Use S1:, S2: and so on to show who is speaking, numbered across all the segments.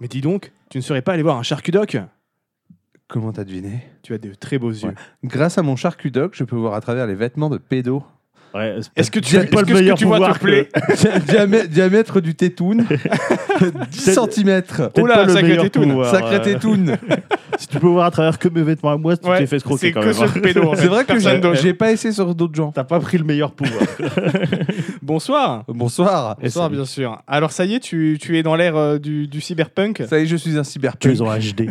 S1: Mais dis donc, tu ne serais pas allé voir un charcudoc
S2: Comment t'as deviné
S1: Tu as de très beaux yeux.
S2: Grâce à mon charcudoc, je peux voir à travers les vêtements de pédo.
S3: Ouais, c'est
S1: Est-ce
S3: pas-
S1: que tu,
S3: c'est
S1: est-ce
S3: pas le
S1: que ce que
S3: meilleur
S1: tu vois
S3: pouvoir
S1: te plaît
S2: Diamè- diamètre du tétoun, 10 cm.
S3: Peut-être
S1: Oh là,
S3: pas le
S1: sacré
S3: meilleur
S1: tétoune.
S3: pouvoir,
S2: Sacré
S3: euh,
S2: tétoun.
S3: Si tu peux voir à travers que mes vêtements à moi, tu
S1: Ouais,
S3: t'es fait escroquer
S1: C'est
S3: quand
S1: que
S3: même. hein.
S1: ce pédo. en fait.
S2: C'est vrai que
S1: Personne
S2: j'ai
S1: d'autre.
S2: j'ai pas essayé sur d'autres gens.
S3: T'as pas pris le meilleur pouvoir.
S1: Bonsoir.
S2: Bonsoir.
S3: Et
S1: Bonsoir,
S3: salut.
S1: bien sûr. Alors, ça y est, tu, tu es dans l'ère euh, du, du cyberpunk.
S2: Ça y est, je suis un
S3: tu
S2: cyberpunk.
S3: es en HD.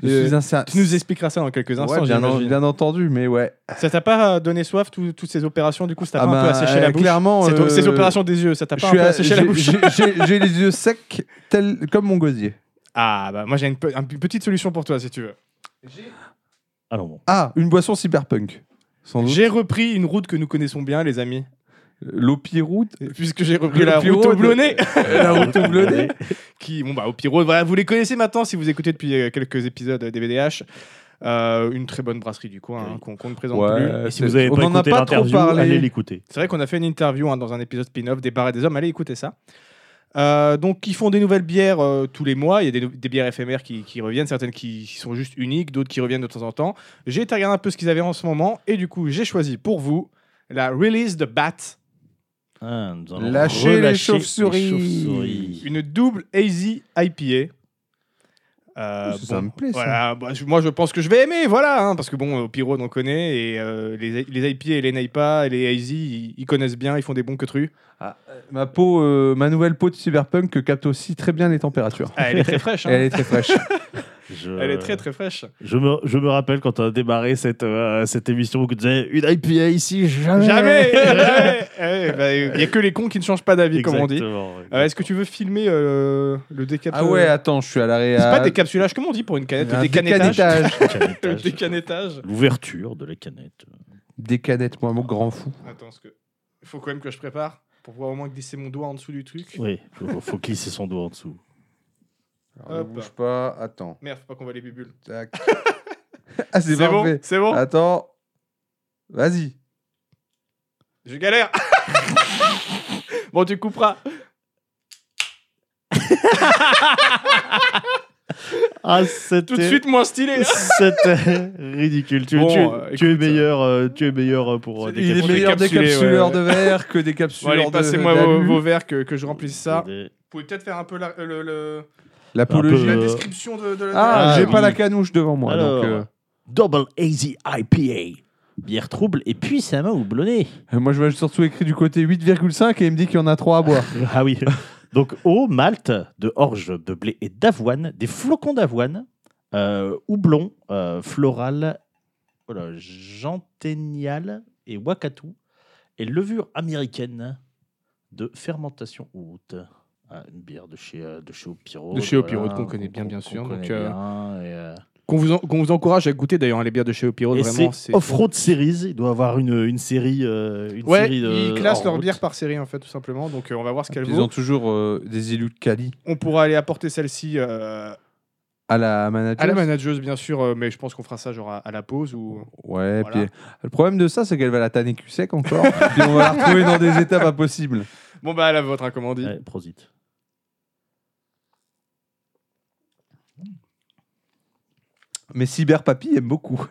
S2: Je suis un cer-
S1: Tu nous expliqueras ça dans quelques instants,
S2: Ouais, bien, en-
S1: j'imagine.
S2: bien entendu, mais ouais.
S1: Ça t'a pas euh, donné soif, tout- toutes ces opérations Du coup, ça t'a
S2: Ah
S1: pas un peu
S2: bah,
S1: asséché
S2: euh,
S1: la bouche
S2: clairement,
S1: Ces-
S2: euh,
S1: Ces opérations des yeux, ça t'a
S2: Je
S1: pas un peu
S2: suis à-
S1: asséché la
S2: j'ai-
S1: bouche
S2: j'ai- J'ai j'ai les yeux secs tel, comme mon gosier.
S1: Ah, bah moi j'ai une, pe- une petite solution pour toi si tu veux.
S3: Alors bon.
S2: Ah, une boisson cyberpunk. Sans doute.
S1: J'ai repris une route que nous connaissons bien, les amis.
S2: L'opiroute.
S1: Puisque j'ai repris
S2: Le
S1: la
S2: pyro
S1: route au
S2: de-
S1: blonnet.
S2: La route au blonnet.
S1: qui, bon bah, au pyro, voilà, vous les connaissez maintenant si vous écoutez depuis euh, quelques épisodes euh, des BDH. Euh, une très bonne brasserie du coin hein, qu'on qu'on ne présente plus.
S2: Ouais,
S3: Et si
S2: c'est-
S3: vous avez
S2: on
S3: pas
S2: en a
S3: écouté
S2: pas trop
S3: l'interview,
S2: parlé.
S3: allez l'écouter.
S1: C'est vrai qu'on a fait une interview hein, dans un épisode spin-off des Barres et des Hommes. Allez, écoutez ça. Euh, donc, ils font des nouvelles bières euh, tous les mois. Il y a des, nou- des bières éphémères qui, qui reviennent, certaines qui sont juste uniques, d'autres qui reviennent de temps en temps. J'ai été regarder un peu ce qu'ils avaient en ce moment et du coup, j'ai choisi pour vous la Release the Bat,
S3: Ah, nous allons
S2: Lâchez les
S3: relâcher
S2: chauves-souris.
S3: chauves-souris.
S1: une double Hazy IPA. Euh,
S2: Oh, Ça
S1: bon,
S2: me plaît, ça.
S1: Voilà, bah, je- moi je pense que je vais aimer, voilà, hein, parce que bon, au Pyro, on en connaît, et euh, les, les IPA et les NAIPA et les Hazy, ils, ils connaissent bien, ils font des bons quetrus.
S2: Ma peau, euh, ma nouvelle peau de cyberpunk capte aussi très bien les températures.
S1: Ah, elle est très fraîche.
S2: Et
S1: hein. Euh.
S2: Elle est très fraîche.
S3: Je...
S1: Elle est très très fraîche.
S3: Je me, je me rappelle quand on a démarré cette, euh, cette émission, vous disait une IPA ici,
S2: Ah
S3: jamais.
S1: Jamais Eh, bah, Il n'y a que les cons qui ne changent pas d'avis, comme on dit. Euh, Est-ce que tu veux filmer euh, le
S2: ah
S1: décapsulage
S2: ouais, attends, je suis à l'arrêt.
S1: C'est pas
S2: à-
S1: décapsulage, comment on dit pour une canette Le
S2: Un
S3: Ah,
S1: décanettage.
S2: décanettage.
S1: Le
S3: Canetage.
S1: décanettage.
S3: L'ouverture de la canette.
S2: Décanette, moi, mon grand fou.
S1: Attends, ce que... il faut quand même que je prépare pour pouvoir au moins glisser mon doigt en dessous du truc.
S3: Oui, faut, faut glisser son doigt en dessous.
S2: Alors, ne
S1: Hop.
S2: bouge pas, attends.
S1: Merde, faut pas qu'on voit les bubules.
S2: Tac. ah, c'est
S1: C'est bon,
S2: parfait.
S1: c'est bon.
S2: Attends. Vas-y.
S1: Je galère. bon, tu couperas.
S3: Ah, c'était
S1: Tout de suite moins stylé.
S3: C'était ridicule. Tu,
S1: Bon,
S3: tu-
S1: euh,
S3: tu es
S1: écoute,
S3: meilleur, euh, tu es meilleur euh, pour euh,
S1: c'est-
S3: des
S2: Il est
S1: capsules.
S2: meilleur
S1: Décapsulé,
S2: décapsuleur
S1: ouais,
S2: de verre que
S1: Bon,
S2: décapsuleur
S1: allez,
S2: de
S1: passez-moi vos,
S2: d'alu.
S1: vos verres que, que je remplisse ça. Vous
S3: Des-
S1: pouvez peut-être faire un peu la- euh, le- le...
S2: L'apologie.
S3: Un
S1: La
S3: peu, Euh,
S1: description de, de la.
S2: Ah,
S3: Ah,
S2: j'ai
S3: oui.
S2: pas la canouche devant moi.
S3: Alors,
S2: donc, euh,
S3: Double Hazy IPA. Bière trouble et puissamment houblonnée.
S2: euh, Moi, je vois surtout écrit du côté 8,5 et il me dit qu'il y en a 3 à boire.
S3: Ah oui. Donc, eau, malt, de orge, de blé et d'avoine, des flocons d'avoine, euh, houblon, euh, floral, voilà, genténial et wakatu, et levure américaine de fermentation haute. Ah, une bière de chez, euh, de chez Opiro.
S1: De chez Opiro, qu'on connaît bien, bien sûr, donc, euh, Qu'on vous, en- qu'on vous encourage à goûter d'ailleurs hein, les bières de chez Opiro.
S3: et
S1: Vraiment,
S3: c'est Off-Road Series. Il doit avoir une, une série. euh, une
S1: Ouais,
S3: série de-
S1: ils classent
S3: en
S1: leurs
S3: route.
S1: bières par série en fait, tout simplement. Donc euh, on va voir ce qu'elles
S2: Ils ont
S1: vaut.
S2: toujours euh, des élus de Cali
S1: On pourra aller apporter celle-ci euh,
S2: à la manager.
S1: à la manageuse, bien sûr, euh, mais je pense qu'on fera ça genre à, à la pause ou.
S2: Ouais,
S1: Voilà.
S2: puis le problème de ça, c'est qu'elle va la tanner cul sec encore. puis on va la retrouver dans des étapes impossibles.
S1: Bon bah à la vôtre, hein, comme on dit.
S3: Ouais, Prosit.
S2: Mais Cyberpapy aime beaucoup.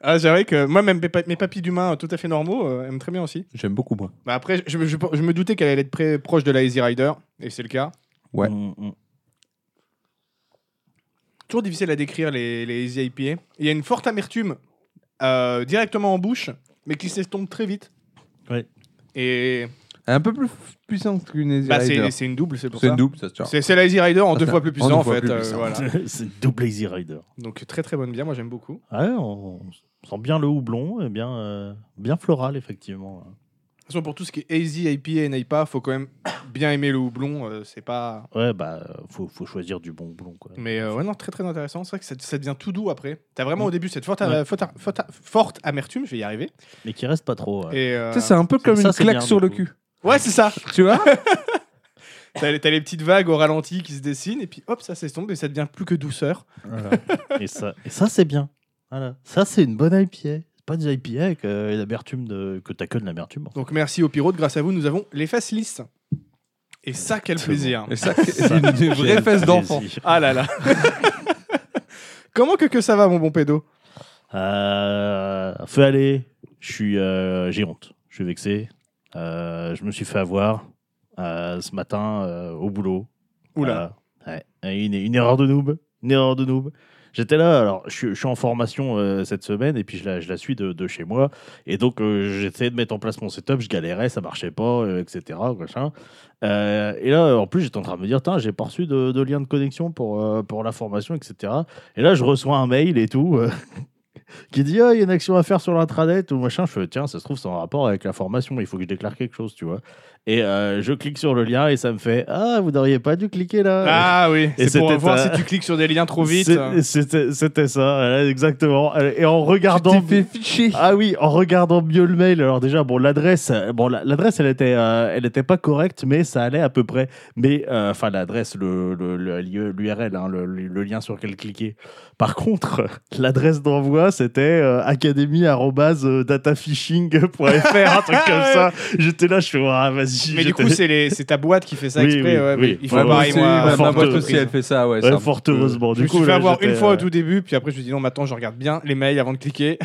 S1: Ah, c'est vrai que moi, même mes, pa- mes papilles d'humains euh, tout à fait normaux euh, aiment très bien aussi.
S2: J'aime beaucoup, moi.
S1: Bah, après, je, je- je- je me doutais qu'elle allait être très proche de la Easy Rider, et c'est le cas.
S2: Ouais.
S3: Mm, mm.
S1: Toujours difficile à décrire les, les Easy IPA. Il y a une forte amertume euh, directement en bouche, mais qui s'estompe très vite.
S3: Ouais.
S1: Et
S2: Elle est un peu plus puissante qu'une Easy
S1: bah,
S2: Rider.
S1: c'est c'est une double, c'est pour
S2: C'est
S1: ça.
S2: une double, ça se tient.
S1: C'est c'est la Easy Rider en
S2: Ça,
S1: deux
S2: ça-
S1: fois plus
S2: en deux
S1: puissant en,
S2: fois
S1: fait.
S2: plus
S1: euh,
S2: puissant.
S1: voilà.
S3: C'est double Easy Rider.
S1: Donc très très bonne bière, moi j'aime beaucoup.
S3: Ouais, on sent bien le houblon, et bien, euh, bien floral, effectivement.
S1: De toute façon, pour tout ce qui est Easy IPA et NIPA, faut quand même bien aimer le houblon. euh, c'est pas.
S3: Ouais, bah, faut, faut choisir du bon houblon, quoi.
S1: Mais euh, ouais, non, très très intéressant. C'est vrai que ça, ça devient tout doux après. T'as vraiment
S3: Mm.
S1: au début cette forte,
S3: Ouais.
S1: euh, forte, forte- forte amertume, je vais y arriver.
S3: Mais qui reste pas trop. ouais.
S1: Et, euh,
S2: Tu sais, c'est un peu comme
S3: ça,
S2: une
S3: c'est
S2: claque
S3: bien,
S2: sur
S3: du
S2: le
S3: coup.
S2: cul.
S1: Ouais, c'est ça.
S2: Tu vois
S1: T'as les, t'as les petites vagues au ralenti qui se dessinent, et puis hop, ça s'estompe et ça devient plus que douceur.
S3: Et ça, et ça c'est bien. Voilà. Ça, c'est une bonne IPA. C'est pas des IPA avec euh, l'amertume de... que t'as que de l'amertume. en fait.
S1: Donc merci aux pirates, grâce à vous, nous avons les faces lisses. Et ça, quel plaisir.
S3: Absolument.
S2: Et ça, c'est une, une vraie
S3: Quel
S2: fesse d'enfant.
S3: plaisir.
S1: Ah là là. Comment que, que ça va, mon bon pédo
S3: Euh, feu aller, je suis, euh, j'ai honte, je suis vexé. Euh, je me suis fait avoir euh, ce matin euh, au boulot.
S1: Oula.
S3: Euh, ouais, une, une erreur de noob, une erreur de noob. J'étais là, alors je, suis- je suis en formation euh, cette semaine et puis je la, je la suis de, de chez moi. Et donc euh, j'essayais de mettre en place mon setup, je galérais, ça marchait pas, euh, etc. machin. Euh, et là, en plus, j'étais en train de me dire, Tain, j'ai pas reçu de, de lien de connexion pour, euh, pour la formation, etc. Et là, je reçois un mail et tout. euh, qui dit Ah, il y a une action à faire sur l'intranet ou machin. Je fais tiens, ça se trouve, c'est en rapport avec la formation, il faut que je déclare quelque chose, tu vois. Et euh, je clique sur le lien et ça me fait ah, vous n'auriez pas dû cliquer là.
S1: Ah oui,
S3: Euh, Et
S1: c'est pour
S3: c'était
S1: voir
S3: ça.
S1: si tu cliques sur des liens trop vite.
S3: C'est- C'était c'était ça, euh, exactement. Euh, Et en regardant.
S2: Tu t'es fait ficher.
S3: Ah oui, en regardant mieux le mail. Alors déjà, bon, l'adresse, euh, bon, la- l'adresse, elle était, euh, elle était pas correcte, mais ça allait à peu près. Mais euh, enfin, l'adresse, le, le- le- l'IE l'URL, hein, le, le- le lien sur lequel cliquer. Par contre, l'adresse d'envoi, c'était euh, academy@datafishing.fr, un truc comme ça. J'étais là, je suis, ah, vas-y.
S1: Mais du
S3: j'étais-
S1: coup, c'est les- c'est ta boîte qui fait ça
S3: Oui,
S1: exprès.
S3: oui,
S1: ouais,
S3: oui.
S1: mais Il faut
S3: Ouais,
S2: Ouais,
S1: avoir pareil,
S2: moi
S3: pareil,
S2: aussi,
S1: moi.
S2: ma- ma
S1: forte
S2: boîte aussi,
S1: entreprise.
S2: elle fait ça. Ouais, c'est
S3: Ouais,
S2: un
S3: fort
S2: peu-
S3: heureusement.
S1: Je
S3: Du
S1: me
S3: coup,
S1: suis fait
S3: là,
S1: avoir une
S3: j'étais,
S1: fois
S3: euh,
S1: au tout début, puis après je me suis dit non, maintenant je regarde bien les mails avant de cliquer.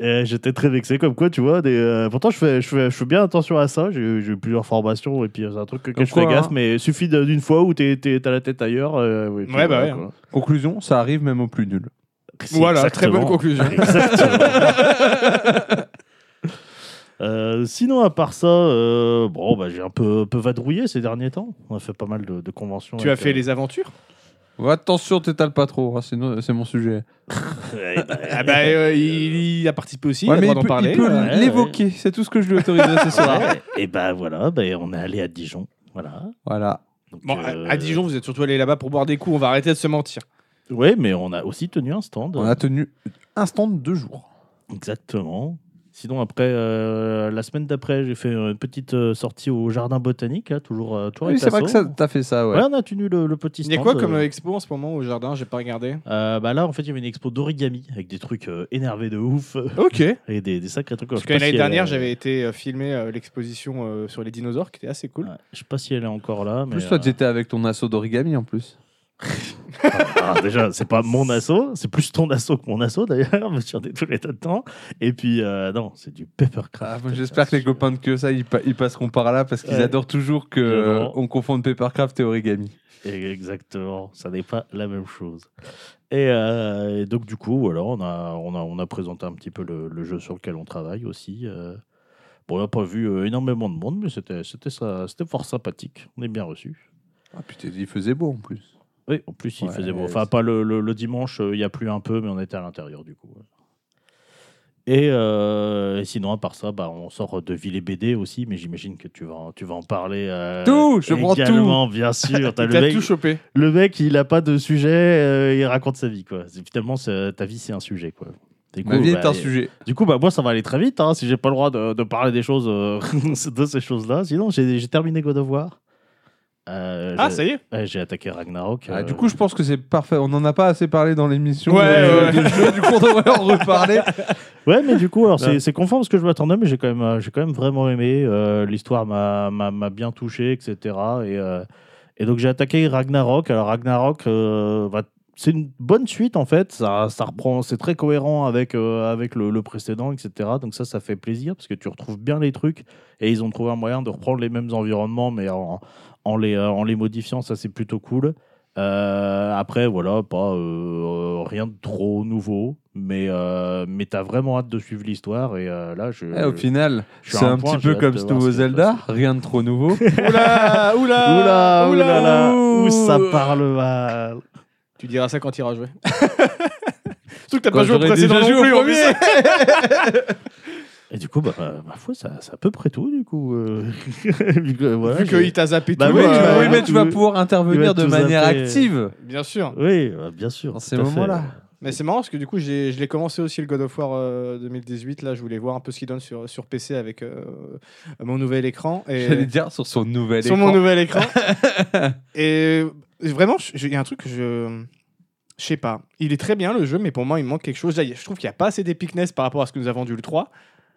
S3: Euh, J'étais très vexé, comme quoi, tu vois. Des, euh, pourtant, je fais, je, fais, je fais bien attention à ça. J'ai eu j'ai eu plusieurs formations et puis euh, c'est un truc que
S2: Comme
S3: je fais
S2: quoi,
S3: gaffe,
S2: hein.
S3: mais suffit de- d'une fois où t'es- t'es- t'as la tête ailleurs. euh, oui, puis
S1: Ouais, bah
S3: voilà,
S1: ouais.
S3: quoi.
S2: Conclusion, ça arrive même au plus nul.
S3: C'est
S1: Voilà, très
S3: exactement-
S1: bonne conclusion.
S3: Exactement. Euh, sinon, à part ça, euh, bon, bah, j'ai un peu, peu vadrouillé ces derniers temps. On a fait pas mal de, de conventions.
S1: Tu as
S3: avec,
S1: fait
S3: euh,
S1: les aventures
S2: Ouais, Attention, t'étales pas trop, hein, sinon, c'est mon sujet.
S3: ouais, bah,
S1: Ah bah, euh, il, il a participé aussi,
S2: Ouais,
S1: il a
S2: mais
S1: le
S2: il
S1: droit d'en parler.
S2: peut- il peut
S1: euh.
S3: ouais.
S2: l'évoquer, c'est tout ce que je lui autoriserai ce soir.
S3: ouais. Et bah voilà, bah, on est allé à Dijon. Voilà.
S2: Voilà.
S3: Donc,
S1: Bon, à-
S3: euh,
S1: à Dijon, vous êtes surtout allé là-bas pour boire des coups, on va arrêter de se mentir.
S3: Ouais, mais on a aussi tenu un stand.
S2: On a tenu un stand de deux jours.
S3: Exactement. Sinon, après, euh, la semaine d'après, j'ai fait une petite euh, sortie au jardin botanique, là, toujours. euh, toujours
S2: Oui,
S3: avec
S2: c'est
S3: la
S2: vrai que ça,
S3: sauve.
S2: t'as fait ça, ouais.
S3: Ouais, on a tenu le, le petit
S1: Il
S3: stand.
S1: y a quoi comme
S3: euh,
S1: expo en ce moment au jardin J'ai pas regardé.
S3: euh, bah là, en fait, il y avait une expo d'origami avec des trucs euh, énervés de ouf euh,
S1: Ok.
S3: et des, des sacrés trucs.
S1: Parce
S3: Je sais
S1: que
S3: pas
S1: l'année
S3: si elle
S1: dernière,
S3: est-
S1: j'avais été euh, filmer euh, l'exposition euh, sur les dinosaures qui était assez cool.
S3: Ouais, je sais pas si elle est encore là.
S2: En
S3: Mais,
S2: plus, toi,
S3: euh,
S2: t'étais avec ton assaut d'origami en plus.
S3: ah, ah, déjà, c'est pas mon assaut, c'est plus ton assaut que mon assaut d'ailleurs, parce qu'il y en a tous les tas de temps. Et puis, euh, non, c'est du papercraft.
S2: Ah, J'espère que les copains de que ça, ils, pa- ils passeront par là parce qu'ils
S3: Ouais.
S2: adorent toujours que
S3: J'adore.
S2: euh, on confonde papercraft et origami.
S3: Exactement, ça n'est pas la même chose. Et, euh, et donc du coup, alors on a, on a, on a présenté un petit peu le, le jeu sur lequel on travaille aussi. euh. Bon, on n'a pas vu euh, énormément de monde, mais c'était, c'était, ça- c'était fort sympathique. On est bien reçu.
S2: Ah putain, il faisait beau en plus.
S3: Oui, en plus il
S2: Ouais,
S3: faisait beau.
S2: euh,
S3: Enfin,
S2: c'est-
S3: pas le, le- le dimanche, euh, il y a plu un peu, mais on était à l'intérieur du coup. Et, euh, et sinon, à part ça, bah, on sort de Ville et BD aussi, mais j'imagine que tu vas, en- tu vas en parler. euh,
S2: Tout, je prends tout.
S3: également, bien sûr. T'as
S1: Et
S3: le
S1: T'as
S3: mec-
S1: tout chopé.
S3: le mec, il a pas de sujet, euh, il raconte sa vie, quoi. C'est- Finalement, c'est- ta vie, c'est un sujet, quoi. Du
S2: Ma
S3: coup,
S2: vie
S3: bah,
S2: est un
S3: et-
S2: sujet.
S3: Du coup, bah, moi, ça va aller très vite, hein, si j'ai pas le droit de, de parler des choses, euh, de ces choses-là. Sinon, j'ai j'ai terminé God of War. Euh,
S1: Ah,
S3: j'ai-
S1: ça y est.
S3: ouais, J'ai attaqué Ragnarok.
S2: Ah,
S3: euh,
S2: du coup, je pense que c'est parfait. On en a pas assez parlé dans l'émission.
S1: Ouais,
S2: euh,
S1: ouais.
S2: de jeux. Du coup, on devrait en reparler.
S3: Ouais, mais du coup, alors
S2: Ouais.
S3: c'est c'est conforme à ce que je m'attendais, mais j'ai quand même, euh, j'ai quand même vraiment aimé. euh, L'histoire m'a- m'a m'a bien touché, etc. Et, euh, et donc j'ai attaqué Ragnarok. Alors Ragnarok, euh, bah, c'est une bonne suite en fait. Ça, ça reprend, c'est très cohérent avec euh, avec le, le précédent, etc. Donc ça, ça fait plaisir parce que tu retrouves bien les trucs et ils ont trouvé un moyen de reprendre les mêmes environnements, mais en, en les euh, en les modifiant, ça c'est plutôt cool. Euh, après, voilà, pas euh, rien de trop nouveau, mais, euh, mais t'as vraiment hâte de suivre l'histoire. Et euh, là, je.
S2: Eh, au final,
S3: je suis à
S2: c'est un,
S3: point,
S2: petit
S3: j'ai
S2: peu
S3: hâte
S2: comme
S3: de
S2: ce
S3: voir
S2: nouveau
S3: ce qui va se
S2: Zelda. Rien de trop nouveau.
S1: Oula, oula,
S3: Oula, oula, là, où ça
S1: ouh.
S3: parle mal.
S1: Tu diras ça quand tu iras jouer. Surtout que t'as
S2: Quand
S1: pas joué au
S2: j'aurais
S1: précédent
S2: déjà
S1: non
S2: joué au
S1: plus. en
S2: premier.
S1: plus.
S3: Et du coup, bah, euh, ma foi, ça- c'est à peu près tout, du coup. euh. Vu que, voilà,
S1: Vu
S3: j'ai-
S1: qu'il t'a zappé
S3: Bah
S1: tout. euh,
S2: oui,
S3: ouais,
S2: tu vas-
S3: ouais,
S2: oui, mais
S3: tu
S2: tu vas
S3: veux-
S2: pouvoir intervenir
S3: tu
S2: de
S3: vas te
S2: manière
S3: zapper.
S2: active.
S1: Bien sûr.
S3: Oui, bah, bien sûr.
S2: Dans
S3: tout
S2: ces
S3: à fait.
S2: moments-là.
S1: Mais c'est marrant parce que du coup, j'ai- je l'ai commencé aussi le God of War euh, 2018. Là, je voulais voir un peu ce qu'il donne sur, sur PC avec euh, mon nouvel écran.
S2: J'allais
S1: Et
S2: dire sur son nouvel
S1: sur
S2: écran.
S1: mon nouvel écran. et euh, vraiment, je- je- il y a un truc que je. Je sais pas. Il est très bien le jeu, mais pour moi, il me manque quelque chose. Là, il y a- je trouve qu'il n'y a pas assez d'épicness par rapport à ce que nous a vendu le 3.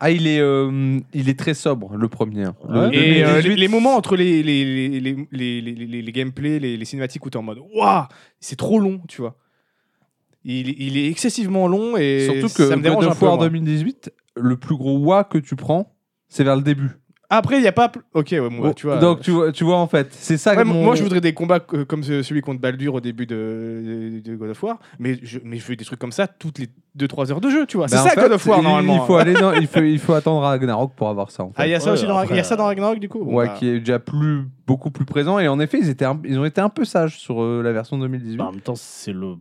S2: Ah, il est, euh, il est très sobre, le premier. Le-
S3: Ouais.
S2: le
S1: Et euh,
S2: 2018,
S1: les, les moments entre les, les, les, les, les, les- les- les gameplays, les, les cinématiques où t'es en mode Waouh, c'est trop long, tu vois. Il, il est excessivement long et
S2: Surtout que
S1: ça me dérange
S2: God
S1: un
S2: of
S1: peu.
S2: War
S1: moi.
S2: 2018, le plus gros wa que tu prends, c'est vers le début. Oh,
S1: Après, il n'y a pas. pl- Ok, ouais, moi, tu vois. euh,
S2: Donc tu vois, tu vois en fait, c'est ça.
S1: Ouais,
S2: que mon-
S1: Moi, je voudrais des combats euh, comme ce- celui contre Baldur au début de, de God of War, mais je, mais je veux des trucs comme ça toutes les 2-3 heures de jeu, tu vois.
S2: Ben,
S1: c'est
S2: en
S1: ça
S2: fait,
S1: God of War,
S2: il-
S1: normalement.
S2: Il faut aller, dans- il faut, il faut attendre Ragnarok pour avoir ça. En fait.
S1: Ah, il y a ça
S3: Ouais,
S1: aussi dans Rag-
S3: après,
S1: il y a ça dans Ragnarok, du coup Bon,
S2: Ouais,
S1: bah,
S2: qui est déjà plus, beaucoup plus présent. Et en effet, ils, étaient un- ils ont été un peu sages sur euh, la version 2018.
S3: Bah, en même temps, c'est le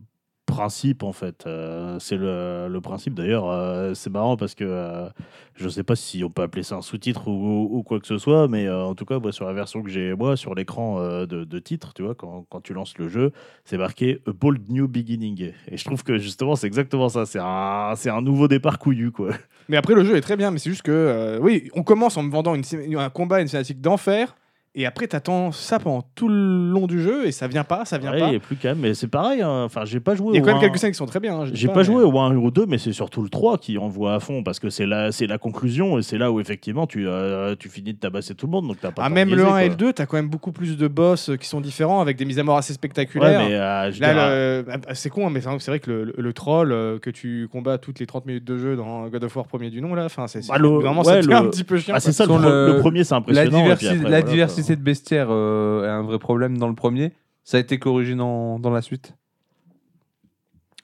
S3: principe en fait. Euh, c'est le, le principe d'ailleurs. euh, c'est marrant parce que euh, je sais pas si on peut appeler ça un sous-titre ou, ou- ou quoi que ce soit, mais euh, en tout cas, moi, sur la version que j'ai moi, sur l'écran euh, de, de titre, tu vois, quand, quand tu lances le jeu, c'est marqué A Bold New Beginning. Et je trouve que justement, c'est exactement ça. C'est un, c'est un nouveau départ couillu quoi.
S1: Mais après, le jeu est très bien, mais c'est juste que, euh, oui, on commence en me vendant une, cin- un combat, une cinématique d'enfer, et après, t'attends ça pendant tout le long du jeu, et ça vient pas, ça vient
S3: Ouais,
S1: pas.
S3: il est plus calme, mais c'est pareil. hein. Enfin, j'ai pas joué.
S1: Il y a quand
S3: au
S1: même
S3: un-
S1: quelques scènes qui sont très bien. hein, je dis
S3: J'ai pas, joué
S1: mais-
S3: au 1 ou au 2, mais c'est surtout le 3 qui envoie à fond parce que c'est la, c'est la conclusion et c'est là où effectivement tu, euh, tu finis de tabasser tout le monde. Donc t'as pas
S1: Ah,
S3: le temps
S1: même
S3: de
S1: le
S3: niaiser,
S1: 1 et le
S3: quoi.
S1: 2, t'as quand même beaucoup plus de boss euh, qui sont différents, avec des mises à mort assez
S3: Ouais,
S1: spectaculaires.
S3: mais euh, je veux
S1: Là,
S3: dire,
S1: le- ah, bah, c'est con, hein, mais c'est vrai que le, le- le troll euh, que tu combats toutes les 30 minutes de jeu dans God of War premier du nom, là, enfin, c'est c'est-
S3: Bah, le-
S1: vraiment
S3: ouais,
S1: c'était
S3: le-
S1: un petit peu chiant.
S3: ah, c'est
S1: quoi.
S3: ça le,
S2: Sur
S3: pro-
S2: le-
S3: le premier, c'est
S2: la
S3: impressionnant. et puis
S2: diversi-
S3: après,
S2: la
S3: voilà, quoi.
S2: diversité de bestiaire euh, est un vrai problème dans le premier. Ça a été corrigé dans, dans la suite.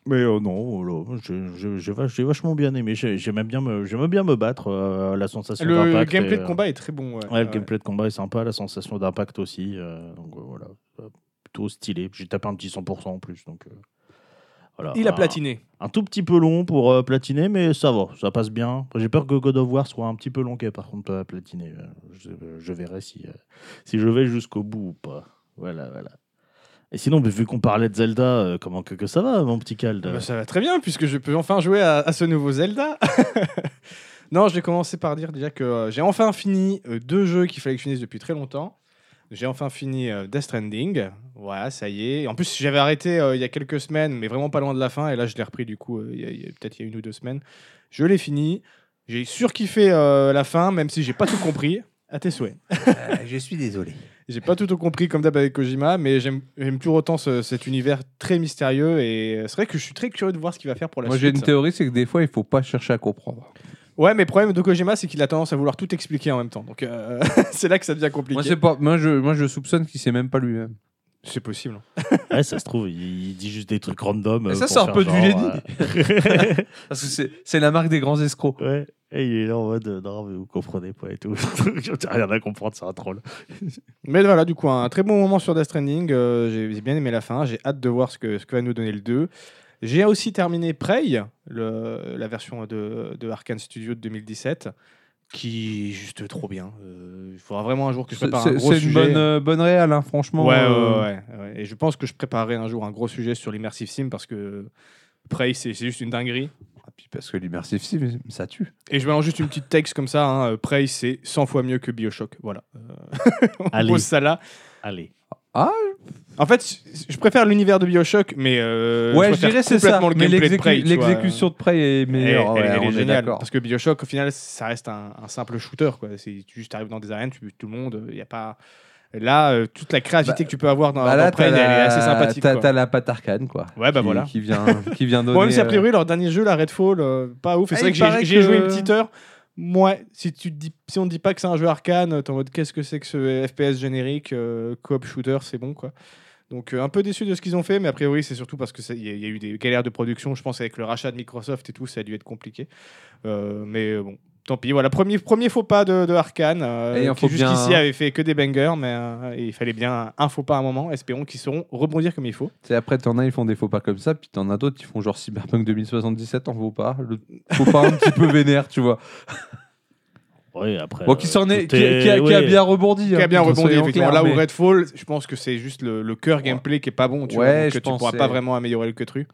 S3: Mais euh, non, voilà, j'ai- j'ai j'ai vach- j'ai vachement bien aimé. J'ai- J'aimais bien, me- j'aimais bien me battre. euh, la sensation
S1: Le
S3: d'impact.
S1: gameplay
S3: et,
S1: de
S3: euh,
S1: combat est très bon. ouais.
S3: Ouais, le
S1: Ouais.
S3: gameplay de combat est sympa, la sensation d'impact aussi. euh, donc euh, voilà, Euh, plutôt stylé. J'ai tapé un petit 100% en plus. Donc, euh, voilà,
S1: Il a
S3: Un-
S1: platiné.
S3: Un tout petit peu long pour euh, platiner, mais ça va, ça passe bien. Après, J'ai peur que God of War soit un petit peu longuet, par contre, à platiner. Euh, Je, je verrai si, euh, si je vais jusqu'au bout ou pas. Voilà, voilà. Et sinon, mais vu qu'on parlait de Zelda, euh, comment que, que ça va, mon petit Cald
S2: Euh.
S1: Bah, ça va très bien, puisque je peux enfin jouer à, à ce nouveau Zelda. non, je vais commencer par dire déjà que euh, j'ai enfin fini euh, deux jeux qu'il fallait que je finisse depuis très longtemps. J'ai enfin fini euh, Death Stranding. Voilà, ça y est. En plus, j'avais arrêté euh, il y a quelques semaines, mais vraiment pas loin de la fin. Et là, je l'ai repris du coup, euh, il y a- il y a- peut-être il y a une ou deux semaines. Je l'ai fini. J'ai surkiffé euh, la fin, même si j'ai pas tout compris. À tes souhaits.
S2: je suis désolé.
S1: J'ai pas tout compris comme d'hab avec Kojima, mais j'aime j'aime toujours autant ce- cet univers très mystérieux. Et euh, c'est vrai que je suis très curieux de voir ce qu'il va faire pour la
S2: Moi, j'ai
S1: suite.
S2: une théorie, c'est que des fois, il faut pas chercher à comprendre.
S1: Ouais, mais le problème de Kojima, c'est qu'il a tendance à vouloir tout expliquer en même temps. Donc euh, c'est là que ça devient compliqué.
S2: Moi, c'est pas. Moi, je, moi, je soupçonne qu'il sait même pas lui-même.
S1: c'est possible.
S3: Ouais, ça se trouve, il, il dit juste des trucs random.
S2: Mais
S3: euh,
S2: ça,
S3: pour
S2: c'est un
S3: faire
S2: peu du
S3: genre,
S2: génie.
S3: euh,
S2: Parce que c'est- c'est la marque des grands escrocs.
S3: Ouais, et il est là en mode euh, non, mais vous comprenez pas et tout. J'ai rien à comprendre, c'est un troll.
S1: Mais voilà, du coup, un très bon moment sur Death Stranding. Euh, j'ai j'ai bien aimé la fin. J'ai hâte de voir ce que, ce que va nous donner le 2. J'ai aussi terminé Prey, le- la version de, de Arkane Studio de 2017, qui est juste trop bien. Euh, Il faudra vraiment un jour que je
S2: C'est
S1: prépare un
S2: c'est-
S1: gros
S2: c'est
S1: sujet.
S2: une bonne, euh, bonne réelle, hein, franchement.
S1: Ouais,
S2: euh,
S1: ouais, ouais, ouais. Et je pense que je préparerai un jour un gros sujet sur l'immersive sim parce que Prey, c'est c'est juste une dinguerie.
S2: Ah, puis parce que l'immersif, si, mais ça tue.
S1: Et je mélange juste une petite texte comme ça. Hein. euh, Prey, c'est 100 fois mieux que Bioshock. Voilà. Euh, on
S3: Allez.
S1: pose ça là.
S3: Allez.
S1: En fait, je- je préfère l'univers de Bioshock, mais euh,
S2: ouais, je
S1: préfère
S2: dirais c'est ça.
S1: complètement le
S2: mais
S1: gameplay de
S2: l'exécu-
S1: Prey, tu vois.
S2: l'exécution de Prey est
S1: Elle-
S2: meilleure.
S1: elle-
S2: ouais,
S1: elle
S2: on
S1: est
S2: est
S1: géniale.
S2: d'accord.
S1: Parce que Bioshock, au final, ça reste un, un simple shooter. Quoi. C'est- Tu juste arrives dans des arènes, tu butes tout le monde. Il y a pas. Là, euh, toute la créativité que tu peux avoir dans,
S2: Bah
S1: dans
S2: là,
S1: Prey,
S2: t'as
S1: elle,
S2: la-
S1: est assez sympathique.
S2: T'as
S1: quoi.
S2: t'as la patte arcane, quoi.
S1: Ouais, bah
S2: qui-
S1: voilà.
S2: Qui vient, qui vient donner.
S1: Bon, même si a
S2: euh,
S1: priori, leur dernier jeu, la Redfall, euh, pas ouf. Et
S2: Ah,
S1: c'est vrai
S2: il
S1: que j'ai-
S2: paraît
S1: j'ai joué une
S2: que-
S1: petite heure. Moi, si, tu te dis, si on ne dit pas que c'est un jeu arcane, t'es en mode qu'est-ce que c'est que ce FPS générique, euh, coop shooter, c'est bon quoi. Donc euh, un peu déçu de ce qu'ils ont fait, mais a priori c'est surtout parce qu'il y, a- il y a eu des galères de production, je pense avec le rachat de Microsoft et tout, ça a dû être compliqué. Euh, mais euh, bon, tant pis. Voilà, premier, premier faux pas de, de Arkane, euh,
S2: Et il en
S1: qui
S2: faut bien hein.
S1: jusqu'ici
S2: un.
S1: avait fait que des bangers, mais euh, il fallait bien un faux pas à un moment. Espérons qu'ils sauront rebondir comme il faut.
S2: C'est après, t'en as, ils font des faux pas comme ça, puis t'en as d'autres qui font genre Cyberpunk 2077, en vaut pas. Le faux pas un petit peu vénère, tu vois.
S3: Ouais, après.
S2: Bon, qui s'en
S3: euh,
S2: est,
S3: tout
S2: qui, qui a, qui a
S3: ouais.
S2: bien rebondi.
S1: qui a
S2: hein,
S1: bien
S2: qu'on
S1: rebondi
S2: soit en
S1: effectivement.
S2: clair,
S1: là où
S2: mais-
S1: Redfall je pense que c'est juste le, le cœur gameplay qui est pas bon tu vois,
S2: Ouais,
S1: donc
S2: je
S1: que tu
S2: pense,
S1: pourras
S2: c'est-
S1: pas vraiment améliorer le que tru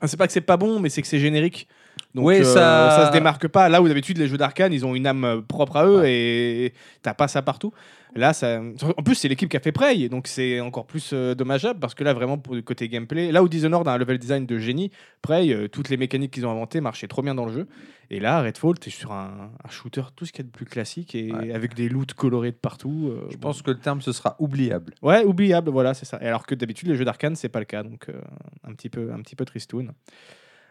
S1: Ah, c'est pas que c'est pas bon mais c'est que c'est générique Donc
S2: Ouais,
S1: euh,
S2: ça-
S1: ça... se démarque pas. Là où d'habitude les jeux d'arcane, ils ont une âme euh, propre à eux et t'as pas ça partout. Là, ça... en plus c'est l'équipe qui a fait Prey, donc c'est encore plus euh, dommageable parce que là vraiment pour le côté gameplay, là où Dishonored a un level design de génie, Prey, euh, toutes les mécaniques qu'ils ont inventées marchaient trop bien dans le jeu. Et là, Redfall, t'es sur un, un shooter tout ce qu'il y a de plus classique et
S2: Ouais.
S1: avec des loots colorés de partout. euh,
S2: Je
S1: bon.
S2: pense que le terme, ce sera oubliable.
S1: Ouais, oubliable, voilà, c'est ça. Et alors que d'habitude, les jeux d'arcane, c'est pas le cas, donc euh, un, petit peu, un petit peu tristoun.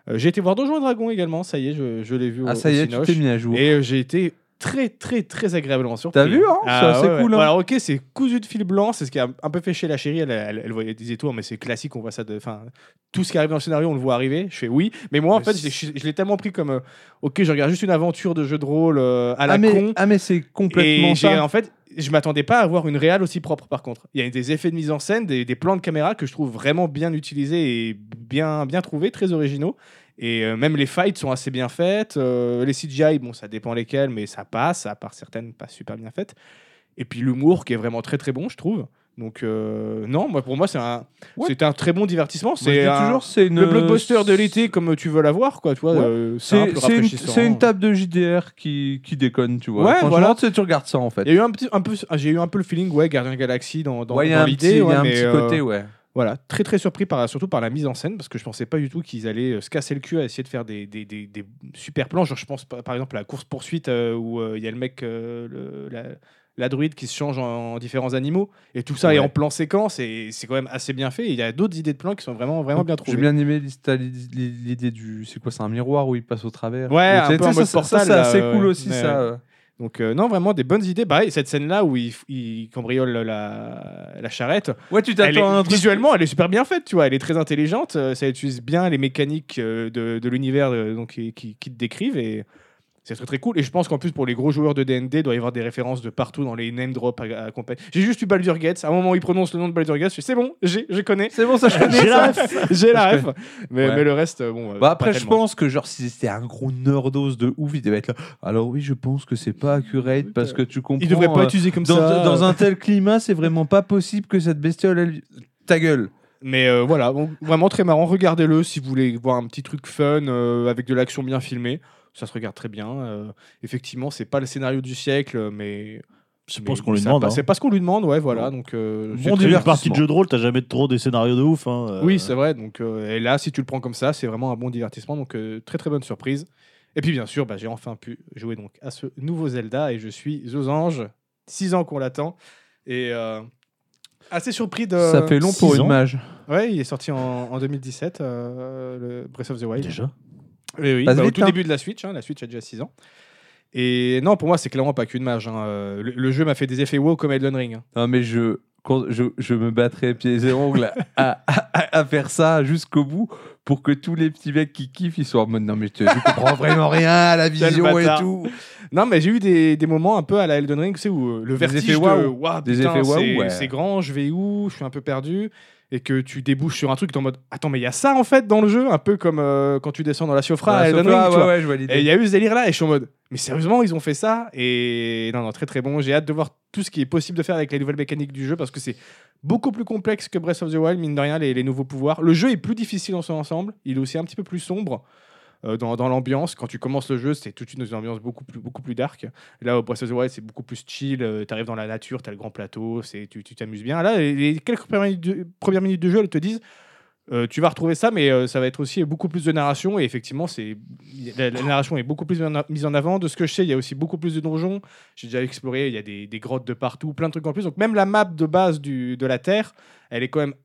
S1: Euh, j'ai été voir Donjons et Dragons également, ça y est, je, je l'ai vu au,
S2: Ah, ça y
S1: au
S2: est, tu
S1: Cinoche.
S2: t'es mis à jour.
S1: Et euh, j'ai été très, très, très agréablement surpris.
S2: T'as vu, hein C'est assez cool, hein.
S1: Ah Alors, ok, c'est cousu de fil blanc, c'est ce qui a un peu fait chez la chérie. Elle, elle, elle voyait- elle disait tout, Ah, mais c'est classique, on voit ça de. Enfin, tout ce qui arrive dans le scénario, on le voit arriver. Je fais oui. Mais moi, en
S2: Mais
S1: fait, je, l'ai- je l'ai tellement pris comme. euh, ok, je regarde juste une aventure de jeu de rôle euh, à la
S2: ah, mais,
S1: con.
S2: ah, mais c'est complètement
S1: Et j'ai-
S2: ça.
S1: en fait, je m'attendais pas à avoir une réal aussi propre par contre. Il y a des effets de mise en scène, des, des plans de caméra que je trouve vraiment bien utilisés et bien, bien trouvés, très originaux. Et euh, même les fights sont assez bien faites. Euh, les CGI, bon, ça dépend lesquels, mais ça passe, à part certaines pas super bien faites. Et puis l'humour qui est vraiment très très bon, je trouve. Donc euh, non, moi pour moi c'est un,
S2: Ouais.
S1: c'est un très bon divertissement.
S2: Moi, je
S1: C'est
S2: dis
S1: un-
S2: toujours, c'est une-
S1: le blockbuster de l'été comme tu veux l'avoir, quoi. Tu vois,
S2: Ouais.
S1: euh,
S2: C'est
S1: simple,
S2: c'est une,
S1: rafraîchissant.
S2: c'est une table de JDR qui, qui déconne, tu vois.
S1: Ouais,
S2: Franchement,
S1: voilà.
S2: tu sais, tu regardes ça en fait.
S1: Il y a eu un petit, un peu, ah, j'ai eu un peu le feeling, ouais, Gardien Galaxy dans, dans,
S2: Ouais, il y
S1: dans
S2: a un petit, il
S1: l'idée,
S2: y
S1: ouais,
S2: a un
S1: mais,
S2: petit
S1: euh,
S2: côté, ouais.
S1: voilà, très très surpris par, surtout par la mise en scène parce que je pensais pas du tout qu'ils allaient euh, se casser le cul à essayer de faire des, des, des- des super plans. Genre, je pense par par exemple à la course poursuite où euh, il y a le mec, euh, le- la, la druide qui se change en, en différents animaux et tout ça est
S2: Ouais.
S1: en plan séquence et c'est quand même assez bien fait. Et Il y a d'autres idées de plans qui sont vraiment vraiment bien
S2: J'ai
S1: trouvées.
S2: bien aimé l'is- t'as l'i- l'i- l'idée du. C'est quoi C'est un miroir où il passe au travers.
S1: Ouais,
S2: Donc,
S1: un
S2: tu sais,
S1: peu en
S2: ça,
S1: mode
S2: ça,
S1: portal,
S2: ça,
S1: là,
S2: c'est
S1: ouais,
S2: cool
S1: ouais.
S2: aussi,
S1: Ouais,
S2: ça.
S1: ouais.
S2: euh.
S1: Donc euh, non, vraiment des bonnes idées. Pareil, cette scène là où il, f- il cambriole la, la charrette.
S2: Ouais, tu
S1: Elle est-
S2: t'attends à un truc.
S1: visuellement, elle est super bien faite, tu vois. Elle est très intelligente. euh, Ça utilise bien les mécaniques euh, de, de l'univers euh, donc, qui, qui, qui te décrivent. Et c'est très très cool. Et je pense qu'en plus, pour les gros joueurs de DND, il doit y avoir des références de partout dans les name drops à, à compagnie. J'ai juste eu Baldur's Gate. À un moment où il prononce le nom de Baldur's Gate, je fais, c'est bon, j'ai- je connais.
S2: C'est bon, ça, je connais
S1: J'ai
S2: ça.
S1: la ref. J'ai la ref. Mais,
S2: Ouais.
S1: mais le reste, euh, bon. euh,
S2: Bah
S1: pas
S2: après, je
S1: tellement.
S2: pense que genre si c'était un gros nerdos de ouf, il devait être là. Alors oui, je pense que c'est pas accurate parce que tu comprends.
S1: Il devrait pas
S2: euh,
S1: utiliser comme
S2: dans,
S1: ça.
S2: dans un tel climat, c'est vraiment pas possible que cette bestiole. Elle... Ta gueule.
S1: Mais euh, voilà, bon, vraiment très marrant. Regardez-le si vous voulez voir un petit truc fun euh, avec de l'action bien filmée. Ça se regarde très bien. Euh, effectivement, c'est pas le scénario du siècle, euh, mais
S3: C'est
S1: mais
S3: pas ce qu'on lui
S1: ça
S3: demande.
S1: passe- C'est
S3: hein.
S1: pas ce qu'on lui demande, ouais, voilà. Donc euh, c'est
S2: Bon
S3: Bon,
S1: très-
S3: début de
S2: divertissement.
S3: partie de jeu de rôle, t'as jamais trop des scénarios de ouf. hein, euh.
S1: oui, c'est vrai. Donc euh, et là, si tu le prends comme ça, c'est vraiment un bon divertissement. Donc euh, très très bonne surprise. Et puis bien sûr, bah, j'ai enfin pu jouer donc à ce nouveau Zelda et je suis aux anges. Six ans qu'on l'attend et euh, assez surpris de.
S2: ça fait long
S3: six
S2: pour
S3: ans.
S2: une mage.
S1: Ouais, il est sorti en, en 2017, euh, le Breath of the Wild.
S3: Déjà.
S1: Oui, oui,
S2: Passe
S1: bah, au
S2: vite,
S1: tout
S2: hein.
S1: début de la Switch. hein, la Switch a déjà 6 ans. Et non, pour moi, c'est clairement pas qu'une mage. hein. Euh, Le, le jeu m'a fait des effets wow comme Elden Ring. hein.
S2: Non mais je, quand je, je me battrais pieds et ongles à, à- à- à faire ça jusqu'au bout pour que tous les petits mecs qui kiffent, ils soient en mode non mais je, te- je comprends vraiment rien à la
S1: Quel
S2: vision et
S1: bâtard. Bah,
S2: tout.
S1: Non, mais j'ai eu des, des moments un peu à la Elden Ring, tu sais, où euh, le
S2: Des
S1: vertige
S2: effets
S1: de
S2: waouh.
S1: Waouh,
S2: Des
S1: putain,
S2: effets waouh,
S1: c'est
S2: ouais.
S1: c'est grand, je vais où, je suis un peu perdu, et que tu débouches sur un truc t'es en mode attends, mais il y a ça en fait dans le jeu, un peu comme euh, quand tu descends dans la Siofra à
S2: Voilà,
S1: Elden
S2: sauf-
S1: Ring.
S2: ah,
S1: tu
S2: ouais,
S1: vois.
S2: ouais, je vois
S1: Et il
S2: l'idée.
S1: y a eu ce délire là, et je suis en mode, mais sérieusement, ils ont fait ça Et non, non, très très bon. J'ai hâte de voir tout ce qui est possible de faire avec les nouvelles mécaniques du jeu parce que c'est beaucoup plus complexe que Breath of the Wild, mine de rien, les, les nouveaux pouvoirs. Le jeu est plus difficile dans son ensemble, il est aussi un petit peu plus sombre. euh, dans dans l'ambiance, quand tu commences le jeu, c'est tout de suite dans une ambiance beaucoup plus, beaucoup plus dark. Là, au Breath of the Wild, c'est beaucoup plus chill. euh, T'arrives dans la nature, t'as le grand plateau, c'est- tu tu t'amuses bien. Là, les- les quelques premières minutes de, premières minutes de jeu, elles te disent euh, tu vas retrouver ça, mais euh, ça va être aussi beaucoup plus de narration. Et effectivement, c'est la, la narration est beaucoup plus en a- mise en avant. De ce que je sais, il y a aussi beaucoup plus de donjons. J'ai déjà exploré, il y a des, des grottes de partout, plein de trucs en plus. Donc même la map de base du, de la Terre, elle est quand même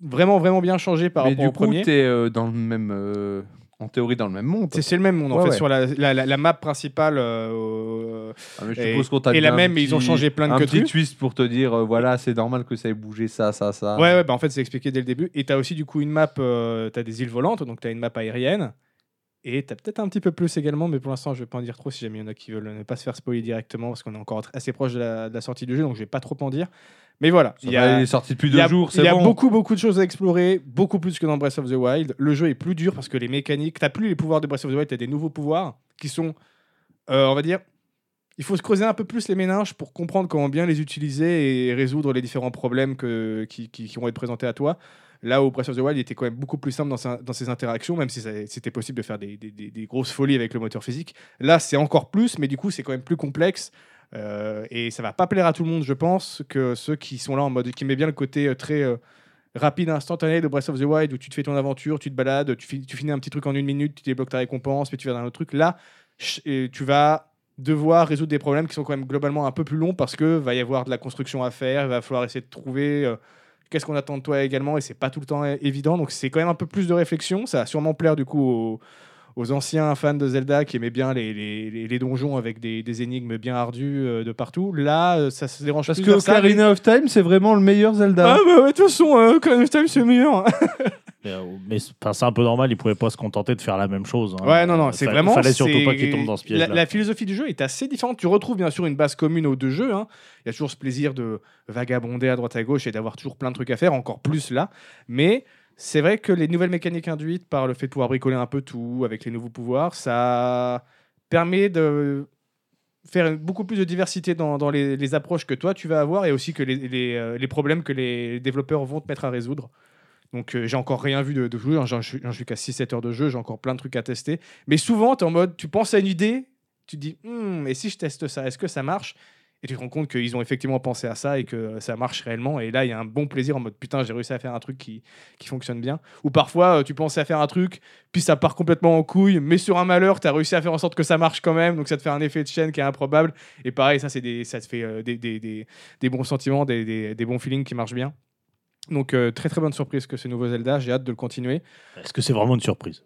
S1: vraiment, vraiment bien changée par
S2: Mais
S1: rapport
S2: du
S1: au
S2: coup,
S1: premier.
S2: t'es euh, dans le même, euh, en théorie dans le même monde.
S1: C'est c'est le même monde, en
S2: Ouais,
S1: fait,
S2: ouais.
S1: sur la, la- la- la map principale. euh, au-
S2: Ah, mais je
S1: Et-
S2: suppose qu'on t'a
S1: et la
S2: mis un
S1: même, ils
S2: petit-
S1: ont changé plein de
S2: un petit
S1: queutrues.
S2: twist pour te dire euh, voilà, c'est normal que ça ait bougé ça, ça, ça.
S1: Ouais, ouais, bah en fait, c'est expliqué dès le début. Et t'as aussi, du coup, une map, euh, t'as des îles volantes, donc t'as une map aérienne. Et t'as peut-être un petit peu plus également, mais pour l'instant, je vais pas en dire trop si jamais il y en a qui veulent ne pas se faire spoiler directement, parce qu'on est encore assez proche de la, de la sortie du jeu, donc je vais pas trop en dire. Mais voilà,
S2: Ça va, il est sorti depuis
S1: il y
S2: deux
S1: a-
S2: jours,
S1: Il
S2: c'est
S1: y a
S2: bon.
S1: beaucoup, beaucoup de choses à explorer, beaucoup plus que dans Breath of the Wild. Le jeu est plus dur parce que les mécaniques, t'as plus les pouvoirs de Breath of the Wild, t'as des nouveaux pouvoirs qui sont, euh, on va dire, il faut se creuser un peu plus les méninges pour comprendre comment bien les utiliser et résoudre les différents problèmes que, qui, qui- qui vont être présentés à toi. Là où Breath of the Wild il était quand même beaucoup plus simple dans, sa- dans ses interactions, même si ça- c'était possible de faire des, des- des- des grosses folies avec le moteur physique. Là, c'est encore plus, mais du coup, c'est quand même plus complexe. Euh, et ça va pas plaire à tout le monde, je pense, que ceux qui sont là en mode qui met bien le côté euh, très euh, rapide, instantané de Breath of the Wild où tu te fais ton aventure, tu te balades, tu, fi- tu finis un petit truc en une minute, tu débloques ta récompense, puis tu vas dans un autre truc. Là, ch- et tu vas devoir résoudre des problèmes qui sont quand même globalement un peu plus longs parce que va y avoir de la construction à faire, il va falloir essayer de trouver euh, qu'est-ce qu'on attend de toi également et c'est pas tout le temps é- évident donc c'est quand même un peu plus de réflexion, ça va sûrement plaire du coup aux, aux anciens fans de Zelda qui aimaient bien les, les- les- les donjons avec des, des énigmes bien ardues euh, de partout. Là, euh, ça se dérange
S2: Parce
S1: plus
S2: que
S1: vers ça, mais-
S2: Ocarina of Time, c'est vraiment le meilleur Zelda.
S1: Ah bah ouais, de toute façon, euh, Ocarina of Time c'est le meilleur. hein.
S3: Mais, euh, mais c'est enfin, c'est un peu normal, ils pouvaient pas se contenter de faire la même chose. hein.
S1: Ouais, non, non, c'est
S3: Fa-
S1: vraiment.
S3: Fallait surtout
S1: c'est-
S3: pas qu'ils tombent dans ce piège.
S1: La, la philosophie du jeu est assez différente. Tu retrouves bien sûr une base commune aux deux jeux. hein. Il y a toujours ce plaisir de vagabonder à droite à gauche et d'avoir toujours plein de trucs à faire, encore plus là. Mais c'est vrai que les nouvelles mécaniques induites par le fait de pouvoir bricoler un peu tout avec les nouveaux pouvoirs, ça permet de faire beaucoup plus de diversité dans, dans les, les approches que toi tu vas avoir et aussi que les, les, euh, les problèmes que les développeurs vont te mettre à résoudre. Donc euh, j'ai encore rien vu de, de jouer, j'en j'en suis qu'à 6-7 heures de jeu, j'ai encore plein de trucs à tester. Mais souvent, tu en mode, tu penses à une idée, tu te dis, Hmm, et si je teste ça, est-ce que ça marche Et tu te rends compte qu'ils ont effectivement pensé à ça et que ça marche réellement. Et là, il y a un bon plaisir en mode, putain, j'ai réussi à faire un truc qui, qui fonctionne bien. Ou parfois, euh, tu pensais à faire un truc, puis ça part complètement en couille, mais sur un malheur, tu as réussi à faire en sorte que ça marche quand même. Donc ça te fait un effet de chaîne qui est improbable. Et pareil, ça, c'est des, ça te fait euh, des, des- des- des bons sentiments, des, des- des bons feelings qui marchent bien. Donc euh, très très bonne surprise que ce nouveau Zelda, j'ai hâte de le continuer.
S3: Est-ce que c'est vraiment une surprise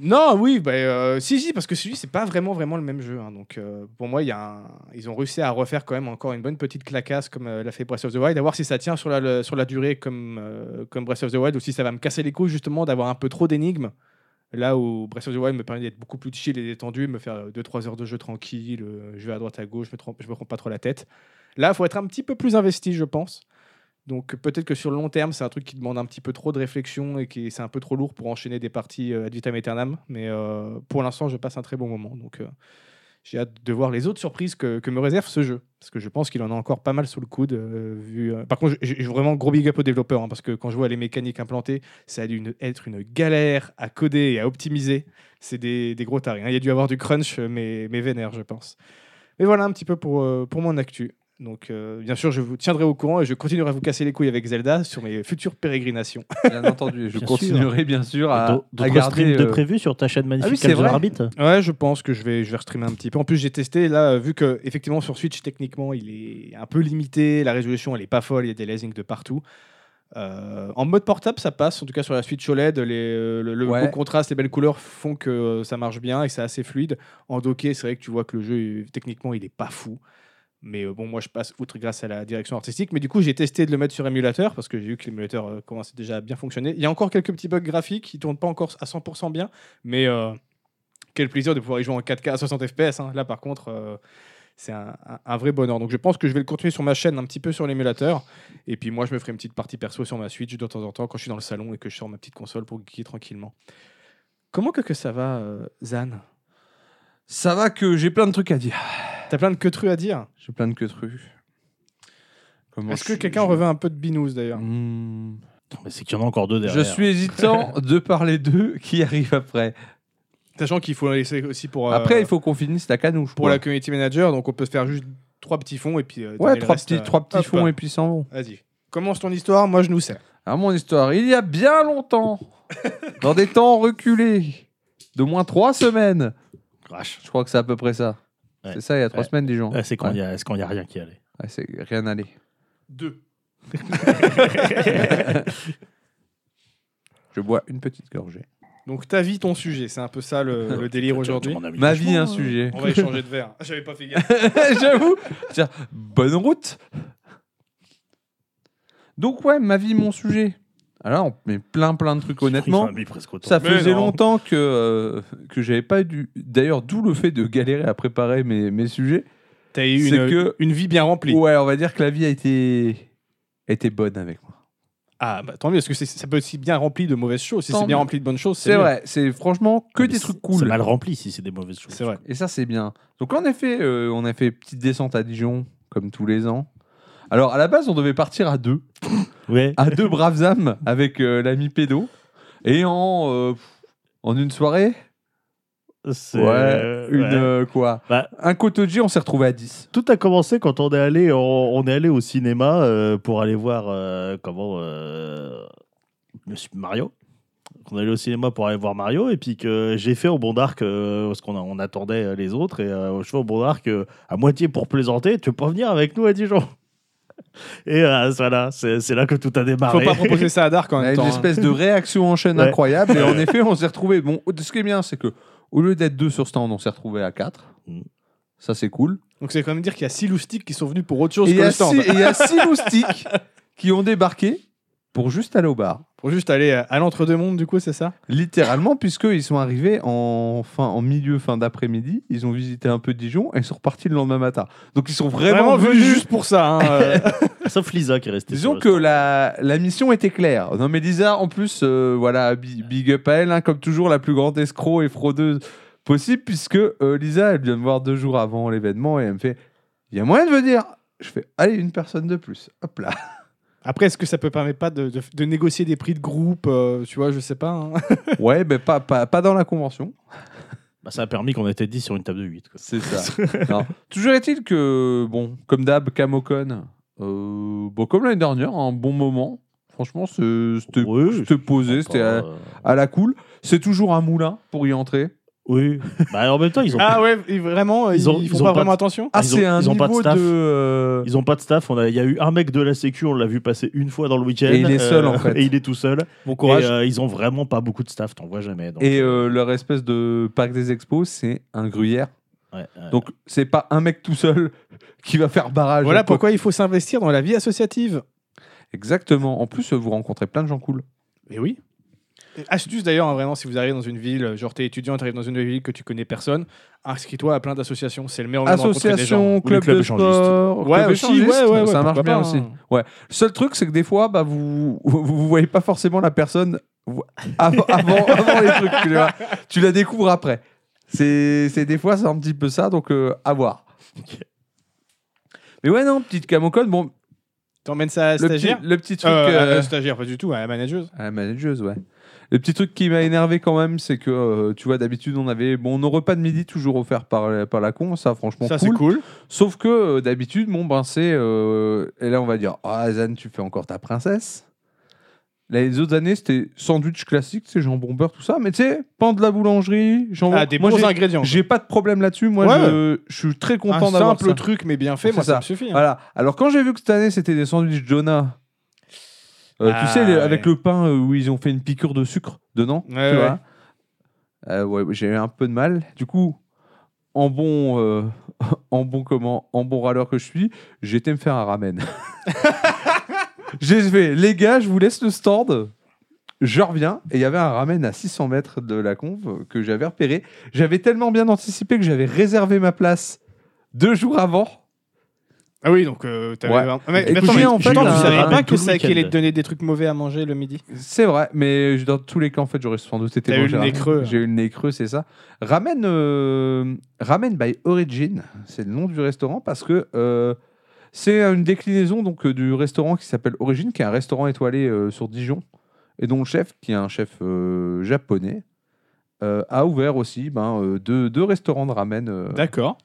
S1: Non, oui, bah, euh, si, si, parce que celui c'est pas vraiment, vraiment le même jeu. hein. donc, euh, pour moi, il y a un- ils ont réussi à refaire quand même encore une bonne petite clacasse comme euh, l'a fait Breath of the Wild, à voir si ça tient sur la, le- sur la durée comme, euh, comme Breath of the Wild, ou si ça va me casser les couilles justement d'avoir un peu trop d'énigmes. Là où Breath of the Wild me permet d'être beaucoup plus chill et détendu, me faire 2-3 heures de jeu tranquille, euh, je vais à droite à gauche, je me, trompe- je me prends pas trop la tête. Là, il faut être un petit peu plus investi, je pense. Donc euh, peut-être que sur le long terme, c'est un truc qui demande un petit peu trop de réflexion et qui c'est un peu trop lourd pour enchaîner des parties euh, ad vitam aeternam. Mais euh, pour l'instant, je passe un très bon moment. Donc euh, j'ai hâte de voir les autres surprises que, que me réserve ce jeu. Parce que je pense qu'il en a encore pas mal sous le coude. euh, vu, euh, Par contre, j'ai j'ai vraiment gros big up aux développeurs. hein, parce que quand je vois les mécaniques implantées, ça a dû une- être une galère à coder et à optimiser. C'est des, des gros tarés. hein. Il y a dû avoir du crunch, euh, mais, mais vénère, je pense. Mais voilà un petit peu pour, euh, pour mon actu. Donc, euh, bien sûr, je vous tiendrai au courant et je continuerai à vous casser les couilles avec Zelda sur mes futures pérégrinations.
S2: Bien entendu, je
S3: Bien
S2: continuerai bien sûr Ah, à,
S3: D'au-
S2: à
S3: D'autres
S2: garder.
S3: streams de
S2: euh,
S3: prévu sur ta chaîne magnifique
S2: oui, c'est
S3: Capture
S2: vrai.
S3: Rabbit
S1: Ouais, je pense que je vais, je vais restreamer un petit peu. En plus, j'ai testé, là, euh, vu que effectivement sur Switch, techniquement, il est un peu limité, la résolution, elle est pas folle, il y a des lasings de partout. Euh, en mode portable, ça passe, en tout cas sur la Switch OLED, les, euh, le, le
S2: Ouais.
S1: beau contraste, les belles couleurs font que euh, ça marche bien et que c'est assez fluide. En docké, c'est vrai que tu vois que le jeu, euh, techniquement, il est pas fou. Mais euh, bon, moi, je passe outre grâce à la direction artistique. Mais du coup, j'ai testé de le mettre sur émulateur parce que j'ai vu que l'émulateur euh, commençait déjà à bien fonctionner. Il y a encore quelques petits bugs graphiques qui tournent pas encore à 100% bien, mais euh, quel plaisir de pouvoir y jouer en 4K à 60 FPS. hein. Là, par contre, euh, c'est un, un- un vrai bonheur. Donc, je pense que je vais le continuer sur ma chaîne, un petit peu sur l'émulateur. Et puis, moi, je me ferai une petite partie perso sur ma Switch de temps en temps quand je suis dans le salon et que je sors ma petite console pour geeker tranquillement. Comment que, que ça va, euh, Zan
S2: Ça va que j'ai plein de trucs à dire.
S1: T'as plein de que à dire.
S2: J'ai plein de que trucs. Comment
S1: Est-ce que
S2: je-
S1: quelqu'un
S2: je-
S1: revient un peu de binous d'ailleurs
S2: Hmm.
S3: Attends, mais C'est qu'il y en a encore deux
S2: Je
S3: derrière.
S2: suis hésitant de parler d'eux qui arrivent après.
S1: Sachant qu'il faut laisser aussi pour, euh,
S2: Après, il faut qu'on finisse la canouche.
S1: pour
S2: quoi.
S1: la community manager, donc on peut se faire juste trois petits fonds et puis. euh, donner
S2: Ouais,
S1: le
S2: trois
S1: reste,
S2: petits,
S1: euh,
S2: trois petits
S1: hop, hein.
S2: fonds et puis ils s'en vont.
S1: Vas-y. Commence ton histoire, moi je nous sers.
S2: À mon histoire, il y a bien longtemps, dans des temps reculés, de moins trois semaines,
S3: Crash.
S2: je crois que c'est à peu près ça.
S3: Ouais.
S2: C'est ça, il y a trois
S3: Ouais.
S2: semaines, des gens.
S3: Ah, C'est quand
S2: Ouais.
S3: il y a- est-ce qu'on y a rien qui allait
S2: Ouais, c'est rien aller.
S1: Deux.
S2: Je bois une petite gorgée.
S1: Donc ta vie, ton sujet, c'est un peu ça le, le délire aujourd'hui.
S3: Tu m'en as mis
S2: Ma vie,
S3: vachement,
S2: un
S3: hein.
S2: sujet.
S1: On va échanger de verre. J'avais pas fait gaffe.
S2: J'avoue. Tiens, bonne route. Donc ouais, ma vie, mon sujet. Alors, on met plein plein de trucs honnêtement.
S3: Ça m'a mis presque autant.
S2: Ça
S1: Mais
S2: faisait
S1: non.
S2: longtemps que, euh, que j'avais pas dû... D'ailleurs, d'où le fait de galérer à préparer mes, mes sujets.
S1: T'as eu
S2: C'est
S1: une,
S2: que-
S1: une vie bien remplie.
S2: Ouais, on va dire que la vie a été, a été bonne avec moi.
S1: Ah bah tant mieux, parce que c'est- ça peut être aussi bien rempli de mauvaises choses. Si
S2: Tant
S1: c'est bien
S2: mieux.
S1: rempli de bonnes choses,
S2: C'est
S1: mieux.
S2: vrai, c'est franchement que
S3: Ah, Mais
S2: des
S3: c'est-
S2: trucs
S3: C'est
S2: cool.
S3: mal rempli si c'est des mauvaises choses.
S1: C'est vrai.
S2: Et ça, c'est bien. Donc en effet, euh, on a fait petite descente à Dijon, comme tous les ans. Alors, à la base, on devait partir à deux.
S3: Ouais.
S2: à deux braves âmes avec euh, l'ami pédo. Et en, euh, pff, en une soirée,
S3: c'est-
S2: ouais, une,
S3: Ah, ouais.
S2: euh, quoi
S3: Bah,
S2: Un cotoji, on s'est retrouvé à 10.
S3: Tout a commencé quand on est allé, on, on est allé au cinéma euh, pour aller voir euh, comment euh, le Super Mario. On est allé au cinéma pour aller voir Mario et puis que j'ai fait au Bon d'Arc euh, parce qu'on a- on attendait euh, les autres et euh, je fais au Bon d'Arc euh, à moitié pour plaisanter. Tu peux pas venir avec nous à Dijon Et euh, voilà, c'est c'est là que tout a
S2: Bah,
S3: démarré.
S1: Faut pas proposer ça à Dark en
S2: On a
S1: même temps. hein.
S2: une espèce de réaction en chaîne
S3: Ouais.
S2: incroyable. Et en effet, on s'est retrouvé. Bon, ce qui est bien, c'est que au lieu d'être deux sur stand, on s'est retrouvé à 4.
S3: Mm.
S2: Ça, c'est cool.
S1: hein. Donc c'est quand même dire qu'il y a six loustiques qui sont venus pour autre chose
S2: Et il
S1: que
S2: y
S1: le
S2: a
S1: stand.
S2: six- et il y a six moustiques qui ont débarqué pour juste aller au bar.
S1: Pour juste aller euh, à l'entre-deux-mondes, du coup, c'est ça
S2: Littéralement, puisqu'ils sont arrivés en, fin, en milieu, fin d'après-midi, ils ont visité un peu Dijon et ils sont repartis le lendemain matin. Donc ils sont vraiment,
S1: venu
S2: venus
S1: juste pour ça. hein, euh.
S3: Sauf Lisa qui est restée.
S2: Disons
S3: sur
S2: que
S3: le stand.
S2: la, la mission était claire. Non mais Lisa, en plus, euh, voilà, bi- big up à elle, hein, comme toujours, la plus grande escroc et fraudeuse possible, puisque euh, Lisa, elle vient me voir deux jours avant l'événement et elle me fait « Il y a moyen de venir ?» Je fais « Allez, une personne de plus. Hop là
S1: Après, est-ce que ça peut permettre pas de, de- de négocier des prix de groupe euh, Tu vois, je sais pas. hein. !»
S2: Ouais, mais pas, pas, pas dans la convention.
S3: Bah, ça a permis qu'on était 10 sur une table de 8. quoi.
S2: C'est ça. Non. Toujours est-il que, bon, comme d'hab, Camocon, euh, bon, comme l'année dernière, un bon moment. Franchement, c'est- c'était
S3: Oui,
S2: c'était posé, c'était
S3: Pas,
S2: à,
S3: euh,
S2: à la cool. C'est toujours un moulin pour y entrer.
S3: Oui. Bah, en même temps, ils ont.
S1: ah ouais, et vraiment, ils,
S3: Ils ont-
S1: ils
S3: ils
S1: font
S3: ont
S1: pas
S3: pas
S1: vraiment
S3: de-
S1: attention
S2: Ah,
S3: Ils ont-
S2: c'est un
S3: ils ont
S2: niveau
S3: pas de
S2: de.
S3: staff.
S2: euh,
S3: Ils ont pas de staff. On a, il y a eu un mec de la sécu, on l'a vu passer une fois dans le week-end. Euh,
S2: Et il est seul, en fait.
S3: Et il est tout seul.
S1: Bon
S3: Et,
S1: courage.
S3: euh, ils ont vraiment pas beaucoup de staff, t'en vois jamais. donc,
S2: Et euh, leur espèce de parc des expos, c'est un gruyère.
S3: ouais, ouais.
S2: Donc, c'est pas un mec tout seul qui va faire barrage.
S1: voilà
S2: au pot.
S1: pourquoi il faut s'investir dans la vie associative.
S2: Exactement. En plus, vous rencontrez plein de gens cool.
S1: Et oui. Astuce d'ailleurs, hein, vraiment, si vous arrivez dans une ville, genre t'es étudiant, t'arrives dans une ville que tu connais personne, inscris-toi à plein d'associations, c'est le meilleur moyen de rencontrer des gens.
S2: Association,
S3: Ou le
S2: club,
S3: club
S2: de
S3: échangiste.
S2: sport, club échangiste, ça marche
S1: pourquoi
S2: bien
S1: pas,
S2: aussi.
S1: hein.
S2: Le seul truc, c'est que des fois, bah, vous vous voyez pas forcément la personne vo- avant, avant- avant les trucs. Tu, vois. Tu la découvres après. C'est c'est- des fois, c'est un petit peu ça, donc euh, à voir.
S3: Ok.
S2: Mais ouais, non, petite camocone, bon,
S1: T'emmènes ça à
S2: le petit,
S1: stagiaire
S2: le petit truc...
S1: Euh, à-
S2: euh,
S1: à Stagiaire, pas du tout, à la manageuse.
S2: à la manageuse, ouais. Le petit truc qui m'a énervé quand même, c'est que, euh, tu vois, d'habitude, on avait... Bon, nos repas de midi, toujours offerts par, la- par la con, ça, franchement,
S1: ça,
S2: cool.
S1: c'est cool.
S2: Sauf que euh, d'habitude, mon ben c'est. euh, et là, on va dire Ah, Zan, tu fais encore ta princesse. Là, les autres années, c'était sandwich classique, tu sais, jambon beurre, tout ça. Mais tu sais, pain de la boulangerie, jambon.
S1: Ah, des
S2: moi,
S1: bons
S2: j'ai-
S1: ingrédients.
S2: j'ai pas de problème là-dessus. Moi,
S1: Ouais.
S2: je, je suis très content
S1: Un
S2: d'avoir
S1: simple
S2: ça.
S1: truc, mais bien fait,
S2: C'est
S1: moi, ça,
S2: ça.
S1: me suffit. hein.
S2: Voilà. Alors, quand j'ai vu que cette année, c'était des sandwichs Jonah. euh,
S1: Ah,
S2: tu sais, les- avec
S1: ouais.
S2: le pain euh, où ils ont fait une piqûre de sucre dedans,
S1: Ouais, ouais.
S2: tu vois. Euh, ouais, j'ai eu un peu de mal. Du coup, en bon, euh, en bon comment, en bon râleur que je suis, j'ai été me faire un ramen. j'ai fait, les gars, je vous laisse le stand. Je reviens et il y avait un ramen à 600 mètres de la conve que j'avais repéré. J'avais tellement bien anticipé que j'avais réservé ma place deux jours avant.
S1: Ah oui, donc euh, t'avais.
S2: Ouais.
S1: vraiment- Mais, mais
S2: Écoute,
S1: attends,
S2: j'ai-
S1: mais
S2: en fait, euh,
S1: attends, tu
S2: un- euh,
S1: savais
S3: un-
S1: pas que
S3: tout le
S1: ça allait
S3: week-end.
S1: te donner des trucs mauvais à manger le midi
S2: C'est vrai, mais je- dans tous les cas, en fait, j'aurais sans doute été
S1: T'as eu
S2: manger
S1: le nez
S2: ramen.
S1: creux, hein.
S2: J'ai eu le nez creux, c'est ça. Ramen, euh, Ramen by Origin, c'est le nom du restaurant parce que euh, c'est une déclinaison donc euh, du restaurant qui s'appelle Origin, qui est un restaurant étoilé euh, sur Dijon et dont le chef, qui est un chef euh, japonais, euh, a ouvert aussi ben, euh, deux, deux restaurants de ramen euh,
S1: D'accord.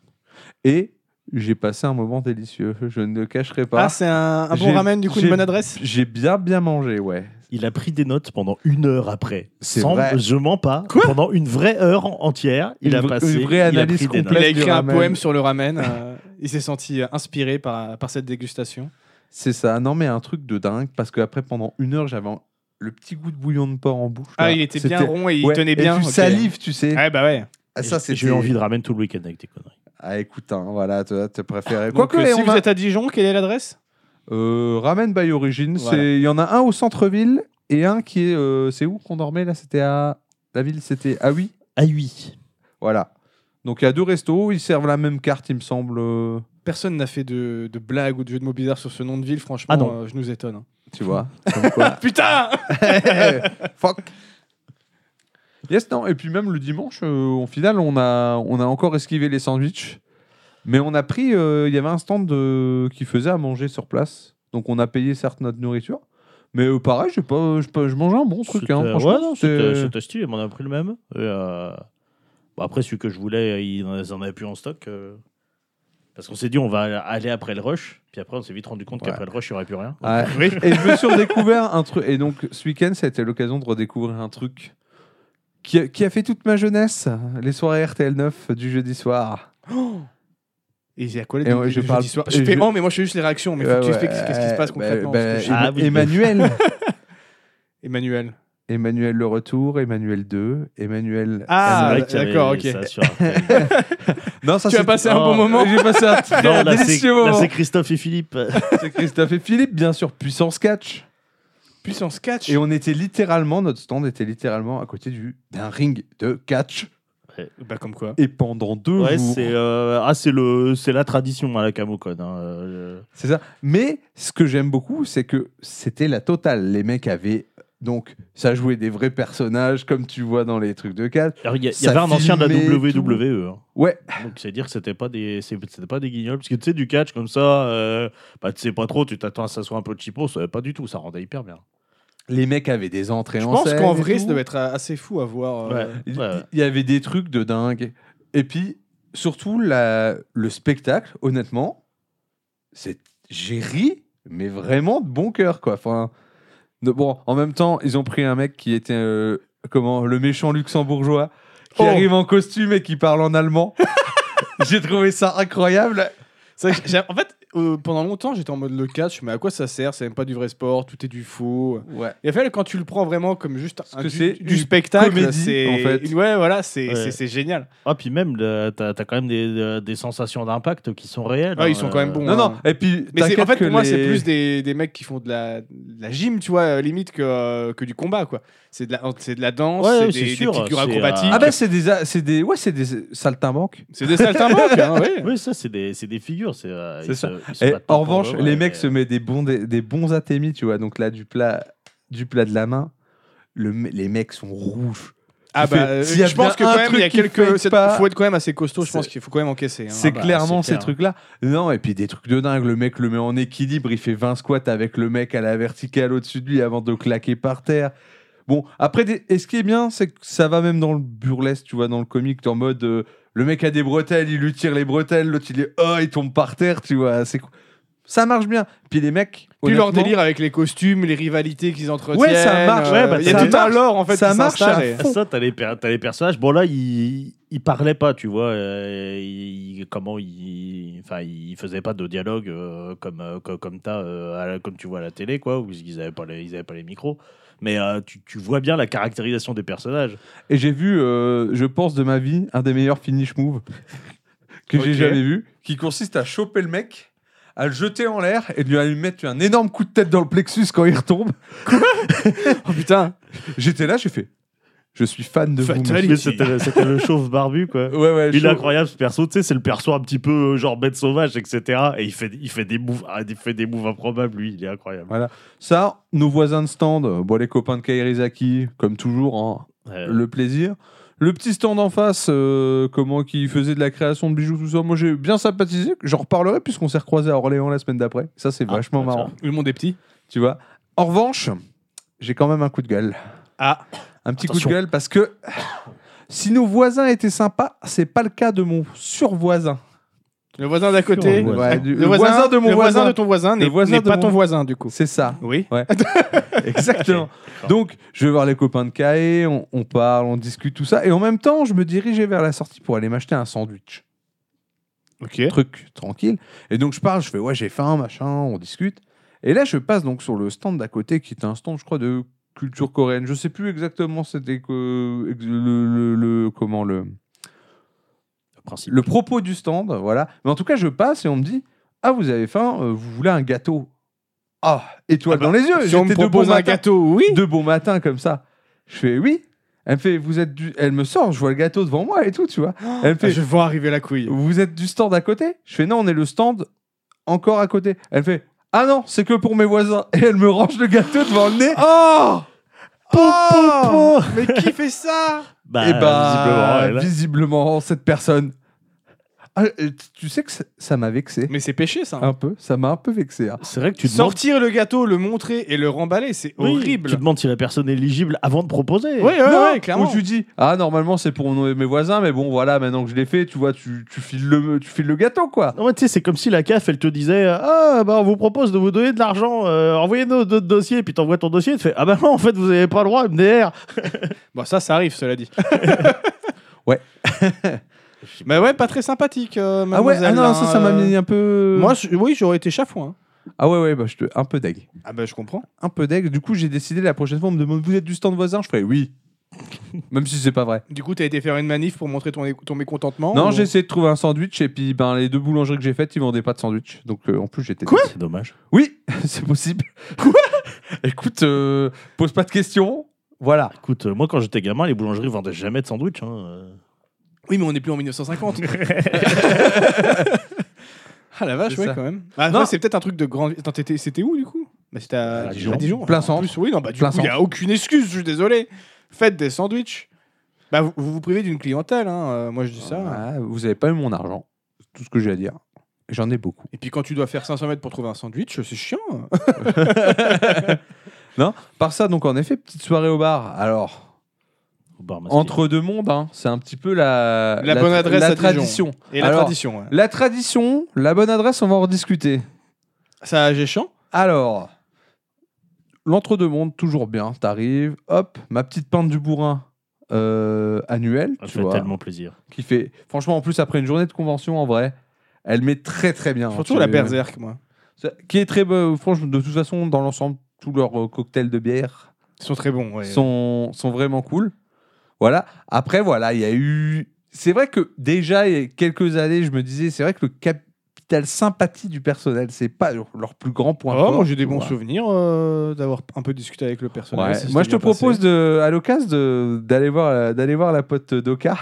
S2: et j'ai passé un moment délicieux. Je ne le cacherai pas.
S1: Ah, c'est un, un bon
S2: J'ai-
S1: ramen, du coup, une
S2: j'ai-
S1: bonne adresse
S2: j'ai bien bien mangé, ouais.
S3: Il a pris des notes pendant une heure après.
S2: C'est
S3: Sans-
S2: vrai.
S3: Je mens pas. pendant une vraie heure en- entière, il
S2: Une
S3: a
S2: vra-
S3: passé.
S2: une vraie
S3: il a
S2: analyse
S3: pris
S1: Il
S3: des notes.
S2: complète.
S1: a
S2: Place
S1: écrit
S2: du
S1: un
S2: ramen.
S1: poème sur le ramen. euh, il s'est senti euh, inspiré par, par cette dégustation.
S2: C'est ça. Non, mais un truc de dingue parce que après pendant une heure, j'avais un- le petit goût de bouillon de porc en bouche.
S1: Ah,
S2: là.
S1: il était bien
S2: C'était-
S1: rond et il
S2: Ouais,
S1: tenait
S2: et
S1: bien.
S2: Tu
S1: ok.
S2: salives, tu sais.
S1: Ouais, bah ouais.
S2: Ah, ça,
S3: J'ai-
S2: c'est.
S3: J'ai eu envie de ramen tout le week-end avec tes conneries.
S2: Ah, écoute, hein, voilà, tu as préféré.
S1: Donc,
S2: Quoique,
S1: euh,
S2: eh,
S1: si
S2: on
S1: vous
S2: a-
S1: êtes à Dijon, quelle est l'adresse
S2: Euh, Ramen by Origin, c'est-
S1: Voilà.
S2: il y en a un au centre-ville et un qui est. euh, c'est où qu'on dormait là C'était à. La ville, c'était. Ah oui
S3: Ah oui.
S2: Voilà. Donc il y a deux restos, ils servent la même carte, il me semble. euh,
S1: Personne n'a fait de, de blague ou de jeu de mots bizarre sur ce nom de ville, franchement,
S3: Ah non.
S1: euh, je nous étonne. hein.
S2: Tu vois comme quoi.
S1: Putain
S2: Ah. Fuck. Yes, non. Et puis même le dimanche, euh, au final, on a, on a encore esquivé les sandwichs Mais on a pris, euh, il y avait un stand de- qui faisait à manger sur place. Donc on a payé certes notre nourriture. Mais euh, pareil, j'ai pas, j'ai pas- je mangeais un bon truc.
S3: C'était-
S2: Hein,
S3: ouais,
S2: franchement,
S3: non,
S2: c'était-
S3: c'était c'était stylé, mais on a pris le même. Et, euh, bon, après, celui que je voulais, ils en ils en avaient plus en stock. euh, Parce qu'on s'est dit, on va aller après le rush. Puis après, on s'est vite rendu compte
S2: Ouais.
S3: qu'après le rush, il n'y aurait plus rien.
S2: Ouais.
S1: Oui.
S2: Et je me suis redécouvert un truc. Et donc, ce week-end, ça a été l'occasion de redécouvrir un truc qui a, qui a fait toute ma jeunesse. Les soirées RTL9 du jeudi soir.
S1: Et il y a quoi les
S2: Et ouais, je
S1: je
S2: parle-
S1: soir
S2: et
S1: Je fais
S2: je-
S1: oh, mais moi je fais juste les réactions, mais faut que tu
S2: Ouais,
S1: expliques
S2: ouais,
S1: qu'est-ce qui se passe
S2: bah,
S1: concrètement.
S2: bah,
S1: parce que j'ai-
S3: Ah oui.
S2: Emmanuel.
S1: Emmanuel.
S2: Emmanuel le retour, Emmanuel 2, Emmanuel.
S1: Ah,
S2: Emmanuel-
S3: C'est vrai qu'il y avait
S1: d'accord, ok.
S3: ça sur Arte.
S2: Non, ça
S1: tu as
S2: c'est-
S1: passé un
S3: oh,
S1: bon moment.
S2: J'ai passé un très
S3: Non, là, c'est
S2: délicieux
S3: là,
S2: moment.
S3: c'est Christophe et Philippe.
S2: C'est Christophe et Philippe, bien sûr, puissance catch.
S1: Puissance catch.
S2: Et on était littéralement, notre stand était littéralement à côté du- d'un ring de catch.
S1: Bah comme quoi.
S2: Et pendant deux
S3: Ouais,
S2: jours.
S3: c'est euh, ah, c'est le- c'est la tradition à la Camocon. hein, euh,
S2: C'est ça. Mais ce que j'aime beaucoup, c'est que c'était la totale. Les mecs avaient. Donc, ça jouait des vrais personnages, comme tu vois dans les trucs de catch.
S3: Alors, Il y, a- il y
S2: Ça
S3: avait un ancien de la
S2: filmait
S3: WWE. hein.
S2: Ouais,
S3: Donc c'est dire que c'était pas des c'est- c'était pas des guignols parce que tu sais du catch comme ça euh, bah tu sais pas trop tu t'attends à ça soit un peu cheapo ça pas du tout ça rendait hyper bien.
S2: les mecs avaient des entrées
S1: Je
S2: en
S1: pense
S2: scène
S1: qu'en
S2: et
S1: vrai, ça
S2: tout.
S1: devait être euh, assez fou à voir. euh,
S3: Ouais.
S2: Il
S3: ouais.
S2: il y avait des trucs de dingue. Et puis, surtout, la- le spectacle, honnêtement, c'est j'ai ri, mais vraiment de bon cœur, quoi. Enfin, de- bon, en même temps, ils ont pris un mec qui était, euh, comment, le méchant luxembourgeois, qui
S1: Oh.
S2: arrive en costume et qui parle en allemand. j'ai trouvé ça incroyable.
S1: C'est vrai que j'ai- en fait, euh, pendant longtemps, j'étais en mode le catch, mais à quoi ça sert C'est même pas du vrai sport, tout est du faux.
S2: Ouais.
S1: Et en fait, quand tu le prends vraiment comme juste
S2: Parce
S1: un,
S2: que
S1: du,
S2: c'est
S1: du
S2: une
S1: spectacle,
S2: comédie,
S1: c'est
S2: en fait.
S1: ouais, voilà, c'est
S3: Ouais.
S1: c'est- c'est génial.
S3: Ah puis même le- t'as as quand même des, euh, des sensations d'impact qui sont réelles.
S1: Ah, ils
S3: hein,
S1: sont quand même bons.
S2: Non, non, et puis,
S1: Mais c'est- en
S2: t'inquiète
S1: fait,
S2: que
S1: pour moi, c'est
S2: les-
S1: plus des, des mecs qui font de la, de la gym, tu vois, euh, limite que, euh, que du combat, quoi. C'est de la, c'est de la danse,
S3: Ouais,
S1: c'est des,
S3: c'est
S1: des
S3: sûr,
S1: figures
S3: c'est, euh,
S1: acrobatiques.
S2: Ah, bah, c'est des, a- c'est des. Ouais, c'est des saltimbanques.
S1: C'est des saltimbanques, hein, oui.
S3: Oui ça c'est des c'est des figures c'est. euh,
S2: C'est
S3: ils
S2: ça.
S3: se- ils se
S2: Et
S3: battent pas
S2: en
S3: pour
S2: revanche,
S3: eux,
S2: les
S3: ouais,
S2: mecs
S3: mais-
S2: se mettent des bons, des, des bons athémis, tu vois. Donc là, du plat, du plat de la main, le, me- les mecs sont rouges.
S1: Ah
S2: S'il
S1: bah,
S2: fait-
S1: euh,
S2: s'il y a
S1: je pense
S2: bien
S1: que
S2: un
S1: quand même, il y a
S2: truc qui
S1: quelques.
S2: fait
S1: c'est-
S2: pas-
S1: faut être quand même assez costaud, je pense
S2: C'est-
S1: qu'il faut quand même encaisser. hein.
S2: c'est
S3: bah,
S2: clairement
S3: c'est
S2: ces
S3: clair.
S2: trucs-là. Non, et puis des trucs de dingue. Le mec le met en équilibre, il fait 20 squats avec le mec à la verticale au-dessus de lui avant de claquer par terre. Bon, après, des- et ce qui est bien, c'est que ça va même dans le burlesque, tu vois, dans le comique, t'es en mode euh, le mec a des bretelles, il lui tire les bretelles, l'autre il est oh, il tombe par terre, tu vois. C'est cou- ça marche bien. Puis les mecs,
S1: Puis leur
S2: honnêtement,
S1: délire avec les costumes, les rivalités qu'ils entretiennent.
S2: Ouais, ça marche.
S1: euh,
S3: Ouais, bah,
S1: Il y
S3: ça
S1: a tout un
S2: marche.
S1: lore en fait.
S2: Ça
S1: qui
S2: marche
S1: s'installe
S2: à
S1: et-
S3: Ah, ça, t'as les, per- t'as les personnages. Bon, là, ils ils parlaient pas, tu vois. euh, ils- comment ils. Enfin, ils faisaient pas de dialogue euh, comme, euh, co- comme, t'as, euh, à la- comme tu vois à la télé, quoi, où ils avaient pas les, ils avaient pas les micros. Mais euh, tu, tu vois bien la caractérisation des personnages.
S2: Et j'ai vu, euh, je pense, de ma vie, un des meilleurs finish moves que
S1: Ok.
S2: j'ai jamais vu, qui consiste à choper le mec, à le jeter en l'air et de lui, à lui mettre un énorme coup de tête dans le plexus quand il retombe.
S1: Oh putain.
S2: J'étais là, j'ai fait, je suis fan de vous.
S1: Fatality.
S2: monsieur.
S1: Mais
S3: C'était le- c'était le chauve barbu, quoi.
S2: Ouais, ouais,
S3: Il
S2: chaud.
S3: est incroyable ce perso, tu sais, c'est le perso un petit peu euh, genre bête sauvage, etc. Et il fait, il fait, des, moves, ah, il fait des moves improbables, lui, il est incroyable.
S2: Ça, nos voisins de stand, euh, bon, les copains de Kairizaki, comme toujours, hein,
S3: Euh,
S2: le plaisir. Le petit stand en face, euh, comment qui faisait de la création de bijoux, tout ça. Moi, j'ai bien sympathisé. J'en reparlerai puisqu'on s'est recroisé à Orléans la semaine d'après. Ça, c'est
S3: Ah,
S2: vachement
S3: ça.
S2: marrant.
S1: Le monde est petit.
S2: Tu vois. En revanche, j'ai quand même un coup de gueule.
S1: Ah.
S2: Un petit
S3: Attention.
S2: coup de gueule parce que si nos voisins étaient sympas, c'est pas le cas de mon survoisin.
S1: Le voisin d'à côté.
S3: Le voisin.
S2: Ouais, du-
S1: Le voisin de mon
S2: le
S1: voisin de ton voisin n'est
S2: voisin
S1: n'est
S2: de
S1: pas
S2: mon-
S1: ton voisin du coup.
S2: C'est ça.
S1: Oui.
S2: Exactement. Donc, je vais voir les copains de Kaé, on, on parle, on discute tout ça. Et en même temps, je me dirigeais vers la sortie pour aller m'acheter un sandwich.
S1: Ok.
S2: Truc tranquille. Et donc, je parle, je fais, ouais, j'ai faim, machin, on discute. Et là, je passe donc sur le stand d'à côté, qui est un stand, je crois, de culture coréenne. Je sais plus exactement c'était que- ex- le, le- le- comment le
S3: principe.
S2: le propos du stand, voilà. Mais en tout cas, je passe et on me dit Ah, vous avez faim, euh, vous voulez un gâteau Ah, étoile
S1: Ah bah,
S2: dans les yeux
S1: Si on me
S2: j'étais de bon
S1: propose un
S2: matin-
S1: gâteau, oui.
S2: De bon matin comme ça. Je fais Oui. Elle me fait Vous êtes du. Elle me sort, je vois le gâteau devant moi et tout, tu vois. Elle me
S1: Ah,
S2: fait
S1: Je vois arriver la couille.
S2: Vous êtes du stand à côté Je fais Non, on est le stand encore à côté. Elle fait Ah non, c'est que pour mes voisins. Et elle me range le gâteau devant le nez.
S1: Oh.
S2: Oh
S1: Mais qui fait ça
S3: Bah,
S2: et bah,
S3: visiblement, elle-
S2: visiblement, cette personne Ah, euh, tu sais que ça- ça m'a vexé.
S1: Mais c'est péché ça. hein.
S2: Un peu. Ça m'a un peu vexé. hein.
S3: C'est vrai que tu demandes,
S1: Sortir le gâteau, le montrer et le remballer, c'est
S3: Oui,
S1: horrible.
S3: tu demandes si la personne est éligible avant de proposer.
S1: Oui, oui,
S2: Non,
S1: oui, clairement.
S2: Où tu dis, ah, normalement, c'est pour mon- mes voisins, mais bon, voilà, maintenant que je l'ai fait, tu vois, tu, tu, files le, tu files le gâteau, quoi.
S3: Non, mais tu sais, c'est comme si la CAF, elle te disait euh, Ah, bah, on vous propose de vous donner de l'argent, euh, envoyez-nous notre dossier, puis t'envoies ton dossier, tu fais Ah, bah non, en fait, vous n'avez pas le droit, MDR.
S1: Bon, ça, ça arrive, cela dit.
S2: Ouais.
S1: Mais ouais, pas très sympathique, euh,
S2: Ah ouais, ah
S1: mademoiselle,
S2: non,
S1: hein,
S2: ça, ça m'a
S1: euh,
S2: mis un peu.
S1: Moi, je- oui, j'aurais été chafouin.
S2: Ah ouais, ouais, bah, je te... un peu deg.
S1: Ah bah, je comprends.
S2: Un peu deg. Du coup, j'ai décidé la prochaine fois, on me demande, vous êtes du stand voisin Je ferai oui. Même si c'est pas vrai.
S1: Du coup, t'as été faire une manif pour montrer ton, ton mécontentement
S2: Non,
S1: ou-
S2: j'ai essayé de trouver un sandwich et puis ben, les deux boulangeries que j'ai faites, ils vendaient pas de sandwich. Donc euh, en plus, j'étais.
S3: Quoi C'est dommage.
S2: Oui, c'est possible. Écoute, euh, pose pas de questions. Voilà.
S3: Écoute, euh, moi, quand j'étais gamin, les boulangeries vendaient jamais de sandwich. hein, euh.
S1: Oui, mais on n'est plus en 1950. ah la vache,
S2: C'est
S1: ouais,
S2: ça.
S1: quand même. Ah,
S2: Non.
S1: non, c'est peut-être un truc de grand. Attends, t'étais- c'était où du coup bah, C'était à,
S3: À Dijon.
S2: Plein
S1: En
S2: centre.
S1: plus, oui, non, bah, du
S2: Plein
S1: coup, il n'y a aucune excuse, je suis désolé. Faites des sandwichs. Bah, vous, vous vous privez d'une clientèle, hein. euh, moi je dis ça.
S2: Ah, vous avez pas eu mon argent. C'est tout ce que j'ai à dire. J'en ai beaucoup.
S1: Et puis quand tu dois faire 500 mètres pour trouver un sandwich, c'est chiant.
S2: Par ça, donc en effet, petite soirée au bar. Alors,
S3: Au bar masqué.
S2: entre deux mondes, hein, c'est un petit peu la,
S1: La bonne adresse
S2: la
S1: à Dijon.
S2: tradition.
S1: Et la
S2: Alors-
S1: tradition, ouais.
S2: La tradition, la bonne adresse, on va en rediscuter.
S1: Ça a géchant
S2: Alors, l'entre-deux-mondes, toujours bien. T'arrives, hop, ma petite pinte du bourrin euh, annuelle,
S3: Ça
S2: tu
S3: fait
S2: vois,
S3: tellement plaisir.
S2: qui fait... Franchement, en plus, après une journée de convention, en vrai, elle met très très bien. hein,
S1: Surtout
S2: Tu-
S1: la berserk, moi.
S2: Ça- Qui est très... beau. franchement, de toute façon, dans l'ensemble, tous leurs euh, cocktails de bière
S1: Ils sont très bons, ouais.
S2: sont, sont vraiment cool. Voilà. Après, voilà, il y a eu. C'est vrai que déjà, il y a quelques années, je me disais, c'est vrai que le capital sympathie du personnel, c'est pas leur leur plus grand point
S1: Oh,
S2: fort.
S1: moi j'ai des bons
S2: Voilà.
S1: souvenirs euh, d'avoir un peu discuté avec le personnel.
S2: Ouais.
S1: ça s'était
S2: Moi, je te
S1: bien passé.
S2: propose de, à l'occasion de- d'aller voir, la- d'aller voir la pote d'Oka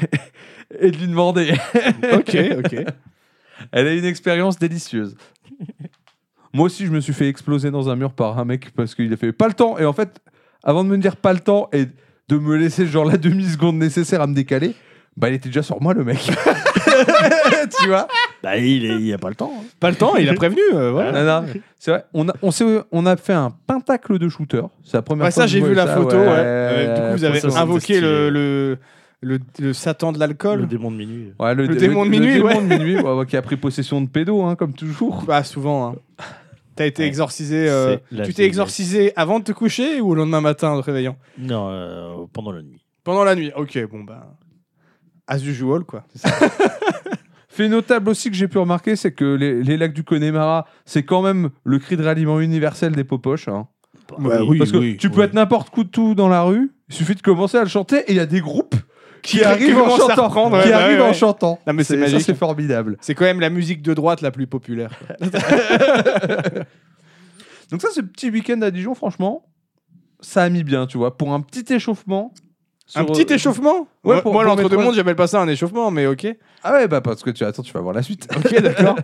S2: et de lui demander.
S1: Ok, ok.
S2: Elle a une expérience délicieuse. Moi aussi, je me suis fait exploser dans un mur par un mec parce qu'il a fait pas le temps. Et en fait, avant de me dire pas le temps et de me laisser genre la demi-seconde nécessaire à me décaler, bah il était déjà sur moi le mec. tu vois
S3: Bah, il est- il y a pas le temps. hein.
S1: Pas le temps, il a prévenu, euh, voilà.
S2: Non, non, C'est vrai, on a, on, s'est- on a fait un pentacle de shooter. C'est la première
S1: Ouais,
S2: fois
S1: ça,
S2: que
S1: j'ai
S2: je
S1: vu
S2: vois
S1: la photo. ouais.
S2: ouais.
S1: Euh, du coup, vous avez
S3: franchement,
S1: invoqué
S3: c'était
S1: le,
S3: stylé.
S1: le, le, le Satan de l'alcool.
S3: Le démon de minuit.
S2: Ouais,
S1: le démon de minuit,
S2: démon
S1: ouais.
S2: de minuit, ouais, ouais, qui a pris possession de pédo, hein, comme toujours.
S1: Bah, souvent. hein. T'as été
S3: Ouais.
S1: exorcisé. euh,
S3: C'est la
S1: tu t'es
S3: vieillesse.
S1: exorcisé avant de te coucher ou le lendemain matin en te réveillant
S3: Non, euh, pendant la nuit.
S1: Pendant la nuit. Ok, bon, bah. As usual, quoi.
S2: Fait notable aussi que j'ai pu remarquer, c'est que les, les lacs du Connemara, c'est quand même le cri de ralliement universel des popoches. hein.
S3: Bah,
S1: Bah,
S2: Parce que tu peux
S3: oui.
S2: être n'importe coup de tout dans la rue, il suffit de commencer à le chanter et il y a des groupes qui, arrivent en
S1: commencent à
S2: chantant.
S1: reprendre, ouais,
S2: qui
S1: bah
S2: arrivent
S1: ouais,
S2: en
S1: ouais.
S2: chantant.
S1: Non, mais c'est
S2: ça,
S1: magique.
S2: c'est formidable.
S1: C'est quand même la musique de droite la plus populaire. quoi.
S2: Donc ça, ce petit week-end à Dijon, franchement, ça a mis bien, tu vois, pour un petit échauffement.
S1: un
S2: sur- euh,
S1: petit échauffement
S2: Ouais,
S1: Moi-
S2: pour-
S1: Moi,
S2: pour
S1: l'entre-deux
S2: mettre-
S1: mondes, j'appelle pas ça un échauffement, mais ok.
S2: Ah ouais, bah parce que tu attends, tu vas voir la suite. ok, d'accord.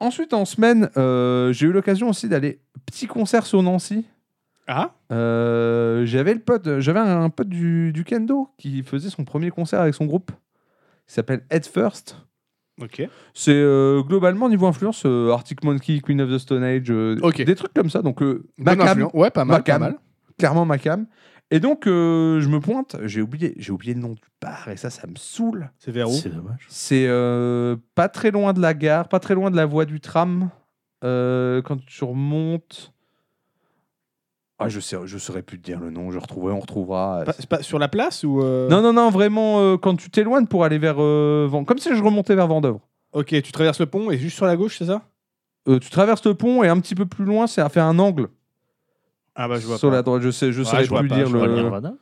S2: Ensuite, en semaine, euh, j'ai eu l'occasion aussi d'aller petit concert sur Nancy.
S1: Ah
S2: Euh, j'avais le pote, j'avais un pote du, du kendo qui faisait son premier concert avec son groupe. Il s'appelle Head First.
S1: Ok.
S2: C'est euh, globalement niveau influence euh, Arctic Monkey, Queen of the Stone Age, euh,
S1: Ok.
S2: des trucs comme ça. Donc euh, ma
S1: Bonne
S2: cam,
S1: influence. Ouais, pas mal.
S2: Ma cam.
S1: Pas mal.
S2: clairement ma cam. Et donc euh, je me pointe, j'ai oublié, j'ai oublié le nom du bar et ça, ça me saoule.
S1: C'est vers
S3: C'est dommage.
S2: C'est euh, pas très loin de la gare, pas très loin de la voie du tram. Euh, quand tu remontes. Ah, je sais, je saurais plus te dire le nom. Je retrouverai, on retrouvera.
S1: Pas- c'est pas sur la place ou. euh,
S2: Non, non, non, vraiment, euh, quand tu t'éloignes pour aller vers euh, Ven- Comme si je remontais vers Vendœuvre.
S1: Ok, tu traverses le pont et juste sur la gauche, c'est ça
S2: Euh, tu traverses le pont et un petit peu plus loin, c'est à faire un angle
S1: Ah, bah, je vois
S2: sur
S1: pas.
S2: la droite. Je sais, je
S1: Ouais,
S2: saurais
S1: je vois
S2: plus
S1: pas,
S2: dire
S1: je
S2: le.
S1: vois
S3: Pas le Nirvana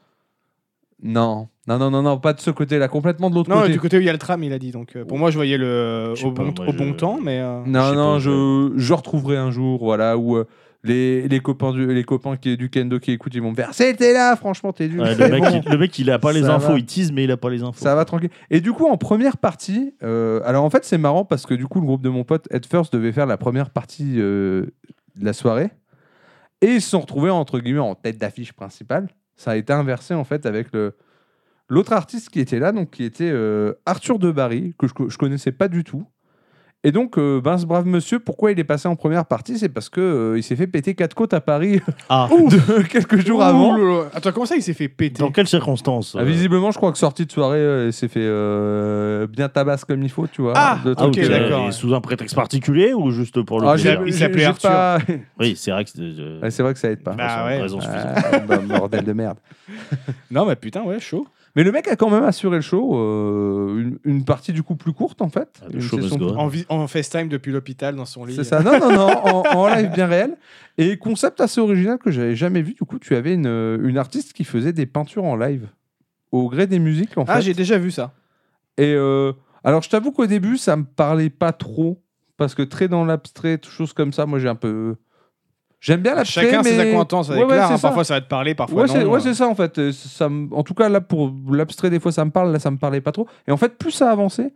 S2: Non, non, non, non, non, pas de ce côté-là, complètement de l'autre
S1: Non,
S2: côté.
S1: du côté où il y a le tram, il a dit. Donc, euh, pour moi, je voyais le
S3: Je sais
S1: au,
S3: pas,
S1: bon,
S3: moi,
S1: au bon
S3: je-
S1: temps, mais euh,
S2: Non,
S3: Je sais
S2: non,
S3: pas,
S2: je, je retrouverai un jour, voilà, où euh, les, les copains, du, les copains qui, du kendo qui écoutent, ils vont me faire C'était là, franchement, t'es nul.
S3: Ouais,
S2: C'est
S3: le, mec,
S2: bon.
S3: il, le mec, il a pas les
S2: Ça
S3: infos,
S2: va.
S3: il tease, mais il a pas les infos.
S2: Ça va tranquille. Et du coup, en première partie, euh, alors en fait, c'est marrant parce que du coup, le groupe de mon pote, Head First, devait faire la première partie euh, de la soirée. Et ils se sont retrouvés, entre guillemets, en tête d'affiche principale. Ça a été inversé, en fait, avec le, L'autre artiste qui était là, donc qui était euh, Arthur de Barry, que je, co- je connaissais pas du tout. Et donc, euh, ben, ce brave monsieur, pourquoi il est passé en première partie C'est parce que euh, il s'est fait péter quatre côtes à Paris
S3: Ah,
S2: de- quelques jours avant.
S1: Ouh là là. Attends, comment ça il s'est fait péter
S3: dans quelles circonstances
S2: Ah,
S3: euh,
S2: visiblement, je crois que sortie de soirée, euh, il s'est fait euh, bien tabasse comme il faut, tu vois.
S1: Ah,
S2: de
S1: Ah,
S3: ou
S1: ok,
S2: trucs,
S3: t'es-
S2: euh,
S1: d'accord,
S3: et
S1: ouais.
S3: Sous un prétexte particulier ou juste pour le
S2: ah,
S3: plaisir
S2: j'ai-
S1: Il
S2: j'ai-
S1: s'appelait
S2: j'ai
S1: Arthur.
S2: pas-
S3: Oui, c'est vrai que c'est, euh,
S2: Ouais, c'est vrai que ça aide pas.
S1: Bah ouais.
S3: raison suffisante.
S2: Ah, bah, bordel de merde.
S1: Non, mais putain, ouais, chaud.
S2: Mais le mec a quand même assuré le show, euh, une, une partie du coup plus courte en fait.
S3: Ah, le
S2: Une
S3: show must
S2: session
S3: go on.
S1: En, vis- en FaceTime depuis l'hôpital dans son lit. euh.
S2: C'est ça, non, non, non, en, en live bien réel. Et concept assez original que j'avais jamais vu. Du coup, tu avais une, euh, une artiste qui faisait des peintures en live au gré des musiques, en
S1: Ah,
S2: fait.
S1: j'ai déjà vu ça.
S2: Et euh, alors, je t'avoue qu'au début, ça me parlait pas trop parce que très dans l'abstrait, tout choses comme ça. Moi, j'ai un peu. J'aime bien l'abstrait.
S1: Chacun
S2: mais...
S1: ses accointances avec
S2: Ouais, ouais,
S1: l'art.
S2: c'est
S1: hein.
S2: ça.
S1: Parfois, ça va te parler, parfois
S2: Ouais,
S1: non.
S2: c'est ouais,
S1: Euh,
S2: c'est ça en fait. Euh, Ça me- en tout cas, là pour l'abstrait, des fois ça me parle, là ça me parlait pas trop. Et en fait, plus ça avançait,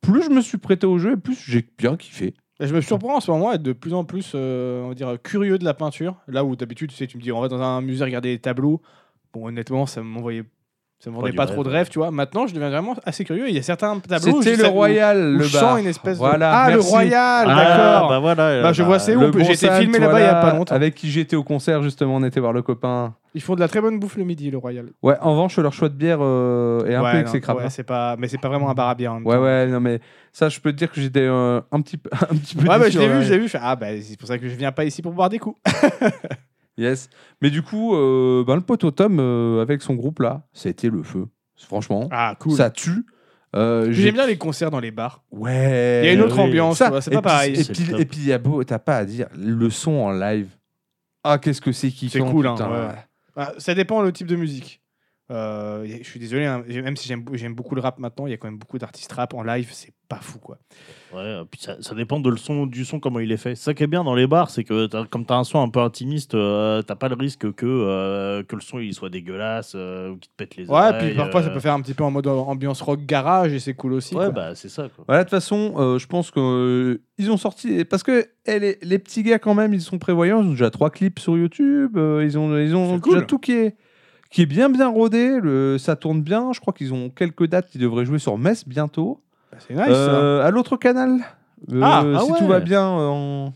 S2: plus je me suis prêté au jeu et plus j'ai bien kiffé.
S1: Et Je me surprends en ce moment à être de plus en plus euh, on va dire, curieux de la peinture. Là où d'habitude, tu sais, tu me dis, on va dans un musée regarder des tableaux. Bon, honnêtement, ça m'envoyait. Ça me
S3: Pas
S1: vendait
S3: du
S1: pas
S3: rêve,
S1: trop de
S3: ouais.
S1: rêve, tu vois. Maintenant, je deviens vraiment assez curieux. Il y a certains tableaux.
S2: C'était
S1: je
S2: le
S1: sais- où-
S2: Royal,
S1: où
S2: le
S1: je
S2: bar.
S1: sens une espèce de.
S2: Voilà,
S1: ah, le
S2: merci.
S1: Royal,
S3: Ah,
S1: d'accord.
S3: bah voilà.
S1: Bah, je
S3: bah,
S1: vois, c'est où
S2: Le
S1: on peut- J'ai été
S2: Bronsal,
S1: filmé
S2: toi,
S1: là-bas il y a
S2: là,
S1: pas longtemps.
S2: Avec qui j'étais au concert justement, on était voir le copain.
S1: Ils font de la très bonne bouffe le midi, le Royal.
S2: Ouais, en revanche, leur choix de bière euh, est un
S1: Ouais,
S2: peu
S1: non,
S2: exécrable.
S1: ouais, c'est pas, mais c'est pas vraiment un bar à bière. en même
S2: Ouais,
S1: temps.
S2: ouais, non, mais ça, je peux te dire que j'étais euh, un petit peu. un petit peu
S1: Ouais, bah,
S2: déçu,
S1: je l'ai vu,
S2: ouais.
S1: je l'ai vu. je fais, Ah, bah, c'est pour ça que je viens pas ici pour boire des coups.
S2: Yes. Mais du coup, euh, ben, le poteau Tom, euh, avec son groupe là, c'était le feu. Franchement,
S1: Ah, cool.
S2: ça tue. Euh,
S1: Puis
S2: j'ai-
S1: J'aime bien les concerts dans les bars.
S2: Ouais.
S1: Il y a une
S3: Eh
S1: autre
S3: oui.
S1: ambiance, tu vois, c'est
S2: et
S1: pas
S2: puis-
S1: pareil.
S2: Et
S3: C'est
S2: puis,
S3: top.
S2: et puis, y a beau, t'as pas à dire, le son en live. Ah, qu'est-ce que c'est qui
S1: C'est cool, hein, ouais. Ah, Ça dépend le type de musique. Euh, y a- je suis désolé, hein, j'ai- même si j'aime bou- j'aime beaucoup le rap maintenant, il y a quand même beaucoup d'artistes rap en live, c'est pas fou quoi.
S3: Ouais, puis ça, ça dépend de le son, du son, comment il est fait. C'est ça qui est bien dans les bars, c'est que t'as- comme tu as un son un peu intimiste, euh, t'as pas le risque que, euh, que le son il soit dégueulasse euh, ou qu'il te pète les
S1: Ouais,
S3: oreilles.
S1: puis parfois ça
S3: euh.
S1: peut faire un petit peu en mode ambiance rock garage et c'est cool aussi.
S3: Ouais,
S1: quoi.
S3: bah c'est ça. Quoi.
S2: Voilà, de toute façon, euh, je pense que euh, ils ont sorti parce que eh, les, les petits gars quand même, ils sont prévoyants. Ils ont déjà trois clips sur YouTube. euh, ils ont, ils ont
S1: C'est cool.
S2: déjà tout qui est qui est bien bien rodé. Le, ça tourne bien. Je crois qu'ils ont quelques dates. Ils devraient jouer sur Metz bientôt.
S1: Bah, c'est nice ça.
S2: Euh, à l'autre canal. Euh,
S1: Ah,
S3: ah
S2: si
S3: ouais.
S2: tout va bien euh, en,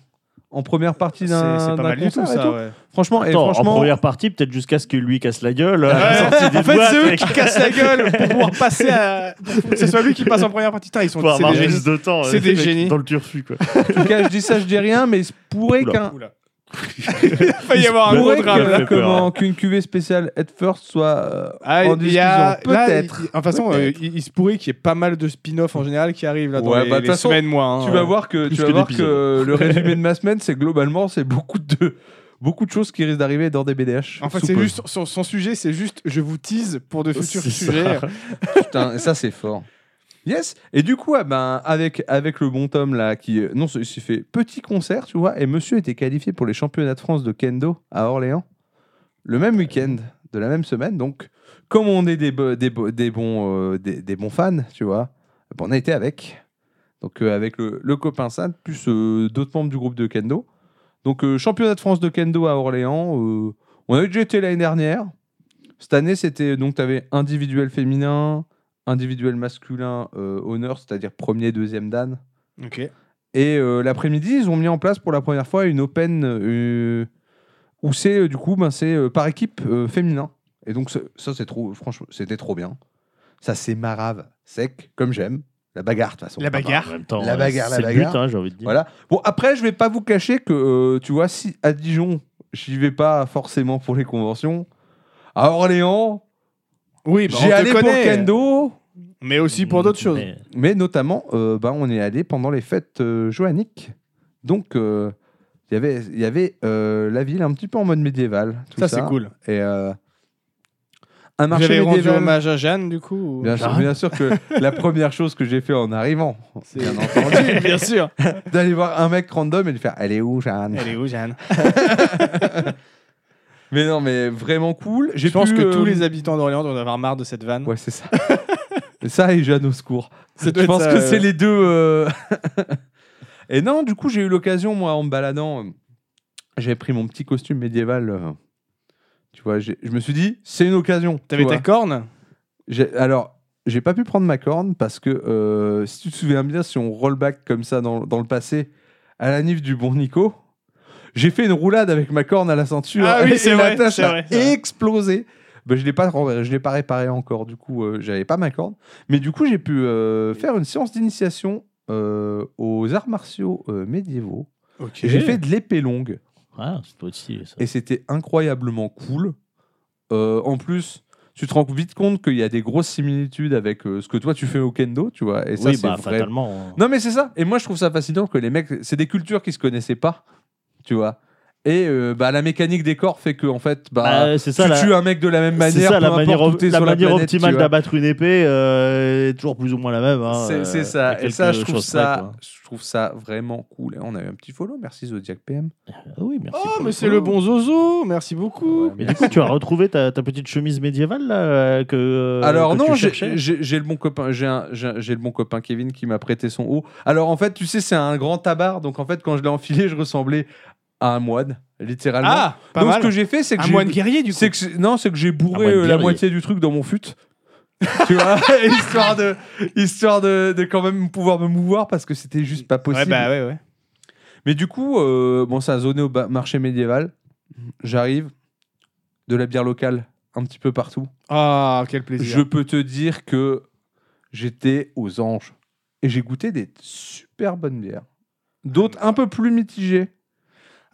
S2: en première partie
S1: C'est
S2: d'un
S1: c'est pas
S2: d'un
S1: mal du tout
S2: concert et
S1: ça.
S2: tout.
S1: ouais.
S2: Franchement,
S3: Attends,
S2: et franchement,
S3: en première partie, peut-être jusqu'à ce que lui casse la gueule.
S1: Ouais,
S3: à la sortie des
S1: en fait,
S3: boîtes,
S1: c'est eux
S3: et
S1: qui cassent la gueule pour pouvoir passer à. pour que ce soit lui qui passe en première partie. Putain, ils sont
S3: pour
S1: c'est
S3: avoir
S1: des génies.
S3: juste de temps.
S1: C'est
S3: euh,
S1: des
S3: les mecs
S1: génies.
S3: Dans le turfu, quoi.
S2: en tout cas, je dis ça, je dis rien, mais il se pourrait
S3: Oula.
S2: qu'un
S1: Oula. il a hein. failli y avoir un
S2: Il
S1: gros
S2: pourrait
S1: drame
S2: que-
S1: là.
S3: fait peur,
S2: comment- qu'une cuvée spéciale Head First soit euh,
S1: Ah,
S2: en
S1: il y a-
S2: discussion,
S1: là,
S2: peut-être.
S1: il- il- En toute façon, euh,
S2: Peut-être.
S1: il, il se pourrait qu'il y ait pas mal de spin-off en général qui arrivent là dans
S2: Ouais,
S1: les,
S2: bah, de toute
S1: les
S2: façon,
S1: semaines, mois. hein.
S2: tu vas voir que
S3: euh, plus
S2: tu vas
S3: que
S2: voir que
S3: d'épisodes.
S2: le résumé de ma semaine, c'est globalement c'est beaucoup de beaucoup de choses qui risquent d'arriver dans des BDH.
S1: En fait,
S2: sous
S1: c'est
S2: peu.
S1: juste son, son sujet, c'est juste je vous tease pour
S2: Oh,
S1: de futurs
S3: C'est ça.
S1: sujets.
S2: Putain, ça c'est fort. Yes. Et du coup, ah ben avec avec le bon Tom là qui euh, non, il s'est fait petit concert, tu vois, et Monsieur était qualifié pour les championnats de France de kendo à Orléans le même week-end de la même semaine. Donc, comme on est des bo- des, bo- des bons euh, des, des bons fans, tu vois, ben, on a été avec donc euh, avec le, le copain Sad plus euh, d'autres membres du groupe de kendo. Donc euh, championnat de France de kendo à Orléans. euh, on avait déjà été l'année dernière. Cette année, c'était donc tu avais individuel féminin, individuel masculin euh, honneur, c'est-à-dire premier, deuxième dan.
S1: ok.
S2: Et euh, l'après-midi, ils ont mis en place pour la première fois une open euh, où c'est euh, du coup ben, c'est euh, par équipe euh, féminin. Et donc ce- ça c'est trop franchement, c'était trop bien. Ça c'est marave, sec comme j'aime, la bagarre de toute façon.
S1: La bagarre.
S3: En même temps,
S2: La
S3: euh,
S2: bagarre, la
S3: c'est le
S2: bagarre.
S3: but, hein, j'ai envie de dire.
S2: Voilà. Bon, après, je vais pas vous cacher que, euh, tu vois, si à Dijon, j'y vais pas forcément pour les conventions, à Orléans,
S1: Oui, bah, on
S2: j'y
S1: te
S2: allais pour
S1: connaît,
S2: le kendo,
S1: mais aussi pour d'autres choses.
S3: Mais-
S2: mais notamment, euh, bah, on est allé pendant les fêtes euh, joanniques. Donc, euh, il y avait, il y avait euh, la ville un petit peu en mode médiéval. tout
S1: Ça, c'est cool.
S2: Et euh, un
S1: Vous
S2: marché
S1: avez rendu
S2: médiéval.
S1: hommage à Jeanne du coup. ou-
S2: Bien sûr,
S3: Jeanne.
S2: bien sûr que la première chose que j'ai fait en arrivant,
S1: C'est-
S2: bien entendu,
S1: bien sûr.
S2: d'aller voir un mec random et de faire Elle est où, Jeanne
S1: Elle est où Jeanne
S2: Mais non, mais vraiment cool.
S1: Je
S2: J'ai
S1: pense
S2: pu,
S1: que
S2: euh,
S1: tous les habitants d'Orléans doivent en avoir marre de cette vanne.
S2: Ouais, c'est ça. ça et Jeanne au secours.
S1: Ça doit
S2: Je
S1: être
S2: pense
S1: ça,
S2: que
S1: euh,
S2: c'est les deux. euh. et non, du coup, j'ai eu l'occasion, moi, en me baladant, euh, j'avais pris mon petit costume médiéval. euh, Tu vois, j'ai- je me suis dit, c'est une occasion. tu
S1: T'avais
S2: vois.
S1: ta corne
S2: J'ai- Alors, j'ai pas pu prendre ma corne parce que, euh, si tu te souviens bien, si on roll back comme ça dans, dans le passé à la nif du bon Nico, j'ai fait une roulade avec ma corne à la ceinture
S1: Ah oui,
S2: et
S1: c'est
S2: la
S1: vrai,
S2: tache
S1: c'est
S2: a
S1: vrai, c'est vrai.
S2: explosé. Ben, je l'ai pas ren- je l'ai pas réparé encore, du coup, euh, j'avais pas ma corne. Mais du coup, j'ai pu euh, faire une séance d'initiation euh, aux arts martiaux euh, médiévaux.
S1: Ok.
S2: Et J'ai fait de l'épée longue.
S3: Ah, c'est pas aussi ça.
S2: Et c'était incroyablement cool. Euh, en plus, tu te rends vite compte qu'il y a des grosses similitudes avec euh, ce que toi tu fais au kendo, tu vois. Et ça,
S3: oui,
S2: c'est
S3: bah,
S2: vrai.
S3: fatalement. hein.
S2: Non, mais c'est ça. Et moi, je trouve ça fascinant que les mecs, c'est des cultures qui se connaissaient pas, tu vois. Et euh, bah, la mécanique des corps fait que, en fait, bah,
S3: Bah, c'est
S2: tu
S3: ça, la,
S2: tues un mec de la même
S3: c'est
S2: manière,
S3: ça,
S2: peu
S3: la
S2: importe
S3: manière,
S2: où t'es
S3: la
S2: sur
S3: manière
S2: planète, tu
S3: optimale
S2: vois.
S3: d'abattre une épée euh, est toujours plus ou moins la même. hein,
S2: C'est
S3: euh,
S2: c'est ça.
S3: à
S2: Et ça,
S3: quelques
S2: je trouve
S3: choses près,
S2: ça, je trouve ça vraiment cool. Et on a eu un petit follow. Merci Zodiac PM.
S3: quoi. Ah oui, merci.
S1: Oh,
S3: pour
S1: mais
S3: le
S1: c'est
S3: follow.
S1: le bon Zozo, merci beaucoup.
S2: Ouais,
S3: Mais du coup, tu as retrouvé ta, ta petite chemise médiévale là, euh, que. euh,
S2: Alors
S3: que
S2: non,
S3: tu
S2: j'ai
S3: cherchais
S2: j'ai- j'ai le bon copain, j'ai un- j'ai j'ai le bon copain Kevin qui m'a prêté son haut. Alors en fait, tu sais, c'est un grand tabard, donc en fait, quand je l'ai enfilé, je ressemblais à un moine, littéralement.
S1: Ah, pas
S2: donc
S1: mal.
S2: ce que j'ai fait, c'est que
S1: Un
S2: j'ai-
S1: moine guerrier, du coup.
S2: c'est que j'ai- non, c'est que j'ai bourré
S3: moine
S2: euh, la
S3: guerrier.
S2: moitié du truc dans mon fut. tu vois, histoire de histoire de, de quand même pouvoir me mouvoir parce que c'était juste pas
S1: Ouais,
S2: possible.
S1: bah ouais, ouais.
S2: Mais du coup, euh, bon, ça a zoné au ba- marché médiéval. J'arrive, de la bière locale, un petit peu partout.
S1: Ah, quel plaisir.
S2: Je peux te dire que j'étais aux anges et j'ai goûté des super bonnes bières. D'autres un peu plus mitigées.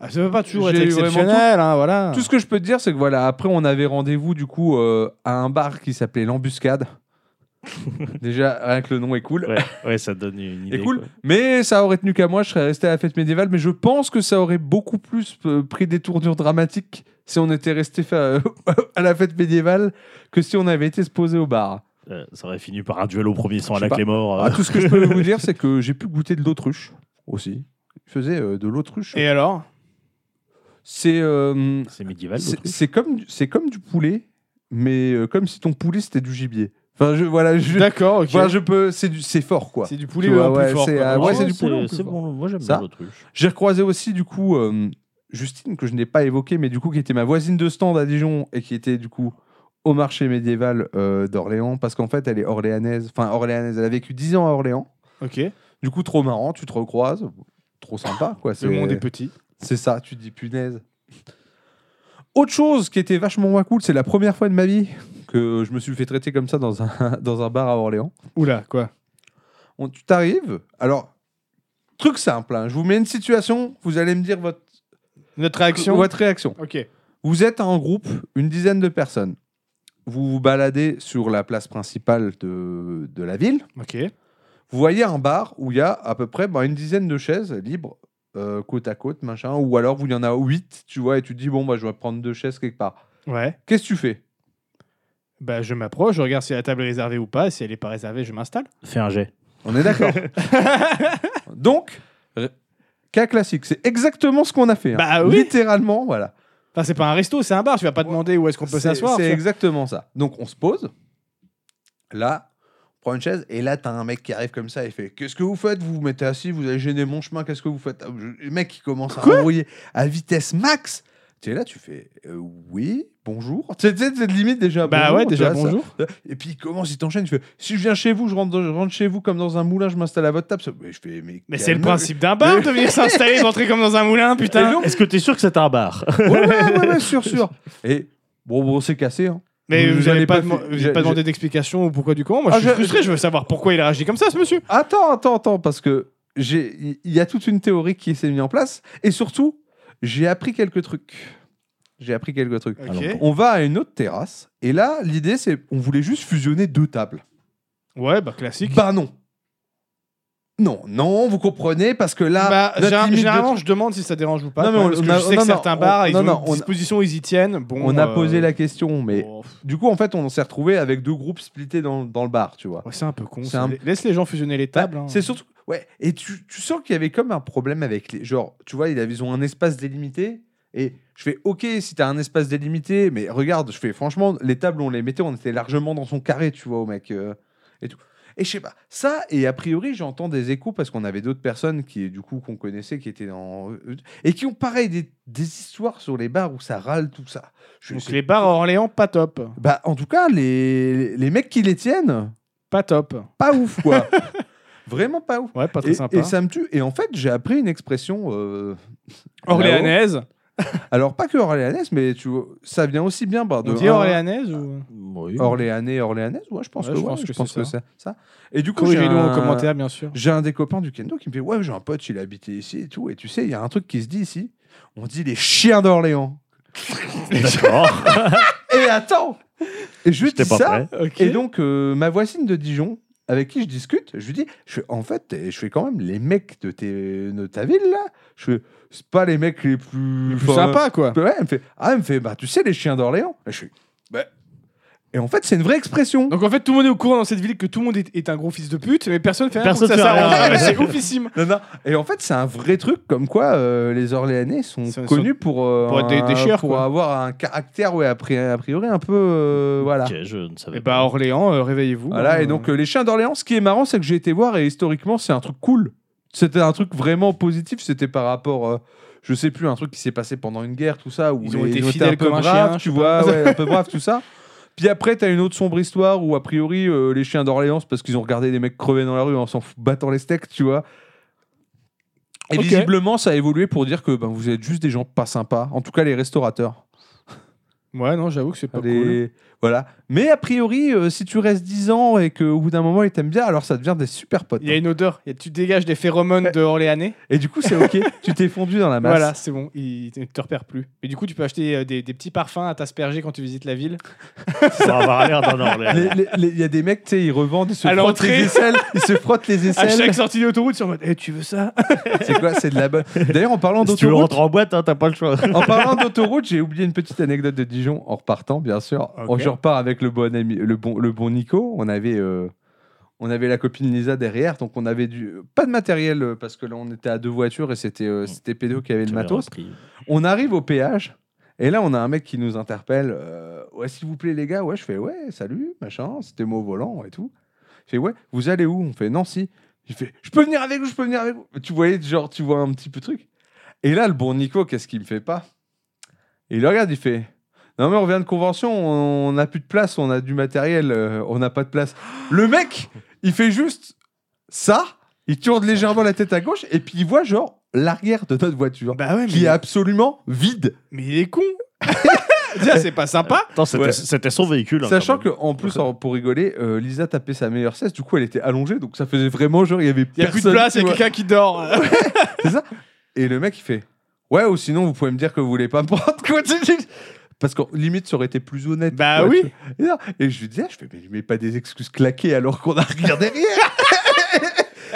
S1: Ah, ça peut pas toujours être
S2: J'ai eu vraiment
S1: exceptionnel, hein, voilà.
S2: Tout ce que je peux te dire, c'est que voilà, après on avait rendez-vous du coup euh, à un bar qui s'appelait l'Embuscade. Déjà, rien que le nom est cool.
S3: Ouais, ouais, ça donne une idée.
S2: Et cool.
S3: quoi.
S2: Mais ça aurait tenu qu'à moi, je serais resté à la fête médiévale. Mais je pense que ça aurait beaucoup plus euh, pris des tournures dramatiques si on était resté fa- à la fête médiévale que si on avait été se poser au bar.
S3: Euh, ça aurait fini par un duel au premier sang
S2: Je sais
S3: à la euh,
S2: pas.
S3: Clémor.
S2: Ah, tout ce que je peux vous dire, c'est que j'ai pu goûter de l'autruche aussi. Je faisais euh, de l'autruche.
S1: Et alors
S2: C'est euh,
S3: C'est médiéval.
S2: c'est-
S3: l'autruche.
S2: c'est comme du- c'est comme du poulet, mais euh, comme si ton poulet c'était du gibier. Enfin, je voilà, je,
S1: D'accord, ok.
S2: voilà, je peux. C'est du c'est fort quoi.
S1: C'est du poulet
S2: Tu
S1: le
S2: vois,
S1: plus
S2: ouais,
S1: fort.
S2: c'est,
S1: quoi.
S2: euh, ouais, c'est du poulet en
S3: c'est
S2: plus,
S3: c'est
S2: ouais.
S3: bon. Moi, j'aime
S2: Ça.
S3: bien l'autruche.
S2: J'ai recroisé aussi du coup euh, Justine que je n'ai pas évoquée, mais du coup qui était ma voisine de stand à Dijon et qui était du coup au marché médiéval euh, d'Orléans parce qu'en fait elle est orléanaise, enfin orléanaise, elle a vécu 10 ans à Orléans.
S1: Ok.
S2: Du coup trop marrant, tu te recroises, trop sympa quoi. c'est-
S1: Le monde est petit.
S2: C'est ça, tu te dis punaise. Autre chose qui était vachement moins cool, c'est la première fois de ma vie que je me suis fait traiter comme ça dans un, dans un bar à Orléans.
S1: Oula, quoi.
S2: On, tu t'arrives, alors, truc simple, hein, je vous mets une situation, vous allez me dire votre,
S1: Notre réaction
S2: votre réaction.
S1: Ok.
S2: Vous êtes en groupe, une dizaine de personnes. Vous vous baladez sur la place principale de, de la ville.
S1: Ok.
S2: Vous voyez un bar où il y a à peu près bah, une dizaine de chaises libres, euh, côte à côte, machin. Ou alors, vous- il y en a huit, tu vois, et tu te dis, bon, bah, je vais prendre deux chaises quelque part.
S1: Ouais.
S2: Qu'est-ce que tu fais
S1: Bah, je m'approche, je regarde si la table est réservée ou pas. Si elle n'est pas réservée, je m'installe.
S3: Fais un jet.
S2: On est d'accord. Donc, r- cas classique, c'est exactement ce qu'on a fait. hein.
S1: Bah oui.
S2: Littéralement, voilà.
S1: Enfin, c'est pas un resto, c'est un bar. Tu vas pas demander où est-ce qu'on peut
S2: C'est-
S1: s'asseoir.
S2: C'est
S1: tu vois.
S2: exactement ça. Donc, on se pose. Là, on prend une chaise. Et là, t'as un mec qui arrive comme ça et fait Qu'est-ce que vous faites Vous vous mettez assis, vous avez gêné mon chemin, qu'est-ce que vous faites Ah, je- Le mec, qui commence à embrouiller à vitesse max. Tu es là, tu fais Euh, Oui, bonjour. Tu sais, tu sais, c'est limite déjà.
S1: Bah
S2: bonjour,
S1: ouais,
S2: tu
S1: déjà
S2: vois, ça.
S1: bonjour.
S2: Et puis il commence, il t'enchaîne, il fait Si je viens chez vous, je rentre, dans- je rentre chez vous comme dans un moulin, je m'installe à votre table. Ça- Mais, je fais, mais,
S1: Mais c'est le
S2: calme-
S1: principe d'un bar de venir s'installer, et d'entrer comme dans un moulin, putain.
S3: Est-ce que t'es sûr que c'est un bar
S2: Ouais, ouais, ouais, ouais, sûr, sûr. Et bon, bon c'est cassé. Hein.
S1: Mais
S2: Vous
S1: vous n'avez
S2: allez
S1: pas,
S2: pas
S1: dema-
S2: fi-
S1: vous avez
S2: j'ai-
S1: pas demandé d'explication ou pourquoi du comment. Moi,
S2: Ah,
S1: je suis
S2: je-
S1: frustré. Je veux savoir pourquoi il réagit comme ça, ce monsieur.
S2: Attends, attends, attends, parce que j'ai- il y, a toute une théorie qui s'est mise en place. Et surtout, j'ai appris quelques trucs. J'ai appris quelques trucs.
S1: Ok.
S3: Alors,
S2: On va à une autre terrasse. Et là, l'idée, c'est on voulait juste fusionner deux tables.
S1: Ouais, bah classique.
S2: Bah non. Non, non, vous comprenez, parce que là.
S1: Bah,
S2: notre
S1: général-
S2: limite de-
S1: généralement, je demande si ça dérange ou pas.
S2: Non, mais
S1: quoi,
S2: on-
S1: parce que
S2: on a-
S1: je sais
S2: non,
S1: que
S2: non,
S1: certains
S2: on-
S1: bars, ils
S2: non,
S1: ont
S2: non,
S1: une
S2: on-
S1: disposition, ils y tiennent. Bon,
S2: On a
S1: euh,
S2: posé la question, mais
S1: bon, pff,
S2: du coup, en fait, on s'est retrouvé avec deux groupes splittés dans, dans le bar, tu vois.
S1: ouais, c'est un peu con.
S2: C'est
S1: ça.
S2: un-
S1: Laisse les gens fusionner les tables.
S2: Bah,
S1: hein.
S2: C'est surtout. Ouais, et tu, tu sens qu'il y avait comme un problème avec les. Genre, tu vois, ils avaient- ils ont un espace délimité. Et je fais, ok, si t'as un espace délimité, mais regarde, je fais, franchement, les tables, on les mettait, on était largement dans son carré, tu vois, au mec. euh, et tout. Et je sais pas. Ça, et a priori, j'entends des échos parce qu'on avait d'autres personnes qui, du coup, qu'on connaissait, qui étaient dans. Et qui ont pareil des, des histoires sur les bars où ça râle, tout ça. Je
S1: Donc
S2: sais-
S1: les bars à Orléans, pas top.
S2: Bah, en tout cas, les, les mecs qui les tiennent,
S1: Pas top.
S2: pas ouf, quoi. Vraiment pas ouf.
S1: Ouais, pas très
S2: Et,
S1: sympa.
S2: et ça me tue. Et en fait, j'ai appris une expression. euh,
S1: Orléanaise.
S2: Alors, pas que orléanaise, mais tu vois, ça vient aussi bien bah, de.
S1: On dit
S2: un-
S1: orléanaise ou
S2: Ah,
S3: Oui.
S2: Orléanais, orléanaise Ouais, je pense
S1: Ouais,
S2: que,
S1: je
S2: ouais,
S1: pense que
S2: je pense
S1: c'est
S2: que c'est ça. Et du coup, j'ai
S1: Corrigez-nous en
S2: un-
S1: commentaire, bien sûr.
S2: J'ai un des copains du kendo qui me fait Ouais, j'ai un pote, il habitait ici et tout. Et tu sais, il y a un truc qui se dit ici on dit les chiens d'Orléans.
S3: D'accord.
S2: Et attends Et je lui
S3: J'étais
S2: dis
S3: pas
S2: ça.
S3: prêt.
S1: Ok.
S2: Et donc, euh, ma voisine de Dijon, avec qui je discute, je lui dis je, fais, En fait, t'es- je fais quand même les mecs de, tes, de ta ville là. Je fais C'est pas les mecs les plus.
S1: Plus
S2: enfin,
S1: sympa, quoi.
S2: Ouais, elle me fait Ah, elle me fait Bah, tu sais, les chiens d'Orléans. Et je fais Bah. Et en fait, c'est une vraie expression.
S1: Donc en fait, tout le monde est au courant dans cette ville que tout le monde est, est un gros fils de pute, mais personne fait rien
S3: Personne
S1: pour que
S3: fait
S1: ça
S3: rien,
S1: s'arrange.
S3: ouais.
S1: C'est oufissime.
S2: Non, non. Et en fait, c'est un vrai truc comme quoi euh, les Orléanais sont
S1: Sont-
S2: connus pour, euh,
S1: pour être des-
S2: un-
S1: des chieurs,
S2: pour
S1: quoi.
S2: avoir un caractère, ouais, a pri- a priori, un peu. euh, voilà.
S3: Ok, je ne savais
S1: Et bah Orléans, euh, réveillez-vous.
S2: Voilà,
S1: hein.
S2: et donc euh, les chiens d'Orléans, ce qui est marrant, c'est que j'ai été voir et historiquement, c'est un truc cool. C'était un truc vraiment positif. C'était par rapport, euh, je sais plus, un truc qui s'est passé pendant une guerre, tout ça, où
S1: Ils ont
S2: les-
S1: été
S2: un
S1: fidèles
S2: peu
S1: comme un
S2: braves,
S1: chien, je
S2: tu
S1: sais
S2: vois, ouais, un peu braves, tout ça. Puis après, t'as une autre sombre histoire où, a priori, euh, les chiens d'Orléans, c'est parce qu'ils ont regardé des mecs crever dans la rue en s'en f- battant les steaks, tu vois. Et
S1: Ok.
S2: visiblement, ça a évolué pour dire que ben, vous êtes juste des gens pas sympas. En tout cas, les restaurateurs.
S1: Ouais, non, j'avoue que c'est pas cool.
S2: Les- Voilà. Mais a priori, euh, si tu restes 10 ans et qu'au bout d'un moment, ils t'aiment bien, alors ça devient des super potes.
S1: Il y a une odeur. Il y a- Tu dégages des phéromones de Orléanais.
S2: hein. Et du coup, c'est OK. tu t'es fondu dans la masse.
S1: Voilà, c'est bon. Ils ne te repèrent plus. Mais du coup, tu peux acheter euh, des, des petits parfums à t'asperger quand tu visites la ville.
S3: pas. Ça va avoir l'air d'un Orléans.
S2: Les- les- les- Il y a des mecs, tu sais, ils revendent, ils se
S1: À
S2: frottent les
S1: l'entrée.
S2: aisselles. Ils se frottent les
S1: À
S2: aisselles.
S1: chaque sortie d'autoroute, sur en mode Eh, tu veux ça
S2: C'est quoi C'est de la bonne. D'ailleurs, en parlant
S3: Si tu veux
S2: d'autoroute,
S3: rentrer en boîte, hein, t'as pas le choix.
S2: en parlant d'autoroute, j'ai oublié une petite anecdote de Dijon en repartant, bien sûr.
S1: Ok.
S2: Oh, Je repars avec le bon ami, le bon, le bon Nico. On avait, euh, on avait la copine Lisa derrière, donc on avait du pas de matériel euh, parce que là on était à deux voitures et c'était
S1: Mm.
S2: euh, c'était Pédo qui avait le
S3: J'avais
S2: matos.
S3: repris.
S2: On arrive au péage. Et là, on a un mec qui nous interpelle. euh, ouais, s'il vous plaît, les gars. Ouais, je fais ouais, salut, machin. C'était moi au volant et tout. Je fais ouais, vous allez où On fait Nancy. Il fait je peux venir avec vous, je peux venir avec vous. Tu voyais, genre, tu vois un petit peu truc. Et là, le bon Nico, qu'est-ce qu'il me fait pas Il le regarde, il fait non, mais on revient de convention, on n'a plus de place, on a du matériel, euh, on n'a pas de place. Le mec, il fait juste ça. Il tourne légèrement la tête à gauche et puis il voit, genre, l'arrière de notre voiture
S1: Bah ouais,
S2: qui est absolument vide.
S1: mais il est con. Déjà, c'est pas sympa.
S3: Attends, c'était
S2: Ouais.
S3: c'était son véhicule. hein,
S2: Sachant
S3: quand même.
S2: que en plus, en- pour rigoler, euh, Lisa tapait sa meilleure cesse, du coup elle était allongée, donc ça faisait vraiment genre il y avait
S1: Il y a plus de place, il y a quelqu'un qui dort.
S2: Et le mec il fait Ouais, ou sinon vous pouvez me dire que vous voulez pas me prendre. quoi. Parce que limite ça aurait été plus honnête.
S1: bah
S2: quoi,
S1: oui.
S2: tu vois. Et je lui disais, Ah, je fais, mais, mais pas des excuses claquées alors qu'on a rien derrière.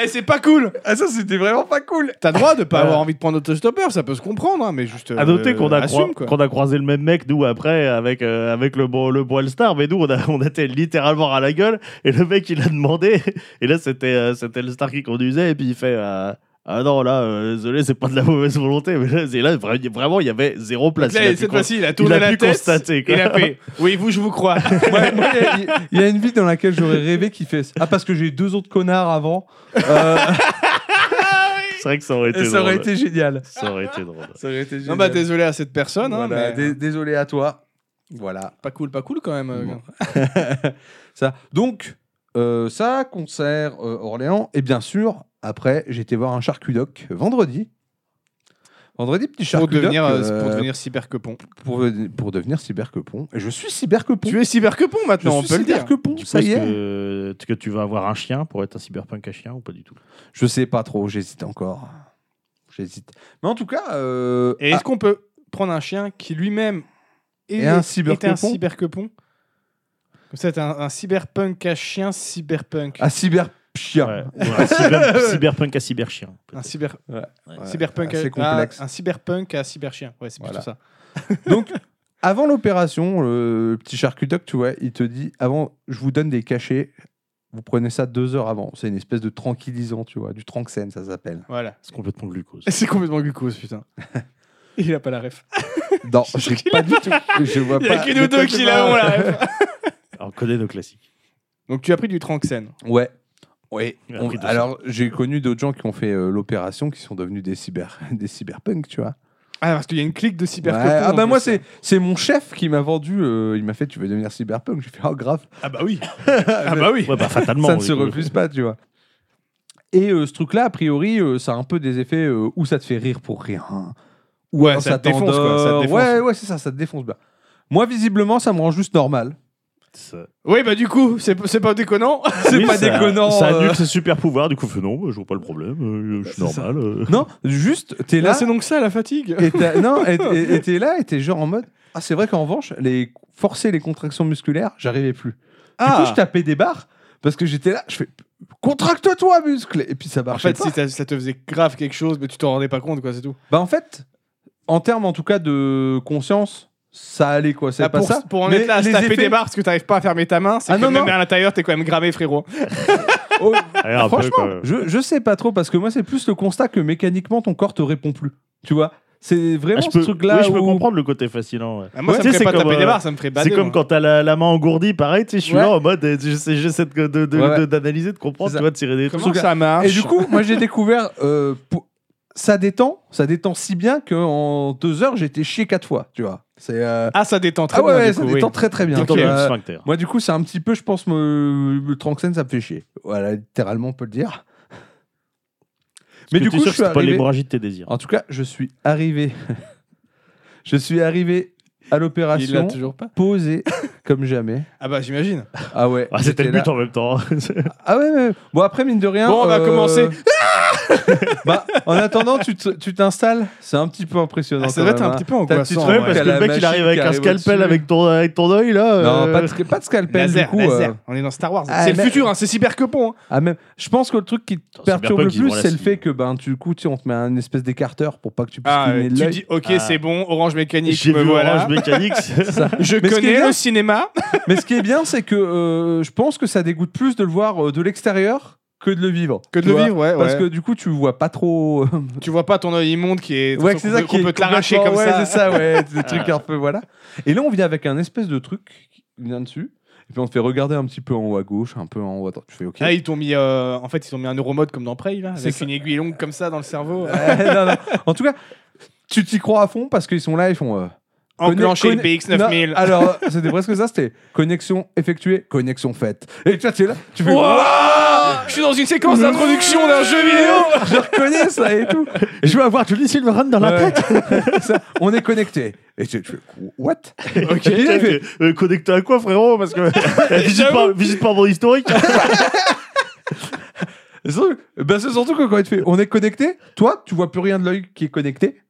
S1: Eh, c'est pas cool.
S2: ah, ça c'était vraiment pas cool.
S1: T'as droit de pas
S3: Voilà.
S1: avoir envie de prendre l'autostoppeur, ça peut se comprendre, hein, mais juste.
S3: À noter qu'on a, croi-
S1: assume, quoi.
S3: qu'on a croisé le même mec, nous, après, avec, euh, avec le, bo- le Boil Star, mais nous, on, a, on était littéralement à la gueule, et le mec, il a demandé, et là, c'était euh, c'était le Star qui conduisait, et puis il fait euh, Ah non, là, euh, désolé, c'est pas de la mauvaise volonté, mais là, c'est- là, vra- vraiment, il y avait zéro place.
S1: Donc là,
S3: Il a pu
S1: cette
S3: con-
S1: fois-ci, il a tourné
S3: il a
S1: la
S3: pu
S1: tête.
S3: constater, quoi.
S1: Il a fait. Oui, vous, je vous crois.
S2: Moi, moi, Il y a- il y, a une vie dans laquelle j'aurais rêvé qu'il fait Ah, parce que j'ai eu deux autres connards avant. Euh,
S3: C'est vrai que ça aurait
S2: et
S3: été
S2: ça aurait
S3: drôle.
S2: été génial.
S3: Ça aurait été drôle.
S2: Ça aurait été
S1: non,
S2: génial.
S1: bah désolé à cette personne, hein,
S2: Voilà,
S1: mais-
S2: dé- Désolé à toi. Voilà.
S1: Pas cool, pas cool quand même. euh,
S2: Bon. ça. Donc, euh, ça, concert euh, Orléans. Et bien sûr, après, j'étais voir un charcudoc vendredi. Vendredi, petit
S1: Pour
S2: charcudoc.
S1: devenir, euh,
S2: euh,
S1: pour devenir cyberquepon.
S2: pour, pour devenir cyberquepon. Et je suis cyberquepon.
S1: Tu es cyberquepon
S2: Je
S1: maintenant, on
S2: suis
S1: peut le dire.
S2: cyberquepon,
S3: Du coup,
S2: ça y
S3: est-ce
S2: est.
S3: que, est-ce que tu vas avoir un chien pour être un cyberpunk à chien ou pas du tout
S2: Je sais pas trop, j'hésite encore. J'hésite. Mais en tout cas. euh,
S1: Et
S2: ah,
S1: est-ce qu'on peut prendre un chien qui lui-même est,
S2: Et un
S1: est un
S2: cyberquepon
S1: cyberquepon Comme ça, t'es un, un cyberpunk à chien, cyberpunk.
S2: un cyberchien.
S3: Ouais. Ou un cyber- cyberpunk à cyberchien.
S1: un cyber...
S2: Ouais.
S3: Ouais.
S1: cyberpunk ah,
S2: assez
S1: à...
S2: complexe.
S1: un cyberpunk à cyberchien. Ouais, c'est plutôt
S2: Voilà.
S1: ça.
S2: Donc, avant l'opération, le petit charcutoc, tu vois, il te dit avant, je vous donne des cachets. Vous prenez ça deux heures avant. C'est une espèce de tranquillisant, tu vois, du tranxène, ça s'appelle.
S1: Voilà.
S3: C'est complètement glucose.
S1: C'est complètement glucose, putain. Il a pas la ref.
S2: Non,
S1: Je suis sûr
S2: j'ai
S1: qu'il
S2: pas du tout. Je vois
S1: Il y a
S2: pas
S1: que nous
S2: de quoi
S1: deux
S2: tu
S1: qui
S2: parles.
S1: l'avons la ref.
S3: Alors, on connaît nos classiques.
S1: Donc tu as pris du tranxène.
S2: Ouais. Oui.
S3: Il a
S2: on-
S3: pris deux
S2: alors, j'ai connu d'autres gens qui ont fait euh, l'opération qui sont devenus des, cyber, des cyberpunks, tu vois.
S1: Ah, parce qu'il y a une clique de cyber
S2: Ouais, ah, bah moi, c'est c'est mon chef qui m'a vendu. euh, il m'a fait Tu veux devenir cyberpunk J'ai fait Oh, grave.
S1: Ah, bah oui. ah, bah oui.
S3: Ouais, bah, fatalement.
S2: ça ne
S3: oui.
S2: se refuse pas, tu vois. Et euh, ce truc-là, a priori, euh, ça a un peu des effets euh, où ça te fait rire pour rien. Ou
S1: Ouais,
S2: alors
S1: Oh, ça te défonce, quoi, ça te
S2: t'endort.
S1: défonce.
S2: Ouais, ouais, c'est ça, ça te défonce bien. Moi, visiblement, ça me rend juste normal.
S3: Ça-
S1: Oui, bah du coup, c'est c'est pas déconnant.
S2: C'est
S3: Oui,
S2: pas
S3: ça-
S2: déconnant.
S3: Ça
S2: euh,
S3: annule ses super pouvoirs, du coup, fait non, je vois pas le problème, euh, je suis
S2: C'est ça.
S3: normal. euh.
S2: Non, juste, t'es
S1: Là,
S2: là.
S1: c'est donc ça la fatigue.
S2: Et t'as- non, et- et et t'es là et t'es genre en mode Ah, c'est vrai qu'en revanche, les, forcer les contractions musculaires, j'arrivais plus.
S1: Ah.
S2: Du coup, je tapais des barres parce que j'étais là, je fais Contracte-toi, toi, muscle Et puis ça
S1: en
S2: marchait
S1: fait,
S2: Bah, pas.
S1: si ça- ça te faisait grave quelque chose, mais tu t'en rendais pas compte, quoi, c'est tout.
S2: Bah, en fait, en termes en tout cas de conscience, ça allait quoi, c'est
S1: Ah,
S2: pas
S1: pour,
S2: ça.
S1: pour en
S2: Mais
S1: être là à se
S2: les
S1: taper
S2: effets-
S1: des barres parce que t'arrives pas à fermer ta main, c'est
S2: Ah,
S1: que
S2: non,
S1: même
S2: non.
S1: à l'intérieur, t'es quand même gravé, frérot.
S2: Oh,
S3: Ouais, Ah, un peu,
S2: franchement,
S3: quoi.
S2: je, je sais pas trop parce que moi, c'est plus le constat que mécaniquement ton corps te répond plus. Tu vois C'est
S3: Ah,
S2: vraiment
S3: je
S2: ce
S3: peux,
S2: truc-là.
S3: oui, je peux
S2: où-
S3: comprendre le côté fascinant. ouais.
S1: Ah, moi,
S3: Ouais.
S1: ça me
S3: Tu sais,
S1: ferait pas
S3: c'est
S1: taper
S3: comme,
S1: des
S3: euh,
S1: barres, ça me ferait bader.
S3: C'est comme
S1: moi.
S3: quand t'as la, la main engourdie, pareil, tu sais, je suis
S2: hein. Ouais.
S3: là en mode, euh, j'essaie j'essaie de- de- de-
S2: Ouais.
S3: de- d'analyser, de, comprendre,
S2: C'est ça.
S3: tu vois, de tirer des
S1: Comment
S2: Sauf que-
S1: ça marche
S2: Et du coup, moi j'ai découvert. euh, pou- Ça détend, ça détend si bien qu'en deux heures j'étais chié quatre fois, tu vois. C'est euh,
S1: Ah, ça détend très
S2: ah ouais,
S1: bien,
S2: ouais,
S1: du
S2: ça
S1: coup, oui.
S2: détend très très bien.
S1: Ok.
S3: trucs.
S2: Euh,
S3: sphincter.
S2: moi du coup c'est un petit peu, je pense, me... le Tranxène ça me fait chier. Voilà, littéralement on peut le dire. Mais
S3: Que
S2: du
S3: t'es
S2: coup
S3: sûr
S2: je
S3: que
S2: suis
S3: c'est pas
S2: arrivé.
S3: l'hémorragie de tes désirs.
S2: En tout cas, je suis arrivé. je suis arrivé à
S1: Il l'a
S2: l'opération
S1: toujours pas.
S2: posé comme jamais.
S1: Ah, bah j'imagine.
S2: Ah ouais.
S3: Ah, c'était
S2: j'étais
S3: le but
S2: là.
S3: en même temps.
S2: Ah ouais, ouais. Bon après mine de rien.
S1: hein.
S2: euh,
S1: Bon, on va commencer.
S2: bah, en attendant, tu te- tu t'installes. C'est un petit peu impressionnant.
S1: Ah, ça
S2: quand
S1: doit
S2: même,
S1: être un
S2: hein.
S1: petit peu
S2: T'as petite
S1: angoissant.
S2: Ouais,
S1: ouais.
S3: Ouais, parce que
S2: la
S3: le mec, il
S2: machine
S3: arrive
S2: qui
S3: avec un
S2: arrive
S3: scalpel
S2: au-dessus.
S3: avec ton, avec ton œil, là.
S2: Non,
S3: euh,
S2: pas de, sc- pas de scalpel
S1: Laser,
S2: du coup.
S1: laser.
S2: euh,
S1: On est dans Star Wars.
S2: Ah,
S1: c'est le
S2: mais-
S1: futur, hein, c'est cybercopon. Hein.
S2: ah, même, je pense que le truc
S1: Oh,
S2: qui te
S3: Attends,
S2: perturbe
S3: Cyberpunk,
S2: le
S3: ils vont
S2: plus,
S3: la
S2: c'est le
S3: scie.
S2: fait que ben, du coup, tu, on te met une espèce d'écarteur pour pas que tu puisses
S1: Ah,
S2: cligner de
S1: tu
S2: l'œil.
S1: dis, ok,
S3: Ah.
S1: c'est bon, Orange Mécanique,
S3: J'ai
S1: me
S3: vu
S1: voilà.
S3: Orange Mécanique.
S2: C'est ça.
S1: Je
S2: Mais ce qui est
S1: connais
S2: bien-
S1: le cinéma.
S2: Mais ce qui est bien, c'est que euh, je pense que ça dégoûte plus de le voir euh, de l'extérieur que de le vivre.
S1: Que de
S2: Tu
S1: le
S2: vois
S1: vivre, ouais.
S2: Parce
S1: ouais.
S2: que du coup, tu vois pas trop. euh,
S1: tu vois pas ton œil immonde qui est.
S2: ouais,
S1: qu'on
S2: c'est
S1: peut-
S2: ça qui
S1: qu'on peut
S2: est
S1: te l'arracher comme
S2: complètement-
S1: ça.
S2: ouais, c'est ça, ouais, des trucs un peu voilà. Et là, on vient avec un espèce de truc qui vient dessus. Et puis on te fait regarder un petit peu en haut à gauche, un peu en haut à droite. Tu fais OK.
S1: Ah, ils t'ont mis, euh, en fait, ils t'ont mis un neuromode comme dans Prey, là,
S2: C'est
S1: avec
S2: ça. Euh,
S1: une aiguille longue comme ça dans le cerveau. Euh,
S2: Ouais, non, non. En tout cas, tu t'y crois à fond parce qu'ils sont là, ils font. euh,
S1: Enclenché le
S2: conne-
S1: BX9000.
S2: Non, alors, euh, c'était presque ça, c'était connexion effectuée, connexion faite. Et toi, tu es là, tu fais. Ah.
S1: Wouah Ah, Je suis dans une séquence d'introduction d'un jeu vidéo.
S2: Je reconnais ça et tout.
S3: Je vais avoir Johnny Silverhand dans la
S2: Ouais.
S3: tête.
S2: Ça, on est connecté. Et tu, tu fais. What
S1: Ok.
S2: Et puis là, il fait,
S3: Euh, Connecté à quoi, frérot Parce que. visite,
S1: J'avoue.
S3: pas, visite pas mon historique.
S2: C'est surtout- bah, c'est surtout que quand il te fait on est connecté, toi, tu vois plus rien de l'œil qui est connecté.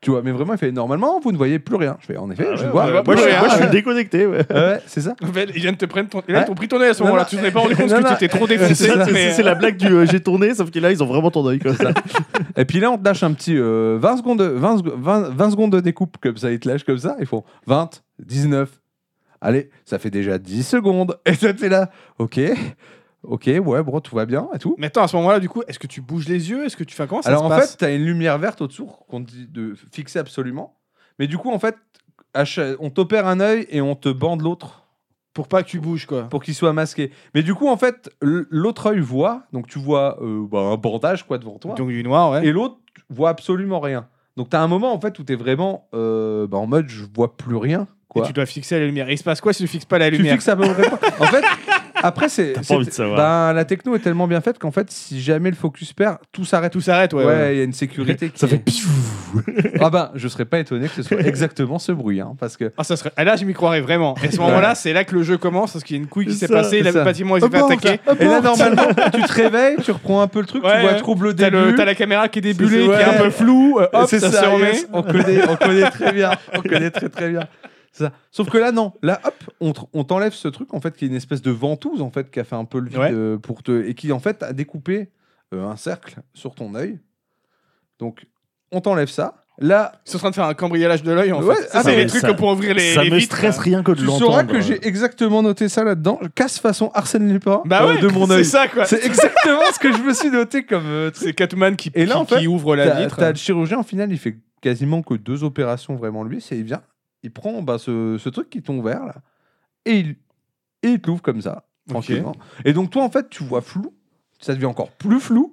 S2: Tu vois, mais vraiment, il fait normalement, vous ne voyez plus rien. Je fais en effet, je
S3: Ah Ouais,
S2: vois.
S1: ouais,
S3: moi,
S1: ouais,
S3: je suis-
S1: ouais.
S3: moi, je suis déconnecté. ouais.
S2: Ouais, c'est ça.
S1: En fait, ils viennent te prendre ton. Là, ils
S2: Ouais.
S1: t'ont pris ton œil à ce
S2: Non,
S1: moment-là.
S2: non.
S1: Tu t'es pas rendu compte
S2: Non,
S1: que tu
S2: non.
S1: t'étais trop défoncé.
S3: C'est ça,
S1: mais,
S3: c'est- c'est la blague du euh, j'ai tourné, sauf que là, ils ont vraiment ton œil. quoi.
S2: Et puis là, on te lâche un petit euh, 20, secondes, de- 20, sec- 20 20 secondes de découpe, comme ça, ils te lâchent comme ça. Ils font 20, 19. Allez, ça fait déjà 10 secondes. Et toi, t'es là. Ok, ok, ouais, bro, tout va bien et tout.
S1: Mais attends, à ce moment-là, du coup, est-ce que tu bouges les yeux Est-ce que tu fais comment ça
S2: Alors
S1: se
S2: en
S1: passe
S2: fait, tu as une lumière verte autour qu'on te dit de fixer absolument. Mais du coup, en fait, à cha- on t'opère un œil et on te bande l'autre
S1: pour pas que tu bouges, quoi.
S2: pour qu'il soit masqué. Mais du coup, en fait, l- l'autre œil voit, donc tu vois euh, bah, un bandage quoi devant toi,
S1: Donc du noir, ouais.
S2: et l'autre voit absolument rien. Donc tu as un moment en fait où tu es vraiment euh, bah, en mode je vois plus rien.
S1: Et
S2: Quoi.
S1: tu dois fixer la lumière. Et il se passe quoi si tu fixes pas la
S2: Tu
S1: lumière
S2: fixes à peu près pas. En fait, après, c'est.
S3: T'as
S2: c'est-
S3: pas envie de savoir.
S2: ben, la techno est tellement bien faite qu'en fait, si jamais le focus perd, tout s'arrête.
S1: Tout s'arrête, ouais.
S2: Ouais, il
S1: ouais.
S2: y a une sécurité qui
S3: Ça fait
S2: est- Ah ben, je serais pas étonné que ce soit exactement ce bruit, hein, parce que.
S1: Ah, ça serait... ah, là, je m'y croirais vraiment. Et à ce
S2: Ouais.
S1: moment-là, c'est là que le jeu commence parce qu'il y a une couille qui
S3: C'est
S1: s'est
S3: ça,
S1: passée,
S2: c'est
S1: le
S2: ça. Oh,
S1: bâtiment il s'est fait
S2: Hop,
S1: attaquer.
S2: Et là, normalement, tu te réveilles, tu reprends un peu le truc,
S1: Ouais,
S2: tu vois
S1: ouais.
S2: trouble au
S1: T'as,
S2: début.
S1: le- t'as la caméra qui est débulée, qui
S2: C'est-
S1: est un
S2: ouais.
S1: peu floue. euh, hop,
S2: C'est
S1: ça, se remet.
S2: yes, on connaît, on connaît très bien, on connaît très très bien. C'est ça. Sauf que là non, là hop, on tr- on t'enlève ce truc en fait qui est une espèce de ventouse en fait qui a fait un peu le vide
S1: Ouais.
S2: euh, pour te et qui en fait a découpé euh, un cercle sur ton œil. Donc on t'enlève ça. Là,
S1: Ils sont en train de faire un cambriolage de l'œil, en
S2: Ouais,
S1: fait.
S2: ah,
S1: Ça, c'est
S3: mais
S1: les trucs
S3: ça-
S1: pour ouvrir les,
S3: ça
S1: les
S3: me
S1: vitres.
S3: stresse rien euh, que de
S2: tu sauras
S3: l'entendre. hein. euh,
S2: que j'ai exactement noté ça là-dedans. Je Casse façon Arsène Lupin
S1: Bah
S2: euh,
S1: ouais,
S2: de mon
S1: c'est
S2: œil.
S1: ça, quoi. C'est...
S2: C'est exactement ce que je me suis noté comme euh, truc.
S1: Catman qui,
S2: Et là,
S1: qui-
S2: en fait,
S1: qui ouvre la
S2: T'as
S1: vitre.
S2: t'as le chirurgien, au final, il fait quasiment que deux opérations vraiment lui. C'est il vient, il prend bah, ce, ce truc qui tombe ouvert là, et il, et il te l'ouvre comme ça,
S1: Ok.
S2: tranquillement. Et donc toi, en fait, tu vois flou, ça devient encore plus flou.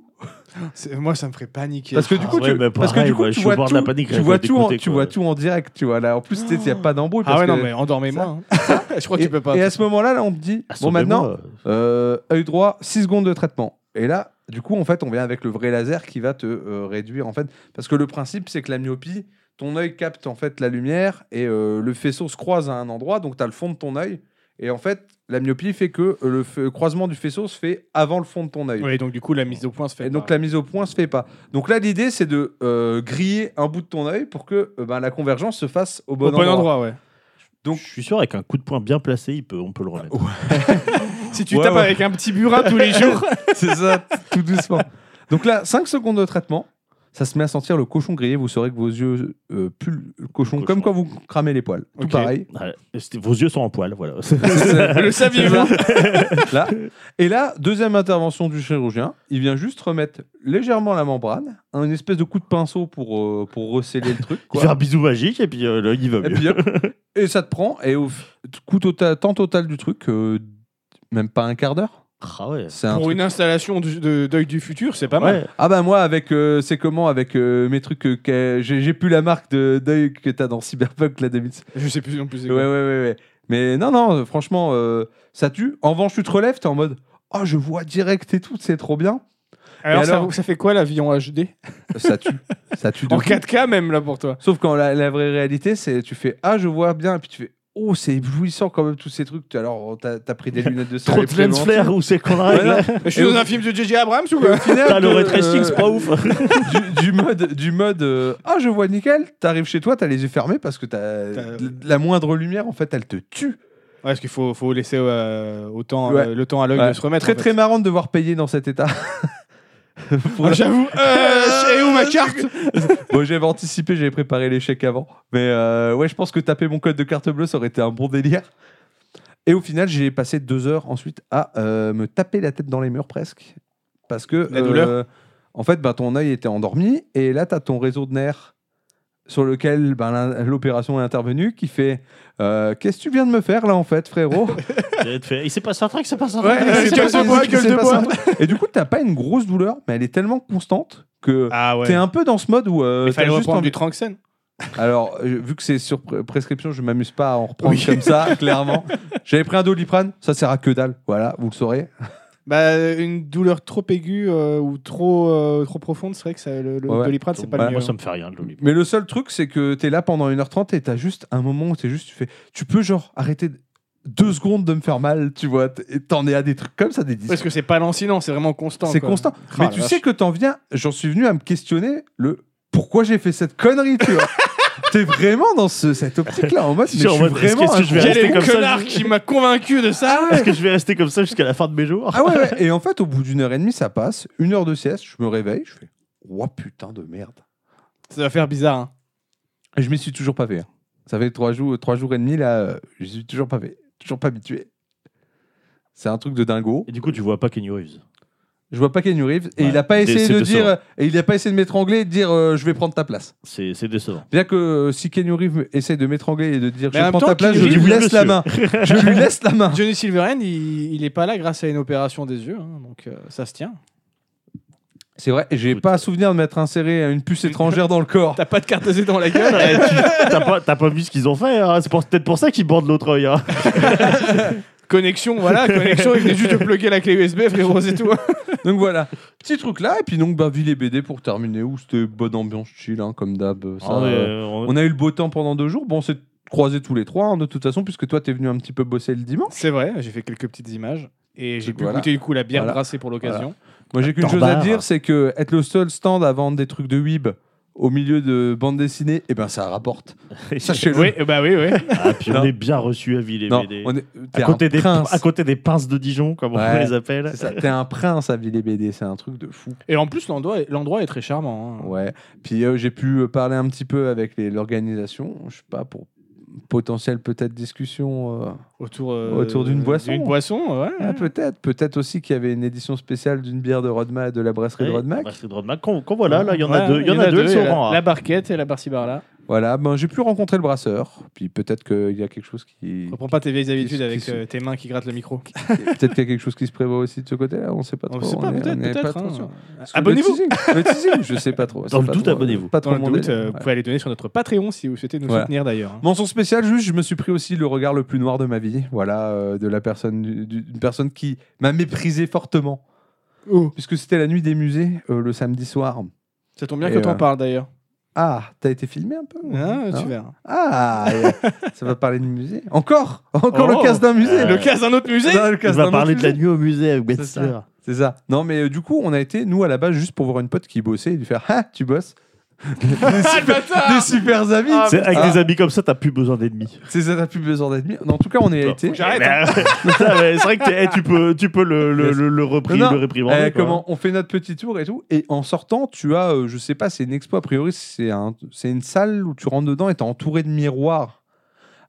S1: C'est- Moi, ça me ferait paniquer.
S2: Parce que du
S3: Ah
S2: coup,
S3: ouais,
S2: tu,
S3: bah
S2: parce que du
S3: pareil,
S2: coup,
S3: ouais, je
S2: tu
S3: suis au
S2: vois
S3: bord de
S2: tout,
S3: la panique,
S2: tu
S3: rien
S2: vois
S3: que de
S2: tout, en,
S3: décompter,
S2: tu
S3: quoi.
S2: vois tout en direct. Tu vois là, en plus, il n'y a pas d'embrouille.
S1: Ah ouais,
S2: parce
S1: non,
S2: que-
S1: mais endormez-moi. hein. je crois que
S2: et,
S1: tu peux pas.
S2: et à ce moment-là, là, on te dit bon
S3: Assommez-moi.
S2: maintenant, Euh, œil droit, 6 secondes de traitement. Et là, du coup, en fait, on vient avec le vrai laser qui va te euh, réduire, en fait. Parce que le principe, c'est que la myopie, ton œil capte, en fait, la lumière et euh, le faisceau se croise à un endroit, donc tu as le fond de ton œil. Et en fait, la myopie fait que euh, le f- croisement du faisceau se fait avant le fond de ton œil.
S1: Oui, donc du coup, la mise au point se fait.
S2: Et donc
S1: par-
S2: la mise au point se fait pas. Donc là l'idée c'est de euh, griller un bout de ton œil pour que euh, ben, la convergence se fasse au bon,
S1: au bon endroit, ouais.
S2: donc-
S3: Je suis sûr, avec un coup de poing bien placé, il peut, on peut le remettre.
S1: Si tu
S2: Ouais,
S1: tapes
S2: ouais.
S1: avec un petit burin tous les jours.
S2: C'est ça, tout doucement. Donc là, 5 secondes de traitement, ça se met à sentir le cochon grillé. Vous saurez que vos yeux euh, puent le cochon,
S3: Cochon.
S2: comme quand vous cramez les poils. Tout
S1: Ok.
S2: pareil.
S3: Ah, c'était- vos yeux sont en poil, voilà.
S1: Le saviez-vous
S2: Là. Et là, deuxième intervention du chirurgien, il vient juste remettre légèrement la membrane, un- une espèce de coup de pinceau pour, euh, pour resceller le truc.
S3: Il
S2: quoi.
S3: fait un bisou magique et puis euh, là, il va
S2: Et
S3: mieux.
S2: puis, hop. et ça te prend, et au f- coût total, temps total du truc, euh, même pas un quart d'heure.
S3: Ah ouais.
S2: C'est un
S1: Pour
S2: truc-
S1: une installation du- de- d'œil du futur, c'est pas mal.
S3: Ouais.
S2: Ah bah moi avec euh, c'est comment avec euh, mes trucs euh, que- j'ai j'ai plus la marque de d'œil que t'as dans Cyberpunk la 2000.
S1: Je sais plus non plus. c'est
S2: Ouais ouais
S1: quoi.
S2: ouais ouais. Mais non non euh, franchement euh, ça tue. En revanche tu te relèves t'es en mode oh je vois direct et tout c'est trop bien.
S1: Alors,
S2: Et
S1: ça-
S2: alors
S1: ça, fait quoi la vie en HD
S2: Ça tue ça tue. de
S1: En
S2: fou.
S1: 4K même là pour toi.
S2: Sauf quand la, la vraie réalité c'est tu fais ah je vois bien et puis tu fais oh c'est éblouissant quand même tous ces trucs. Alors t'as t'as pris des lunettes de
S3: Trop
S2: soleil
S3: de lens
S2: préventives.
S3: flare, où c'est qu'on arrive
S2: Ouais,
S3: là
S1: Je suis
S2: Et
S1: dans
S2: au-
S1: un film de JJ Abrams ou quoi
S2: Final,
S3: Putain, Le
S2: que,
S3: ray tracing,
S2: euh,
S3: c'est pas ouf.
S2: du, du mode, du mode euh, ah je vois nickel, t'arrives chez toi, t'as les yeux fermés parce que t'as
S1: T'as-
S2: la moindre lumière en fait, elle te tue.
S1: Ouais, parce qu'il faut, faut laisser euh, autant,
S2: Ouais.
S1: euh, le temps à l'œil
S2: Ouais.
S1: de se remettre.
S2: Très
S1: en fait.
S2: très marrant de devoir payer dans cet état. Pour
S1: Ah,
S2: la-
S1: J'avoue. Euh, c'est où ma carte
S2: bon, j'avais anticipé, j'avais préparé l'échec avant, mais euh, ouais, je pense que taper mon code de carte bleue, ça aurait été un bon délire. Et au final, j'ai passé deux heures ensuite à euh, me taper la tête dans les murs presque, parce que euh,
S1: La douleur
S2: En fait, bah, ton œil était endormi, et là, tu as ton réseau de nerfs sur lequel bah, l'in- l'opération est intervenue, qui fait euh, Qu'est-ce que tu viens de me faire là, en fait, frérot
S3: Il s'est passé un truc, c'est passé un
S2: Ouais,
S3: truc.
S1: euh,
S2: c'est
S1: gueule
S2: pas-
S1: de bois,
S2: c'est-
S1: gueule
S2: c'est
S1: de
S2: pas
S1: bois.
S2: ça. Et du coup, t'as pas une grosse douleur, mais elle est tellement constante que
S1: Ah
S2: t'es un peu dans ce mode où. euh,
S1: Il fallait
S2: t'as juste
S1: reprendre
S2: envie-
S1: du Tranxen.
S2: Alors, euh, vu que c'est sur pre- prescription, je m'amuse pas à en reprendre
S1: Oui.
S2: comme ça, clairement. J'avais pris un doliprane, ça sert à que dalle. Voilà, vous le saurez.
S1: Bah, une douleur trop aiguë euh, ou trop, euh, trop profonde, c'est vrai que ça, le, le
S2: Ouais, ouais.
S1: doliprane, c'est pas
S2: Ouais.
S1: le mieux.
S3: Bah, Moi, ça me fait rien, le Dolly.
S2: Mais le seul truc, c'est que t'es là pendant 1h30 et t'as juste un moment où t'es juste, tu fais. Tu peux, genre, arrêter d- deux secondes de me faire mal, tu vois. t- et T'en es à des trucs comme ça, des
S1: Parce que c'est pas lancinant, c'est vraiment constant.
S2: C'est
S1: quoi.
S2: constant.
S1: Ah,
S2: mais
S1: la
S2: tu
S1: vache.
S2: sais que t'en viens, j'en suis venu à me questionner le pourquoi j'ai fait cette connerie, tu vois. T'es vraiment dans ce, cette optique-là en mode, mais
S3: Genre,
S2: je
S3: en
S2: suis
S3: mode, est-ce-
S2: vraiment.
S3: est-ce que
S2: un
S3: je vais
S2: con.
S1: Quel
S3: rester
S1: est le
S3: comme ça,
S1: connard
S3: je-
S1: qui m'a convaincu de ça
S3: Est-ce que je vais rester comme ça jusqu'à la fin de mes jours
S2: Ah ouais, ouais. Et en fait, au bout d'une heure et demie, ça passe. Une heure de sieste, je me réveille, je fais, oh putain de merde.
S1: Ça va faire bizarre. hein.
S2: Et je m'y suis toujours pas fait. hein. Ça fait trois jours, trois jours et demi là, euh, je suis toujours pas fait, toujours pas habitué. C'est un truc de dingo.
S3: Et du coup, tu vois pas Kenny Reeves.
S2: Je vois pas Kenny Reeves et
S3: Ouais,
S2: il a pas
S3: des-
S2: essayé
S3: c'est
S2: de
S3: décevant.
S2: dire, et il a pas essayé de m'étrangler et de dire, euh, je vais prendre ta place.
S3: C'est c'est décevant.
S2: Bien que euh, si Kenny Reeves essaye de m'étrangler et de dire
S1: Mais en
S2: je
S1: même
S2: prends
S1: temps,
S2: ta place, je
S1: Keanu
S2: lui
S3: Reeves,
S2: laisse la
S3: monsieur.
S2: main. Je lui laisse la main.
S1: Johnny Silverhand, il, il est pas là grâce à une opération des yeux, hein, donc euh, ça se tient.
S2: C'est vrai, j'ai
S3: Écoute.
S2: pas souvenir de m'être inséré à une puce étrangère dans le corps.
S1: T'as pas de carte SD dans la gueule
S3: Eh, tu- T'as pas, t'as pas vu ce qu'ils ont fait, hein. c'est pour- peut-être pour ça qu'ils bordent l'autre œil. hein.
S1: Connexion, voilà, connexion, il venait juste de plugger la clé USB, frérot, c'est tout.
S2: Donc voilà, petit truc là. Et puis donc, bah, Ville et BD pour terminer, où c'était bonne ambiance chill, hein, comme d'hab. euh, ça,
S3: Ah ouais,
S2: euh,
S3: on-
S2: On a eu le beau temps pendant deux jours. Bon, on s'est croisés tous les trois, hein, de toute façon, puisque toi, t'es venu un petit peu bosser le dimanche.
S1: C'est vrai, j'ai fait quelques petites images et j'ai pu
S2: Voilà.
S1: goûter du coup la bière
S2: Voilà.
S1: brassée pour l'occasion.
S2: Moi, j'ai qu'une chose à
S3: Torbard.
S2: dire, c'est que être le seul stand à vendre des trucs de Weeb au milieu de bande dessinée, eh ben, ça rapporte. Sachez-le.
S1: Oui, bah oui, oui.
S3: Ah, puis
S2: Non.
S3: on est bien reçu à Ville et
S2: Non,
S3: BD.
S2: on est, t'es
S3: À côté,
S2: un
S3: des,
S2: prince.
S3: à côté des pinces de Dijon, comme on
S2: Ouais.
S3: les appelle.
S2: C'est ça, t'es un prince à Ville et BD, c'est un truc de fou.
S1: Et en plus, l'endroit est, l'endroit est très charmant. hein.
S2: Ouais. Puis euh, j'ai pu euh, parler un petit peu avec les- l'organisation, je sais pas, pour potentielle peut-être discussion. euh,
S1: Autour, euh,
S2: Autour d'une boisson.
S1: D'une boisson, ouais.
S2: ah, peut-être, peut-être aussi qu'il y avait une édition spéciale d'une bière de Rodma de la brasserie
S3: Ouais,
S2: de Rodmac.
S3: brasserie de Rodemac, qu'on qu'on voit là, là, il y en a
S1: Ouais,
S3: deux, il y en a deux,
S1: il y
S3: sur
S1: la,
S3: rang, hein.
S1: la barquette et la barcibarla.
S2: Voilà, ben, j'ai pu rencontrer le brasseur. Puis peut-être qu'il y a quelque chose qui.
S3: Oh.
S1: Reprends pas tes vieilles habitudes
S2: qui
S1: avec
S2: se-
S1: euh, tes mains qui grattent le micro.
S2: peut-être qu'il y a quelque chose qui se prévoit aussi de ce côté-là. On ne sait pas trop.
S1: On sait pas,
S2: est-
S1: peut-être,
S2: on est pas
S1: peut-être.
S2: trop
S1: hein.
S2: sûr. Parce que le
S1: Abonnez-vous
S2: teasing- Le teasing, je sais pas trop. c'est
S3: le
S2: pas
S3: doute,
S2: trop-
S3: abonnez-vous.
S2: Pas
S1: Dans
S2: trop
S1: le
S2: mon
S1: doute,
S2: délire.
S1: euh, vous
S2: Ouais.
S1: pouvez aller donner sur notre Patreon si vous souhaitez nous
S2: Voilà.
S1: soutenir d'ailleurs. hein.
S2: Mention spéciale, juste, je me suis pris aussi le regard le plus noir de ma vie. Voilà, euh, de la personne, du- du- d'une personne qui m'a méprisé fortement. Puisque c'était la nuit des musées, euh, le samedi soir.
S1: Ça tombe bien
S2: Et
S1: que t'en
S2: euh,
S1: parles d'ailleurs.
S2: Ah, t'as été filmé un peu
S1: Hein,
S2: Non
S1: tu verras.
S2: Ah, ça va parler de musée. Encore Encore
S3: Oh,
S2: le casse d'un musée
S3: euh,
S1: Le cas d'un autre musée
S2: Non, le
S3: On
S2: casse d'un
S3: va
S2: autre
S3: parler de la
S2: musée.
S3: nuit au musée avec
S2: C'est ça.
S3: Webster.
S2: C'est ça. Non, mais euh, du coup, on a été, nous, à la base, juste pour voir une pote qui bossait et lui faire Ah, tu bosses des,
S1: Ah, le
S2: super,
S1: bâtard
S2: des super amis
S1: Ah,
S3: C'est avec
S2: Ah.
S3: des amis comme ça, t'as plus besoin d'ennemis.
S2: C'est ça, t'as plus besoin d'ennemis. Non, En tout cas, on y a
S3: Bon,
S2: été.
S1: faut que J'arrête,
S3: Eh ben, putain, mais c'est vrai que t'es- eh, tu peux, tu peux le, le,
S2: Yes.
S3: le, le repri-
S2: Non, non.
S3: le réprimander.
S2: Euh,
S3: quoi.
S2: comment on fait notre petit tour et tout. Et en sortant, tu as, euh, je sais pas, c'est une expo a priori, c'est un, c'est une salle où tu rentres dedans et t'es entouré de miroirs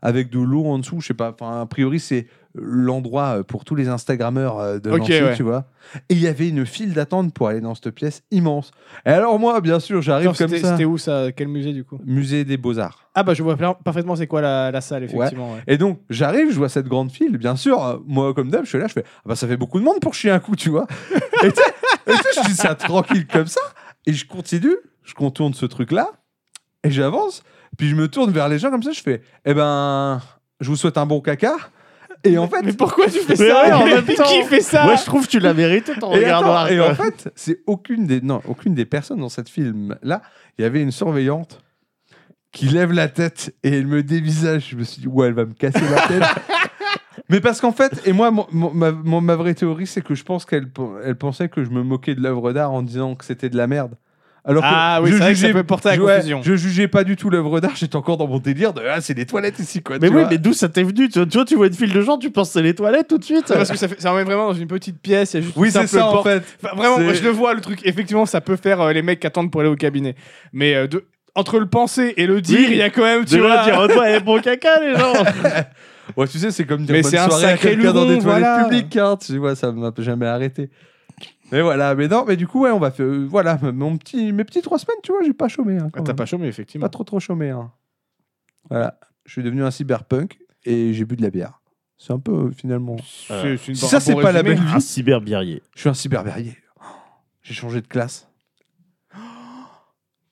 S2: avec de l'eau en dessous. Je sais pas. Enfin, a priori, c'est l'endroit euh, pour tous les Instagrammeurs euh, de
S1: Ok,
S2: Nancy,
S1: ouais.
S2: tu vois. Et il y avait une file d'attente pour aller dans cette pièce immense. Et alors moi, bien sûr, j'arrive
S1: Attends,
S2: comme
S1: C'était
S2: ça.
S1: c'était où ça Quel musée du coup
S2: Musée des Beaux Arts.
S1: Ah bah je vois par- parfaitement c'est quoi la, la salle effectivement. ouais.
S2: Et donc, j'arrive, je vois cette grande file, bien sûr. euh, Moi, comme d'hab, je suis là, je fais Ah bah, ça fait beaucoup de monde pour chier un coup, tu vois. et tu sais, et tu sais, je dis ça tranquille comme ça. Et je continue, je contourne ce truc-là, et j'avance. Puis je me tourne vers les gens comme ça, je fais Eh ben, je vous souhaite un bon caca. Et en fait,
S1: Mais pourquoi tu fais
S3: Mais ouais,
S1: ça
S3: en même temps.
S1: Qui fait ça
S3: Moi, je trouve que tu la mérites en
S2: et, attends,
S3: regardant.
S2: et en fait, c'est aucune des non, aucune des personnes dans cette film là, il y avait une surveillante qui lève la tête et elle me dévisage. Je me suis dit ouais, elle va me casser la tête. Mais parce qu'en fait, et moi, mon- mon- ma, mon- ma vraie théorie, c'est que je pense qu'elle pe- elle pensait que je me moquais de l'œuvre d'art en disant que c'était de la merde. Alors que
S1: Ah oui,
S2: je
S1: c'est vrai que ça
S2: jugeais-
S1: peut porter à
S2: je- ouais,
S1: confusion.
S2: je jugeais pas du tout l'œuvre d'art, j'étais encore dans mon délire de ah, c'est des toilettes ici quoi.
S3: Mais
S2: tu
S3: oui,
S2: vois.
S3: mais d'où ça t'est venu tu vois, tu vois, tu vois une file de gens, tu penses que c'est les toilettes tout de suite.
S1: Ça, parce que ça, fait, ça emmène vraiment dans une petite pièce, il y a juste
S2: oui,
S1: une
S2: c'est
S1: simple
S2: ça en
S1: porte.
S2: fait.
S1: Enfin, vraiment, moi,
S2: C'est-
S1: je le vois le truc. Effectivement, ça peut faire euh, les mecs qui attendent pour aller au cabinet. Mais euh, de- entre le penser et le dire, il y a quand même, tu
S3: Tu
S1: vois.
S3: vas dire, oh, toi, elle est bon caca, les gens.
S2: Ouais, tu sais, c'est comme dire
S1: Mais
S2: bonne
S1: c'est un
S2: soirée à
S1: sacré
S2: quelqu'un dans des
S1: luron,
S2: toilettes
S1: voilà.
S2: publiques. hein. tu vois, ça m'a jamais arrêté. Mais voilà, mais non, mais du coup, ouais, on va faire. euh, voilà, mon petit, mes petits trois semaines, tu vois, j'ai pas chômé. hein, quand
S1: Ah, T'as
S2: même.
S1: pas chaud, mais
S2: J'ai
S1: effectivement.
S2: pas trop trop chômé. hein. Voilà, je suis devenu un cyberpunk et j'ai bu de la bière. C'est un peu euh, finalement.
S1: Euh, C'est- c'est une-
S2: Si ça,
S1: un
S2: c'est
S1: bon
S2: pas la
S1: résumé.
S2: belle-
S3: Ah, Un cyberbiérrier.
S2: Je suis un cyberverrier. Oh, J'ai changé de classe.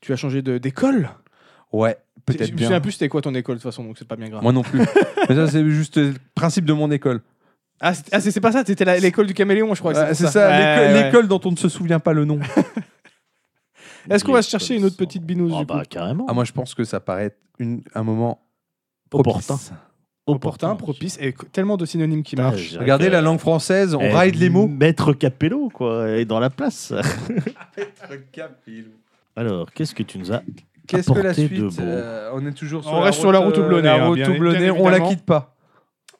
S1: Tu as changé de- d'école
S2: Ouais,
S1: Je
S2: peut-être
S1: me souviens
S2: bien.
S1: plus c'était quoi ton école de toute façon, donc c'est pas bien grave.
S2: Moi non plus. mais ça, c'est juste euh, le principe de mon école.
S1: Ah, c'est ah, c'est- c'est pas ça, t'étais la- l'école du caméléon, je crois. que
S2: Ouais,
S1: pour
S2: c'est ça,
S1: Ouais,
S2: l'école-
S1: ouais.
S2: l'école dont on ne se souvient pas le nom.
S1: Est-ce qu'on va se chercher une autre petite binouse
S3: Oh,
S1: du
S3: bah,
S1: coup
S3: carrément.
S2: Ah, moi, je pense que ça paraît être une, un moment propice.
S3: Opportun.
S1: Opportun, propice, et co- tellement de synonymes qui
S3: Putain,
S1: marchent.
S3: je dirais
S2: Regardez
S3: que-
S2: la langue française, on
S3: eh,
S2: ride les mots.
S3: Maître Capello, quoi, est dans la place. Alors, qu'est-ce que tu nous as
S2: Qu'est-ce que la
S3: Apportez
S2: suite
S3: de beaux.
S2: Euh, On est toujours sur
S1: On
S2: la
S1: reste
S2: route,
S1: sur la route
S2: euh,
S1: houblonnée,
S2: la
S1: hein,
S2: route
S1: bien- bien
S2: houblonnée, on la
S1: évidemment.
S2: quitte pas.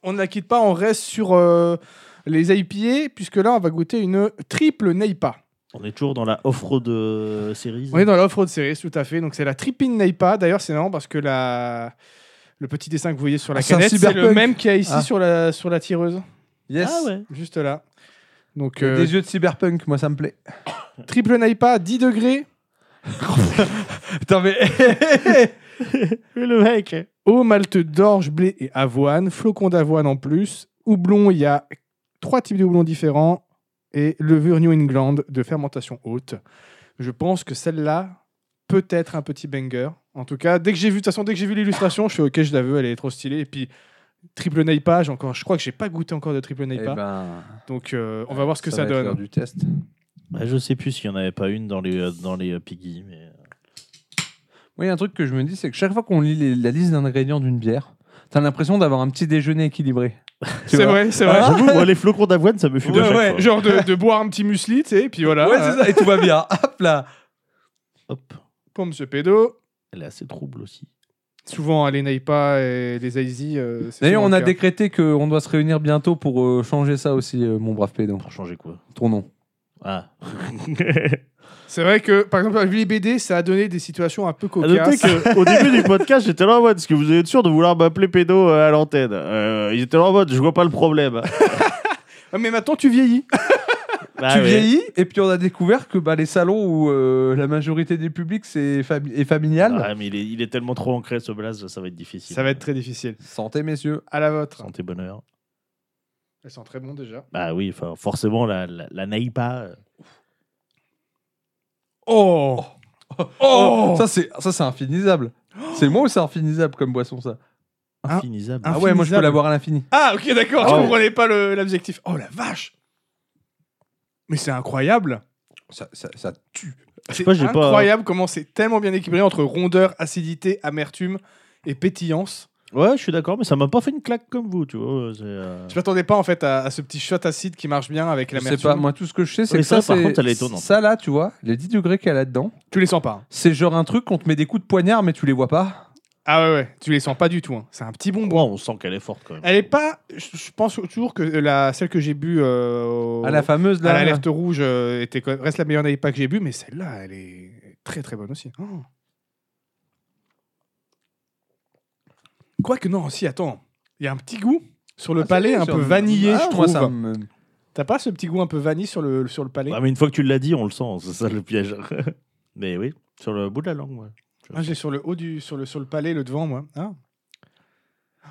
S1: On ne la quitte pas, on reste sur euh, les IPA, puisque là, on va goûter une triple Neipa.
S3: On est toujours dans la off-road euh, series.
S1: On est dans l'off-road series, tout à fait. Donc, c'est la Tripping Neipa. D'ailleurs, c'est marrant parce que la... le petit dessin que vous voyez sur la
S2: Ah, c'est un
S1: canette, c'est le
S2: cyberpunk.
S1: même qu'il y a ici
S2: Ah.
S1: sur, la... sur la tireuse,
S2: Yes.
S3: Ah ouais.
S1: juste là. Donc, euh,
S2: Des yeux de cyberpunk, moi ça me plaît.
S1: triple Neipa, 10 degrés,
S2: Putain, mais.
S3: Et le mec.
S1: eau, malte d'orge, blé et avoine, flocons d'avoine en plus. Houblon, il y a trois types de houblons différents et levure New England de fermentation haute. Je pense que celle-là peut être un petit banger. En tout cas, dès que j'ai vu, de toute façon, dès que j'ai vu l'illustration, je fais OK, je la veux, elle est trop stylée. Et puis triple neipa, j'ai encore, je crois que j'ai pas goûté encore de triple
S2: Eh
S1: neipa.
S2: ben,
S1: donc euh, on va voir ce que ça,
S2: va être l'heure
S1: donne.
S2: du test.
S3: Bah, je sais plus s'il y en avait pas une dans les, euh, dans les euh, Piggy. Mais...
S2: Oui, un truc que je me dis, c'est que chaque fois qu'on lit les- la liste d'ingrédients d'une bière, t'as l'impression d'avoir un petit déjeuner équilibré. Tu
S1: C'est
S2: vois
S1: vrai, c'est
S3: Ouais,
S1: vrai.
S3: j'avoue, moi, les flocons d'avoine, ça me fume
S2: Ouais,
S3: à chaque
S2: ouais,
S3: fois.
S1: Genre de, de boire un petit muesli, tu sais, et puis voilà.
S2: Ouais, c'est ça, et tout va bien. Hop là.
S3: Hop.
S1: Pour Monsieur Pédo.
S3: Elle est assez trouble aussi.
S1: Souvent, les Naipa et les Aizy. euh, c'est
S2: D'ailleurs,
S1: souvent
S2: on
S1: le
S2: a
S1: cas.
S2: décrété qu'on doit se réunir bientôt pour euh, changer ça aussi, euh, mon brave pédant.
S3: Pour changer quoi
S2: Ton nom.
S3: Ah.
S1: C'est vrai que, par exemple, avec les BD, ça a donné des situations un peu
S3: À noter
S1: cocasses.
S3: que, au début du podcast, j'étais là en mode, est-ce que vous êtes sûr de vouloir m'appeler pédo euh, à l'antenne Euh, Ils étaient là en mode, je vois pas le problème.
S1: Ah, Mais maintenant, tu vieillis.
S3: Bah
S2: tu
S3: ouais.
S2: vieillis et puis on a découvert que bah, les salons où euh, la majorité des publics c'est fami- est familial.
S3: Ah, mais il est, il est tellement trop ancré ce blaze, ça va être difficile.
S1: Ça va être très difficile.
S2: Santé messieurs.
S1: À la vôtre.
S3: Santé bonheur.
S1: Elles sont très bons déjà.
S3: Bah oui, enfin, forcément, la, la, la Naipa, euh,
S1: Oh
S2: Oh, ça c'est ça c'est infinisable. C'est moi ou c'est infinisable comme boisson ça
S1: Ah,
S3: infinisable.
S1: ah,
S2: Ah ouais, moi je peux
S1: Infinisable.
S2: l'avoir à l'infini.
S1: Ah, ok, d'accord,
S3: Ah
S1: je
S3: ouais.
S1: comprenais pas le- l'objectif. Oh la vache Mais c'est incroyable
S2: Ça, ça, ça tue.
S1: C'est
S3: pas, j'ai pas-
S1: incroyable comment c'est tellement bien équilibré entre rondeur, acidité, amertume et pétillance.
S3: Ouais, je suis d'accord, mais ça m'a pas fait une claque comme vous, tu vois. c'est, euh,
S1: Je m'attendais pas en fait à, à ce petit shot acide qui marche bien avec
S2: Je
S1: l'amertume.
S2: sais pas, moi tout ce que je sais c'est
S3: Oui,
S2: que ça,
S3: ça, par
S2: c'est-
S3: contre, elle est étonnante.
S2: Ça là, tu vois, les 10 degrés qu'elle a dedans,
S1: Tu les sens pas. hein.
S2: c'est genre un truc qu'on te met des coups de poignard mais tu les vois pas.
S1: Ah ouais, ouais, tu les sens pas du tout. hein. C'est un petit bonbon.
S3: ouais, on sent qu'elle est forte quand même.
S1: Elle est pas. Je je pense toujours que la, celle que j'ai bu euh, au-
S2: À la fameuse
S1: à
S2: là.
S1: l'alerte rouge euh, était quand- reste la meilleure Naipa que j'ai bu, mais celle-là, elle est très très bonne aussi. Oh. Quoique, non, si, attends. Il y a un petit goût sur le
S2: Ah,
S1: palais,
S2: c'est
S1: un
S2: sûr.
S1: peu vanillé,
S2: Ah,
S1: je
S2: moi,
S1: trouve.
S2: ça me-
S1: T'as pas ce petit goût un peu vanille sur le, sur le palais
S3: Ah, mais une fois que tu l'as dit, on le sent, c'est ça le piège. mais oui, sur le bout de la langue, ouais.
S1: Ah, J'ai sur le haut du sur le, sur le palais, le devant, moi. Ah,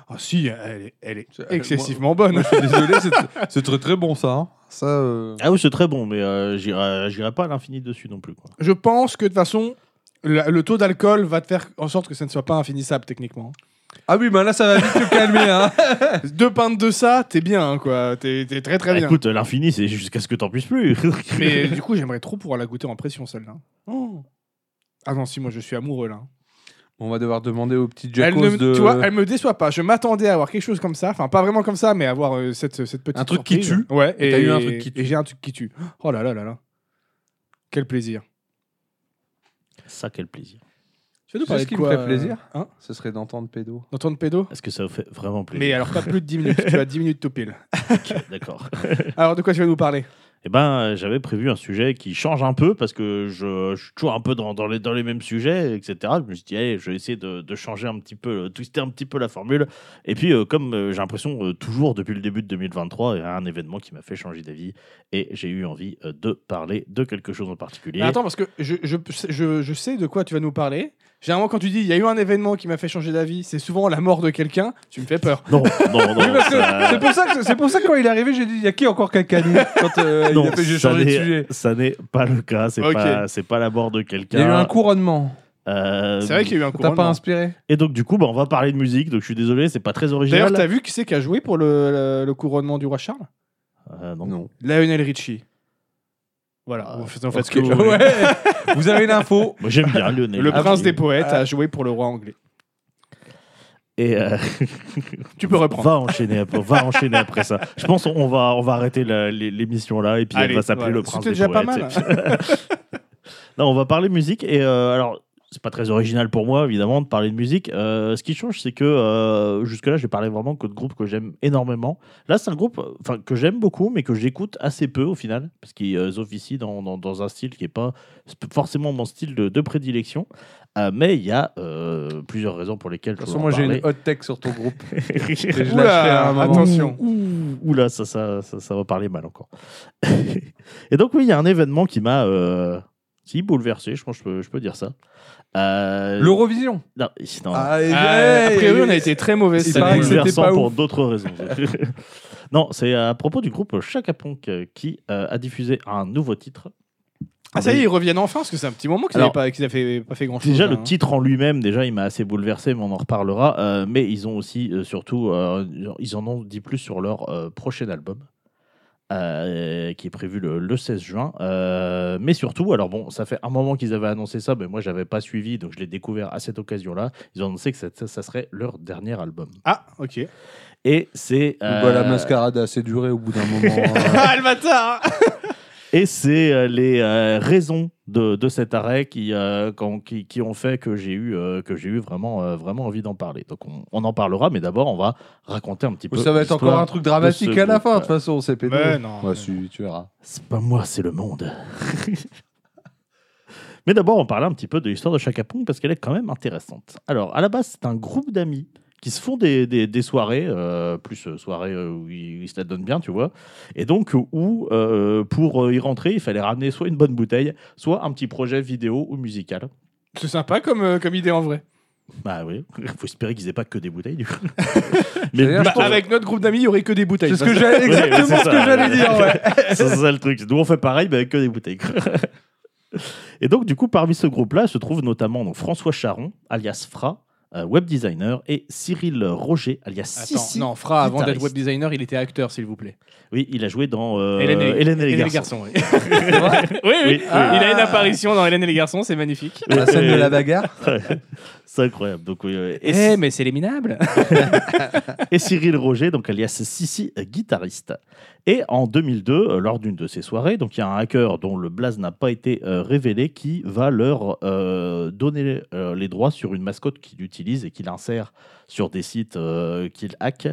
S1: Ah, si, elle est, elle est
S2: C'est- euh,
S1: excessivement
S2: Moi,
S1: bonne.
S2: je suis désolé, c'est- c'est très très bon ça. hein. Ça. euh,
S3: Ah oui, c'est très bon, mais euh, j'irai j'irai pas à l'infini dessus non plus. Quoi.
S1: Je pense que de toute façon, la- le taux d'alcool va te faire en sorte que ça ne soit pas infinissable techniquement.
S2: Ah oui, bah là ça va vite te calmer. Hein.
S1: Deux pintes de ça, t'es bien, hein, quoi. T'es t'es très
S2: Ah,
S1: très
S3: Bah,
S1: bien.
S3: écoute, l'infini, c'est jusqu'à ce que t'en puisses plus.
S1: Mais du coup, j'aimerais trop pouvoir la goûter en pression, celle-là. Ah non, si, moi, je suis amoureux, là.
S2: On va devoir demander au petit
S1: Elle
S2: Jackos
S1: ne-
S2: de.
S1: Tu vois, elle me déçoit pas. Je m'attendais à avoir quelque chose comme ça. Enfin, pas vraiment comme ça, mais à avoir euh, cette, cette petite
S2: Un truc qui
S1: surprise. Ouais,
S2: Et
S1: et,
S2: t'as eu un truc qui
S1: et j'ai un truc qui tue. Oh là là là là. Quel plaisir.
S3: ça, quel plaisir.
S1: Tu veux
S2: Tu sais ce qui me fait plaisir
S1: euh,
S2: Ce serait d'entendre pédo.
S1: D'entendre hein, pédo
S3: Est-ce que ça vous fait vraiment
S1: Mais euh,
S3: plaisir
S1: alors, pas plus de 10 minutes. tu as 10 minutes tout pile.
S3: Ok, D'accord.
S1: Alors, de quoi tu vas nous parler
S3: Eh ben, euh, j'avais prévu un sujet qui change un peu parce que je, je suis toujours un peu dans, dans les, dans les mêmes sujets, etc. Je me suis dit, allez, je vais essayer de, de changer un petit peu, euh, twister un petit peu la formule. Et puis, euh, comme euh, j'ai l'impression, euh, toujours depuis le début de 2023, il y a un événement qui m'a fait changer d'avis et j'ai eu envie euh, de parler de quelque chose en particulier.
S2: Bah,
S1: Mais Bah, Attends, parce que je, je, je, je sais de quoi tu vas nous parler. Généralement, quand tu dis il y a eu un événement qui m'a fait changer d'avis, c'est souvent la mort de quelqu'un. Tu me fais peur.
S3: Non, non, non.
S2: Parce que
S3: ça-
S2: C'est pour ça que c'est pour ça que quand il est arrivé, j'ai dit il y a qui encore qu'un cani quand euh,
S3: non,
S2: il a fait j'ai
S3: ça
S2: changé de
S3: n'est-
S2: sujet.
S3: Ça n'est pas le cas, c'est
S1: Ok.
S3: pas, c'est pas la mort de
S2: Il y a eu un
S3: quelqu'un.
S2: couronnement.
S3: Euh,
S1: C'est vrai qu'il y a eu un
S2: T'as
S1: couronnement.
S2: pas inspiré
S3: Et donc, du coup, bah, on va parler de musique, donc je suis désolé, c'est pas très
S1: D'ailleurs,
S3: original.
S1: t'as vu qui c'est qui a joué pour le, le- le couronnement du roi Charles
S3: Euh, non.
S1: Lionel Richie. Voilà,
S3: Ah,
S1: vous faites en fait ce
S2: Ok,
S1: que vous voulez.
S2: ouais. Vous avez l'info.
S3: Moi j'aime bien Lionel.
S1: Le
S3: Richie.
S1: prince des poètes a joué pour le roi anglais.
S3: Et euh,
S1: Tu peux reprendre.
S3: va enchaîner, après- va enchaîner après ça. Je pense qu'on va, on va arrêter la- l'é- l'émission là et puis
S1: Allez,
S3: elle va s'appeler
S1: voilà.
S3: le prince
S1: C'était
S3: des
S1: déjà pas
S3: poètes. Et puis- non, on va parler musique et euh, alors. C'est pas très original pour moi, évidemment, de parler de musique. Euh, ce qui change, c'est que euh, jusque-là, j'ai parlé vraiment que de groupes que j'aime énormément. Là, c'est un groupe euh, enfin, que j'aime beaucoup, mais que j'écoute assez peu au final, parce qu'ils euh, officient dans, dans- dans un style qui n'est pas forcément mon style de, de prédilection. Euh, mais il y a euh, plusieurs raisons pour lesquelles
S2: De toute
S3: je
S2: façon,
S3: veux en
S2: moi j'ai
S3: parler.
S2: une hot tech sur ton groupe. Et je
S1: Oula,
S2: lâcherai à un moment.
S1: attends. Ah, Attention.
S3: Ouh, ouh, oula, ça, ça, ça, ça va parler mal encore. et donc, oui, il y a un événement qui m'a. euh, si, bouleversé, je pense que je peux, je peux dire ça. Euh,
S2: L'Eurovision.
S3: Non, non,
S2: Ah, et-
S1: Ah, a
S2: hey,
S1: priori, on a été très mauvais.
S2: il
S1: cette
S3: c'est
S2: paraît
S1: année.
S2: que c'était
S3: bouleversant
S2: pas
S3: pour
S2: ouf.
S3: d'autres raisons. non, c'est à propos du groupe Chaka Punk euh, qui euh, a diffusé un nouveau titre.
S1: Ah, ça y est, ils reviennent enfin, parce que c'est un petit moment qu'ils n'avaient
S3: Alors,
S1: pas, qu'ils avaient pas fait grand-chose.
S3: Déjà,
S1: hein.
S3: le titre en lui-même, déjà, il m'a assez bouleversé, mais on en reparlera. Euh, mais ils ont aussi, euh, surtout, euh, ils en ont dit plus sur leur euh, prochain album, euh, qui est prévu le, le 16 juin. Euh, mais surtout, alors bon, ça fait un moment qu'ils avaient annoncé ça, mais moi, j'avais pas suivi, donc je l'ai découvert à cette occasion-là. Ils ont annoncé que ça, ça serait leur dernier album.
S1: Ah, ok.
S3: Et c'est.
S2: Bah, la
S3: euh,
S2: mascarade a assez duré au bout d'un moment. hein.
S1: Ah, le bâtard
S3: Et c'est euh, les euh, raisons de, de cet arrêt qui, euh, qu'ont- qui, qui ont fait que j'ai eu, euh, que j'ai eu vraiment, euh, vraiment envie d'en parler. Donc on, on en parlera, mais d'abord on va raconter un petit peu.
S2: Ça va être encore
S3: l'histoire.
S2: un truc dramatique à la fin, de toute façon, c'est pédo.
S1: Mais non.
S2: Ouais, si, tu verras.
S3: C'est pas moi, c'est le monde. mais d'abord on parle un petit peu de l'histoire de Chaka Punk parce qu'elle est quand même intéressante. Alors à la base c'est un groupe d'amis qui se font des, des- des soirées, euh, plus euh, soirées euh, où ils, ils se la donnent bien, tu vois. Et donc, où euh, pour euh, y rentrer, il fallait ramener soit une bonne bouteille, soit un petit projet vidéo ou musical.
S1: C'est sympa comme, euh, comme idée en vrai.
S3: Bah oui, faut espérer qu'ils aient pas que des bouteilles, du coup.
S2: D'ailleurs,
S1: Bah,
S2: je trouve-
S1: avec notre groupe d'amis, il y aurait que des bouteilles.
S2: C'est ce
S1: Ça,
S2: que j'allais, exactement
S3: c'est
S2: ce que
S3: ça.
S2: j'allais dire. Ouais.
S3: c'est ça le truc. Nous, on fait pareil, mais avec que des bouteilles. quoi. Et donc, du coup, parmi ce groupe-là se trouvent notamment donc, François Charon, alias Fra, euh, web designer, et Cyril Roger, alias
S1: Attends,
S3: Sissi.
S1: non, Fra, avant d'être
S3: guitariste.
S1: web designer, il était acteur, s'il vous plaît.
S3: Oui, il a joué dans euh,
S1: Hélène et-
S3: Hélène et les
S1: Hélène et les garçons,
S3: garçons.
S1: oui. oui, oui.
S3: Oui,
S1: Ah.
S3: oui.
S1: Il a une apparition dans Hélène et les garçons, c'est magnifique.
S2: La scène de la bagarre.
S3: C'est incroyable. Donc, oui, oui.
S1: Eh,
S3: et, Cy-
S1: mais c'est les minables
S3: et Cyril Roger, donc alias Sissi, euh, guitariste. Et en 2002, euh, lors d'une de ces soirées, donc il y a un hacker dont le blaze n'a pas été euh, révélé qui va leur euh, donner euh, les droits sur une mascotte qu'il utilise et qu'il insère sur des sites euh, qu'il hack,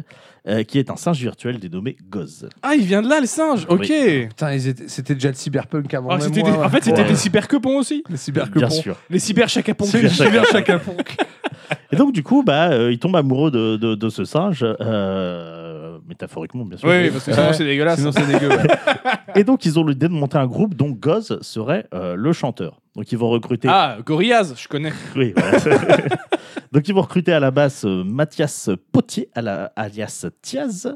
S3: euh, qui est un singe virtuel dénommé Goz.
S1: Ah, il vient de là, le singe Ok
S2: Putain, ils étaient- c'était déjà le cyberpunk avant.
S1: Ah,
S2: même
S1: c'était
S2: moi, hein.
S1: des-
S2: ouais.
S1: En fait, c'était
S3: Ouais.
S1: des cyberquepons aussi.
S2: les
S3: Bien
S2: cyberpunk.
S3: sûr.
S1: Les cyberchacapons.
S3: Cyber- Et donc, du coup, bah, euh, il tombe amoureux de, de- de ce singe, euh, métaphoriquement, bien sûr.
S1: Oui, parce que sinon,
S2: Ouais.
S1: c'est dégueulasse.
S2: Sinon, c'est dégueu. ouais.
S3: Et donc, ils ont l'idée de monter un groupe dont Goz serait euh, le chanteur. Donc, ils vont recruter.
S1: Ah, Gorillaz, je connais.
S3: Oui, voilà. donc, ils vont recruter à la basse euh, Mathias Potier, à la- alias Thiaz.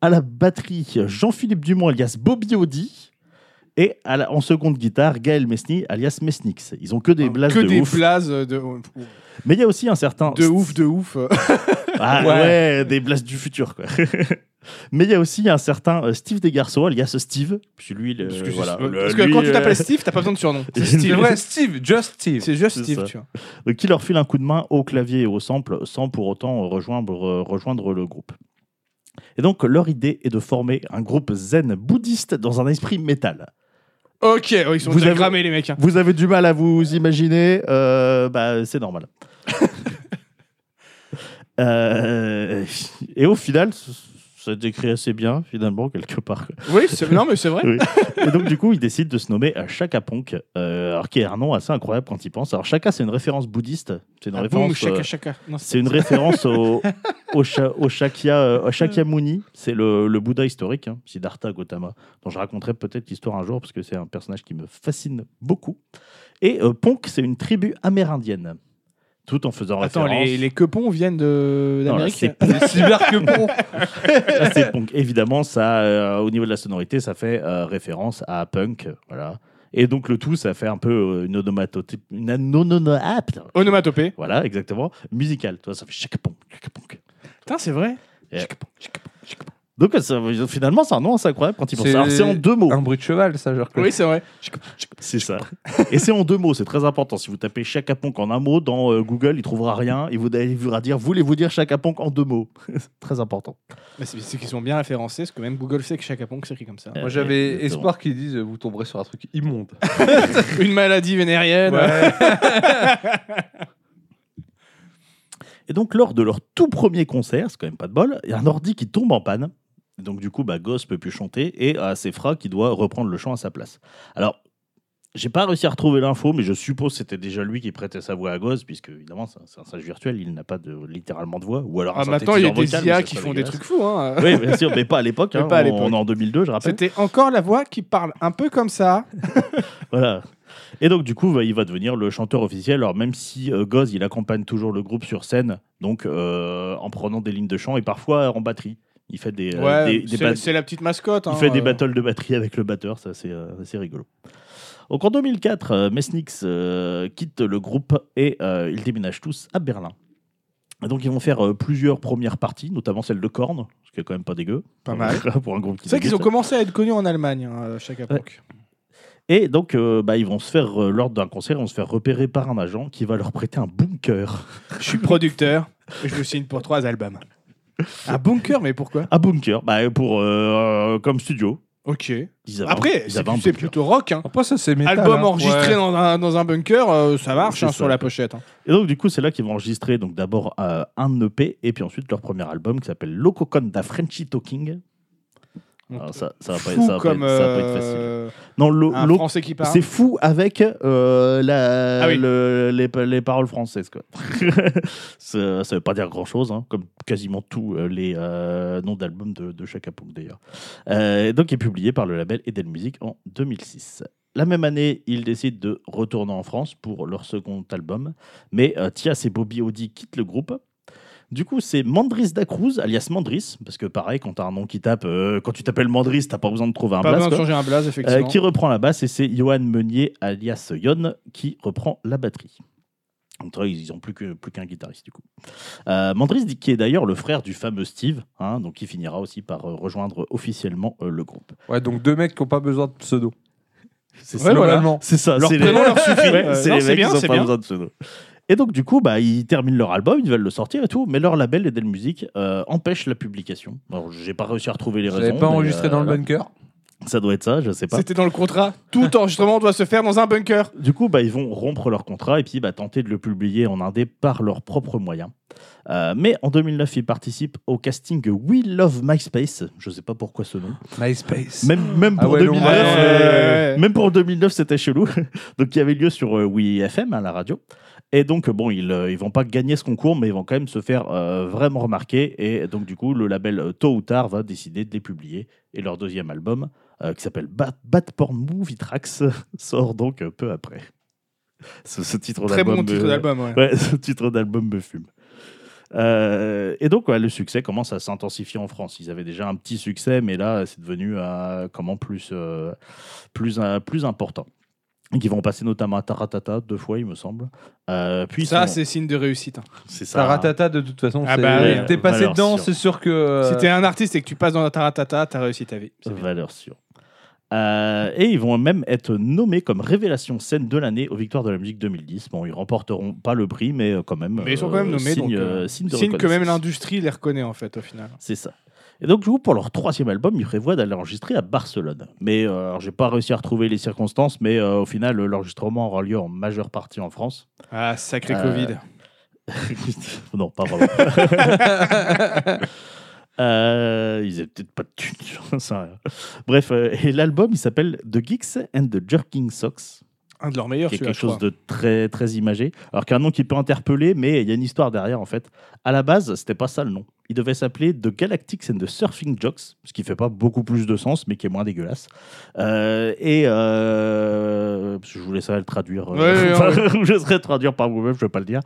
S3: À la batterie, euh, Jean-Philippe Dumont, alias Bobby Audi. Et à la- en seconde guitare, Gaël Mesny, alias Mesnix. Ils ont que des blagues
S1: Ah, que
S3: de
S1: des
S3: ouf.
S1: blazes de,
S3: Mais il y a aussi un certain
S1: de ouf, de ouf. euh,
S3: Ah
S1: Ouais.
S3: ouais, des blasts du futur quoi. Mais il y a aussi un certain euh, Steve Desgarceaux, alias Steve, parce que lui, le-
S1: Parce que, c'est-
S3: Euh, voilà, le-
S1: parce que
S3: lui,
S1: quand tu
S3: euh,
S1: t'appelles Steve, t'as pas besoin de surnom. C'est
S2: C'est
S1: Steve.
S2: vrai, Steve, just Steve.
S1: C'est juste
S3: C'est
S1: Steve,
S3: ça.
S1: tu vois.
S3: euh, qui leur file un coup de main au clavier et au sample sans pour autant euh, rejoindre, euh, rejoindre le groupe. Et donc leur idée est de former un groupe zen bouddhiste dans un esprit métal.
S1: Ok, oh, ils sont
S3: Vous
S1: déjà
S3: avez-
S1: cramés, les mecs. hein.
S3: Vous avez du mal à vous imaginer, euh, bah, c'est normal. Euh, et au final, c- ça décrit assez bien finalement quelque part. quoi.
S1: Oui, c'est- non, mais c'est vrai.
S3: Oui. Et donc, du coup, il décide de se nommer euh, Shaka Ponk, euh, alors qui est un nom assez incroyable quand il pense. Alors, Shaka, c'est une référence bouddhiste. C'est une
S1: Ah,
S3: référence.
S1: boum, chaka,
S3: euh,
S1: chaka. Non,
S3: c'est une référence au, au, Sha- au Shakya, euh, au Shakyamuni, c'est le, le Bouddha historique, hein, Siddhartha Gautama, dont je raconterai peut-être l'histoire un jour, parce que c'est un personnage qui me fascine beaucoup. Et euh, Ponk, c'est une tribu amérindienne, tout en faisant
S1: Attends,
S3: référence...
S1: les, les quepons viennent de-
S3: Non, là,
S1: d'Amérique
S3: c'est
S2: Cyberpunk.
S3: Là, c'est punk. Évidemment, ça, euh, au niveau de la sonorité, ça fait euh, référence à punk. Voilà. Et donc, le tout, ça fait un peu euh, une onomatopée. Une anonono- ah, putain.
S1: Onomatopée.
S3: Voilà, exactement. Musicale. Toi, ça fait chaque punk, chaque punk.
S1: Putain, c'est vrai.
S3: Et-
S1: Chaka-pon,
S3: Donc, ça- finalement, c'est un nom assez incroyable quand il pense.
S2: C'est-
S3: Alors, c'est en deux mots.
S2: Un bruit de cheval, ça, genre.
S1: Oui, c'est vrai.
S3: C'est ça. Et c'est en deux mots, c'est très important. Si vous tapez chaque punk en un mot dans euh, Google, il trouvera rien. Il vous il vous dire Voulez-vous dire chaque punk en deux mots C'est très important.
S1: Mais Bah, c'est c'est qu'ils sont bien référencés, parce que même Google sait que chaka pong s'écrit comme ça.
S2: Moi,
S3: Euh,
S2: j'avais
S3: exactement.
S2: espoir qu'ils disent euh, vous tomberez sur un truc immonde.
S1: Une maladie vénérienne. Ah,
S2: Ouais.
S3: Et donc, lors de leur tout premier concert, c'est quand même pas de bol, il y a un ordi qui tombe en panne. Donc, du coup, bah, Goss peut plus chanter et euh, c'est Fra qui doit reprendre le chant à sa place. Alors, j'ai pas réussi à retrouver l'info, mais je suppose que c'était déjà lui qui prêtait sa voix à Goss, puisque évidemment, c'est un- c'est un sage virtuel, il n'a pas de, littéralement de voix. Ou alors, un
S1: Ah, maintenant, il y a
S3: synthétiseur
S1: des
S3: vocal, mais
S1: IA
S3: ça
S1: qui
S3: serait
S1: font des
S3: dégueulasse.
S1: trucs fous. hein.
S3: Oui, bien sûr, mais pas à l'époque.
S1: Mais
S3: hein,
S1: pas à
S3: on-
S1: l'époque.
S3: On est en 2002, je rappelle.
S1: C'était encore la voix qui parle un peu comme ça.
S3: Voilà. Et donc, du coup, bah, il va devenir le chanteur officiel. Alors, même si euh, Goz, il accompagne toujours le groupe sur scène, donc euh, en prenant des lignes de chant et parfois euh, en batterie. Il fait des, euh, des-
S1: Ouais,
S3: des
S1: c'est
S3: bat-
S1: c'est la petite mascotte.
S3: il
S1: hein,
S3: fait des
S1: euh.
S3: battles de batterie avec le batteur, ça c'est euh, assez rigolo. Donc en 2004, euh, Mesnix euh, quitte le groupe et euh, ils déménagent tous à Berlin. Et donc ils vont faire euh, plusieurs premières parties, notamment celle de Korn, ce qui est quand même pas dégueu.
S1: Pas mal.
S3: pour un groupe qui
S1: C'est vrai qu'ils ont
S3: débute.
S1: commencé à être connus en Allemagne, hein, chaka pong.
S3: Et donc, euh, bah, ils vont se faire, euh, lors d'un concert, ils vont se faire repérer par un agent qui va leur prêter un bunker.
S1: Je suis producteur et je vous signe pour trois albums. Un bunker, mais pourquoi
S3: Un bunker, bah, pour, euh, euh, comme studio.
S1: Ok.
S3: Ils avaient un-
S1: Après,
S3: ils
S1: c'est
S3: avaient un
S1: c'est
S3: bunker.
S1: plutôt rock. hein.
S2: Après, ça, c'est métal.
S1: Album
S2: hein.
S1: enregistré
S2: Ouais.
S1: dans, un, dans un bunker, euh, ça marche
S3: C'est
S1: hein,
S3: ça.
S1: sur la pochette. hein.
S3: Et donc, du coup, c'est là qu'ils vont enregistrer donc d'abord E euh, un EP et puis ensuite leur premier album qui s'appelle Lococon da Frenchy Talking. Alors ça, ça va pas,
S1: Fou
S3: ça va pas
S1: comme
S3: être- ça va pas être facile.
S1: euh,
S3: Non, l'eau,
S1: un
S3: l'eau,
S1: français qui parle.
S3: c'est fou avec euh, la,
S1: Ah oui.
S3: le- les, pa- les paroles françaises. Quoi. ça, ça veut pas dire grand-chose, hein, comme quasiment tous euh, les euh, noms d'albums de, de Chaka Punk d'ailleurs. Euh, donc, il est publié par le label Eden Music en 2006. La même année, ils décident de retourner en France pour leur second album, mais euh, Tias et Bobby Audi quittent le groupe. Du coup, c'est Mandris Da Cruz, alias Mandris, parce que pareil, quand t'as un nom qui tape, euh, quand tu t'appelles Mandris, t'as pas besoin de trouver un
S1: Pas
S3: blast,
S1: besoin de
S3: quoi.
S1: changer un blaze,
S3: Euh,
S1: effectivement.
S3: qui reprend la basse et c'est Johan Meunier alias Yon qui reprend la batterie. Donc là, ils n'ont plus que- plus qu'un guitariste du coup. Euh, Mandris, qui est d'ailleurs le frère du fameux Steve, hein, donc qui finira aussi par euh, rejoindre officiellement euh, le groupe.
S2: Ouais, donc deux mecs qui n'ont pas besoin de pseudo.
S3: C'est
S1: Ouais, voilà.
S3: C'est ça.
S1: Leur
S3: c'est
S1: prénom
S3: les-
S1: leur suffit.
S3: Ouais,
S1: Euh,
S3: c'est
S1: non,
S3: les
S1: c'est
S3: mecs,
S1: bien,
S3: ils ont
S1: c'est
S3: pas
S1: bien.
S3: besoin de pseudo. Et donc, du coup, bah, ils terminent leur album, ils veulent le sortir et tout, mais leur label, Edel Music, euh, empêche la publication. Alors, j'ai pas réussi à retrouver les
S2: Vous
S3: raisons.
S2: n'avez pas
S3: mais,
S2: enregistré
S3: euh,
S2: dans le bunker
S3: Ça doit être ça, je sais pas.
S1: C'était dans le contrat. Tout enregistrement doit se faire dans un bunker.
S3: Du coup, bah, ils vont rompre leur contrat et puis bah, tenter de le publier en indé par leurs propres moyens. Euh, mais en 2009, ils participent au casting We Love MySpace. Je sais pas pourquoi ce nom.
S2: MySpace.
S3: Même, même
S2: Ah
S3: pour
S2: ouais,
S3: 2009,
S2: non, ouais,
S3: euh,
S1: ouais, ouais.
S3: même pour 2009, c'était chelou. Donc, qui avait lieu sur euh, WeFM, hein, la radio. Et donc, bon, ils, euh, ils vont pas gagner ce concours, mais ils vont quand même se faire euh, vraiment remarquer. Et donc, du coup, le label, euh, tôt ou tard, va décider de les publier. Et leur deuxième album, euh, qui s'appelle Bat, Bat Porn Movie Tracks, sort donc euh, peu après. Ce, ce titre
S1: Très
S3: d'album.
S1: bon titre
S3: euh,
S1: d'album. ouais.
S3: Ouais, ce titre d'album me fume. Euh, et donc, ouais, le succès commence à s'intensifier en France. Ils avaient déjà un petit succès, mais là, c'est devenu euh, comment plus, euh, plus, euh, plus important. Ils vont passer notamment à Taratata deux fois, il me semble. Euh, puis ils
S1: Ça,
S3: sont-
S1: c'est signe de réussite. hein.
S3: c'est ça.
S2: Taratata, de toute façon,
S1: Ah
S2: c'est-
S1: bah oui.
S2: t'es passé
S3: Alors,
S2: dedans,
S3: sûr.
S2: c'est sûr que. euh,
S1: Si t'es un artiste et que tu passes dans la taratata, t'as réussi ta vie. C'est bien.
S3: hein, Valeur sûre. Euh, et ils vont même être nommés comme révélation scène de l'année aux Victoires de la musique 2010. Bon, ils remporteront pas le prix, mais euh, quand même.
S1: Mais ils sont quand même nommés,
S3: signe,
S1: donc, euh,
S3: euh, signe de
S1: Signe que même
S3: reconnaissance.
S1: l'industrie les reconnaît en fait au final.
S3: C'est ça. Et donc, du coup, pour leur troisième album, ils prévoient d'aller enregistrer à Barcelone. Mais euh, alors, j'ai pas réussi à retrouver les circonstances, mais euh, au final, euh, l'enregistrement aura lieu en majeure partie en France.
S1: Ah, sacré
S3: Euh,
S1: Covid.
S3: non, pas vraiment. Euh, ils avaient peut-être pas de thunes, j'en sais rien. Bref, euh, et l'album, il s'appelle The Geeks and the Jerking Socks
S1: Un de leurs meilleurs,
S3: qui est
S1: celui-là,
S3: quelque
S1: je
S3: chose
S1: crois.
S3: de très très imagé. Alors qu'un nom qui peut interpeller, mais il y a une histoire derrière en fait. À la base, c'était pas ça le nom. Il devait s'appeler The Galactics and the Surfing Jocks, ce qui fait pas beaucoup plus de sens, mais qui est moins dégueulasse. Euh, et euh, parce que je vous laisserai le traduire. euh,
S1: Ouais,
S3: par-
S1: ouais,
S3: je serai traduire par vous-même, je vais pas le dire.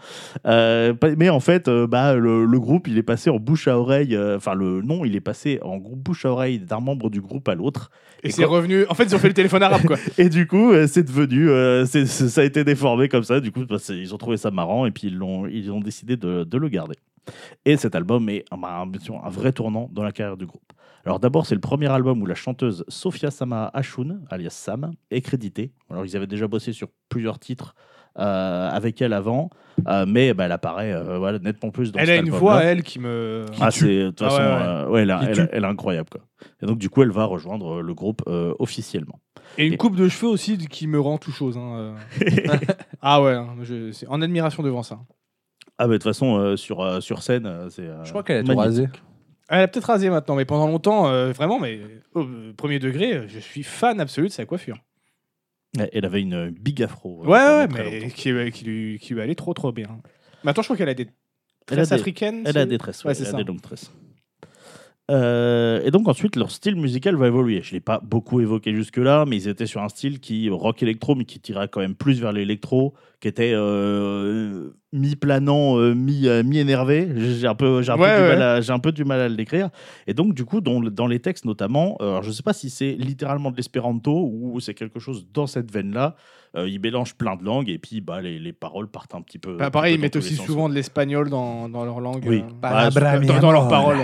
S3: Euh, pas- mais en fait, euh, bah, le, le groupe, il est passé en bouche à oreille. euh, Enfin, le nom, il est passé en groupe bouche à oreille d'un membre du groupe à l'autre.
S1: Et,
S3: Et
S1: c'est
S3: quand-
S1: revenu. En fait, ils ont fait le téléphone arabe quoi.
S3: Et du coup, euh, c'est devenu, euh, c'est- c'est- ça a été déformé comme ça. Du coup, bah, c'est- ils ont trouvé ça marrant et puis ils l'ont, ils ont décidé de, de le garder. Et cet album est ah bah, bien sûr, un vrai tournant dans la carrière du groupe. Alors d'abord, c'est le premier album où la chanteuse Sofia Sama Hashun, alias Sam, est créditée. Alors ils avaient déjà bossé sur plusieurs titres euh, avec elle avant, euh, mais bah, elle apparaît euh, voilà, nettement plus dans
S1: Elle
S3: cet
S1: a une
S3: album-là.
S1: voix, elle, qui me.
S3: Ah, c'est de toute
S1: Ah
S3: façon,
S1: ouais, ouais.
S3: euh, ouais, elle, a-
S2: Qui
S3: elle a-
S2: tue.
S3: elle est incroyable quoi. Et donc du coup, elle va rejoindre euh, le groupe euh, officiellement.
S1: Et une coupe de cheveux aussi qui me rend tout chose. hein, euh. ah ouais, hein, je suis en admiration devant ça.
S3: Ah, bah, de toute façon, euh, sur, euh, sur scène, euh, c'est. euh,
S2: Je crois qu'elle a tout
S3: magnifique.
S2: rasé.
S1: Ah, Elle a peut-être rasé maintenant, mais pendant longtemps, euh, vraiment, mais au euh, premier degré, euh, je suis fan absolu de sa coiffure.
S3: Elle- Elle avait une euh, big afro. euh,
S1: Ouais, ouais,
S3: pendant très
S1: mais
S3: longtemps.
S1: qui, euh, qui lui, qui lui allait trop, trop bien. Maintenant, je crois qu'elle a des
S3: Elle a
S1: tresses
S3: des-
S1: africaines.
S3: Elle
S1: c'est-
S3: a des tresses,
S1: euh,
S3: ouais,
S1: Ouais, c'est
S3: elle a
S1: ça.
S3: des longues tresses. Euh, et donc ensuite, leur style musical va évoluer. Je ne l'ai pas beaucoup évoqué jusque-là, mais ils étaient sur un style qui euh, rock électro, mais qui tirait quand même plus vers l'électro, qui était euh, mi-planant, euh, mi- euh, mi-énervé. J'ai un, peu, j'ai un, peu
S1: Ouais,
S3: du
S1: ouais.
S3: mal à- j'ai un peu du mal à le décrire. Et donc, du coup, dans, le- dans les textes notamment, euh, alors, je ne sais pas si c'est littéralement de l'espéranto ou c'est quelque chose dans cette veine-là. Euh, ils mélangent plein de langues et puis bah, les, les paroles partent un petit peu.
S1: Bah,
S3: un
S1: pareil, ils
S3: petit peu
S1: mettent
S3: dans tous les
S1: aussi
S3: sens.
S1: souvent de l'espagnol dans, dans leur langue.
S3: Oui.
S1: euh,
S3: Bah,
S2: Palabra mi
S1: dans, dans leurs
S2: amor.
S1: paroles.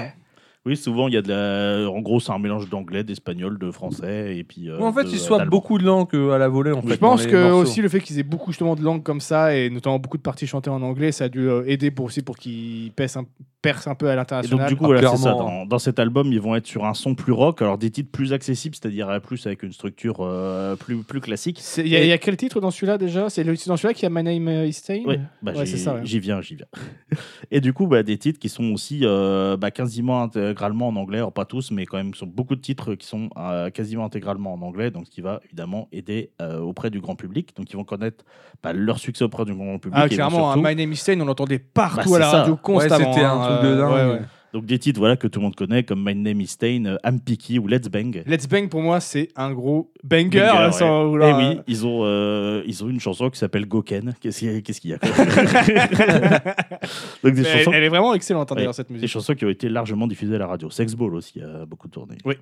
S3: Oui, souvent, il y a de la... En gros, c'est un mélange d'anglais, d'espagnol, de français, et puis... euh,
S2: en fait,
S3: de-
S2: ils swappent
S3: d'allemand.
S2: beaucoup de langues euh, à la volée. En fait,
S1: Je pense que aussi le fait qu'ils aient beaucoup hein. justement de langues comme ça et notamment beaucoup de parties chantées en anglais, ça a dû euh, aider pour aussi pour qu'ils pèsent un perce un peu à
S3: Et donc,
S1: l'international.
S3: du coup,
S2: Ah,
S3: voilà, c'est ça.
S2: clairement.
S3: Dans, dans cet album, ils vont être sur un son plus rock, alors des titres plus accessibles, c'est-à-dire euh, plus avec une structure euh, plus, plus classique.
S1: C'est- Il y, a- il y a quel titre dans celui-là déjà C'est le- c'est dans celui-là qu'il y a My Name euh, is Stain
S3: Ouais, bah,
S1: Ouais,
S3: j'y-
S1: c'est ça, ouais.
S3: J'y viens, j'y viens. Et du coup, bah, des titres qui sont aussi euh, bah, quasiment intégralement en anglais, alors pas tous, mais quand même, sont beaucoup de titres qui sont euh, quasiment intégralement en anglais, donc ce qui va évidemment aider euh, auprès du grand public. Donc ils vont connaître bah, leur succès auprès du grand public.
S1: Ah,
S3: et ils vont
S1: clairement, hein,
S3: surtout-
S1: My Name is Stain, on l'entendait partout
S3: Bah,
S1: à la
S3: c'est ça.
S1: radio constamment.
S2: c'était un
S1: hein,
S2: truc de
S1: euh,
S2: dingue.
S1: ouais, ouais.
S3: Donc des titres voilà, que tout le monde connaît, comme My Name is Stain, euh, I'm Picky ou Let's Bang.
S1: Let's Bang pour moi, c'est un gros banger.
S3: Banger,
S1: hein,
S3: ouais.
S1: sans
S3: Eh
S1: vouloir,
S3: oui, ils ont, euh, ils ont une chanson qui s'appelle Goken. Qu'est-ce qu'il y a, qu'est-ce qu'il y a quoi Donc des
S1: Mais elle,
S3: chansons,
S1: elle est vraiment excellente hein, d'ailleurs cette
S3: des
S1: musique.
S3: chansons qui ont été largement diffusées à la radio. Sex Ball aussi a beaucoup tourné.
S1: Oui.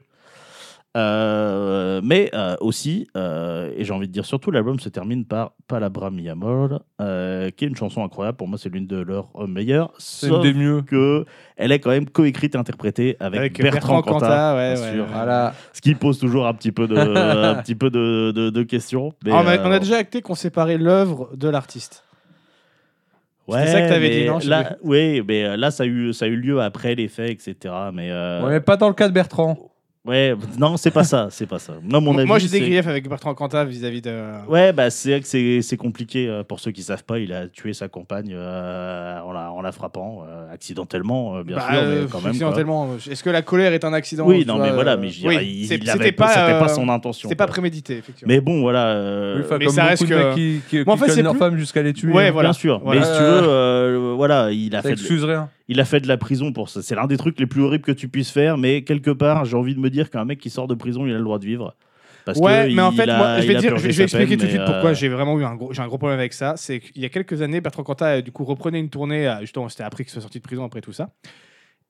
S3: Euh, mais euh, aussi, euh, et j'ai envie de dire surtout, l'album se termine par Palabra Mi Amor, euh, qui est une chanson incroyable. Pour moi, c'est l'une de leurs euh, meilleures.
S2: C'est une
S3: Sauf
S2: des mieux.
S3: que elle est quand même coécrite et interprétée avec, Bertrand, Cantat.
S1: ouais,
S3: bien
S1: ouais,
S3: sûr.
S1: ouais. Ah,
S2: Voilà.
S3: Ce qui pose toujours un petit peu de, un petit peu de, de- de questions. mais,
S1: Ah, on, a,
S3: euh,
S1: on a déjà acté qu'on séparait l'œuvre de l'artiste. C'était ça que t'avais
S3: mais
S1: dit, non, je sais
S3: là, Oui, mais euh, là, ça a, eu, ça a eu lieu après les faits, etc. Mais euh,
S2: Ouais, pas dans le cas de Bertrand.
S3: ouais, non, c'est pas ça, c'est pas ça. Non, mon avis,
S1: moi j'ai
S3: c'est-
S1: des griefs avec Bertrand Cantat vis-à-vis de.
S3: Ouais, bah c'est vrai que c'est c'est compliqué euh, pour ceux qui savent pas. Il a tué sa compagne euh, en, la, en la frappant euh, accidentellement, euh, bien
S1: Bah,
S3: sûr,
S1: euh,
S3: mais quand même. quoi.
S1: accidentellement. euh, Est-ce que la colère est un accident
S3: Oui,
S1: tu
S3: non,
S1: vois,
S3: mais
S1: euh,
S3: voilà, mais je dirais,
S1: oui,
S3: il-
S1: c'est-
S3: il
S1: c'était
S3: avait-
S1: pas,
S3: c'était pas
S1: euh,
S3: son intention.
S1: C'était pas
S3: quoi.
S1: prémédité, effectivement.
S3: Mais bon, voilà. euh,
S2: Oui, enfin,
S1: mais
S2: comme
S1: ça reste
S2: beaucoup de
S1: que-
S2: mecs qui, qui,
S1: Moi, en
S2: qui
S1: fait,
S2: donnent
S1: c'est
S2: leur
S1: plus-
S2: femme jusqu'à les tuer.
S1: Ouais,
S2: hein.
S1: voilà.
S3: Bien sûr,
S1: Voilà.
S3: mais si tu
S2: Euh,
S3: veux, euh, voilà, il a
S2: Ça
S3: fait de-
S2: excuse rien.
S3: Il a fait de la prison pour ça. C'est l'un des trucs les plus horribles que tu puisses faire, mais quelque part, j'ai envie de me dire qu'un mec qui sort de prison, il a le droit de vivre. Parce
S1: ouais,
S3: que
S1: mais en
S3: il
S1: fait,
S3: a-
S1: moi, je vais,
S3: il a
S1: dire,
S3: purgé
S1: je vais
S3: sa
S1: expliquer
S3: peine,
S1: tout de
S3: mais,
S1: suite
S3: euh,
S1: pourquoi j'ai vraiment eu un gros, j'ai un gros problème avec ça. C'est qu'il y a quelques années, Bertrand Cantat, euh, du coup, reprenait une tournée. à- Justement, c'était après qu'il soit sorti de prison, après tout ça.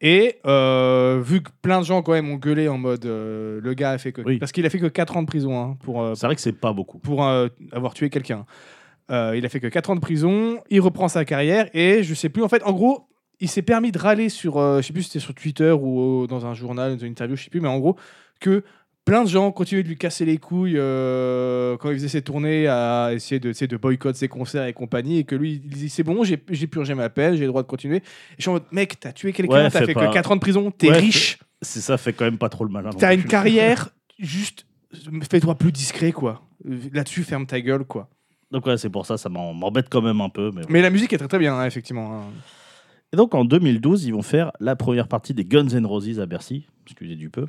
S1: Et euh, vu que plein de gens, quand même, ont gueulé en mode euh, le gars a fait que.
S3: Oui.
S1: Parce qu'il a fait que 4 ans de prison hein, pour, euh,
S3: C'est vrai que c'est pas beaucoup.
S1: pour euh, avoir tué quelqu'un. Euh, il a fait que 4 ans de prison, il reprend sa carrière et je sais plus, en fait, en gros, il s'est permis de râler sur, euh, je sais plus si c'était sur Twitter ou euh, dans un journal, dans une interview, je sais plus, mais en gros, que plein de gens continuaient de lui casser les couilles euh, quand il faisait ses tournées à essayer de, tu sais, de boycotter ses concerts et compagnie et que lui, il dit c'est bon, j'ai j'ai purgé ma peine, j'ai le droit de continuer. Et je suis en mode, mec, t'as tué quelqu'un,
S3: Ouais,
S1: t'as
S3: fais
S1: fait
S3: pas-
S1: que 4 ans de prison, t'es
S3: Ouais,
S1: riche,
S3: C'est ça, fait quand même pas trop le malin. non
S1: t'as
S3: plus.
S1: une carrière, juste fais-toi plus discret, quoi. Euh, Là-dessus, ferme ta gueule, quoi.
S3: Donc ouais, c'est pour ça, ça m'en- m'embête quand même un peu. Mais... bon.
S1: Mais la musique est très très bien, hein, effectivement. hein.
S3: Et donc en 2012, ils vont faire la première partie des Guns N' Roses à Bercy. Excusez du peu.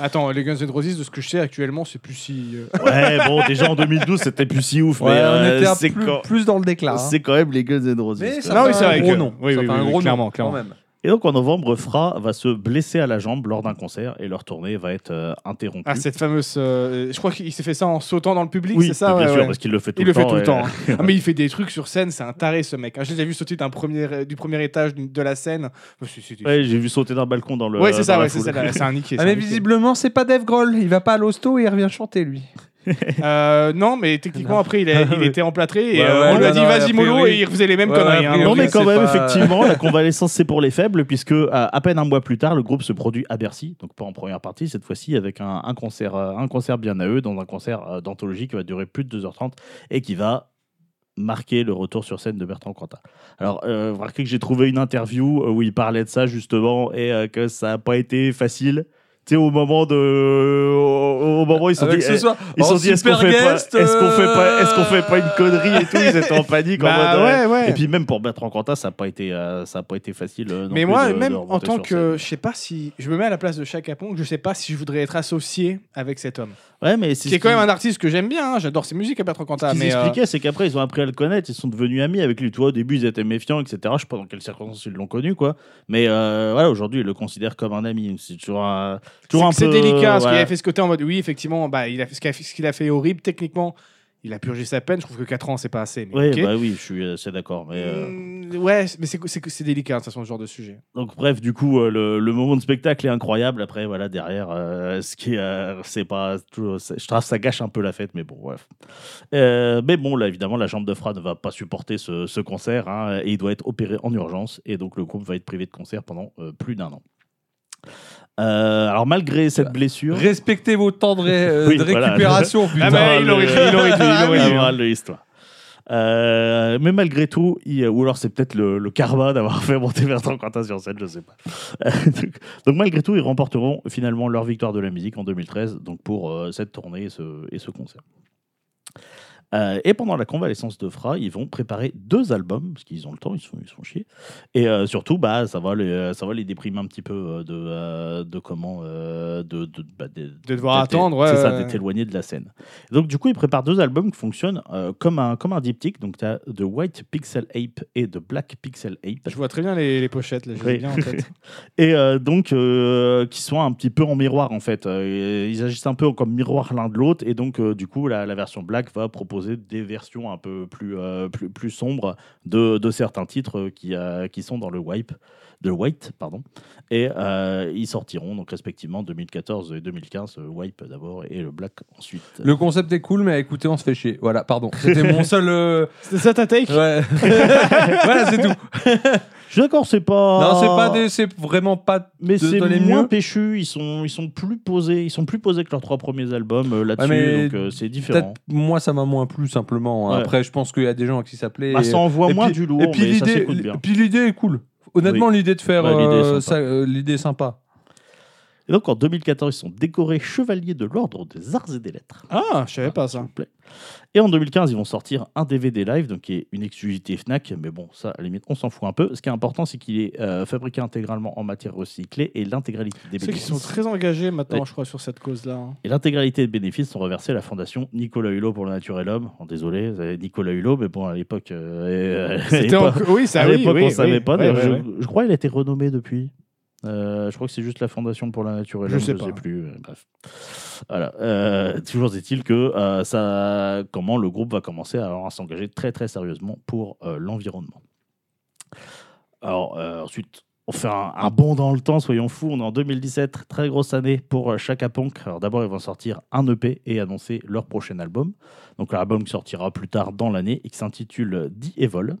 S1: Attends, les Guns N' Roses, de ce que je sais actuellement, c'est plus si. euh,
S3: Ouais, bon, déjà en 2012, c'était plus si ouf,
S2: Ouais,
S3: mais
S2: on
S3: euh,
S2: était un
S3: c'est
S2: plus,
S3: quand...
S2: plus dans le déclin. hein.
S3: c'est quand même les Guns N' Roses.
S2: Mais
S3: quoi.
S2: ça
S1: Non,
S2: fait
S1: oui, c'est
S2: un
S1: vrai
S2: gros
S1: que-
S2: nom.
S1: oui,
S2: ça
S1: oui,
S2: fait
S1: oui,
S2: un
S1: oui,
S2: gros
S1: clairement,
S2: nom,
S1: clairement.
S2: quand même.
S3: Et donc en novembre, Fra va se blesser à la jambe lors d'un concert et leur tournée va être euh, interrompue.
S1: Ah, cette fameuse. euh, Je crois qu'il s'est fait ça en sautant dans le public,
S3: oui,
S1: c'est ça
S3: bien
S1: ouais,
S3: sûr,
S1: ouais.
S3: parce qu'il le fait tout
S1: Il
S3: le
S1: le
S3: temps.
S1: fait tout le
S3: et-
S1: temps. hein. Ah, mais il fait des trucs sur scène, c'est un taré ce mec. hein. Je l'ai vu sauter d'un premier, euh, du premier étage d'une- de la scène. Oh, c'est- c'est-
S3: Ouais, j'ai vu sauter d'un balcon dans le.
S1: ouais, c'est ça,
S3: dans la
S1: ouais, c'est
S3: foule.
S1: ça. là, C'est un niqué.
S2: Ah,
S1: c'est
S2: mais
S1: un niqué.
S2: visiblement, c'est pas Dave Grohl. Il va pas à l'hosto et il revient chanter, lui.
S1: Euh, non, mais techniquement, après, il, a- il était emplâtré et
S2: Ouais,
S1: euh,
S2: ouais,
S1: on lui a
S2: non,
S1: dit
S2: non, a
S1: vas-y,
S2: priori-
S1: mollo, et il refaisait les mêmes
S2: Ouais,
S1: conneries.
S2: a
S1: hein.
S2: priori-
S3: Non, mais
S2: Ok,
S3: quand
S2: c'est
S3: même,
S2: pas-
S3: effectivement, la convalescence, c'est pour les faibles, puisque à, à peine un mois plus tard, le groupe se produit à Bercy, donc pas en première partie, cette fois-ci avec un, un concert, euh, un concert bien à eux, dans un concert euh, d'anthologie qui va durer plus de 2h30 et qui va marquer le retour sur scène de Bertrand Cantat. Alors, euh, vous remarquez que j'ai trouvé une interview euh, où il parlait de ça justement et euh, que ça n'a pas été facile. Tu sais, au moment de, au, au moment où ils se sont
S2: Avec
S3: dit,
S2: ce
S3: eh,
S2: soir.
S3: ils se
S2: en
S3: sont dit est-ce qu'on
S2: super
S3: fait, pas-
S2: guest,
S3: est-ce qu'on fait pas,
S2: euh,
S3: est-ce qu'on fait pas une connerie et tout Ils étaient en panique. en
S1: Bah
S3: mode, euh,
S1: ouais, ouais.
S3: Et puis même pour Bertrand Cantat, ça n'a pas été, euh, ça a pas été facile. euh, non
S1: Mais
S3: plus
S1: moi,
S3: de- de
S1: même en
S3: remonter
S1: tant
S3: sur
S1: que,
S3: scène.
S1: je sais pas si, je me mets à la place de Chaka Pong, je sais pas si je voudrais être associé avec cet homme.
S3: ouais, mais c'est
S1: Qui
S3: ce
S1: est quand
S3: qui-
S1: même un artiste que j'aime bien, hein, j'adore ses musiques à Bertrand
S3: Ce
S1: Cantat.
S3: qu'ils
S1: Mais euh,
S3: expliquaient, c'est qu'après, ils ont appris à le connaître, ils sont devenus amis avec lui. Toi, au début, ils étaient méfiants, etc. Je sais pas dans quelles circonstances ils l'ont connu, quoi. Mais euh, voilà, aujourd'hui, ils le considèrent comme un ami. C'est toujours un, toujours un
S1: c'est c'est
S3: peu.
S1: délicat parce qu'il
S3: voilà.
S1: a fait ce côté en mode oui, effectivement, bah, il a fait ce qu'il a fait, ce qu'il a fait est horrible techniquement. Il a purgé sa peine, je trouve que 4 ans c'est pas assez. Mais
S3: Ouais,
S1: ok.
S3: bah oui, je suis assez d'accord. Mais euh,
S1: Mm, ouais, mais c'est- c'est c'est délicat hein, de toute façon ce genre de sujet.
S3: Donc bref, du coup, euh, le, le moment de spectacle est incroyable. Après, voilà, derrière, euh, ce qui, est, euh, c'est pas, tout- c'est- je trouve que ça gâche un peu la fête, mais bon, bref. Euh, mais bon, là, évidemment, la jambe de Fra ne va pas supporter ce, ce concert hein, et il doit être opéré en urgence. Et donc, le groupe va être privé de concert pendant euh, plus d'un an. Euh, alors, malgré cette blessure,
S2: Respectez vos temps de, ré- euh,
S3: Oui,
S2: de
S3: voilà.
S2: récupération, putain.
S3: ben,
S2: euh,
S1: Ah, mais il aurait dû, il aurait dû, il aurait dû.
S3: Pas mal de l'histoire. hein. Euh, mais malgré tout, il- ou alors c'est peut-être le, le karma d'avoir fait monter Bertrand Quentin sur scène, je sais pas. Euh, donc, donc malgré tout, ils remporteront finalement leur victoire de la musique en 2013, donc pour euh, cette tournée et ce, et ce concert. Euh, et pendant la convalescence de Fra, ils vont préparer deux albums, parce qu'ils ont le temps, ils se font, ils se font chier. Et euh, surtout, bah, ça, va les, ça va les déprimer un petit peu euh, de, euh, de comment. euh, de, de- bah, des-
S1: De devoir
S3: d'être-
S1: attendre. ouais,
S3: C'est ça,
S1: ouais.
S3: d'être éloigné de la scène. Donc, du coup, ils préparent deux albums qui fonctionnent euh, comme, un, comme un diptyque. Donc, tu as The White Pixel Ape et The Black Pixel Ape.
S1: Je vois très bien les, les pochettes, là, je les ai
S3: Oui.
S1: bien en tête.
S3: Et euh, donc, euh, qui sont un petit peu en miroir, en fait. Euh, ils agissent un peu comme miroir l'un de l'autre. Et donc, euh, du coup, la, la version Black va proposer des versions un peu plus, euh, plus, plus sombres de, de certains titres euh, qui, euh, qui sont dans le wipe. De White, pardon. Et euh, ils sortiront donc respectivement 2014 et 2015, euh, Wipe d'abord et le Black ensuite.
S2: Le concept est cool, mais à écouter, on se fait chier. Voilà, pardon. C'était mon seul. euh,
S1: C'est ça ta take
S2: Ouais. voilà, c'est tout.
S3: Je suis d'accord, c'est pas.
S2: Non, c'est pas des- c'est vraiment pas.
S3: Mais
S2: de-
S3: c'est
S2: dans les
S3: moins
S2: mieux.
S3: péchu. Ils sont, ils sont plus posés. Ils sont plus posés que leurs trois premiers albums euh, là-dessus.
S2: Ouais, mais
S3: donc euh, c'est différent.
S1: hein.
S2: Peut-être moi, ça m'a moins plu simplement. hein.
S3: Ouais.
S2: Après, je pense qu'il y a des gens à qui ça plaît.
S3: Bah,
S2: et-
S3: ça envoie
S2: et
S3: moins
S2: puis-
S3: du lourd,
S2: Et puis
S3: mais ça
S2: l'idée,
S3: s'écoute bien.
S2: puis l'idée est cool. Honnêtement, l'idée de faire
S3: Ouais, l'idée est
S2: euh,
S3: sympa.
S2: ça, euh, l'idée est sympa.
S3: Et donc en 2014, ils sont décorés chevaliers de l'ordre des arts et des lettres.
S1: Ah, je savais pas
S3: S'il
S1: ça.
S3: vous plaît. Et en 2015, ils vont sortir un DVD live, donc qui est une exclusivité Fnac, mais bon, ça, à la limite, on s'en fout un peu. Ce qui est important, c'est qu'il est euh, fabriqué intégralement en matière recyclée et l'intégralité des
S1: Ceux qui
S3: bénéfices.
S1: sont très engagés maintenant,
S3: Ouais.
S1: je crois, sur cette cause-là. hein.
S3: Et l'intégralité des bénéfices sont reversés à la fondation Nicolas Hulot pour la nature et l'homme. Oh, désolé, vous avez Nicolas Hulot, mais bon, à l'époque. euh, euh, à
S1: C'était
S3: l'époque-
S1: en- Oui, ça
S3: à
S1: oui,
S3: l'époque,
S1: oui,
S3: on
S1: oui,
S3: savait pas.
S1: ouais,
S3: d'ailleurs,
S1: ouais,
S3: je,
S1: ouais.
S3: je crois qu'elle a été renommée depuis. Euh, je crois que c'est juste la Fondation pour la Nature et
S1: Je
S3: l'Homme,
S1: sais pas.
S3: plus. euh, bref. Voilà. Euh, toujours est-il que euh, ça, comment le groupe va commencer à, alors à s'engager très très sérieusement pour euh, l'environnement. Alors euh, ensuite, on fait un, un bond dans le temps, soyons fous. On est en 2017, très, très grosse année pour euh, Chaka Punk. Alors d'abord, ils vont sortir un EP et annoncer leur prochain album. Donc l'album qui sortira plus tard dans l'année et qui s'intitule Die Evol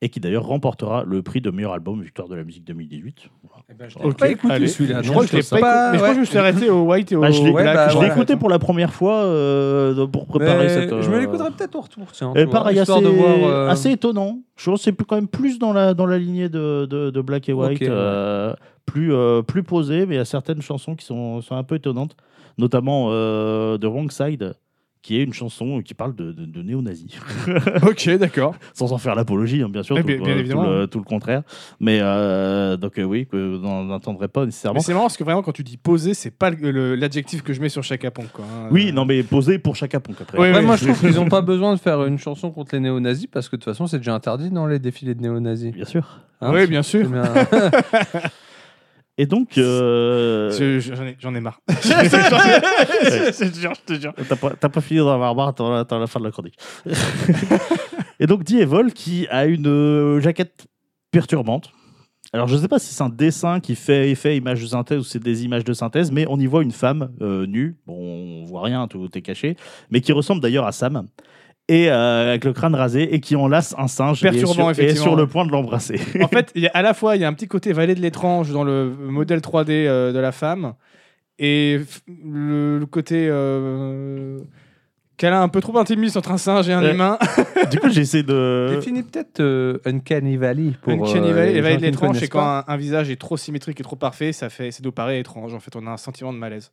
S3: et qui d'ailleurs remportera le prix de meilleur album Victoire de la musique 2018. Voilà.
S2: l'ai pas écouté,
S1: allez.
S2: celui-là,
S1: Je
S2: non,
S1: crois que
S2: Bah, je
S1: je l'ai
S2: trouve
S1: pas écouté,
S2: ça.
S1: mais je crois que je me suis arrêté au white et au
S3: Bah, je l'ai-
S1: black.
S2: ouais, bah,
S3: je l'ai
S2: voilà.
S3: écouté pour la première fois euh, pour
S2: Mais
S3: préparer cette. euh,
S2: Je me l'écouterai peut-être au retour, tiens.
S1: Eh,
S3: Et
S2: tu vois,
S3: pareil, assez,
S2: histoire de voir, euh,
S3: assez étonnant. Je trouve que c'est plus- quand même plus dans la, dans la lignée de, de, de Black et White.
S2: Ok, ouais.
S3: euh, plus, euh, plus posé, mais il y a certaines chansons qui sont, sont un peu étonnantes, notamment euh, The Wrong Side, qui est une chanson qui parle de, de, de néo-nazis.
S1: Ok, d'accord.
S3: sans en faire l'apologie, hein, bien sûr,
S1: Oui,
S3: tout,
S1: bien-
S3: euh,
S1: bien
S3: tout
S1: évidemment.
S3: le, tout le contraire. Mais euh, donc, euh, oui, que vous n'en entendrez pas nécessairement.
S1: Mais c'est marrant parce que vraiment, quand tu dis poser, c'est pas le- le- l'adjectif que je mets sur chaque apon. quoi, hein.
S3: Oui, non, mais posé pour chacun. Donc après.
S1: Oui,
S2: euh, Ouais,
S1: oui,
S2: moi, je trouve qu'ils n'ont pas besoin de faire une chanson contre les néo-nazis parce que de toute façon, c'est déjà interdit dans les défilés de néo-nazis.
S3: Bien sûr.
S2: Hein,
S1: oui,
S2: c'est-
S1: bien
S2: c'est
S1: sûr.
S2: bien-
S3: Et donc, euh,
S1: Je- je- J'en ai, j'en ai marre.
S3: T'as pas, t'as pas fini d'en avoir marre, t'en as- t'en as la fin de la chronique. et donc, Dievol qui a une euh, jaquette perturbante. Alors, je sais pas si c'est un dessin qui fait effet image de synthèse ou c'est des images de synthèse, mais on y voit une femme euh, nue. Bon, on voit rien, tout est caché, mais qui ressemble d'ailleurs à Sam. Et euh, avec le crâne rasé et qui enlace un singe et est
S1: Perturbant,
S3: sur- et est
S1: effectivement.
S3: sur le point de l'embrasser.
S1: en fait, il y a- à la fois, il y a un petit côté vallée de l'étrange dans le modèle 3D euh, de la femme et f- le, le côté euh, câlin un peu trop intimiste entre un singe et un
S3: Ouais.
S1: humain.
S3: du coup, j'essaie de.
S2: Définis peut-être euh, Uncanny Valley pour.
S1: Uncanny
S2: euh,
S1: Valley,
S2: les
S1: les vallées de
S2: gens qui ne
S1: l'étrange,
S2: connaissent
S1: c'est quand
S2: pas.
S1: un, un visage est trop symétrique et trop parfait, ça fait, ça nous paraît étrange. En fait, on a un sentiment de malaise.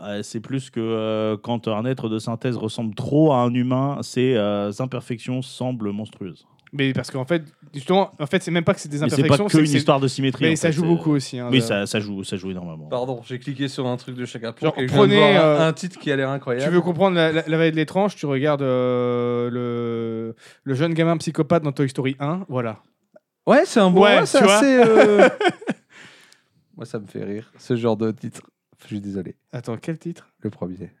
S3: Euh, c'est plus que euh, quand un être de synthèse ressemble trop à un humain, ses euh, imperfections semblent monstrueuses.
S1: Mais parce qu'en fait, justement, en fait, c'est même pas que c'est des
S3: Mais c'est pas
S1: imperfections,
S3: que
S1: que
S3: une histoire de symétrie.
S1: Mais
S3: en
S1: ça
S3: fait,
S1: joue
S3: c'est-
S1: beaucoup aussi. hein,
S3: Oui,
S1: de-
S3: ça, ça joue, ça joue énormément.
S2: Pardon, j'ai cliqué sur un truc de Chaka
S1: Genre,
S2: Punk et je viens de
S1: prenez,
S2: voir un-
S1: euh,
S2: un titre qui a l'air
S1: Tu
S2: incroyable.
S1: veux comprendre la, la- la vallée de l'étrange, tu regardes euh, le, le jeune gamin psychopathe dans Toy Story 1, voilà.
S2: Ouais, c'est un bon.
S1: Ouais,
S2: Ouais, c'est
S1: tu vois.
S2: assez. euh, Moi, ça me fait rire, ce genre de titre. Je suis désolé,
S1: Attends, quel titre
S2: le premier.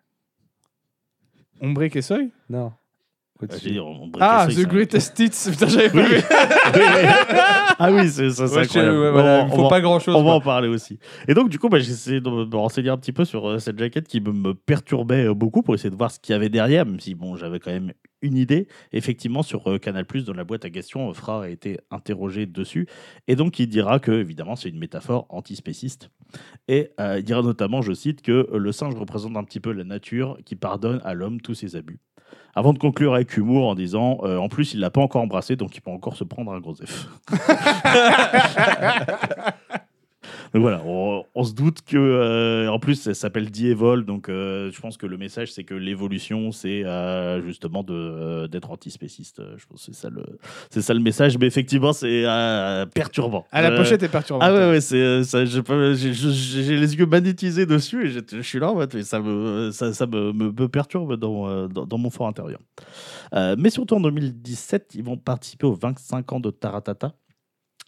S1: Ombrick et Seuil
S2: Non.
S3: Euh,
S2: Au-dessus.
S3: je veux dire, on- on break
S1: Ah,
S3: les
S1: The
S3: seuils, ça-
S1: Greatest Hits Putain, j'avais pas
S3: Oui.
S1: vu
S3: ah oui, c'est ça, c'est
S2: Ouais, je sais,
S3: incroyable.
S2: ouais,
S3: On
S2: voilà,
S3: va-
S2: il
S3: on
S2: faut
S3: va-
S2: pas grand chose.
S3: on va en parler aussi. Et donc, du coup, bah, j'ai essayé de me me renseigner un petit peu sur euh, cette jaquette qui me, me perturbait euh, beaucoup pour essayer de voir ce qu'il y avait derrière, même si bon, j'avais quand même une idée. Effectivement, sur euh, Canal, dans la boîte à questions, euh, Fra a été interrogé dessus. Et donc, il dira que, évidemment, c'est une métaphore antispéciste. Et euh, il dira notamment, je cite, que euh, le singe représente un petit peu la nature qui pardonne à l'homme tous ses abus. Avant de conclure avec humour en disant euh, en plus, il l'a pas encore embrassé, donc il peut encore se prendre un gros F. donc voilà, on, on se doute que. euh, en plus, ça s'appelle Dievol, donc euh, je pense que le message, c'est que l'évolution, c'est euh, justement de, euh, d'être antispéciste. Je pense que c'est ça le, c'est ça le message, mais effectivement, c'est euh, perturbant.
S1: Ah, la
S3: Euh,
S1: pochette est perturbante.
S3: ah ouais, ouais c'est, euh, ça, j'ai, pas- j'ai- j'ai- j'ai les yeux magnétisés dessus et j'étais- je suis là en mode, mais ça me, ça, ça me, me- me perturbe dans, euh, dans, dans mon fort intérieur. Euh, mais surtout en 2017, ils vont participer aux 25 ans de Taratata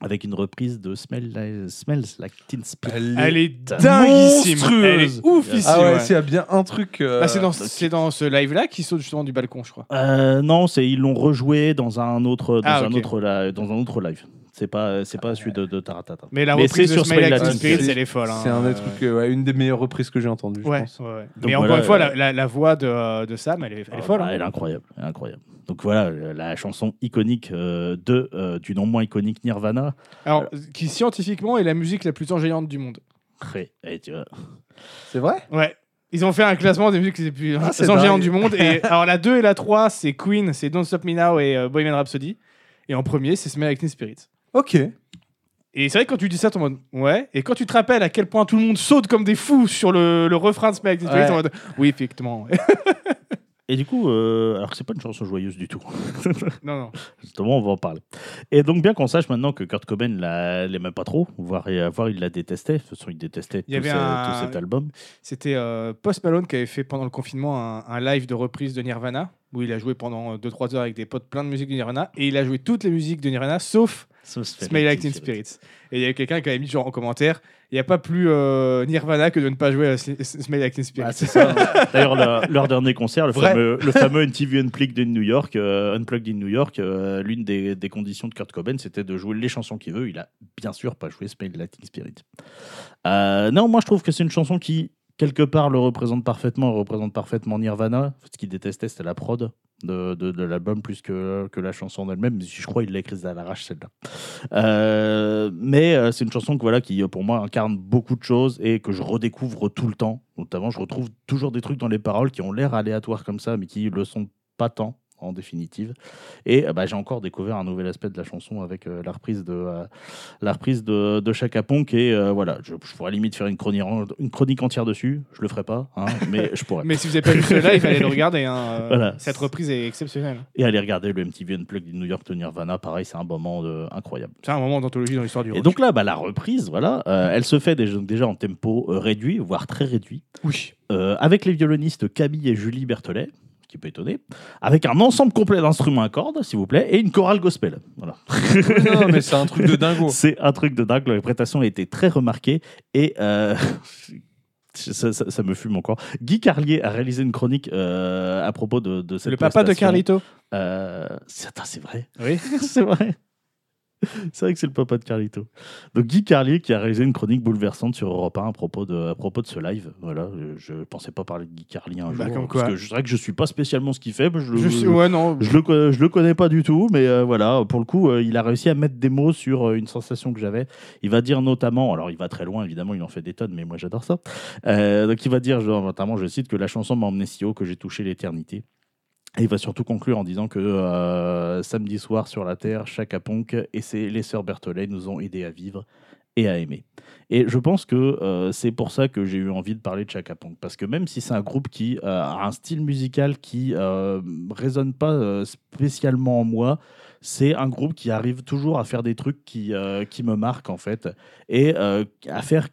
S3: avec une reprise de Smell Li- Smells Like Teen Spirit.
S1: Elle est
S3: Putain.
S1: dingueuse Elle est
S2: Monstrueuse.
S1: oufissime.
S2: Ah ouais,
S1: ouais.
S2: s'il y a bien un truc. euh,
S1: Ah, c'est dans,
S3: donc-
S1: c'est dans ce live-là qui saute justement du balcon, je crois.
S3: Euh, non, c'est, ils l'ont rejoué dans un autre, dans
S1: Ah,
S3: un
S1: ok. Ah,
S3: autre, la- dans un autre live. C'est pas, c'est pas celui de, de Taratata.
S1: Mais la
S3: Mais
S1: reprise
S3: c'est
S1: de
S3: sur
S1: Smile
S3: Smile
S1: Like
S2: Like
S1: Teen
S2: Teen
S1: Spirit,
S3: Spirit.
S1: elle est folle. hein.
S2: C'est un des trucs, euh, ouais, une des meilleures reprises que j'ai entendues, je
S1: Ouais,
S2: pense.
S1: ouais, ouais.
S3: Donc
S1: Mais encore
S3: voilà,
S1: une fois,
S3: euh,
S1: la, la- la voix de, euh, de Sam, elle est, elle est
S3: Ah,
S1: folle.
S3: bah,
S1: hein.
S3: Elle est incroyable, elle est incroyable. Donc voilà, euh, la chanson iconique euh, de, euh, du non moins iconique Nirvana.
S1: Alors, qui scientifiquement est la musique la plus enjaillante du monde.
S3: Très- eh, tu vois.
S2: C'est vrai
S1: Ouais. Ils ont fait un classement des musiques les plus
S2: Ah, c'est
S1: enjaillantes du
S2: dingue.
S1: monde. Et alors, la 2 et la 3, c'est Queen, c'est Don't Stop Me Now et euh, Bohemian Rhapsody. Et en premier, c'est Smell Like Teen Spirit.
S2: Ok.
S1: Et c'est vrai que quand tu dis ça, t'es en mode ouais. Et quand tu te rappelles à quel point tout le monde saute comme des fous sur le, le refrain de Smell Like Teen Spirit,
S2: Ouais.
S1: t'es en mode oui, effectivement. ouais.
S3: Et du coup, euh, alors que c'est pas une chanson joyeuse du tout.
S1: non, non.
S3: Justement, on va en parler. Et donc bien qu'on sache maintenant que Kurt Cobain l'a- l'aimait pas trop, voire, voire il la détestait. De toute façon, il détestait
S1: Il y
S3: tout,
S1: avait
S3: ce-
S1: un-
S3: tout cet album.
S1: C'était euh, Post Malone qui avait fait pendant le confinement un, un live de reprise de Nirvana où il a joué pendant 2-3 heures avec des potes plein de musique de Nirvana et il a joué toutes les musiques de Nirvana sauf Smell Like Teen Spirits. Et il y a quelqu'un qui avait mis genre en commentaire il n'y a pas plus euh, Nirvana que de ne pas jouer à S- S- Smell Like Teen Spirits.
S3: Ah, c'est ça. D'ailleurs, leur, leur dernier concert, le
S2: Vrai.
S3: fameux, le fameux NTV Unplugged in New York, euh, Unplugged in New York, euh, l'une des, des conditions de Kurt Cobain, c'était de jouer les chansons qu'il veut. Il a bien sûr pas joué Smell Latin Spirit. Euh, non, moi je trouve que c'est une chanson qui, quelque part, le représente parfaitement, représente parfaitement Nirvana. Ce qu'il détestait, c'était la prod de, de- de l'album plus que, que la chanson en elle-même. Je crois qu'il l'a écrite à l'arrache, celle-là. Euh, mais euh, c'est une chanson que, voilà, qui, euh, pour moi, incarne beaucoup de choses et que je redécouvre tout le temps. Notamment, je retrouve toujours des trucs dans les paroles qui ont l'air aléatoires comme ça, mais qui le sont pas tant, en définitive. Et euh, bah, j'ai encore découvert un nouvel aspect de la chanson avec euh, la reprise de, euh, la reprise de, de Chaka Ponk. Et euh, voilà, je, je pourrais limite faire une chronique, en- une chronique entière dessus. Je le ferai pas, hein, mais je pourrais.
S1: Mais si vous n'avez pas vu ce live, allez le regarder. hein. Euh,
S3: Voilà.
S1: Cette reprise est exceptionnelle.
S3: Et aller regarder le MTV Unplugged de New York de Nirvana, pareil, c'est un moment euh, incroyable.
S1: C'est un moment d'anthologie dans l'histoire du
S3: Et
S1: rock.
S3: donc là, bah, la reprise, voilà, euh, elle se fait déjà, donc déjà en tempo euh, réduit, voire très réduit,
S1: oui.
S3: euh, avec les violonistes Camille et Julie Berthelet, ce qui peut étonner, avec un ensemble complet d'instruments à cordes, s'il vous plaît, et une chorale gospel. Voilà.
S2: non, mais c'est un truc de dingo.
S3: C'est un truc de dingue. L'interprétation a été très remarquée et euh, ça, ça- ça me fume encore. Guy Carlier a réalisé une chronique euh, à propos de, de cette
S1: Le papa de
S3: prestation.
S1: Carlito.
S3: Euh, c'est- attends, c'est vrai.
S1: Oui.
S3: c'est vrai. C'est vrai que c'est le papa de Carlito. Donc Guy Carlier qui a réalisé une chronique bouleversante sur Europe 1 à propos de, à propos de ce live. Voilà, je- je ne pensais pas parler de Guy Carlier un
S1: Bah,
S3: jour.
S1: comme
S3: parce
S1: quoi.
S3: que je- c'est vrai que je suis pas spécialement ce qu'il fait. mais Je, le-
S1: Je sais- ouais, non.
S3: je le, co- je le connais pas du tout, mais euh, voilà, pour le coup, euh, il a réussi à mettre des mots sur euh, une sensation que j'avais. Il va dire notamment, alors il va très loin, évidemment, il en fait des tonnes, mais moi j'adore ça. Euh, donc il va dire genre, notamment, je cite, que la chanson m'a emmené si haut que j'ai touché l'éternité. Et il va surtout conclure en disant que euh, samedi soir sur la Terre, Chaka Ponk et ses, les sœurs Berthollet nous ont aidés à vivre et à aimer. Et je pense que euh, c'est pour ça que j'ai eu envie de parler de Chaka Ponk. Parce que même si c'est un groupe qui euh, a un style musical qui euh, résonne pas euh, spécialement en moi, c'est un groupe qui arrive toujours à faire des trucs qui, euh, qui me marquent en fait. Et euh, à faire.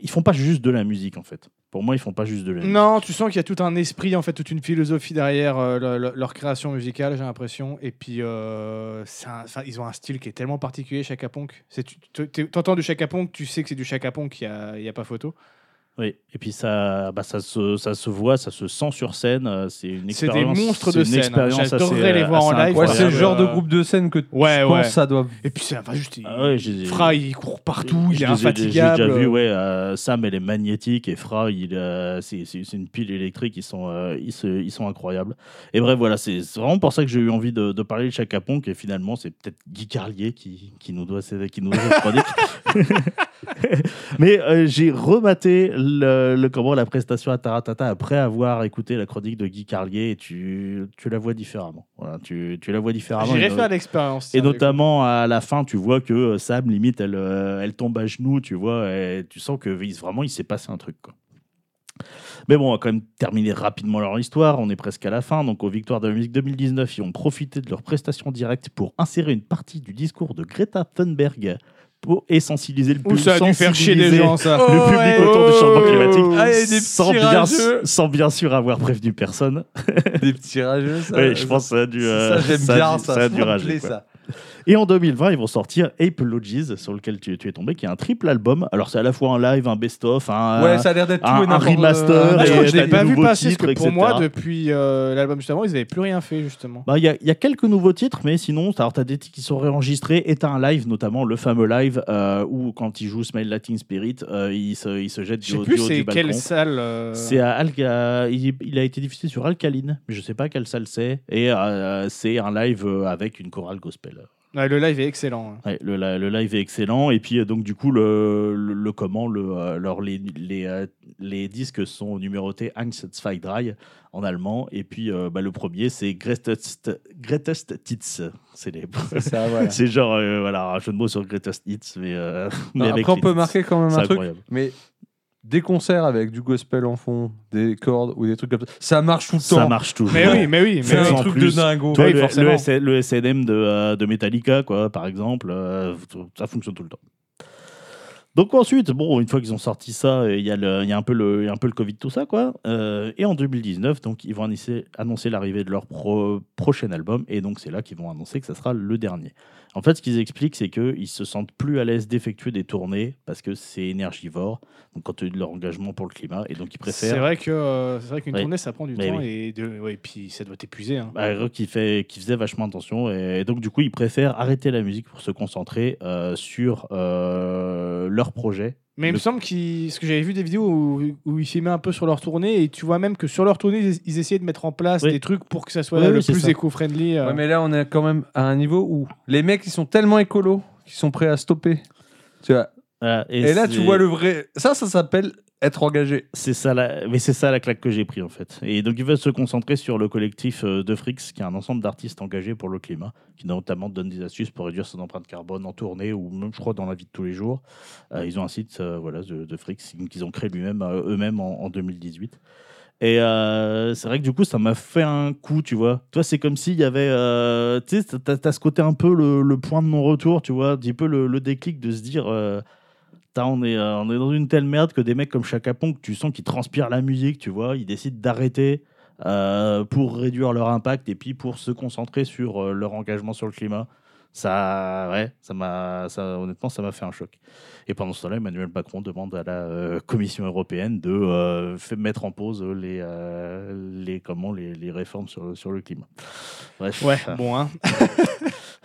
S3: Ils font pas juste de la musique en fait. Pour moi, ils font pas juste de la musique.
S1: Non, tu sens qu'il y a tout un esprit, en fait, toute une philosophie derrière euh, le- le- leur création musicale, j'ai l'impression. Et puis, euh, c'est un- enfin, ils ont un style qui est tellement particulier, Chaka Ponk. C'est- tu- tu- t'es- T'entends du Chaka Ponk, tu sais que c'est du Chaka Ponk, il n'y a, il y a pas photo.
S3: Oui, et puis ça, bah ça, se, ça se voit, ça se sent sur scène. euh, C'est une
S1: C'est des
S3: expérience.
S1: monstres
S3: c'est
S1: de
S3: une
S1: scène, hein.
S3: expérience
S1: J'adorerais
S3: assez- euh,
S1: les voir en
S3: assez
S1: live,
S2: Ouais,
S3: incroyable.
S2: c'est le genre de
S1: Euh,
S2: groupe de scène que
S1: Ouais,
S2: je
S1: ouais.
S2: pense ça doit.
S1: Et puis, c'est enfin, juste, il,
S3: Ah ouais, j'ai-
S1: Fra, il court partout, il
S3: Je
S1: est
S3: les ai-
S1: infatigable.
S3: J'ai déjà vu, ouais, euh, Sam, elle est magnétique et Fra, il, euh, c'est c'est- c'est une pile électrique, ils sont, euh, ils, se- ils sont incroyables. Et bref, voilà, c'est c'est vraiment pour ça que j'ai eu envie de, de parler de Chaka Ponk et finalement, c'est peut-être Guy Carlier qui, qui nous doit, cette- qui nous doit cette chronique. Mais euh, j'ai rematé le, le- comment la prestation à Taratata après avoir écouté la chronique de Guy Carlier et tu, tu la vois différemment. Voilà, tu, tu la vois différemment.
S1: J'irai
S3: Et no-
S1: faire l'expérience.
S3: et
S1: tiens, du
S3: notamment à la fin, tu vois que euh, Sam limite elle, euh, elle tombe à genoux, tu vois, et tu sens que il- vraiment il s'est passé un truc quoi. Mais bon, on va quand même terminer rapidement leur histoire. On est presque à la fin. Donc, aux victoires de la musique 2019, ils ont profité de leur prestation directe pour insérer une partie du discours de Greta Thunberg pour et sensibiliser le
S1: coup. Ouh,
S3: public.
S1: ça a dû faire chier des
S3: sensibiliser
S1: gens, ça.
S3: Le public autour du changement climatique.
S1: Ah, il y a des
S3: sans,
S1: petits
S3: bien,
S1: rageux.
S3: sans bien sûr avoir prévenu personne.
S2: Des petits rageux, ça.
S3: Ouais, je pense que ça a dû. euh,
S2: Ça, j'aime
S3: a
S2: bien
S3: dû-
S2: ça.
S3: ça a dû
S2: me
S3: rager,
S2: plaît,
S3: quoi.
S2: ça.
S3: Et en 2020, ils vont sortir Ape Lodges, sur lequel tu, tu es tombé, qui est un triple album. Alors, c'est à la fois un live, un best-of, un.
S2: Ouais, ça a l'air d'être
S3: Euh, un-
S2: tout et
S3: un
S2: n'importe
S3: remaster
S1: Ah, je crois que
S3: Et
S1: je l'ai
S3: t'as
S1: pas vu
S3: des nouveaux
S1: passer, parce que
S3: titres,
S1: pour moi,
S3: etc.
S1: depuis euh, l'album juste avant, ils n'avaient plus rien fait, justement.
S3: Bah, Il y, a, il y a quelques nouveaux titres, mais sinon, tu as des titres qui sont réenregistrés et tu un live, notamment le fameux live euh, où, quand ils jouent Smile Latin Spirit, euh, ils, se, ils se jettent
S1: Je
S3: du,
S1: sais
S3: haut-
S1: plus
S3: du haut
S1: c'est
S3: du balcon.
S1: quelle salle. euh,
S3: C'est à Alca- il, il a été diffusé sur Alkaline, mais je sais pas quelle salle c'est. Et euh, c'est un live euh, avec une chorale gospel.
S1: Ouais, le live est excellent. hein.
S3: Ouais, le, li- le live est excellent et puis euh, donc du coup le, le, le comment le euh, alors les, les, euh, les disques sont numérotés 1 2 3 en allemand et puis euh, bah, le premier c'est Greatest Greatest Hits c'est les
S2: C'est ça, voilà.
S3: c'est genre euh, voilà un jeu de mots sur Greatest Hits mais, euh, mais
S2: Non,
S3: avec
S2: Après, on
S3: les
S2: peut
S3: hits.
S2: marquer quand même
S3: c'est
S2: un truc.
S3: incroyable
S2: Mais des concerts avec du gospel en fond, des cordes ou des trucs comme ça, ça marche tout le
S3: ça
S2: temps.
S3: marche toujours
S1: Mais oui, mais oui,
S2: C'est
S1: mais
S2: un
S1: oui.
S3: en
S2: truc
S3: plus,
S2: de dingo.
S3: Toi,
S1: Oui,
S3: le,
S1: forcément.
S3: le SN le SNM de, euh, de Metallica, quoi, par exemple, euh, ça fonctionne tout le temps. Donc ensuite, bon, une fois qu'ils ont sorti ça, euh, il y, a le- il y, a un peu le- il y a un peu le Covid, tout ça, quoi. Euh, et en 2019, donc, ils vont annoncer, annoncer l'arrivée de leur pro- prochain album, et donc c'est là qu'ils vont annoncer que ça sera le dernier. En fait, ce qu'ils expliquent, c'est qu'ils se sentent plus à l'aise d'effectuer des tournées parce que c'est énergivore, donc quand de leur engagement pour le climat, et donc ils
S1: C'est
S3: préfèrent.
S1: vrai que euh, c'est vrai qu'une
S3: Oui.
S1: tournée, ça prend du
S3: Mais
S1: temps
S3: oui.
S1: et de, ouais, puis ça doit t'épuiser. hein.
S3: Bah, eux qui, fait, qui faisait vachement attention. Et, donc, du coup, ils préfèrent arrêter la musique pour se concentrer euh, sur euh, leur projet.
S1: Mais il
S3: le-
S1: me semble qu'ils, parce que j'avais vu des vidéos où, où ils filmaient un peu sur leur tournée et tu vois même que sur leur tournée, ils, ils essayaient de mettre en place
S3: Oui.
S1: des trucs pour que ça soit
S3: Oui,
S1: le
S3: oui, c'est
S1: plus
S3: ça.
S1: éco-friendly. euh.
S2: Ouais, mais là, on est quand même à un niveau où les mecs, ils sont tellement écolos qu'ils sont prêts à stopper. Tu vois.
S3: Voilà.
S2: Et, là,
S3: c'est-
S2: tu vois le vrai. Ça, ça s'appelle être engagé.
S3: C'est ça la... Mais c'est ça la claque que j'ai pris en fait. Et donc ils veulent se concentrer sur le collectif euh, de Frix, qui est un ensemble d'artistes engagés pour le climat, qui notamment donne des astuces pour réduire son empreinte carbone en tournée ou même je crois dans la vie de tous les jours. Euh, ils ont un site euh, voilà, de, de Frix qu'ils ont créé lui-même, euh, eux-mêmes en, en 2018. Et euh, c'est vrai que du coup, ça m'a fait un coup, tu vois. Toi, c'est comme s'il y avait. euh, tu sais, t'as, t'as ce côté un peu le, le point de non-retour, tu vois, un petit peu le, le déclic de se dire. euh, Putain, on est, euh, on est dans une telle merde que des mecs comme Chaka Pong, que tu sens qu'ils transpirent la musique, tu vois, ils décident d'arrêter euh, pour réduire leur impact et puis pour se concentrer sur euh, leur engagement sur le climat. Ça, ouais, ça m'a, ça, honnêtement, ça m'a fait un choc. Et pendant ce temps-là, Emmanuel Macron demande à la euh, Commission européenne de euh, fa- mettre en pause les, euh, les, comment, les, les réformes sur, le- sur le climat. Bref.
S1: Ouais, bon, hein.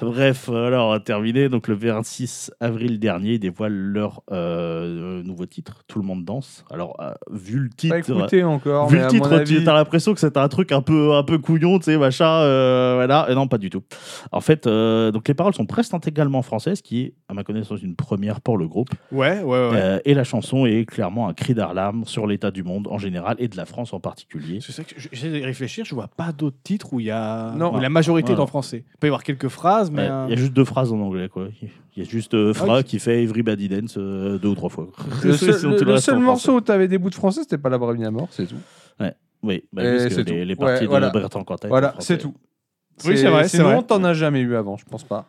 S3: Bref, alors on va terminer. Donc le 26 avril dernier, ils dévoilent leur euh, euh, nouveau titre, Tout le monde danse. Alors euh, vu le titre, euh,
S2: Pas écouté encore.
S3: vu
S2: Bah, mais
S3: le
S2: à
S3: titre,
S2: mon avis,
S3: tu- t'as l'impression que c'était un truc un peu un peu couillon, tu sais, machin. euh, voilà, Et non, pas du tout. En fait, euh, donc les paroles sont presque intégralement françaises, qui est à ma connaissance une première pour le groupe.
S1: ouais, ouais, ouais.
S3: Euh, et la chanson est clairement un cri d'alarme sur l'état du monde en général et de la France en particulier.
S1: C'est ça que je- j'essaie de réfléchir, je vois pas d'autres titres où il y a
S2: Non.
S1: où la majorité est
S3: Voilà.
S1: en français. Il peut y avoir quelques phrases,
S3: Ouais,
S1: mais
S3: Il
S1: euh,
S3: y a juste deux phrases en anglais, quoi. Il y a juste euh, Fra
S1: Ok.
S3: qui fait Everybody Dance euh, deux ou trois fois.
S2: le
S3: Sinon,
S2: seul,
S3: tout
S2: le-
S3: le
S2: le
S3: reste
S2: seul
S3: en français.
S2: morceau où t'avais des bouts de français, c'était pas la brebis à mort, c'est tout.
S3: Oui, bah,
S2: Et
S3: parce que
S2: c'est
S3: les,
S2: tout.
S3: les parties
S2: Ouais, voilà.
S3: de Bertrand Cantat.
S2: Voilà,
S3: en français.
S2: c'est tout.
S1: Oui, c'est vrai, c'est
S2: Sinon,
S1: vrai.
S2: t'en as jamais eu avant, je pense pas.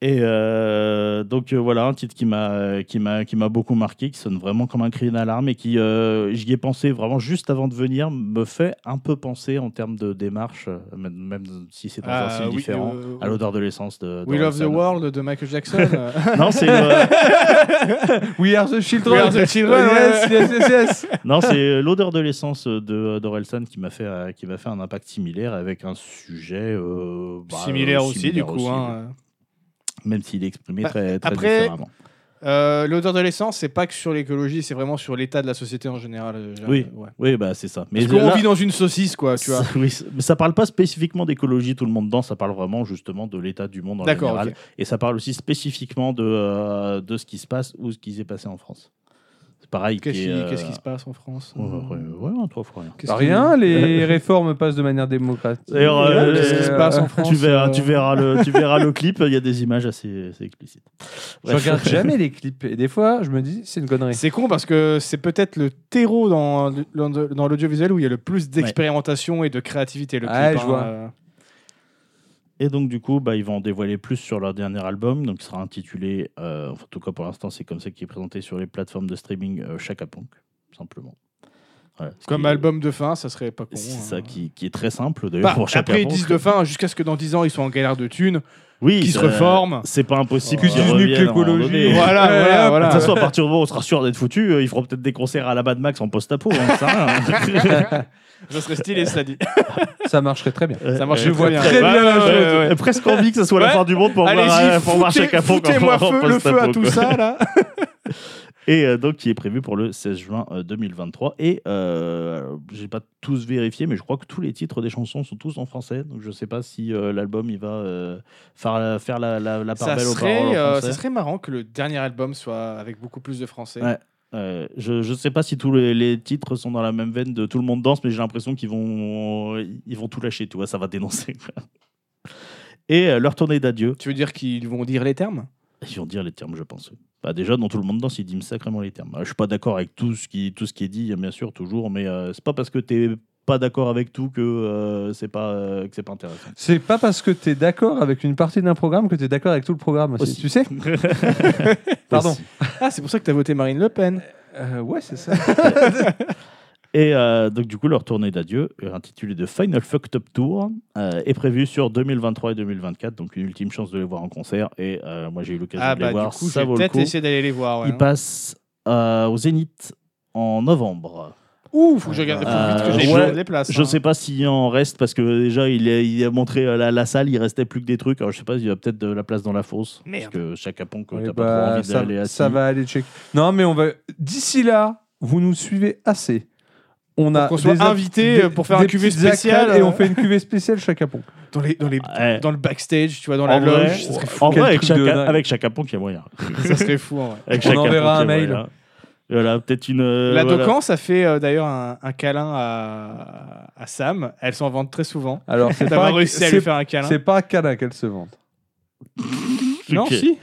S3: Et euh, donc euh, voilà, un titre qui m'a euh, qui m'a qui m'a beaucoup marqué, qui sonne vraiment comme un cri d'alarme et qui euh, j'y ai pensé vraiment juste avant de venir me fait un peu penser en termes de démarche, euh, même, même si c'est dans un
S1: Ah,
S3: style
S1: oui,
S3: différent,
S1: euh,
S3: à l'odeur de l'essence de.
S1: We Love the
S3: d'Orelsan.
S1: World de Michael Jackson. euh.
S3: Non, c'est euh,
S2: We are the children.
S1: We are the children,
S2: Yes, yes, yes, yes.
S3: Non, c'est l'odeur de l'essence euh, de d'Orelsan qui m'a fait euh, qui m'a fait un impact similaire avec un sujet euh, bah,
S1: similaire
S3: euh,
S1: aussi, du
S3: similaire
S1: coup.
S3: aussi, euh,
S1: hein.
S3: même s'il est exprimé
S1: Bah,
S3: très, très
S1: après-
S3: différemment.
S1: Euh, L'odeur de l'essence, c'est pas que sur l'écologie, c'est vraiment sur l'état de la société en général. euh, j'ai-
S3: Oui.
S1: ouais.
S3: Oui, bah c'est ça. Mais
S1: Parce qu'on
S3: là-
S1: vit dans une saucisse, quoi, tu vois.
S3: Ça, oui, ça- mais ça parle pas spécifiquement d'écologie, tout le monde dedans, ça parle vraiment justement de l'état du monde en
S1: D'accord,
S3: général.
S1: ok.
S3: Et ça parle aussi spécifiquement de, euh, de ce qui se passe ou ce qui s'est passé en France. C'est pareil.
S1: Qu'est-ce
S3: qui
S1: qui,
S3: est, euh,
S1: qu'est-ce qui se passe Mmh. en France
S3: Ouais, ouais, ouais, ouais, trois fois rien.
S1: Qu'est-ce
S2: Bah,
S1: qui-
S2: rien, les réformes passent de manière démocratique.
S3: D'ailleurs, euh,
S2: Et,
S1: qu'est-ce qui se
S2: euh,
S1: passe en France
S3: tu, verras,
S1: euh,
S3: tu, verras le, tu verras le clip, il y a des images assez, assez explicites.
S2: Je
S3: Bref.
S2: regarde jamais les clips. Et des fois, je me dis, c'est une connerie.
S1: C'est con parce que c'est peut-être le terreau dans, dans, dans l'audiovisuel où il y a le plus d'expérimentation et de créativité. Le clip,
S2: Ouais, je
S1: hein,
S2: vois.
S1: euh.
S3: Et donc, du coup, bah, ils vont en dévoiler plus sur leur dernier album, donc il sera intitulé, euh, en tout cas pour l'instant, c'est comme ça qu'il est présenté sur les plateformes de streaming euh, Chaka Punk, simplement. Voilà. Ce
S1: Comme
S3: qui est-
S1: album de fin, ça serait pas con.
S3: C'est
S1: hein.
S3: ça qui, qui est très simple
S1: Bah,
S3: d'ailleurs pour chaque
S1: après, ils
S3: album.
S1: disent de fin jusqu'à ce que dans 10 ans, ils soient en galère de thunes,
S3: oui,
S1: qu'ils se
S3: euh,
S1: reforment.
S3: C'est pas impossible
S1: Que
S3: qu'ils
S1: disent
S3: reviennent à un moment donné.
S1: Voilà,
S2: Ouais,
S1: voilà,
S2: hop.
S1: voilà.
S3: De toute façon, à partir du moment où on sera sûr d'être foutu, euh, ils feront peut-être des concerts à la Mad Max en post-apo. hein, on sait rien.
S1: Ça serait stylé, cela dit.
S2: Ça marcherait très bien.
S1: Ça marche très bien.
S2: très bien la
S3: Euh, ouais,
S2: chose.
S3: ouais, ouais. Presque envie que ce soit la
S1: Ouais.
S3: fin du monde pour voir, euh,
S1: Allez-y,
S3: pour voir
S1: foutez-
S3: chaque info qu'on
S1: foutez-moi
S3: prend en
S1: feu, le feu à
S3: post-apo,
S1: tout
S3: quoi.
S1: ça, là.
S3: Et euh, donc, qui est prévu pour le 16 juin euh, 2023. Et euh, alors, j'ai pas tous vérifié, mais je crois que tous les titres des chansons sont tous en français. Donc, je sais pas si euh, l'album il va euh, faire la, faire la, la, la part
S1: Ça
S3: belle aux paroles en
S1: serait, euh,
S3: français.
S1: ça serait marrant que le dernier album soit avec beaucoup plus de français.
S3: Ouais. Euh, je, je sais pas si tous les, les titres sont dans la même veine de tout le monde danse, mais j'ai l'impression qu'ils vont, ils vont tout lâcher, tu vois, ça va dénoncer. quoi. Et euh, leur tournée d'adieu,
S1: Tu veux dire qu'ils vont dire les termes
S3: ils vont dire les termes, je pense. Bah, déjà, dans tout le monde danse, ils disent sacrément les termes. Euh, Je suis pas d'accord avec tout ce, qui, tout ce qui est dit, bien sûr, toujours, mais euh, c'est pas parce que t'es pas d'accord avec tout que euh, c'est pas, euh, que c'est pas intéressant.
S2: C'est pas parce que t'es d'accord avec une partie d'un programme que t'es d'accord avec tout le programme aussi.
S3: Aussi.
S2: Tu sais Pardon.
S1: Ah, c'est pour ça que t'as voté Marine Le Pen.
S2: Euh, ouais, c'est ça.
S3: Et euh, donc, du coup, leur tournée d'adieu, euh, intitulée The Final Fucked Up Tour, euh, est prévue sur 2023 et 2024. Donc, une ultime chance de les voir en concert. Et euh, moi, j'ai eu l'occasion
S1: Ah
S3: de les
S1: bah
S3: voir.
S1: du coup,
S3: ça
S1: j'ai
S3: vaut le
S1: peut-être
S3: coup.
S1: essayé d'aller les voir. ouais,
S3: Ils
S1: hein.
S3: passent euh, au Zénith en novembre.
S1: Ouh, faut que je regarde, faut
S3: Euh,
S1: vite que j'aille
S3: ouais,
S1: prendre les places.
S3: Je
S1: hein.
S3: sais pas s'il en reste parce que déjà, il a, il a montré euh, la, la salle, il restait plus que des trucs. Alors, je sais pas, il y a peut-être de la place dans la fosse.
S1: Merde.
S3: Parce que chaque apon,
S2: Eh
S3: t'as pas
S2: bah,
S3: trop envie
S2: ça,
S3: d'aller assis.
S2: ça va aller check. Non, mais on va. D'ici là, vous nous suivez assez. On a
S1: qu'on soit
S2: des ap-
S1: invités, euh, pour faire un cuvée
S2: petites actales
S1: spéciale,
S2: et
S1: euh.
S2: on fait une cuvée spéciale chacun pour.
S1: Dans, les, dans, les,
S3: Ouais.
S1: dans le backstage, tu vois, dans la
S3: en vrai,
S1: loge, ça serait fou.
S3: en
S2: Quel
S3: vrai, avec
S2: truc de
S3: chaque,
S2: dingue.
S3: avec chaque apon, il y a moyen.
S1: ça serait fou en vrai.
S3: Avec
S2: On
S3: chaque
S2: enverra
S3: apon,
S2: un
S3: il y a
S2: mail.
S3: moyen. Voilà, peut-être une. euh,
S1: la
S3: voilà.
S1: Docan, ça fait euh, d'ailleurs un, un câlin à, à Sam. Elle s'en vante très souvent.
S2: Alors, c'est pas,
S1: D'avoir réussi à lui
S2: c'est,
S1: faire un câlin.
S2: c'est pas Kana qu'elle se vante.
S1: Non,
S3: Ok.
S1: si.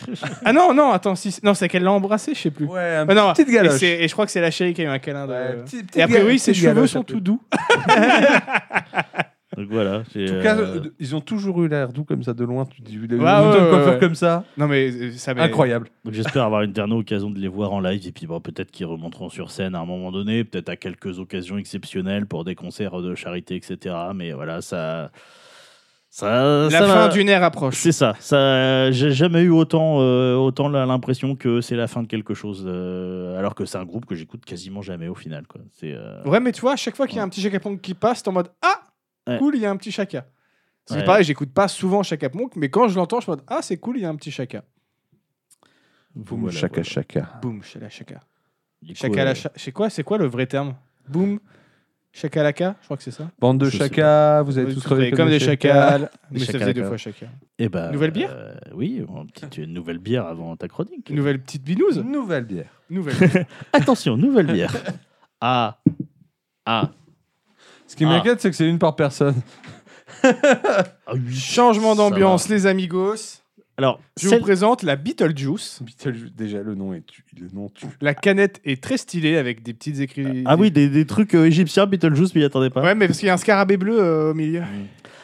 S1: Ah non, non, attends, si. Non, c'est qu'elle l'a embrassé, je sais plus.
S2: Ouais, un
S1: Mais non,
S2: petite
S1: Et,
S2: galoche.
S1: c'est- et je crois que c'est la chérie qui a eu un câlin. De...
S2: Ouais, petit- petite
S1: et a priori,
S2: galoche,
S1: ses
S2: petite
S1: cheveux
S2: galoche,
S1: sont
S2: un peu.
S1: tout doux.
S3: Donc voilà. j'ai,
S2: En tout cas,
S3: euh,
S2: euh, ils ont toujours eu l'air doux comme ça de loin. Tu dis, le
S1: Ouais, ouais, ouais,
S2: coiffeur
S1: ouais.
S2: comme ça,
S1: Non, mais euh, ça m'est-
S2: incroyable.
S3: donc J'espère avoir une dernière occasion de les voir en live et puis bon, peut-être qu'ils remonteront sur scène à un moment donné, peut-être à quelques occasions exceptionnelles pour des concerts de charité, etc. Mais voilà, ça. ça
S1: La
S3: ça
S1: fin
S3: m'a-
S1: d'une ère approche.
S3: C'est ça. ça J'ai jamais eu autant, euh, autant la- l'impression que c'est la fin de quelque chose, euh, alors que c'est un groupe que j'écoute quasiment jamais au final. Quoi. C'est, euh,
S1: Ouais, mais tu vois, à chaque fois qu'il y a un petit Chaka Ponk qui passe, t'es en mode Ah
S3: Ouais.
S1: Cool, il y a un petit Chaka. C'est
S3: Ouais.
S1: pareil, j'écoute pas souvent Chaka Ponk, mais quand je l'entends, je suis en mode Ah, c'est cool, il y a un petit Chaka.
S3: voilà, voilà.
S2: chaka.
S1: Boum, c'est la Chaka.
S3: Du coup,
S1: Chaka la
S3: euh,
S1: Cha- C'est quoi, c'est quoi le vrai terme Boum, Chakalaka, je crois que c'est ça.
S2: Bande de
S3: Je sais pas.
S2: chaka, vous avez
S1: Vous
S2: tous
S1: êtes
S2: travaillé
S1: comme des chacals. Mais
S3: Des
S1: ça faisait
S3: chakalaka.
S1: deux fois Chaka.
S3: eh ben,
S1: Nouvelle bière
S3: euh, Oui, une petite une nouvelle bière avant ta chronique.
S1: Nouvelle petite
S3: Mmh.
S1: binouse
S2: Nouvelle bière.
S1: Nouvelle.
S3: Attention, nouvelle bière. Ah. Ah.
S2: Ce qui
S3: Ah.
S2: m'inquiète, c'est que c'est une par personne.
S1: Changement d'ambiance, les amigos.
S3: Alors,
S1: Je
S3: celle-
S1: vous présente la Beetlejuice.
S2: Déjà, le nom est tu. Le nom tue.
S1: La canette est très stylée avec des petites écrits.
S3: Ah oui, des, des trucs euh, égyptiens, Beetlejuice, mais attendez pas.
S1: Ouais, mais parce qu'il y a un scarabée bleu euh, au milieu.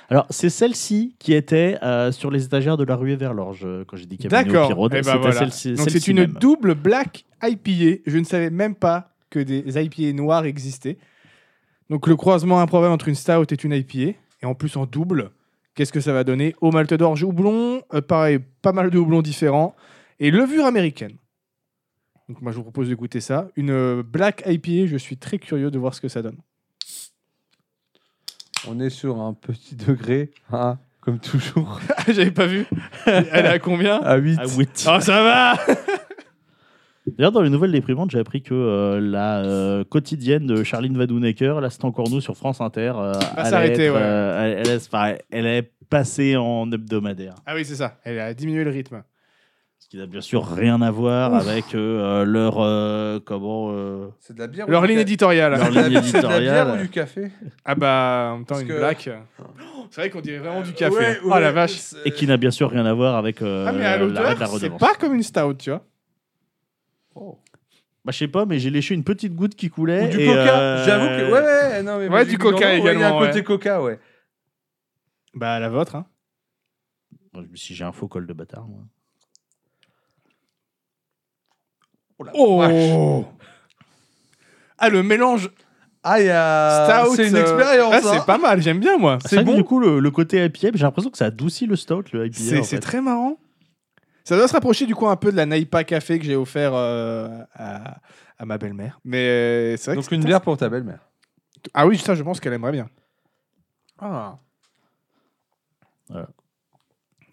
S3: Alors, c'est celle-ci qui était euh, sur les étagères de la ruée vers l'orge euh, quand j'ai dit qu'il y avait une
S1: D'accord.
S3: pirode.
S1: Eh ben
S3: c'était
S1: voilà.
S3: celle-ci.
S1: Donc
S3: celle-ci
S1: c'est une
S3: même.
S1: double black IPA. Je ne savais même pas que des IPA noirs existaient. Donc le croisement improbable entre une stout et une IPA, et en plus en double, qu'est-ce que ça va donner Au malte d'orge houblon, euh, pareil, pas mal de houblons différents, et levure américaine. Donc moi je vous propose de goûter ça. Une euh, black IPA, je suis très curieux de voir ce que ça donne.
S2: On est sur un petit degré, hein, comme toujours,
S1: Ah J'avais pas vu. Elle est à combien
S2: à 8.
S3: Ah oui.
S1: Oh ça va
S3: Ah, D'ailleurs, dans les nouvelles déprimantes, j'ai appris que euh, la euh, quotidienne de Charline Vadounecker, là, c'est encore nous sur France Inter. euh,
S1: va
S3: allait
S1: s'arrêter,
S3: être,
S1: ouais.
S3: euh, elle, elle est- enfin, elle est passée en hebdomadaire.
S1: Ah oui, c'est ça. Elle a diminué le rythme.
S3: Ce qui n'a bien sûr rien à voir avec euh, leur. euh, comment. euh,
S2: C'est de la bière.
S1: Leur ligne éditoriale.
S3: Leur ligne
S2: C'est de la bière ou
S3: éditoriale.
S2: du café
S1: Ah bah, en même temps,
S2: Parce
S1: une
S2: que-
S1: blague. C'est vrai qu'on dirait vraiment du café. hein. oh la vache.
S3: Et qui n'a bien sûr rien à voir avec euh,
S1: Ah, mais à
S3: l'arrêt de la
S1: l'odeur, c'est
S3: redevance.
S1: pas comme une stout, tu vois.
S3: Bah, je sais pas, mais j'ai léché une petite goutte qui coulait.
S2: Ou du
S3: et,
S2: coca.
S3: euh,
S2: J'avoue que. Ouais, ouais, non, mais
S1: Ouais,
S2: j'ai
S1: du
S2: dit
S1: coca
S2: non, Il y a
S1: également,
S2: un côté
S1: ouais.
S2: coca, ouais.
S1: Bah, la vôtre. Hein.
S3: Si j'ai un faux col de bâtard, moi.
S1: Oh
S2: Vache.
S1: Ah, le mélange
S2: Ah, il y a.
S1: stout.
S2: C'est une
S1: euh,
S2: expérience.
S1: ah,
S2: hein.
S1: c'est pas mal, j'aime bien, moi.
S3: C'est vrai que Du coup, le, le côté IPA, j'ai l'impression que ça adoucit le stout, le IPA.
S1: C'est
S3: en
S1: c'est
S3: fait.
S1: très marrant. Ça doit se rapprocher du coup un peu de la Naipa Café que j'ai offert euh, à, à ma belle-mère. Mais euh, c'est vrai
S2: Donc
S1: que
S2: une
S1: c'est-
S2: bière pour ta belle-mère.
S1: Ah oui, ça je pense qu'elle aimerait bien.
S3: Ah. Voilà.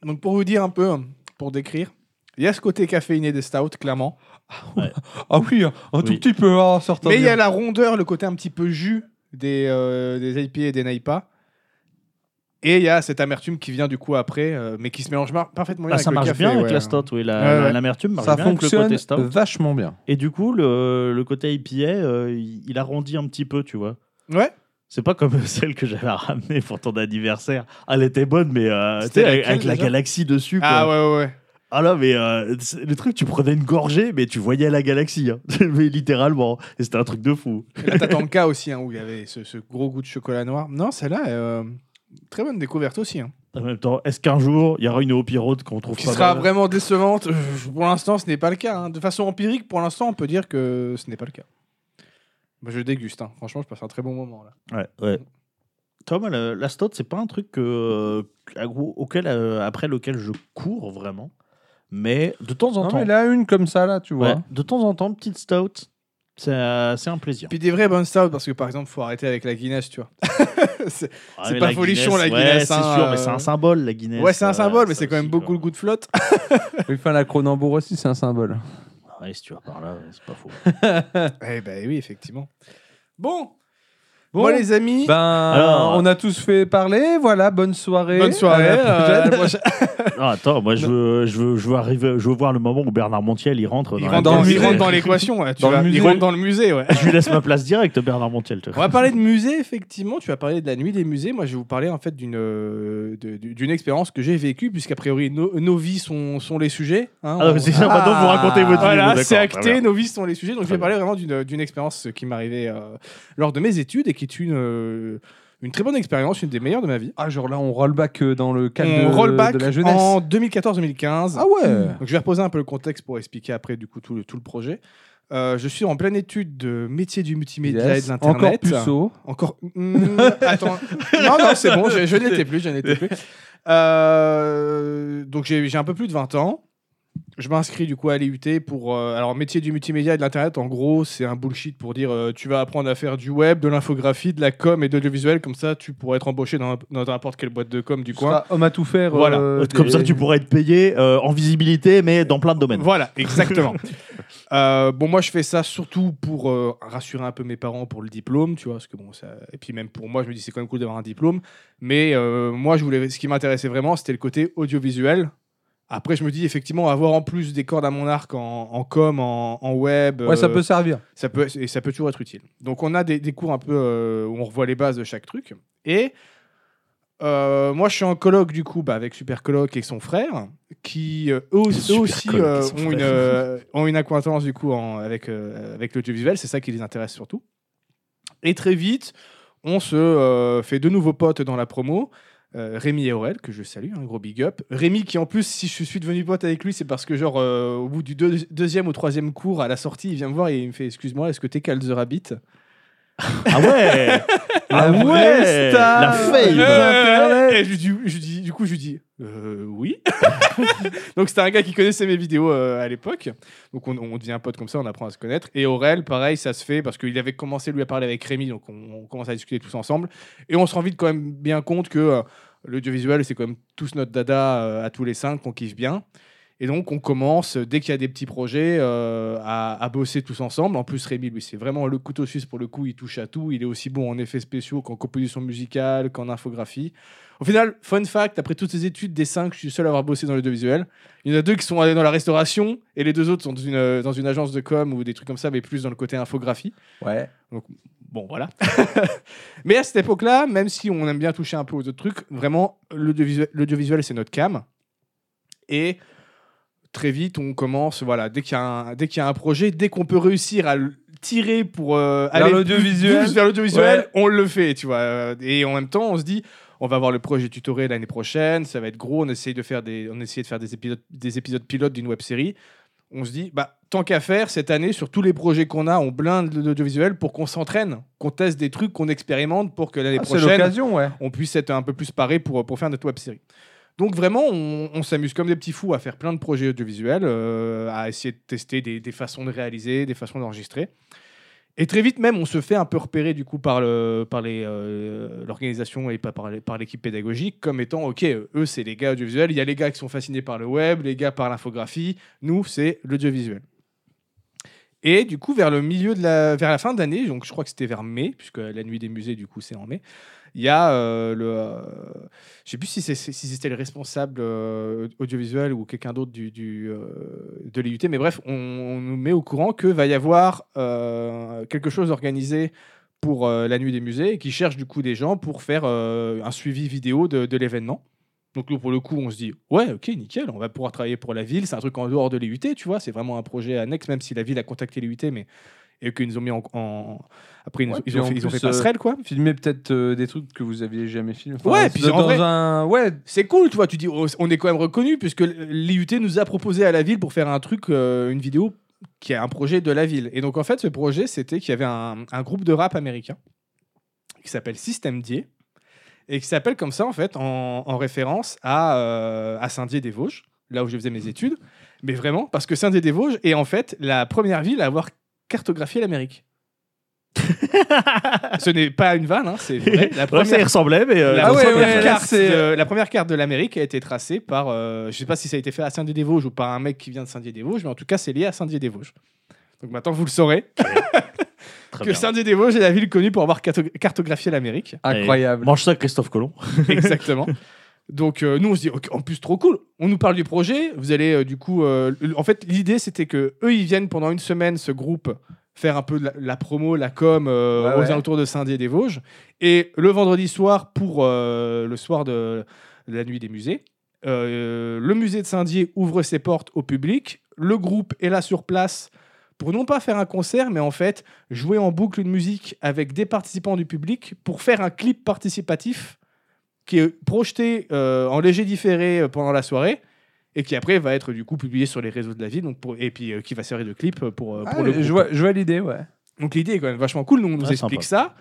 S1: Donc pour vous dire un peu, pour décrire, il y a ce côté caféiné des stouts clairement.
S2: Ah oui, un un tout
S3: Oui.
S2: petit peu, hein, certains.
S1: Mais il y a
S2: bières.
S1: la rondeur, le côté un petit peu jus des, euh, des IPA et des Naipa. Et il y a cette amertume qui vient du coup après, euh, mais qui se mélange mar- parfaitement bien
S3: Ah, ça
S1: avec
S3: marche
S1: le café.
S3: bien avec
S1: ouais.
S3: la stout, oui. la-
S1: Ouais, ouais.
S3: la- L'amertume marche
S2: Ça
S3: bien avec le
S2: fonctionne
S3: côté stout.
S2: vachement bien.
S3: Et du coup, le, le côté IPA, euh, il, il arrondit un petit peu, tu vois.
S1: Ouais.
S3: C'est pas comme celle que j'avais ramenée pour ton anniversaire. Ah, Elle était bonne, mais euh, tu
S1: C'était
S3: sais, avec,
S1: laquelle,
S3: avec la
S1: déjà
S3: galaxie dessus. quoi.
S1: Ah ouais, ouais, ouais.
S3: Ah là, mais euh, c'est- le truc, tu prenais une gorgée, mais tu voyais la galaxie, hein. mais littéralement. Et c'était un truc de fou.
S1: Et là, t'as Tanka aussi, hein, où il y avait ce, ce gros goût de chocolat noir. Non, celle-là, euh, très bonne découverte aussi. hein.
S3: En même temps, est-ce qu'un jour, il y aura une haute road qu'on trouve
S1: Qui
S3: pas
S1: sera
S3: mal
S1: vraiment décevante. euh, Pour l'instant, ce n'est pas le cas. hein. De façon empirique, pour l'instant, on peut dire que ce n'est pas le cas. Bah, je déguste. hein. Franchement, je passe un très bon moment. là.
S3: Ouais, ouais. Tom, la, la stout, c'est pas un truc que, à gros- auquel, euh, après lequel je cours vraiment. Mais de temps en
S2: Non,
S3: temps,
S2: mais là, une comme ça, là, tu vois.
S3: ouais, de temps en temps, petite stout, c'est euh, c'est un plaisir.
S1: Puis des vraies bonnes stouts, parce que par exemple, faut arrêter avec la Guinness, tu vois. C'est-
S3: Ah,
S1: c'est
S3: mais
S1: pas
S3: la
S1: folichon,
S3: Guinness,
S1: la Guinness,
S3: Ouais, c'est
S1: hein,
S3: sûr,
S1: euh,
S3: mais c'est un symbole, la Guinness.
S1: ouais, c'est un
S3: euh,
S1: symbole, mais
S3: ça
S1: c'est quand même
S3: aussi,
S1: beaucoup
S3: quoi.
S1: le goût de flotte.
S2: Oui, Enfin, la Cronenbourg aussi, c'est un symbole.
S3: Ouais, si tu vas par là, ouais, c'est pas faux.
S1: eh ben oui, effectivement. Bon,
S2: Bon,
S1: moi les amis,
S2: ben,
S3: Alors-
S2: on a tous fait parler. Voilà, bonne soirée.
S1: bonne soirée.
S2: À la
S1: euh, à la
S2: prochaine.
S1: prochaine.
S3: Non, attends, moi, je veux, je, veux, je, veux arriver, je veux voir le moment où Bernard Montiel, il rentre.
S1: Il
S3: dans la
S1: rentre dans,
S2: le
S1: il
S2: musée.
S1: rentre dans l'équation. ouais, tu
S2: Dans le
S1: vas- Il
S2: musée.
S1: rentre dans le musée, ouais.
S3: Je lui laisse ma place directe, Bernard Montiel. tu
S1: On
S3: vois.
S1: va parler de musée, effectivement. Tu as parlé de la nuit des musées. Moi, je vais vous parler en fait d'une euh, de- d'une expérience que j'ai vécue, puisqu'a priori, nos- nos vies sont, sont les sujets. hein.
S3: Ah,
S1: On-
S3: c'est ça, maintenant, vous racontez votre vie.
S1: Voilà,
S3: Bon,
S1: c'est
S3: d'accord, très
S1: acté,
S3: bien.
S1: nos vies sont les sujets. Donc, je
S3: Très
S1: vais parler vraiment d'une d'une expérience qui m'arrivait euh, lors de mes études et qui est une, euh, une très bonne expérience, une des meilleures de ma vie.
S2: Ah, genre là, on rollback euh, dans le cadre
S1: On
S2: de,
S1: rollback
S2: de la jeunesse.
S1: en 2014-2015.
S2: Ah ouais.
S1: Donc, je vais reposer un peu le contexte pour expliquer après du coup tout le, tout le projet. Euh, je suis en pleine étude de métier du multimédia et
S2: Yes.
S1: de l'internet.
S2: Encore puceau.
S1: Encore. Hmm, attends. Non, non, c'est bon, je, je n'étais plus, je n'étais plus. Euh, donc j'ai j'ai un peu plus de 20 ans. Je m'inscris du coup à l'IUT pour. euh, alors, métier du multimédia et de l'Internet, en gros, c'est un bullshit pour dire euh, tu vas apprendre à faire du web, de l'infographie, de la com et de l'audiovisuel, comme ça tu pourras être embauché dans dans n'importe quelle boîte de com du
S2: Tu
S1: coin.
S2: seras homme à tout faire.
S1: Voilà.
S2: euh,
S3: Comme
S2: des-
S3: ça, tu pourrais être payé euh, en visibilité, mais dans plein de domaines.
S1: Voilà, exactement. Euh, bon, moi, je fais ça surtout pour euh, rassurer un peu mes parents pour le diplôme, tu vois, parce que bon, ça... et puis même pour moi, je me dis c'est quand même cool d'avoir un diplôme. Mais euh, moi, je voulais, ce qui m'intéressait vraiment, c'était le côté audiovisuel. Après, je me dis effectivement avoir en plus des cordes à mon arc en, en com, en, en web,
S2: Ouais, ça
S1: euh,
S2: peut servir.
S1: ça peut, et ça peut toujours être utile. Donc on a des, des cours un peu euh, où on revoit les bases de chaque truc. Et euh, moi, je suis en colloque du coup bah, avec Super Coloc et son frère, qui euh, eux, aussi- eux
S3: Super
S1: aussi
S3: Coloc et
S1: euh,
S3: son
S1: ont, une,
S3: frère.
S1: euh, ont une acquaintance du coup en- avec, euh, avec l'audiovisuel. C'est ça qui les intéresse surtout. Et très vite, on se euh, fait de nouveaux potes dans la promo. Euh, Rémi et Aurel, que je salue, un gros big up. Rémi, qui en plus, si je suis devenu pote avec lui, c'est parce que, genre, euh, au bout du deux- deuxième ou troisième cours, à la sortie, il vient me voir et il me fait Excuse-moi, est-ce que t'es Cal the Rabbit
S3: Ah ouais
S2: La vraie Ah star. Ah,
S3: La
S2: Il
S1: Euh,
S3: fame
S2: Internet.
S1: et je lui dis- je lui dis- Du coup, je lui dis Euh, Oui. Donc, c'était un gars qui connaissait mes vidéos euh, à l'époque. Donc, on, on devient un pote comme ça, on apprend à se connaître. Et Aurel, pareil, ça se fait parce qu'il avait commencé, lui, à parler avec Rémi. Donc, on, on commence à discuter tous ensemble. Et on se rend vite quand même bien compte que euh, l'audiovisuel, c'est quand même tous notre dada euh, à tous les cinq qu'on kiffe bien. Et Et donc, on commence, dès qu'il y a des petits projets, euh, à, à bosser tous ensemble. En plus, Rémi, lui, c'est vraiment le couteau suisse pour le coup. Il touche à tout. Il est aussi bon en effets spéciaux qu'en composition musicale, qu'en infographie. Au final, fun fact, après toutes ces études, des cinq, je suis le seul à avoir bossé dans l'audiovisuel. Il y en a deux qui sont allés dans la restauration et les deux autres sont dans une, euh, dans une agence de com ou des trucs comme ça, mais plus dans le côté infographie.
S2: Ouais. Ah,
S1: Bon, voilà. Mais à cette époque-là, même si on aime bien toucher un peu aux autres trucs, vraiment, l'audiovisuel, l'audiovisuel, c'est notre cam. Et très vite, on commence, voilà, dès qu'il y a un, dès qu'il y a un projet, dès qu'on peut réussir à le tirer pour euh,
S2: Vers
S1: aller
S2: l'audiovisuel.
S1: plus- plus vers l'audiovisuel,
S2: Ouais.
S1: on le fait, tu vois. Euh, Et en même temps, on se dit, on va avoir le projet tutoré l'année prochaine, ça va être gros, on essaye de faire des, on essaye de faire des épisodes, des épisodes pilotes d'une web série. On se dit, bah, tant qu'à faire, cette année, sur tous les projets qu'on a, on blinde l'audiovisuel pour qu'on s'entraîne, qu'on teste des trucs, qu'on expérimente pour que l'année
S2: Ah, c'est
S1: prochaine,
S2: l'occasion, ouais.
S1: on puisse être un peu plus paré pour, pour faire notre web série. Donc vraiment, on, on s'amuse comme des petits fous à faire plein de projets audiovisuels, euh, à essayer de tester des, des façons de réaliser, des façons d'enregistrer. Et très vite même, on se fait un peu repérer du coup par le- par les, euh, l'organisation et pas par, les- par l'équipe pédagogique comme étant, ok, eux c'est les gars audiovisuels, il y a les gars qui sont fascinés par le web, les gars par l'infographie, nous c'est l'audiovisuel. Et du coup, vers le milieu de la, vers la fin d'année, donc je crois que c'était vers mai, puisque la nuit des musées du coup c'est en mai, il y a euh, le. euh, je sais plus si, c'est- si c'était le responsable euh, audiovisuel ou quelqu'un d'autre du, du, euh, de l'IUT, mais bref, on, on nous met au courant que va y avoir euh, quelque chose organisé pour euh, la nuit des musées et qui cherche du coup des gens pour faire euh, un suivi vidéo de, de l'événement. Donc nous, pour le coup, on se dit ouais, ok, nickel, on va pouvoir travailler pour la ville. C'est un truc en dehors de l'IUT, tu vois. C'est vraiment un projet annexe, même si la ville a contacté l'IUT, mais et qu'ils nous ont mis en, en- après ils, nous-
S2: Ouais,
S1: ils
S2: puis
S1: ont,
S2: en
S1: fait, ils ont
S2: plus,
S1: fait passerelle quoi.
S2: Filmer peut-être euh, des trucs que vous aviez jamais filmés.
S1: Ouais, puis
S2: dans
S1: en vrai-
S2: un. Ouais,
S1: C'est cool, tu vois, tu dis, oh, on est quand même reconnu, puisque l'IUT nous a proposé à la ville pour faire un truc, euh, une vidéo qui est un projet de la ville. Et donc, en fait, ce projet, c'était qu'il y avait un, un groupe de rap américain qui s'appelle System D et qui s'appelle comme ça, en fait, en, en référence à, euh, à Saint-Dié-des-Vosges, là où je faisais mes études. Mais vraiment, parce que Saint-Dié-des-Vosges est en fait la première ville à avoir cartographié l'Amérique. ce n'est pas une vanne, hein, c'est vrai. La
S3: Ouais, ça
S1: première
S3: y ressemblait, mais. euh,
S1: la,
S2: Ah ouais,
S1: première
S2: ouais, là,
S1: carte
S2: c'est-
S1: de, euh, la première carte de l'Amérique a été tracée par, euh, je sais pas si ça a été fait à Saint-Dié-des-Vosges ou par un mec qui vient de Saint-Dié-des-Vosges, mais en tout cas, c'est lié à Saint-Dié-des-Vosges. Donc maintenant, vous le saurez,
S3: très
S1: que
S3: bien.
S1: Saint-Dié-des-Vosges est la ville connue pour avoir carto- cartographié l'Amérique.
S2: incroyable.
S3: Mange ça, Christophe Colomb.
S1: Exactement. Donc euh, nous, on se dit, ok, en plus, trop cool. On nous parle du projet. Vous allez, euh, du coup, euh, l- en fait, l'idée, c'était que eux, ils viennent pendant une semaine, ce groupe, faire un peu de la, la promo, la com euh,
S2: Ouais,
S1: aux
S2: ouais.
S1: alentours de Saint-Dié des Vosges. Et le vendredi soir, pour euh, le soir de, de la nuit des musées, euh, le musée de Saint-Dié ouvre ses portes au public. Le groupe est là sur place pour non pas faire un concert, mais en fait jouer en boucle une musique avec des participants du public pour faire un clip participatif qui est projeté euh, en léger différé euh, pendant la soirée et qui après va être du coup publié sur les réseaux de la ville donc pour- et puis euh, qui va servir de clip euh, pour, euh,
S2: Ah,
S1: pour le
S2: je
S1: groupe.
S2: vois, je vois l'idée, ouais.
S1: Donc l'idée est quand même vachement cool, nous on nous
S3: Ouais,
S1: explique ça.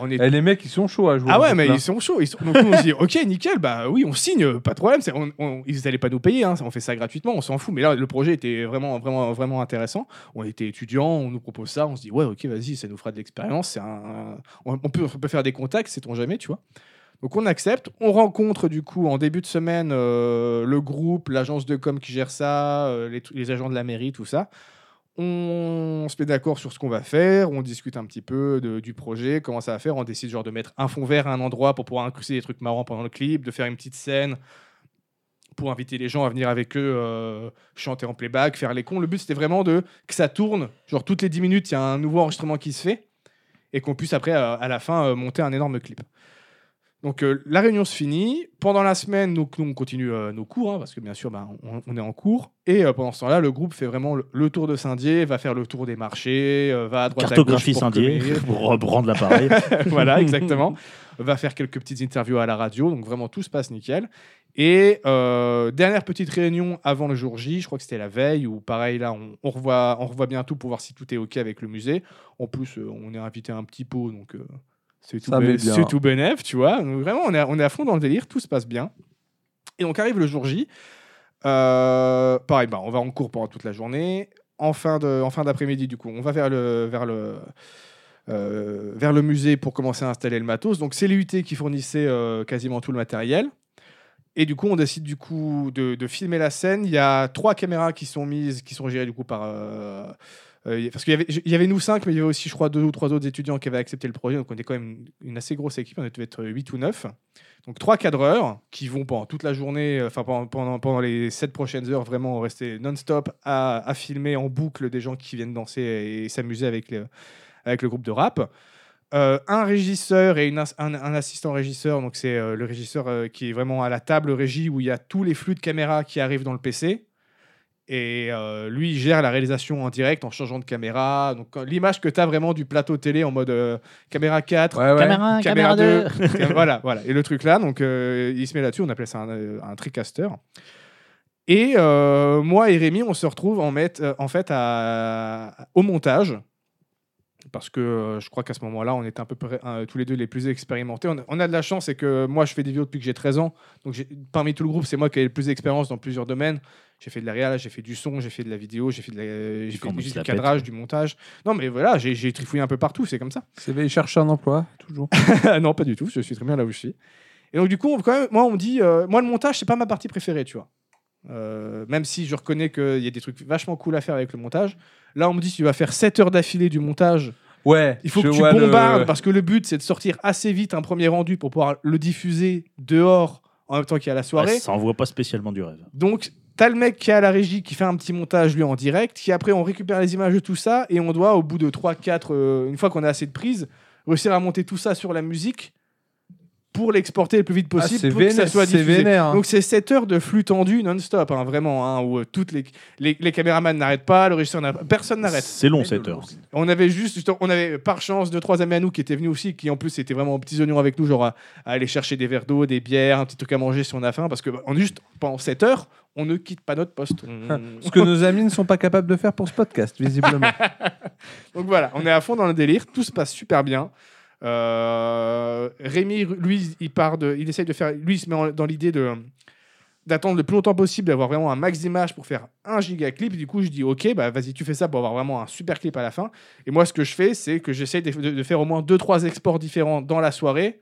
S1: On est
S2: Et Eh, les mecs, ils sont chauds hein, à jouer.
S1: ah ouais,
S2: au
S1: mais
S2: foot,
S1: ils sont chauds. Ils sont... Donc nous, on se dit, ok, nickel, bah oui, on signe, pas de problème. c'est- on- on- ils n'allaient pas nous payer, hein, on fait ça gratuitement, on s'en fout. Mais là, le projet était vraiment, vraiment, vraiment intéressant. On était étudiants, on nous propose ça, on se dit, ouais, ok, vas-y, ça nous fera de l'expérience. c'est Un... On, on peut, on peut faire des contacts, sait-on jamais, tu vois. Donc on accepte, on rencontre du coup en début de semaine euh, le groupe, l'agence de com qui gère ça, euh, les, les agents de la mairie, tout ça. On se met d'accord sur ce qu'on va faire, on discute un petit peu de- du projet, comment ça va faire, on décide genre de mettre un fond vert à un endroit pour pouvoir incruster des trucs marrants pendant le clip, de faire une petite scène pour inviter les gens à venir avec eux euh, chanter en playback, faire les cons. Le but c'était vraiment de que ça tourne, genre toutes les 10 minutes il y a un nouveau enregistrement qui se fait et qu'on puisse après euh, à la fin euh, monter un énorme clip. Donc euh, la réunion se finit. Pendant la semaine, donc, nous, on continue euh, nos cours, hein, parce que bien sûr, bah, on, on est en cours. Et euh, pendant ce temps-là, le groupe fait vraiment le, le tour de Saint-Dié, va faire le tour des marchés, euh, va à droite
S3: Cartographie
S1: à gauche pour
S3: Saint-Dié,
S1: communier.
S3: pour reprendre l'appareil.
S1: voilà, exactement. Va faire quelques petites interviews à la radio. Donc vraiment, tout se passe nickel. Et euh, dernière petite réunion avant le jour J, je crois que c'était la veille, où pareil, là, on, on revoit, on revoit bien tout pour voir si tout est OK avec le musée. En plus, euh, on est invité à un petit pot, donc euh, c'est tout,
S2: Ça met
S1: bé-
S2: bien.
S1: c'est tout bénef, tu vois. Donc vraiment, on est, à- on est à fond dans le délire, tout se passe bien. Et donc arrive le jour J. Euh, pareil, bah, on va en cours pendant toute la journée. En fin de- en fin d'après-midi, du coup, on va vers le, vers le, euh, vers le musée pour commencer à installer le matos. Donc c'est l'UT qui fournissait euh, quasiment tout le matériel. Et du coup, on décide du coup de, de filmer la scène. Il y a trois caméras qui sont mises, qui sont gérées du coup par. euh, euh, parce qu'il y avait, il y avait nous cinq, mais il y avait aussi, je crois, deux ou trois autres étudiants qui avaient accepté le projet. Donc, on était quand même une assez grosse équipe. On devait être 8 ou 9. Donc, trois cadreurs qui vont pendant toute la journée, euh, enfin, pendant, pendant, pendant les 7 prochaines heures, vraiment rester non-stop à, à filmer en boucle des gens qui viennent danser et s'amuser avec, le- avec le groupe de rap. Euh, un régisseur et une ins- un, un assistant régisseur. Donc, c'est euh, le régisseur euh, qui est vraiment à la table régie où il y a tous les flux de caméra qui arrivent dans le PC. Et euh, lui, il gère la réalisation en direct en changeant de caméra. Donc, quand- l'image que tu as vraiment du plateau télé en mode euh, caméra 4,
S2: Ouais, ouais.
S3: Caméra 1,
S1: caméra
S3: caméra 2.
S1: 2. Tiens, voilà, voilà. Et le truc là, donc euh, il se met là-dessus, on appelait ça un, euh, un tricaster. Et euh, moi et Rémi, on se retrouve en, met- euh, en fait à- au montage. Parce que euh, je crois qu'à ce moment-là, on était à peu près euh, tous les deux les plus expérimentés. On a, on a de la chance, c'est que moi, je fais des vidéos depuis que j'ai 13 ans. Donc, j'ai- parmi tout le groupe, c'est moi qui ai le plus d'expérience dans plusieurs domaines. J'ai fait de la réal, j'ai fait du son, j'ai fait de la vidéo, j'ai fait, de la- j'ai fait
S3: commences
S1: du
S3: la pète.
S1: cadrage, du montage. Non, mais voilà, j'ai j'ai trifouillé un peu partout, c'est comme ça.
S2: CV cherche un emploi, toujours.
S1: Ah non, pas du tout. Je suis très bien là où je suis. Et donc, du coup, on- quand même, moi, on me dit, euh, moi, le montage, c'est pas ma partie préférée, tu vois. Euh, même si je reconnais qu'il y a des trucs vachement cool à faire avec le montage. Là, on me dit, tu vas faire 7 heures d'affilée du montage.
S2: Ouais.
S1: Il faut
S2: je
S1: que tu
S2: vois le-
S1: bombardes parce que le but, c'est de sortir assez vite un premier rendu pour pouvoir le diffuser dehors en même temps qu'il y a la
S2: Bah,
S1: soirée.
S3: ça envoie pas spécialement du rêve.
S1: Donc, t'as le mec qui est à la régie qui fait un petit montage, lui, en direct, qui après, on récupère les images de tout ça, et on doit, au bout de 3, 4, une fois qu'on a assez de prises, réussir à monter tout ça sur la musique pour l'exporter le plus vite
S2: Ah,
S1: possible,
S2: c'est
S1: pour que ça
S2: vénère.
S1: soit
S2: C'est
S1: diffusé.
S2: vénère. hein.
S1: Donc c'est 7 heures de flux tendu non-stop, hein, vraiment, hein, où euh, toutes les, les, les caméramans n'arrêtent pas, le régisseur n'arrête pas, personne n'arrête.
S3: C'est long
S2: Mais
S3: cette
S2: de
S3: heure.
S2: l'ours.
S1: On avait juste, justement, on avait par chance deux, trois amis à nous qui étaient venus aussi, qui en plus étaient vraiment aux petits oignons avec nous, genre à, à aller chercher des verres d'eau, des bières, un petit truc à manger si on a faim, parce que bah, en juste pendant 7 heures, on ne quitte pas notre poste. On-
S2: Ce que nos amis ne sont pas capables de faire pour ce podcast, visiblement.
S1: Donc voilà, on est à fond dans le délire, tout se passe super bien. Euh, Rémi, lui, il part de, il essaye de faire, lui, il se met en- dans l'idée de d'attendre le plus longtemps possible, d'avoir vraiment un max d'images pour faire un giga clip. Et du coup, je dis, ok, bah vas-y, tu fais ça pour avoir vraiment un super clip à la fin. Et moi, ce que je fais, c'est que j'essaye de, de- de faire au moins deux trois exports différents dans la soirée.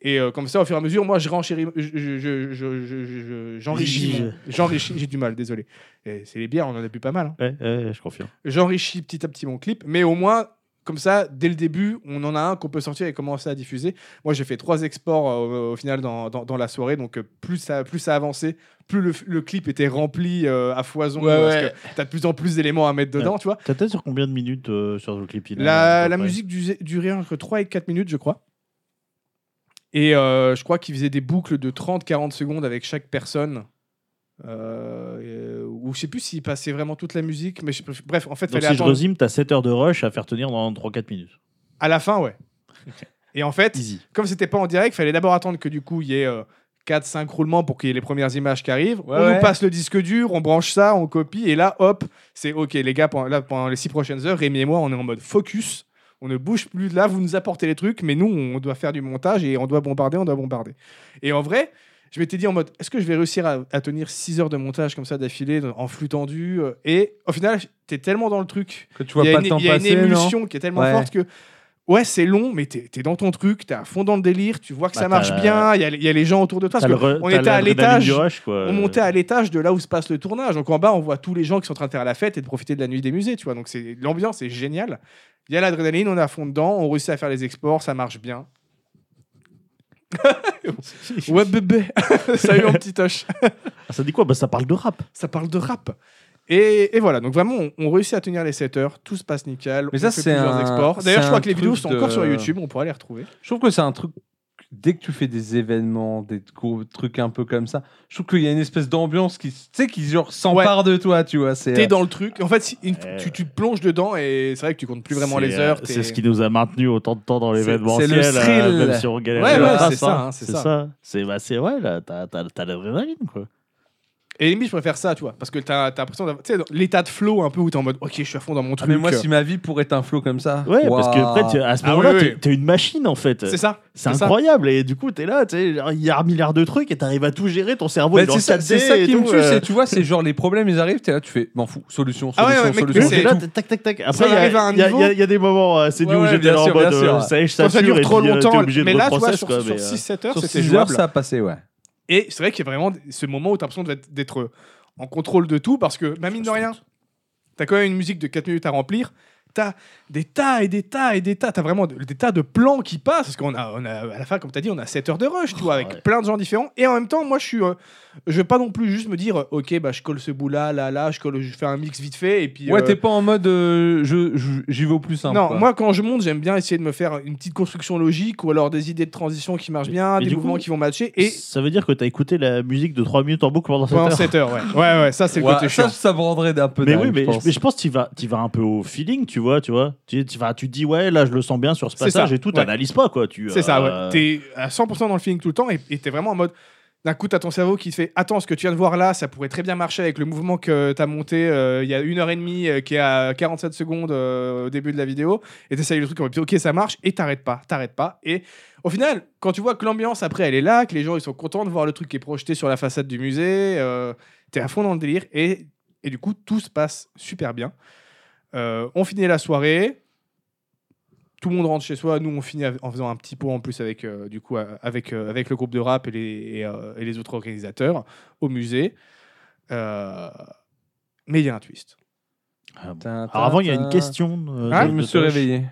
S1: Et euh, comme ça, au fur et à mesure, moi, je renchéris, je- je- je- je- je- je- j'enrichis,
S3: J'ige.
S1: mon- j'enrichis, j'ai du mal, désolé. Et C'est les bières, on en a bu pas mal. hein
S3: Ouais, ouais, je confirme.
S1: j'enrichis petit à petit mon clip, mais au moins, comme ça, dès le début, on en a un qu'on peut sortir et commencer à diffuser. Moi, j'ai fait trois exports euh, au final dans, dans- dans la soirée, donc euh, plus ça, plus ça avançait, plus le, le clip était rempli euh, à foison,
S2: Ouais,
S1: parce
S2: ouais.
S1: que t'as de plus en plus d'éléments à mettre dedans, tu vois.
S3: T'as peut-être sur combien de minutes euh, sur le clip il a, à
S1: La,
S3: peu
S1: la
S3: près
S1: musique du- durait entre 3 et 4 minutes, je crois. Et euh, je crois qu'il faisait des boucles de 30-40 secondes avec chaque personne. Euh, et- ou je sais plus s'il passait vraiment toute la musique, mais je- bref, en fait,
S3: Donc
S1: fallait
S3: si je
S1: attendre
S3: résume, t'as 7 heures de rush à faire tenir dans 3-4 minutes.
S1: à la fin, ouais. Et en fait,
S3: Easy.
S1: comme c'était pas en direct, fallait d'abord attendre que du coup il y ait 4-5 roulements pour qu'il y ait les premières images qui arrivent.
S2: Ouais,
S1: on nous
S2: ouais.
S1: passe le disque dur, on branche ça, on copie, et là, hop, c'est OK, les gars, pendant, là, pendant les 6 prochaines heures, Rémi et moi, on est en mode focus. On ne bouge plus de là, vous nous apportez les trucs, mais nous, on doit faire du montage et on doit bombarder, on doit bombarder. Et en vrai, je m'étais dit en mode, est-ce que je vais réussir à, à tenir 6 heures de montage comme ça d'affilée, en flux tendu euh, Et au final, t'es tellement dans le truc
S2: que tu vois
S1: il y a
S2: pas
S1: une,
S2: le temps
S1: il y a une
S2: passer, non
S1: émulsion qui est tellement
S2: Ouais.
S1: forte que. Ouais, c'est long, mais t'es t'es dans ton truc, t'es à fond dans le délire, tu vois que
S3: Bah,
S1: ça marche
S3: t'as la-
S1: bien, il y, a- il y a les gens autour de toi.
S3: T'as
S1: Parce que
S3: le re-
S1: on
S3: t'as
S1: était à
S3: l'adrénaline
S1: l'étage,
S3: du euh. rush, quoi.
S1: on montait à l'étage de là où se passe le tournage. Donc en bas, on voit tous les gens qui sont en train de faire la fête et de profiter de la nuit des musées, tu vois. Donc c'est- l'ambiance est géniale. Il y a l'adrénaline, on est à fond dedans, on réussit à faire les exports, ça marche bien. Ouais, bébé, ça a eu un petit toche.
S3: Ah, Ça dit quoi bah, Ça parle de rap.
S1: Ça parle de rap. Et, et voilà, donc vraiment, on, on réussit à tenir les 7 heures, tout se passe nickel.
S2: Mais
S1: on
S2: ça,
S1: fait
S2: c'est
S1: plusieurs
S2: un-
S1: exports.
S2: c'est
S1: D'ailleurs, je crois
S2: un
S1: que les vidéos
S2: truc
S1: sont encore
S2: de-
S1: sur YouTube, on pourra les retrouver.
S2: Je trouve que c'est un truc. Dès que tu fais des événements, des gros trucs un peu comme ça, je trouve qu'il y a une espèce d'ambiance qui, tu sais, qui genre s'empare de toi, tu vois. C'est euh,
S1: T'es dans le truc. En fait, si- une-
S3: Euh.
S1: tu, tu te plonges dedans et c'est vrai que tu comptes plus vraiment
S3: C'est,
S1: les
S3: euh,
S1: heures. t'es-
S3: C'est ce qui nous a maintenu autant de temps dans
S2: C'est-
S3: l'événementiel.
S2: c'est le
S3: euh,
S2: thrill.
S3: Même si on galère.
S1: Ouais,
S3: le
S1: ouais,
S3: pass,
S1: c'est ça,
S3: hein.
S1: hein, c'est
S3: C'est
S1: ça.
S3: ça. C'est bah, c'est- ouais, là, t'as t'as- t'as l'adrénaline, quoi.
S1: Et limite, je préfère ça, tu vois, parce que t'as t'as l'impression d'avoir. Tu sais, dans l'état de flow un peu où t'es en mode, ok, je suis à fond dans mon
S2: Ah,
S1: truc.
S2: mais moi, si ma vie pourrait être un flow comme ça.
S3: Ouais, parce que
S2: Waouh.
S3: après, tu- à ce
S1: Ah,
S3: moment-là,
S1: oui,
S3: t'es-
S1: oui.
S3: t'es une machine, en fait.
S1: C'est ça.
S3: C'est
S1: ça.
S3: incroyable. Et du coup, t'es là, tu sais, genre, il y a un milliard de trucs et t'arrives à tout gérer. Ton cerveau
S1: Bah,
S2: Mais
S3: est dans
S2: c'est ça,
S3: 4D
S2: c'est ça
S3: et
S2: qui me
S3: tout,
S2: tue,
S3: euh,
S2: c'est tu vois, c'est genre les problèmes ils arrivent, t'es là, tu fais, m'en fous, solution,
S1: Ah ouais,
S2: solution,
S1: ouais, mec,
S2: solution.
S1: mais
S3: t'es
S1: c'est-
S3: là, tac, tac, tac. Après, il y,
S1: arrive
S3: a-
S1: à un
S3: il y a-
S1: niveau-
S3: il y a- il y a des moments, euh, c'est
S2: Ouais,
S3: nous où
S2: ouais,
S3: j'étais
S2: bien
S3: là en
S2: sûr, bien
S3: mode, euh,
S2: sûr.
S3: ça y est, je
S1: Quand ça
S3: t'assure,
S1: dure
S3: et
S1: trop
S3: puis, euh, t'es
S1: longtemps.
S3: obligé de
S1: Mais là, tu vois,
S3: reprocess,
S1: sur,
S3: quoi,
S1: sur
S3: mais, euh,
S1: 6-7 heures,
S2: Sur
S1: c'était
S2: 6 heures,
S1: jouable.
S2: ça a passé, ouais.
S1: Et c'est vrai qu'il y a vraiment ce moment où tu as l'impression d'être- d'être euh, en contrôle de tout parce que, bah, mine de rien, tu as quand même une musique de 4 minutes à remplir. Tu as des tas et des tas et des tas. Tu as vraiment des tas de plans qui passent. Parce qu'on a, on a, à la fin, comme tu as dit, on a 7 heures de rush, tu vois, avec
S3: ouais.
S1: plein de gens différents. Et en même temps, moi, je suis. euh, je vais pas non plus juste me dire, euh, ok, bah, je colle ce bout là, là, là, je, colle, je fais un mix vite fait. Et puis.
S2: Ouais,
S1: euh,
S2: t'es pas en mode euh, je- je- j'y vais au plus simple.
S1: non,
S2: quoi.
S1: moi quand je monte, j'aime bien essayer de me faire une petite construction logique ou alors des idées de transition qui marchent
S3: Mais-
S1: bien,
S3: mais
S1: des
S3: du coup-
S1: mouvements qui vont matcher et
S3: Ça veut dire que t'as écouté la musique de 3 minutes en boucle pendant 7
S1: pendant
S3: heures.
S1: 7 heures. Ouais, ouais, ouais, ça c'est le
S2: Ouais,
S1: côté
S2: ça,
S1: chiant.
S2: ça me rendrait d'un peu
S3: Mais
S2: dingue,
S3: oui, mais
S2: je
S3: je
S2: pense.
S3: mais je pense que tu vas, tu vas un peu au feeling, tu vois, tu vois. Tu, tu vas, tu te dis ouais, là je le sens bien sur ce
S1: C'est
S3: passage
S1: ça,
S3: et tout,
S1: ouais.
S3: t'analyses pas quoi. Tu
S1: C'est ça,
S3: euh,
S1: ouais. T'es à 100% dans le feeling tout le temps et et t'es vraiment en mode. D'un coup, t'as ton cerveau qui te fait Attends, ce que tu viens de voir là, ça pourrait très bien marcher avec le mouvement que t'as monté euh, il y a une heure et demie, euh, qui est à 47 secondes euh, au début de la vidéo. Et t'essayes le truc comme Ok, ça marche, et t'arrêtes pas, t'arrêtes pas. Et au final, quand tu vois que l'ambiance après, elle est là, que les gens ils sont contents de voir le truc qui est projeté sur la façade du musée, euh, t'es à fond dans le délire. Et, et du coup, tout se passe super bien. Euh, on finit la soirée tout le monde rentre chez soi. Nous, on finit av- en faisant un petit pot en plus avec, euh, du coup, euh, avec, euh, avec le groupe de rap et les, et, euh, et les autres organisateurs au musée. Euh, Mais il y a un twist.
S3: ah, bon.
S2: Tin, tin,
S3: Alors avant, il y a une
S2: tin.
S3: question. euh,
S1: Hein
S2: Je
S3: de-
S2: me
S3: de
S2: suis
S3: Tosh.
S2: réveillé.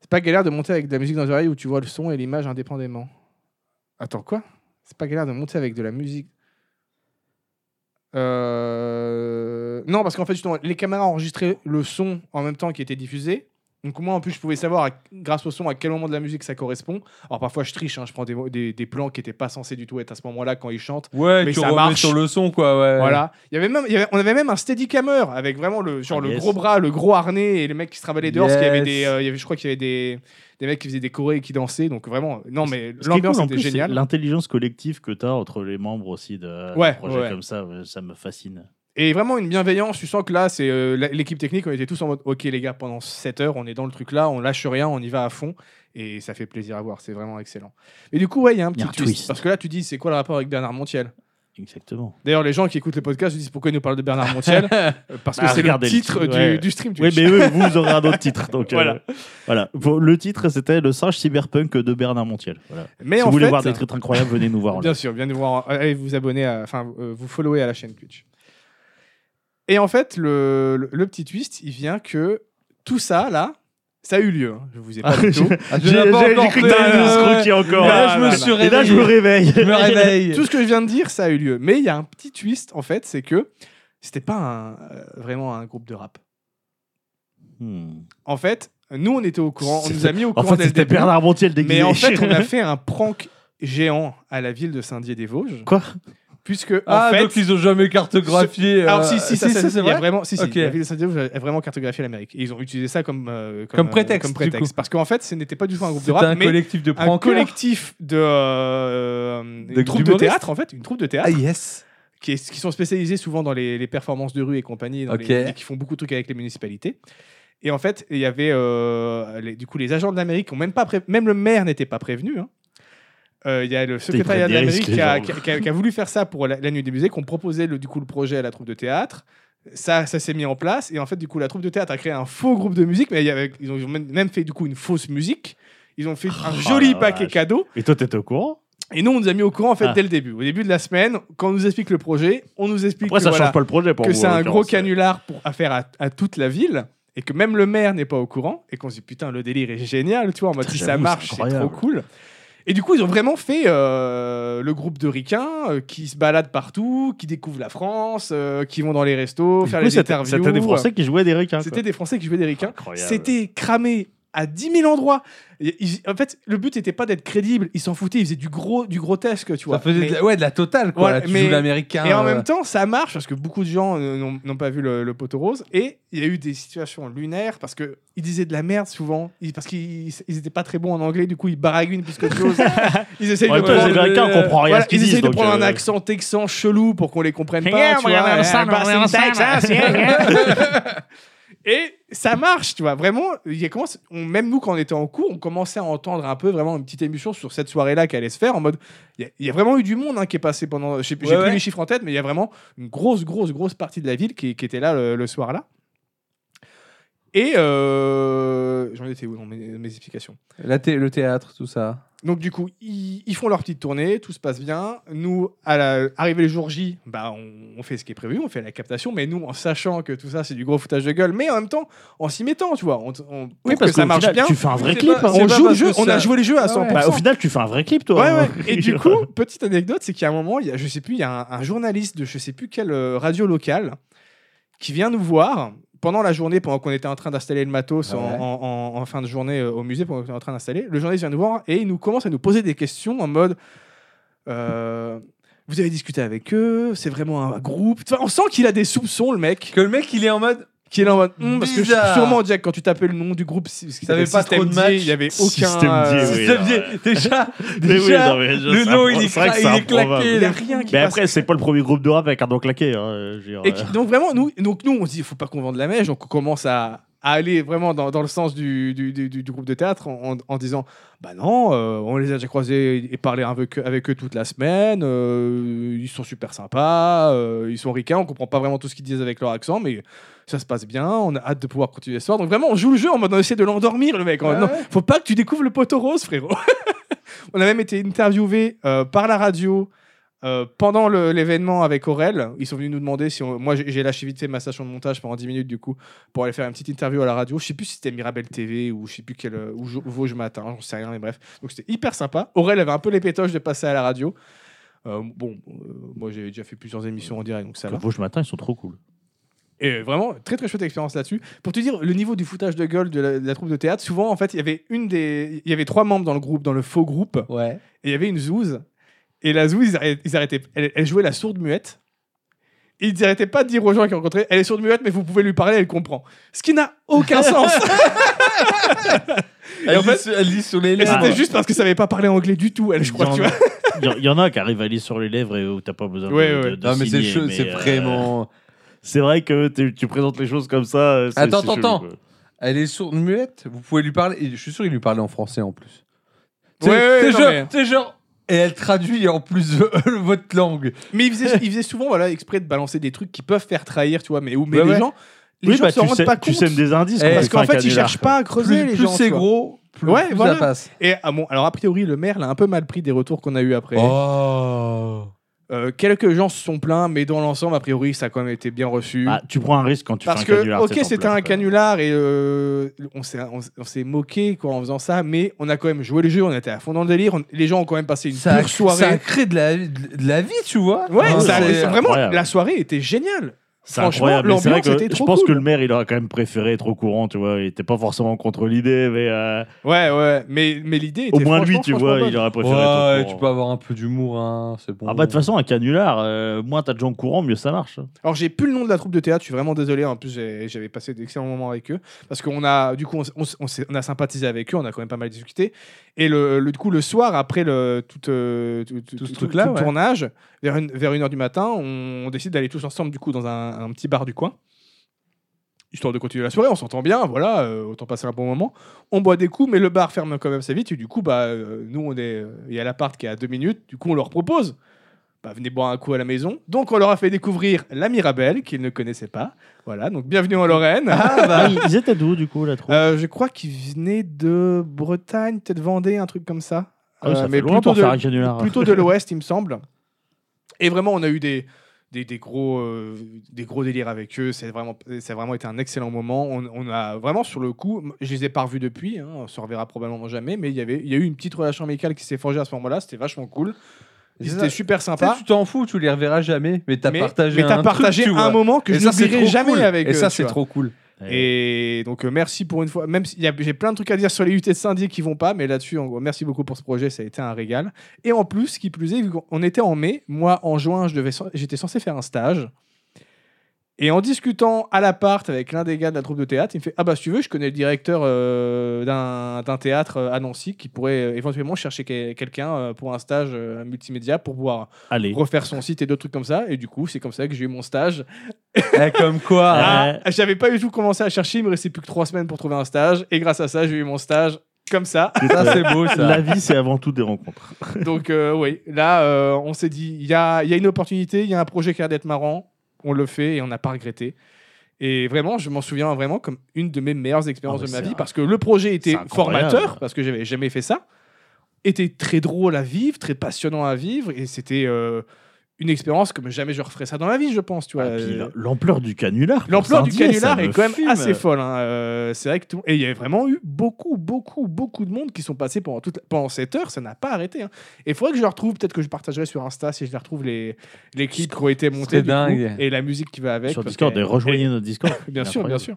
S1: C'est pas galère de monter avec de la musique dans les oreilles où tu vois le son et l'image indépendamment. Attends, quoi C'est pas galère de monter avec de la musique. Euh, Non, parce qu'en fait, justement, les caméras enregistraient le son en même temps qui était diffusé. Donc, moi, en plus, je pouvais savoir, à- grâce au son, à quel moment de la musique ça correspond. Alors, parfois, je triche, hein, je prends des, des- des plans qui n'étaient pas censés du tout être à ce moment-là quand ils chantent.
S2: Ouais,
S1: Mais
S2: tu
S1: ça
S2: remets
S1: marche.
S2: sur le son, quoi.
S3: Euh,
S2: Ouais.
S1: Voilà. Il y avait même, il y avait- on avait même un steadicammer avec vraiment le, genre
S3: Ah,
S1: le
S3: yes.
S1: gros bras, le gros harnais et les mecs qui se travaillaient dehors. Parce qu'il y avait des,
S2: Yes.
S1: euh, il y avait, je crois qu'il y avait des, des mecs qui faisaient des chorés et qui dansaient. Donc vraiment, non mais
S3: Ce qui est
S1: l'ambiance
S3: cool, en
S1: était
S3: plus, c'est
S1: géniale.
S3: L'intelligence collective que t'as entre les membres aussi de
S1: Ouais,
S3: de projets
S1: ouais.
S3: comme ça, euh, ça me fascine.
S1: Et vraiment une bienveillance. Tu sens que là, c'est euh, la- l'équipe technique. On était tous en mode, ok les gars, pendant 7 heures, on est dans le truc là, on lâche rien, on y va à fond. Et ça fait plaisir à voir. C'est vraiment excellent. Et du coup, ouais, il y a un
S3: Il
S1: petit
S3: y a un
S1: twist,
S3: twist.
S1: Parce que là, tu dis, c'est quoi le rapport avec Bernard Montiel
S3: Exactement.
S1: D'ailleurs, les gens qui écoutent le podcast se disent pourquoi ils nous parlent de Bernard Montiel Euh, Parce que
S3: Bah,
S1: c'est le
S3: regardez le
S1: titre
S3: titre,
S1: du,
S3: ouais.
S1: du stream. du
S3: Oui, mais eux, vous aurez un autre titre. Donc, euh,
S1: Voilà.
S3: voilà. Vos- Le titre, c'était Le singe cyberpunk de Bernard Montiel. Voilà.
S1: Mais
S3: si
S1: en
S3: vous voulez
S1: fait-
S3: voir des titres incroyables, venez nous voir. en
S1: Bien
S3: live.
S1: sûr, bien nous voir. Allez vous abonner, à- enfin, euh, vous follower à la chaîne Twitch. Et en fait, le, le, le petit twist, il vient que tout ça, là, ça a eu lieu. hein. Je vous ai pas dit tout.
S2: Ah, je
S3: J'ai-
S2: l'ai pas
S3: j'ai-
S2: encore
S3: j'ai cru que
S2: fait,
S3: t'avais
S2: ouais, ouais.
S3: scruté encore.
S2: Et là,
S1: Ah,
S2: je
S1: là,
S2: me
S1: là.
S2: suis réveillé.
S3: Et là, je me réveille.
S2: Je me réveille.
S1: Tout ce que je viens de dire, ça a eu lieu. Mais il y a un petit twist, en fait, c'est que c'était pas un- euh, vraiment un groupe de rap.
S3: Hmm.
S1: En fait, nous, on était au courant, on
S3: C'est-
S1: nous a mis au
S3: En
S1: courant
S3: fait,
S1: dès le
S3: c'était
S1: début.
S3: Bernard Montiel déguisé.
S1: Mais en fait, on a fait un prank géant à la ville de Saint-Dié-des-Vosges,
S3: Quoi
S1: puisque en
S2: Ah,
S1: fait,
S2: donc ils ont jamais cartographié.
S1: Alors,
S2: euh,
S1: si, si, ça, ça,
S2: si,
S1: il y
S2: c'est
S1: a
S2: vrai.
S1: Vraiment, si, si,
S2: Ok.
S1: la ville de Saint-Dié a vraiment cartographié l'Amérique. Et ils ont utilisé ça comme, euh,
S2: Comme
S1: euh,
S2: prétexte,
S1: comme
S2: du
S1: prétexte.
S2: coup.
S1: Parce qu'en fait, ce n'était pas du tout un groupe de
S2: C'était
S1: rap,
S2: un
S1: mais
S2: collectif de
S1: un
S2: prankers.
S1: collectif de. euh, une
S2: De-
S1: troupe de
S2: d'humoristes.
S1: théâtre, en fait, une troupe de théâtre,
S2: Ah, yes.
S1: qui, est- qui sont spécialisés souvent dans les, les performances de rue et compagnie, dans les-
S2: Ok.
S1: et qui font beaucoup de trucs avec les municipalités. Et en fait, il y avait. euh, les- du coup, les agents de l'Amérique, ont même, pas pré- même le maire n'était pas prévenu. hein. Euh, Il y a le
S3: ils prennent
S1: secrétariat de
S3: des
S1: l'Amérique
S3: risques,
S1: qui, a-
S3: les gens.
S1: qui a- qui a- qui a voulu faire ça pour la, la nuit des musées, qu'on proposait le, du coup le projet à la troupe de théâtre. Ça, ça s'est mis en place et en fait du coup la troupe de théâtre a créé un faux groupe de musique, mais il y avait- ils ont même même fait du coup une fausse musique. Ils ont fait un
S3: Oh
S1: joli
S3: la
S1: paquet
S3: vache.
S1: cadeau
S3: Et toi, t'étais au courant
S1: et nous on nous a mis au courant en fait
S3: Ah.
S1: dès le début. Au début de la semaine, quand on nous explique le projet, on nous explique
S3: Après,
S1: que,
S3: ça
S1: voilà,
S3: change pas le projet pour
S1: que
S3: vous.
S1: c'est
S3: en
S1: un gros
S3: l'occurrence.
S1: canular pour, à faire à, à toute la ville et que même le maire n'est pas au courant et qu'on se dit putain le délire est génial tu vois en mode
S3: Putain,
S1: si ça
S3: j'avoue,
S1: marche c'est
S3: c'est
S1: trop
S3: incroyable.
S1: cool et du coup ils ont vraiment fait euh, le groupe de ricains euh, qui se baladent partout qui découvrent la France euh, qui vont dans les restos
S3: Du
S1: faire
S3: coup,
S1: les
S3: c'était-
S1: interviews
S3: C'était des Français qui jouaient des requins.
S1: c'était des Français qui jouaient des ricains
S3: Incroyable.
S1: c'était cramé à 10 000 endroits Et ils- en fait le but n'était pas d'être crédible ils s'en foutaient ils faisaient du gros du grotesque tu vois
S2: Ça faisait
S1: Mais-
S2: de la- ouais, de la totale, quoi.
S1: Voilà,
S2: Là, tu
S1: mais-
S2: joues l'américain.
S1: et en
S2: euh,
S1: même temps, ça marche parce que beaucoup de gens euh, n'ont n'ont pas vu le, le poteau rose. Et il y a eu des situations lunaires parce qu'ils disaient de la merde souvent. Ils- parce qu'ils n'étaient pas très bons en anglais, du coup ils baragouinent plus que chose. ils essayent
S3: En
S1: de
S3: même temps,
S1: prendre,
S3: les Américains, on comprend rien. à
S1: voilà,
S3: ce qu'ils
S1: ils essayent
S3: disent,
S1: de
S3: donc,
S1: prendre un
S3: euh,
S1: accent texan chelou pour qu'on les comprenne pas.
S4: Yeah,
S1: tu
S4: we're
S1: vois,
S4: gonna
S1: eh,
S4: sign,
S1: bah,
S4: we're
S1: c'est
S4: gonna sign
S1: une taxe,
S4: us,
S1: hein.
S4: yeah, yeah.
S1: Et ça marche, tu vois. Vraiment, il y a commence, on, même nous, quand on était en cours, on commençait à entendre un peu vraiment une petite émission sur cette soirée-là qui allait se faire. En mode, il y a- il y, a vraiment eu du monde hein, qui est passé pendant. J'ai j'ai
S2: Ouais,
S1: plus
S2: ouais.
S1: les chiffres en tête, mais il y a vraiment une grosse, grosse, grosse partie de la ville qui, qui était là le, le soir-là. Et euh, j'en étais où dans mes, mes explications
S2: la thé- le théâtre, tout ça.
S1: Donc du coup, ils, ils font leur petite tournée, tout se passe bien. Nous, à la- arrivé le jour J, bah, on, on fait ce qui est prévu, on fait la captation, mais nous, en sachant que tout ça, c'est du gros foutage de gueule, mais en même temps, en s'y mettant, tu vois, on, on- pour
S3: Oui, parce
S1: que ça
S3: qu'au
S1: marche
S3: final,
S1: bien.
S3: tu fais un vrai
S1: c'est
S3: clip,
S1: pas-
S3: hein.
S1: on
S3: C'est
S1: joue
S3: pas
S1: le jeu,
S3: parce que
S1: on a
S3: ça-
S1: joué les jeux à
S2: Ah ouais.
S1: 100%.
S3: Bah, au final, tu fais un vrai clip, toi.
S1: Ouais,
S2: hein.
S1: ouais. Et du coup, petite anecdote, c'est qu'à un moment, il y a, je sais plus, il y a un, un journaliste de je sais plus quelle euh, radio locale qui vient nous voir pendant la journée, pendant qu'on était en train d'installer le matos en,
S2: Ah Ouais.
S1: en- en- en fin de journée euh, au musée, pendant qu'on était en train d'installer. Le journaliste vient nous voir et il nous commence à nous poser des questions en mode. euh, vous avez discuté avec eux, c'est vraiment un groupe. Enfin, on sent qu'il a des soupçons, le mec.
S2: Que le mec, il est en mode.
S1: Qui est là en mode. Hum, parce que
S2: Bizarre.
S1: sûrement, Jack, quand tu tapais le nom du groupe, si- ce qui
S2: T'avais
S1: s'appelle
S2: pas trop de
S1: System D,
S2: match.
S1: il n'y avait
S3: System D,
S1: aucun. euh,
S3: oui.
S2: C'est ça,
S3: ouais.
S2: Déjà,
S3: Mais oui,
S2: déjà,
S3: non, mais je-
S2: le
S3: c'est
S2: nom,
S3: impro-
S2: il est,
S3: c'est vrai
S2: cra-
S3: que
S2: il
S3: c'est
S2: est claqué.
S1: Il n'y a
S2: le-
S1: rien qui
S3: Mais
S1: passe.
S3: après, c'est pas le premier groupe de rap avec un nom claqué. hein, euh, je veux dire,
S1: Et qui-
S3: euh.
S1: donc vraiment, nous, donc nous, on se dit, il faut pas qu'on vende la mèche, donc on commence à, à aller vraiment dans, dans le sens du, du, du- du- du groupe de théâtre en, en- en disant, bah non, euh, on les a déjà croisés et parlé avec, eux- avec eux toute la semaine, euh, ils sont super sympas, euh, ils sont ricains, on comprend pas vraiment tout ce qu'ils disent avec leur accent, mais ça se passe bien, on a hâte de pouvoir continuer ce soir. Donc vraiment, on joue le jeu en mode on essaie de l'endormir, le mec. en mode,
S2: Ouais,
S1: non,
S2: ouais.
S1: faut pas que tu découvres le poteau rose, frérot. on a même été interviewé euh, par la radio. euh, pendant le- l'événement avec Aurel, ils sont venus nous demander si on- moi j'ai j'ai lâché vite fait ma station de montage pendant 10 minutes du coup pour aller faire une petite interview à la radio. Je sais plus si c'était Mirabel TV ou je sais plus quel euh, ou Jo- Vosges matin, j'en sais rien mais bref. Donc c'était hyper sympa. Aurel avait un peu les pétoches de passer à la radio. Euh, bon, euh, moi j'ai déjà fait plusieurs émissions en direct donc ça va.
S3: Le Vosges matin, ils sont trop cool.
S1: Et vraiment, très très chouette expérience là-dessus. Pour te dire, le niveau du foutage de gueule de la, de la troupe de théâtre, souvent, en fait, il y avait une des, il y avait trois membres dans le groupe, dans le faux groupe,
S2: Ouais.
S1: et il y avait une zouze. Et la zouze, ils arrêtaient, ils arrêtaient- elle, elle jouait la sourde muette. Et ils n'arrêtaient pas de dire aux gens qu'ils rencontraient, elle est sourde muette, mais vous pouvez lui parler, elle comprend. Ce qui n'a aucun sens.
S2: Elle,
S1: en
S2: lit
S1: fait-
S2: sur- elle lit sur les
S1: Et
S2: lèvres.
S1: c'était juste parce que ça savait pas parler anglais du tout, elle, je crois,
S3: Il y en
S1: tu
S3: a-
S1: vois.
S3: Il y en- il y, en a qui arrivent à aller sur les lèvres et où t'as pas besoin de-
S1: Ouais,
S3: de,
S1: ouais.
S3: de,
S2: Ah, Non, mais c'est
S3: signer,
S2: chaud,
S3: mais,
S2: c'est
S3: euh,
S2: vraiment.
S3: C'est vrai que tu, tu présentes les choses comme ça. euh, c'est-
S2: Attends,
S3: c'est chelou,
S2: attends.
S3: quoi.
S2: Elle est sourde muette. Vous pouvez lui parler. Et je suis sûr qu'il lui parlait en français en plus.
S1: Ouais, ouais,
S2: c'est
S1: non,
S2: genre,
S1: mais-
S2: c'est genre. Et elle traduit en plus euh, votre langue.
S1: Mais ils faisaient, ils faisaient souvent, voilà, exprès de balancer des trucs qui peuvent faire trahir, tu vois, mais, ou- mais
S2: Ouais,
S1: les
S2: ouais.
S1: gens, les
S3: oui,
S1: gens
S3: bah,
S1: se
S3: tu,
S1: rendent
S3: sais-
S1: pas
S3: tu
S1: compte.
S3: sèmes des indices.
S2: Eh,
S3: qu'on
S1: parce
S2: c'est
S3: peut
S1: qu'en
S3: faire un
S1: fait, ils
S3: canular,
S1: cherchent
S3: quoi.
S1: pas à creuser
S2: Plus,
S1: les
S2: plus
S1: gens.
S2: c'est
S1: tu vois.
S2: gros, plus,
S1: Ouais,
S2: plus
S1: voilà.
S2: ça passe.
S1: Et ah bon, alors a priori, le maire l'a un peu mal pris des retours qu'on a eu après.
S2: Oh.
S1: Euh, quelques gens se sont plaints, mais dans l'ensemble, a priori, ça a quand même été bien reçu.
S3: Ah, tu prends un risque quand tu
S1: Parce
S3: fais un
S1: que,
S3: canular.
S1: ok,
S3: c'est ton
S1: c'était
S3: plan,
S1: un
S3: quoi.
S1: canular et euh, on s'est- on s- on s'est moqué quoi, en faisant ça, mais on a quand même joué le jeu, on était à fond dans le délire. on- les gens ont quand même passé une
S2: ça,
S1: pure soirée.
S2: ça crée de la, de la vie, tu vois.
S1: Ouais,
S3: Ah,
S1: ça-
S3: ouais, c'est
S1: vraiment,
S3: incroyable.
S1: la soirée était géniale.
S3: C'est
S1: Franchement,
S3: incroyable, mais c'est vrai
S1: l'ambiance
S3: que
S1: était
S3: je
S1: trop
S3: pense
S1: cool.
S3: que le maire, il aurait quand même préféré être au courant, tu vois. Il était pas forcément contre l'idée, mais euh,
S1: Ouais, ouais, mais, mais l'idée était
S3: au moins lui,
S1: franchement-
S3: tu
S1: franchement
S3: vois,
S1: bonne.
S3: il aurait préféré
S2: Ouais,
S3: être au
S2: tu
S3: courant.
S2: peux avoir un peu d'humour, hein, c'est bon.
S3: Ah bah de toute façon, un canular, euh, moins t'as de gens au courant, mieux ça marche.
S1: Alors j'ai plus le nom de la troupe de théâtre, je suis vraiment désolé. hein. En plus j'ai- j'avais passé d'excellents moments avec eux parce qu'on a du coup on, s- on s- on s'est- on a sympathisé avec eux, on a quand même pas mal discuté. Et le, le- du coup le soir après le tout, euh, tout, tout-
S2: Tout ce
S1: tout-
S2: truc-là,
S1: tout le
S2: ouais.
S1: tournage vers une vers une heure du matin, on, on décide d'aller tous ensemble du coup dans un, un petit bar du coin histoire de continuer la soirée. On s'entend bien, voilà, euh, autant passer un bon moment. On boit des coups, mais le bar ferme quand même sa vite. Et du coup bah euh, nous on est il y a l'appart qui est à deux minutes, du coup on leur propose bah, venez boire un coup à la maison. Donc, on leur a fait découvrir la Mirabelle, qu'ils ne connaissaient pas. Voilà, donc bienvenue en Lorraine.
S3: Ah, ils, ils étaient d'où, du coup, la troupe
S1: bah. Euh, je crois qu'ils venaient de Bretagne, peut-être Vendée, un truc comme ça.
S3: Ah oui, ça
S1: Euh,
S3: fait loin pour
S1: de,
S3: faire un canular.
S1: plutôt de l'Ouest, il me semble. Et vraiment, on a eu des, des, des gros, euh, des gros délires avec eux. C'est vraiment, ça a vraiment été un excellent moment. On, on a vraiment, sur le coup, m- je les ai pas revus depuis. hein, on se reverra probablement jamais. Mais il y, avait, il y a eu une petite relation amicale qui s'est forgée à ce moment-là. C'était vachement cool. Ils
S2: C'est
S1: étaient
S2: ça.
S1: super
S2: Tu sais,
S1: sympas.
S2: tu t'en fous, tu les reverras jamais, mais t'as
S1: mais,
S2: partagé
S1: mais
S2: un
S1: t'as partagé
S2: truc, tu
S1: un
S2: vois.
S1: moment que
S2: Et ça, c'est
S1: j'oublierai
S2: trop
S1: jamais
S2: cool.
S1: avec
S2: Et
S1: eux,
S2: ça,
S1: tu
S2: c'est
S1: vois.
S2: trop cool.
S3: Eh,
S1: Et donc euh, merci pour une fois. Même si j'ai plein de trucs à dire sur les UT de Saint-Dié qui vont pas, mais là-dessus, en gros, merci beaucoup pour ce projet, ça a été un régal. Et en plus, qui plus est, vu qu'on était en mai, moi en juin, je devais, j'étais censé faire un stage. Et en discutant à l'appart avec l'un des gars de la troupe de théâtre, il me fait Ah bah si tu veux, je connais le directeur euh, d'un, d'un théâtre euh, à Nancy qui pourrait euh, éventuellement chercher que- quelqu'un euh, pour un stage euh, multimédia pour pouvoir
S3: Allez.
S1: refaire son site et d'autres trucs comme ça. Et du coup, c'est comme ça que j'ai eu mon stage
S2: Eh, comme quoi.
S1: ah,
S3: Ouais.
S1: j'avais pas du tout commencé à chercher, il me restait plus que trois semaines pour trouver un stage. Et grâce à ça, j'ai eu mon stage comme ça.
S2: Ça, c'est beau, ça.
S3: La vie, c'est avant tout des rencontres.
S1: Donc, euh, oui, là, euh, on s'est dit, il y a, il y a une opportunité, il y a un projet qui a l'air d'être marrant. On le fait et on n'a pas regretté. Et vraiment, je m'en souviens vraiment comme une de mes meilleures expériences
S3: Ah, mais
S1: de ma
S3: c'est
S1: vie
S3: un-
S1: parce que le projet était
S3: c'est incroyable.
S1: formateur, parce que j'avais jamais fait ça. était très drôle à vivre, très passionnant à vivre, et c'était euh, une expérience comme jamais je referais ça dans la vie, je pense. Tu vois.
S3: Ah, puis
S1: Euh,
S3: la- L'ampleur du canular. pour
S1: L'ampleur du
S3: Sardier, ça
S1: canular
S3: me
S1: est quand même
S3: fume.
S1: assez folle. hein. Euh, c'est vrai que tout... Et il y a vraiment eu beaucoup, beaucoup, beaucoup de monde qui sont passés pendant, toute... la- pendant cette heure. Ça n'a pas arrêté. hein. Et il faudrait que je le retrouve. Peut-être que je partagerai sur Insta si je les retrouve les, les clips qui ont été montés.
S2: serait
S1: du
S2: dingue.
S1: coup, et la musique qui va avec.
S3: Sur
S1: parce
S3: Discord,
S1: que-
S3: et rejoignez notre Discord.
S1: Bien
S3: C'est
S1: sûr, bien
S3: incroyable.
S1: sûr.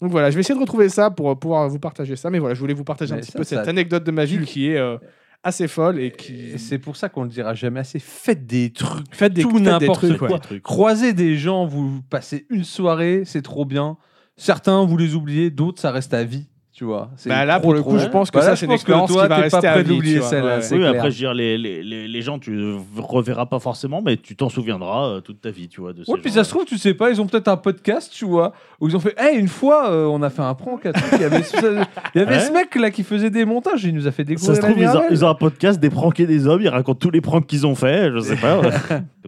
S1: Donc voilà, je vais essayer de retrouver ça pour pouvoir vous partager ça. Mais voilà, je voulais vous partager un
S2: Mais
S1: petit
S2: ça,
S1: peu
S2: ça-
S1: cette anecdote de ma ville qui est euh, assez folle et qui.
S2: Et C'est pour ça qu'on ne le dira jamais assez. Faites des trucs,
S1: Faites des,
S2: tout
S1: faites des
S2: n'importe
S1: trucs,
S2: quoi.
S1: ouais.
S3: Des trucs.
S2: croisez des gens, vous passez une soirée, c'est trop bien. Certains, vous les oubliez, d'autres, ça reste à vie. Tu vois, C'est
S1: Bah là,
S2: trop,
S1: pour le
S2: trop
S1: coup,
S2: bien.
S1: je pense que
S2: Bah là,
S1: ça, c'est une
S2: je pense que
S1: expérience
S2: toi,
S1: qui va
S2: t'es
S1: rester
S2: pas
S1: à
S2: prêt
S1: vie,
S2: d'oublier
S1: tu vois,
S2: celle-là.
S1: ouais.
S2: c'est
S3: Oui,
S2: clair.
S3: après, je veux dire, les, les, les, les gens, tu euh, reverras pas forcément, mais tu t'en souviendras euh, toute ta vie, tu vois. De ces
S2: Ouais, puis
S3: gens-là.
S2: ça se trouve, tu sais pas, ils ont peut-être un podcast, tu vois, où ils ont fait Hey, une fois, euh, on a fait un prank, un truc, il y avait, ce, il y avait
S3: Ouais.
S2: ce mec là qui faisait des montages, il nous a fait découvrir.
S3: Ça se
S2: la
S3: trouve, ils ont,
S2: Mirabelle.
S3: ils ont un podcast des pranks et des hommes, ils racontent tous les pranks qu'ils ont fait, je sais pas.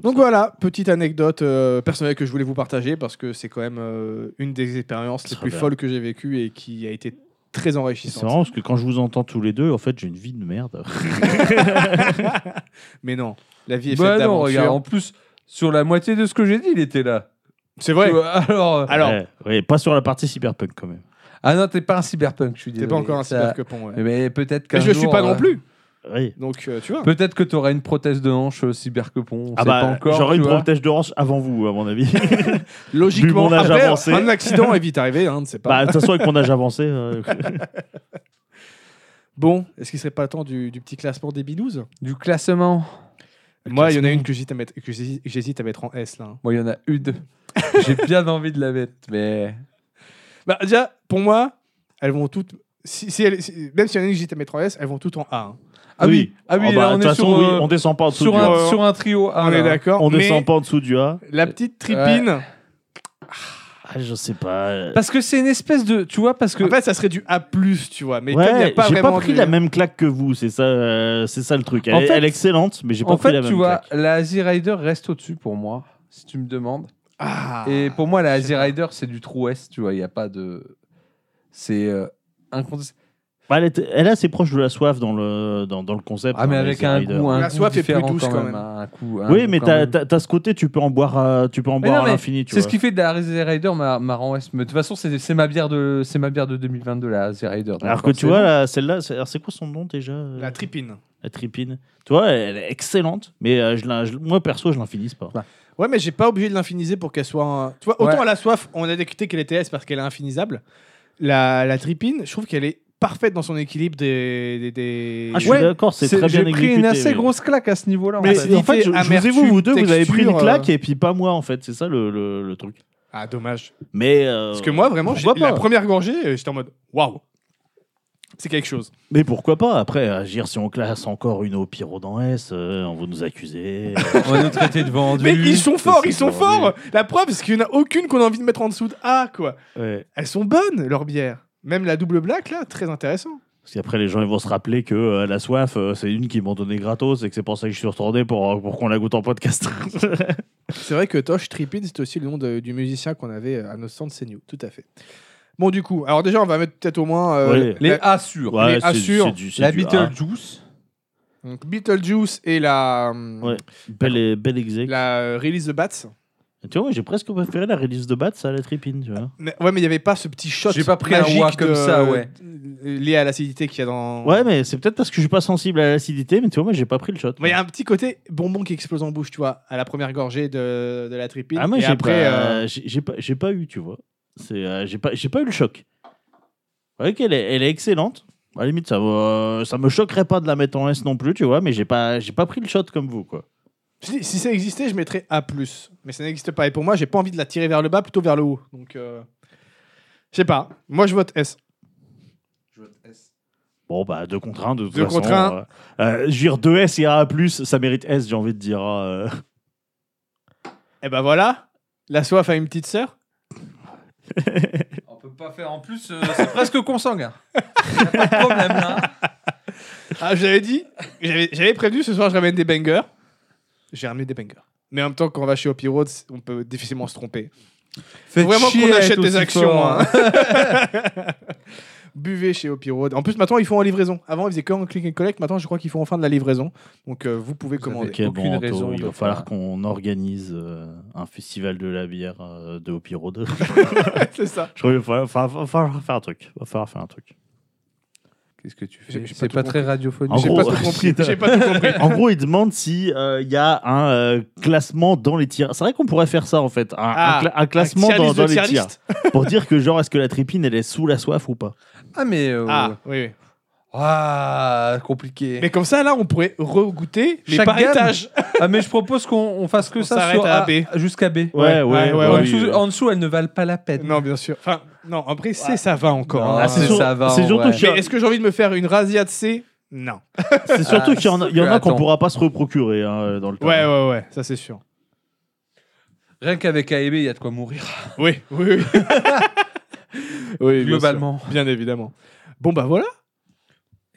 S1: Donc voilà, petite anecdote euh, personnelle que je voulais vous partager parce que c'est quand même euh, une des expériences les
S3: Très
S1: plus
S3: bien.
S1: folles que j'ai vécues et qui a été très
S3: C'est
S1: enrichissante.
S3: marrant parce que quand je vous entends tous les deux, en fait, j'ai une vie de merde.
S1: Mais non, la vie est faite
S2: Bah non, regarde,
S1: d'aventures.
S2: en plus, sur la moitié de ce que j'ai dit, il était là.
S1: C'est
S2: Tu
S1: vrai.
S2: vois, alors, euh,
S1: Alors,
S3: Ouais, ouais, pas sur la partie cyberpunk quand même.
S2: ah non, t'es pas un cyberpunk, je suis
S1: t'es
S2: désolé.
S1: pas encore un
S2: ça-
S1: cybercapon. Ouais.
S2: Mais peut-être
S1: Mais
S2: qu'un
S1: je le suis
S2: jour,
S1: pas
S2: euh,
S1: non plus.
S3: Oui.
S1: Donc euh, tu vois.
S2: Peut-être que t'auras une prothèse de hanche euh, cyberquepon, on
S3: Ah
S2: sait
S3: bah,
S2: pas encore.
S3: j'aurais
S2: tu
S3: une
S2: vois.
S3: protège de hanche avant vous, à mon avis.
S1: Logiquement,
S3: mon âge
S1: après,
S3: avancé.
S1: un accident est vite arrivé. Hein, c'est pas.
S3: bah, de toute façon, avec mon âge avancé. euh,
S1: Bon, est-ce qu'il serait pas le temps du, du petit classement des binous
S2: Du classement.
S1: Moi, il y en a une que j'hésite à mettre, que j'hési- j'hésite à mettre en S là. hein.
S2: Moi, il y en a une. deux. J'ai bien envie de la mettre, mais.
S1: Bah déjà, pour moi, elles vont toutes. Si, si elles- si- même si y en a une que j'hésite à mettre en S, elles vont toutes en A. hein.
S2: Ah oui, ah oui
S3: oh bah,
S2: là,
S3: de
S2: on
S3: toute
S2: est sur,
S3: façon, oui,
S2: euh,
S3: on descend pas en dessous
S2: sur,
S3: du A.
S2: un, sur un trio. Ah,
S1: on est
S2: là.
S1: d'accord.
S3: On
S1: mais
S3: descend pas en dessous du A.
S1: La petite tripine.
S3: Ah, je sais pas. euh,
S2: Parce que c'est une espèce de. Tu vois, parce que.
S1: En fait, ça serait du A+, tu vois. Mais comme il n'y a
S3: Ouais,
S1: pas
S3: j'ai
S1: vraiment...
S3: pas pris
S1: de-
S3: la même claque que vous, c'est ça, euh, c'est ça le truc. Elle,
S2: En
S3: est-
S2: fait-
S3: elle est excellente, mais j'ai pas
S2: en
S3: pris
S2: fait,
S3: la même
S2: tu vois,
S3: claque.
S2: la Asie Rider reste au-dessus pour moi, si tu me demandes.
S1: Ah.
S2: Et pour moi, la Asie Rider, c'est du trou ouest, tu vois. Il n'y a pas de. C'est euh, incontest-
S3: Bah, elle, est, elle est assez proche de la soif dans le, dans, dans le concept.
S2: Ah, mais
S3: hein,
S2: avec
S3: Lazy
S2: un
S3: Rider.
S2: goût, un
S1: La
S2: goût
S1: soif est plus
S2: différent
S1: douce, quand
S2: quand
S1: même.
S2: même. hein, Un coup, un
S3: Oui,
S2: goût
S3: mais
S2: quand
S3: t'as
S2: même.
S3: t'as- t'as ce côté, tu peux en boire, euh, tu peux en
S2: Mais
S3: boire
S2: non,
S3: à
S2: mais
S3: l'infini. tu
S2: C'est ce
S3: vois.
S2: qui fait de la Asie Rider ma, ma rend-est. Mais De toute façon, c'est c'est ma bière de c'est ma bière de 2022 la Asie Rider. Donc
S3: Alors que tu
S2: forcément-
S3: vois, là, celle-là, c'est alors, c'est quoi son nom déjà euh,
S1: La tripine.
S3: la tripine. Tu vois, elle est excellente, mais euh, je la- je- moi perso, je l'infinisse pas.
S1: Ouais, mais j'ai pas obligé de l'infiniser pour qu'elle soit... un- Tu vois, autant
S2: Ouais.
S1: à la soif, on a décrété qu'elle était S parce qu'elle est infinisable. La, la tripine, je trouve qu'elle est parfaite dans son équilibre des... des, des-
S3: Ah, je suis
S2: Ouais,
S3: d'accord, c'est très bien
S2: j'ai pris
S3: exécuté.
S2: une assez
S3: mais-
S2: grosse claque à ce niveau-là. en
S3: Mais
S2: fait.
S1: acidité,
S3: en fait, je, je vous ai vous, vous deux, vous avez pris une
S1: texture,
S3: claque
S1: euh.
S3: et puis pas moi en fait, c'est ça le, le- le truc.
S1: Ah, dommage.
S3: Mais euh,
S1: Parce que moi, vraiment, j'ai-
S3: pourquoi pas hein.
S1: la première gorgée, euh, j'étais en mode... Waouh C'est quelque chose.
S3: Mais pourquoi pas Après, agir si on classe encore une au pyro dans S, euh, on va nous accuser. euh,
S2: On va nous traiter de vendus.
S1: Mais ils sont
S3: ça,
S1: forts,
S3: c'est
S1: ils sont
S3: bordel.
S1: forts La preuve, c'est qu'il n'y en a aucune qu'on a envie de mettre en dessous de A, quoi.
S3: ouais.
S1: Elles sont bonnes, leurs bières. Même la double black, là, très intéressant.
S3: Parce qu'après, les gens ils vont se rappeler que euh, la soif, euh, c'est une qu'ils m'ont donnée gratos et que c'est pour ça que je suis retourné pour, euh, pour qu'on la goûte en podcast.
S1: C'est vrai que Tosh Trippin, c'est aussi le nom de- du musicien qu'on avait euh, à nos stands CNU, tout à fait. Bon, du coup, alors déjà, on va mettre peut-être au moins euh,
S3: Ouais. ah.
S2: les
S1: la-
S2: A sûrs.
S1: Mais
S3: c'est-
S1: assure,
S3: c'est du- c'est
S2: la
S3: du-
S2: Beetlejuice.
S1: donc Beetlejuice et la, euh,
S3: Ouais. ah, belle, et- belle exec.
S1: la euh, Release the Bats.
S3: Tu vois, moi, j'ai presque préféré la release de Bats à la tripine, tu vois.
S1: Mais- ouais, mais il n'y avait pas ce petit shot.
S2: J'ai pas pris un
S1: magique
S2: wah comme
S1: de- euh,
S2: ça, ouais.
S1: Lié à l'acidité qu'il y a dans.
S3: Ouais, mais c'est peut-être parce que je suis pas sensible à l'acidité, mais tu vois, moi, j'ai pas pris le shot.
S1: Ouais, Il y a un petit côté bonbon qui explose en bouche, tu vois, à la première gorgée de, de la tripine.
S3: Ah, moi,
S1: Et
S3: j'ai
S1: après,
S3: pas,
S1: euh,
S3: j'ai j'ai pas, j'ai pas eu, tu vois. C'est, euh, j'ai pas, j'ai pas eu le choc. Ouais, qu'elle est, elle est excellente. À la limite, ça, va- ça me choquerait pas de la mettre en S non plus, tu vois, mais j'ai pas, j'ai pas pris le shot comme vous, quoi.
S1: Si, si ça existait, je mettrais A+. Mais ça n'existe pas. Et pour moi, j'ai pas envie de la tirer vers le bas, plutôt vers le haut. Donc, euh, je sais pas. Moi, je vote S.
S3: Bon, bah, deux contre un, de toute
S1: Deux
S3: façon.
S1: contre un.
S3: euh, euh, je veux dire, 2S et A, ça mérite S, j'ai envie de dire. euh.
S1: Et ben voilà. La soif a une petite sœur.
S2: On peut pas faire en plus, euh, c'est presque consanguin. Y a pas de problème là.
S1: Ah, j'avais dit, j'avais j'avais prévenu, ce soir, je ramène des bangers. J'ai ramené des bangers. Mais en même temps, quand on va chez Hopi Roads, on peut difficilement se tromper.
S2: Faites
S1: vraiment
S2: chier
S1: qu'on
S2: à
S3: hein.
S1: achète
S2: être
S1: des
S2: aussi
S1: actions.
S2: fort,
S1: hein. Buvez chez Hopi Road. En plus, maintenant, ils font en livraison. Avant, ils faisaient que en click and collect. Maintenant, je crois qu'ils font enfin de la livraison. Donc, euh, vous pouvez
S2: Vous
S1: commander.
S2: avez-
S3: Ok,
S2: aucune
S3: bon,
S2: raison
S3: Anto, il
S2: de
S3: va
S2: faire-
S3: falloir qu'on organise euh, un festival de la bière euh, de Hopi Road.
S1: C'est ça.
S3: Je crois qu'il va falloir, va falloir faire un truc. Va falloir faire un truc.
S2: Qu'est-ce que tu
S1: J'ai-
S2: fais
S1: j'ai
S2: C'est
S1: pas
S2: pas,
S1: tout
S2: très
S1: compris.
S2: radiophonique.
S3: En
S1: J'ai
S3: gros,
S1: pas tout compris. J'ai pas tout compris.
S3: En gros, il demande si euh, il y a un euh, classement dans les tirs. C'est vrai qu'on pourrait faire ça en fait, un,
S1: Ah,
S3: un cla- un classement
S1: Un tier
S3: dans,
S1: list
S3: dans
S1: de
S3: les
S1: tier
S3: tirs,
S1: list.
S3: pour dire que genre est-ce que la tripine elle est sous la soif ou pas.
S2: Ah, mais. euh,
S1: Ah, oui. oui.
S2: ah, compliqué.
S1: Mais comme ça, là, on pourrait regoûter, mais
S2: Chaque
S1: par
S2: gamme.
S1: étage.
S2: Ah, mais je propose qu'on on fasse que
S1: On
S2: ça
S1: s'arrête
S2: sur
S1: à
S2: A-
S1: B.
S2: jusqu'à B.
S1: Ouais, ouais, ouais,
S2: en,
S1: oui,
S2: dessous, en dessous, elles ne valent pas la peine.
S1: Non, bien sûr. Enfin, non, après, C, ça va encore.
S2: Non,
S1: hein.
S3: Ah, c'est sûr-
S2: ça va.
S3: c'est
S2: en
S3: surtout
S2: vrai.
S3: que-
S1: Mais est-ce que j'ai envie de me faire une razzia de C Non.
S3: C'est surtout
S2: Ah,
S3: qu'il y en a, il y en a
S2: attends.
S3: qu'on pourra pas se reprocurer hein, dans le temps.
S1: Ouais, ouais, ouais, ça c'est sûr.
S2: Rien qu'avec A et B, il y a de quoi mourir.
S1: Oui, oui, oui. oui bien
S2: Globalement.
S1: sûr. Bien évidemment. Bon, bah voilà.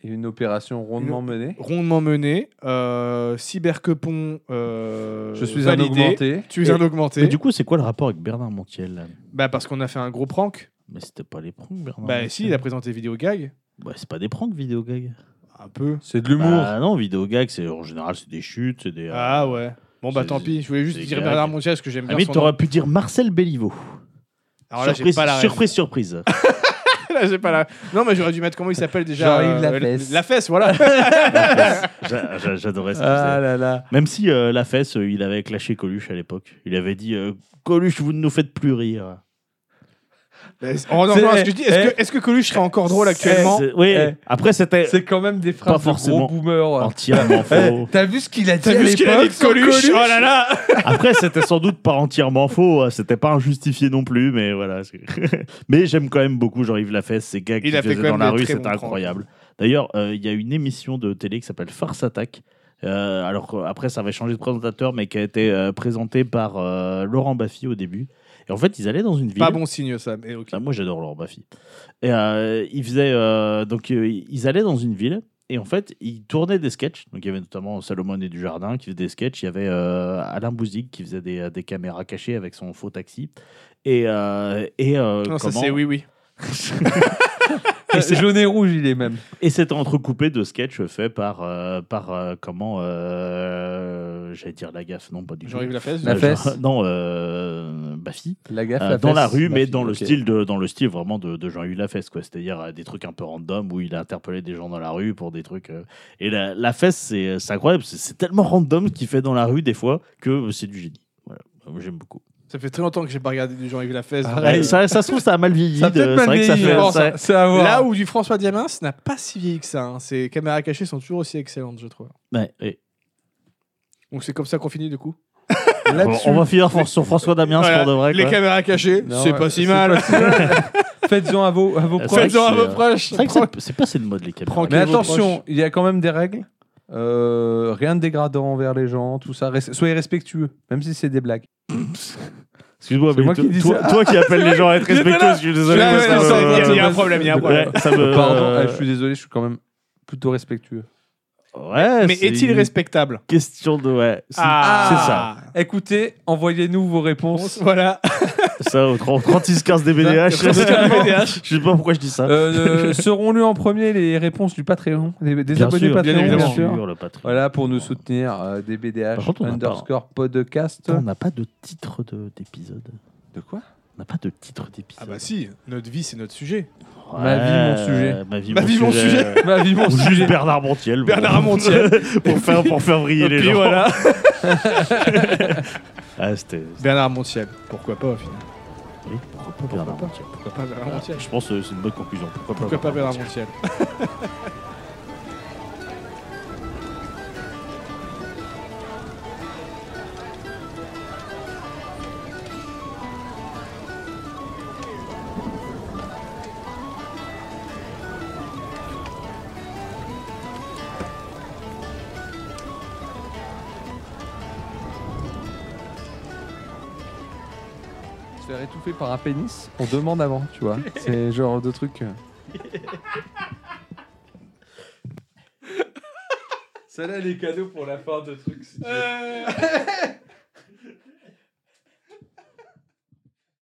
S2: Et une opération rondement menée.
S1: Rondement mené. Euh, Cyberquepon. euh,
S2: Je suis un
S1: validé.
S2: augmenté.
S1: Tu es
S3: Et-
S1: un augmenté.
S3: Mais du coup, c'est quoi le rapport avec Bernard Montiel là
S1: Bah, parce qu'on a fait un gros prank.
S3: Mais c'était pas les pranks, Bernard.
S1: bah,
S3: Montiel.
S1: si, il a présenté Vidéo Gag.
S3: Bah, c'est pas des pranks, vidéo gag.
S1: Un peu.
S2: C'est de l'humour.
S3: Bah, non, vidéo gag, c'est en général c'est des chutes, c'est des. euh,
S1: Ah ouais. Bon, bah
S3: c'est-
S1: tant pis. Je voulais juste
S3: c'est
S1: dire
S3: gag.
S1: Bernard Montiel parce que j'aime
S3: Ah,
S1: bien
S3: mais
S1: son
S3: t'aurais
S1: nom.
S3: pu dire Marcel Béliveau.
S1: Alors là, j'ai
S3: surprise,
S1: pas la ref.
S3: surprise, surprise.
S1: Là, j'ai pas la... Non, mais j'aurais dû mettre comment il s'appelle déjà
S2: Jean-Yves Lafesse.
S1: La, fesse, voilà.
S3: J'a- j'a- J'adorais ça.
S2: Ah là là.
S3: Même si euh, la fesse, euh, il avait clashé Coluche à l'époque. Il avait dit euh, Coluche, vous ne nous faites plus rire.
S1: En
S2: C'est-
S1: revenant à ce que je dis, est-ce que, est-ce que Coluche serait encore drôle actuellement
S3: C'est- Oui,
S2: eh,
S3: après c'était
S2: C'est quand même des phrases de
S3: forcément.
S2: gros boomers.
S3: entièrement
S2: Eh,
S3: faux.
S2: T'as vu ce qu'il a dit
S1: T'as
S2: à
S1: vu ce qu'il a dit
S2: l'époque
S1: de
S2: sur
S1: Coluche,
S2: Coluche
S1: Oh là là
S3: Après, c'était sans doute pas entièrement faux. euh, C'était pas injustifié non plus, mais voilà. c'est- mais j'aime quand même beaucoup Jean-Yves Lafesse. Ces gars qui
S1: Il a fait
S3: faisaient
S1: quand
S3: dans
S1: même
S3: la
S1: des
S3: rue,
S1: très
S3: c'était
S1: bons pranks.
S3: incroyable. D'ailleurs, euh, il y a une émission de télé qui s'appelle Farce Attack. euh, alors que- après, ça avait changé de présentateur, mais qui a été euh, présenté par euh, Laurent Baffy au début. Et en fait, ils allaient dans une ville.
S1: Pas bon signe ça, mais ok.
S3: Ah, moi, j'adore Laurent Baffy. Et euh, ils faisaient. euh, donc, euh, ils allaient dans une ville. Et en fait, ils tournaient des sketchs. Donc, il y avait notamment Salomon et Dujardin qui faisaient des sketchs. Il y avait euh, Alain Bouzig qui faisait des, des caméras cachées avec son faux taxi. Et. euh, et euh,
S1: Non, Ah, ça
S3: comment-
S1: c'est oui, oui.
S2: Et Eh, c'est jaune et rouge, il est même.
S3: Et c'était entrecoupé de sketchs faits par. euh, par euh, comment. euh, J'allais dire la gaffe, non, pas du tout.
S1: Jean-Yves Lafesse.
S2: La
S3: Euh,
S2: fesse.
S3: Jean- Non, euh, Baffy.
S2: La gaffe,
S3: Euh, dans la rue, mais
S2: Bah,
S3: dans le style de, dans le style vraiment de, de Jean-Hugues Lafesse, quoi. C'est-à-dire euh, des trucs un peu random où il a interpellé des gens dans la rue pour des trucs. euh, Et la, la fesse, c'est c'est incroyable. C'est- C'est tellement random ce qu'il fait dans la rue des fois que euh, c'est du génie. Voilà. Moi, J'aime beaucoup.
S1: Ça fait très longtemps que j'ai pas regardé du Jean-Yves Lafesse. donc,
S2: Arrête.
S1: euh,
S3: Et ça, ça se trouve, ça a mal vieilli.
S2: Ça
S3: de-
S2: peut-être pas
S3: vrai que
S2: vieilli,
S1: fait-
S2: hein,
S1: ça-
S2: ça- c'est à voir.
S1: Là où du François Diamant, ce n'a pas si vieilli que ça. hein. Ses caméras cachées sont toujours aussi excellentes, je trouve.
S3: Ouais, et-
S1: Donc c'est comme ça qu'on finit du coup.
S3: on, on va finir for- sur François Damiens
S1: Voilà,
S3: pour de vrai.
S1: les
S3: quoi.
S1: caméras cachées,
S2: Non,
S1: c'est pas
S2: euh,
S1: si mal.
S2: pas si mal. Faites-en à vos, à vos
S3: Euh,
S2: proches.
S1: Faites-en à
S3: C'est vrai
S1: vos
S3: que
S1: proches.
S3: C'est vrai que
S1: Prends-
S3: c'est- c'est passé de mode les caméras.
S1: Prends-
S2: Mais
S1: vos
S2: attention,
S1: proches.
S2: il y a quand même des règles. Euh, rien de dégradant envers les gens, tout ça. Reste- Soyez respectueux, même si c'est des blagues.
S3: Excuse-moi,
S2: c'est
S3: mais
S2: moi
S3: to-
S2: qui dis
S3: toi,
S2: ça.
S3: toi qui appelles les gens à être
S1: J'étais
S3: respectueux,
S1: là.
S3: je suis désolé.
S1: Ouais,
S3: parce
S1: ouais,
S3: que,
S1: non, ça
S3: euh,
S1: il y a un problème, il y a un problème.
S3: ouais, ça me-
S2: Pardon, euh, je suis désolé, je suis quand même plutôt respectueux.
S3: Ouais,
S1: Mais
S3: c'est
S1: est-il
S3: une
S1: respectable Ah.
S3: Question de. Ouais. C'est-
S2: Écoutez, envoyez-nous vos réponses.
S1: Voilà.
S3: Ça, au 30 36-15 des BDH.
S1: VDH.
S3: Je sais pas pourquoi je dis ça.
S2: Euh, euh, seront lues en premier les réponses du Patreon, des, des abonnés Patreon,
S1: bien
S2: bien,
S1: évidemment.
S2: sûr.
S3: le Patreon.
S2: Voilà pour nous
S3: Bon.
S2: soutenir euh, des BDH
S3: Par contre, on n'a pas-
S2: underscore podcast.
S3: On n'a pas de titre de- d'épisode.
S2: De quoi
S3: On n'a pas de titre d'épisode.
S1: Ah bah si, notre vie c'est notre sujet.
S3: Ouais,
S2: Ma vie, mon sujet.
S3: Ma vie,
S1: Ma vie, mon sujet.
S2: Bah vivons
S3: Ou
S2: ce
S3: juste
S2: sujet.
S3: Bernard Montiel. bon.
S1: Bernard Montiel.
S3: pour, faire, pour faire briller les
S1: Puis
S3: gens.
S1: voilà.
S3: Ah, c'était.
S1: Bernard Montiel, pourquoi pas au final Ah.
S3: oui, pourquoi pas Bernard Montiel
S1: Pourquoi pas Bernard Montiel
S3: Je pense que c'est une bonne conclusion. Pourquoi pas
S1: Pourquoi pas
S3: Bernard
S1: Bernard Montiel
S2: Se faire étouffer par un pénis, on demande avant, tu vois. C'est genre de truc. euh. Celle-là, les cadeaux pour la fin de trucs.
S1: Euh.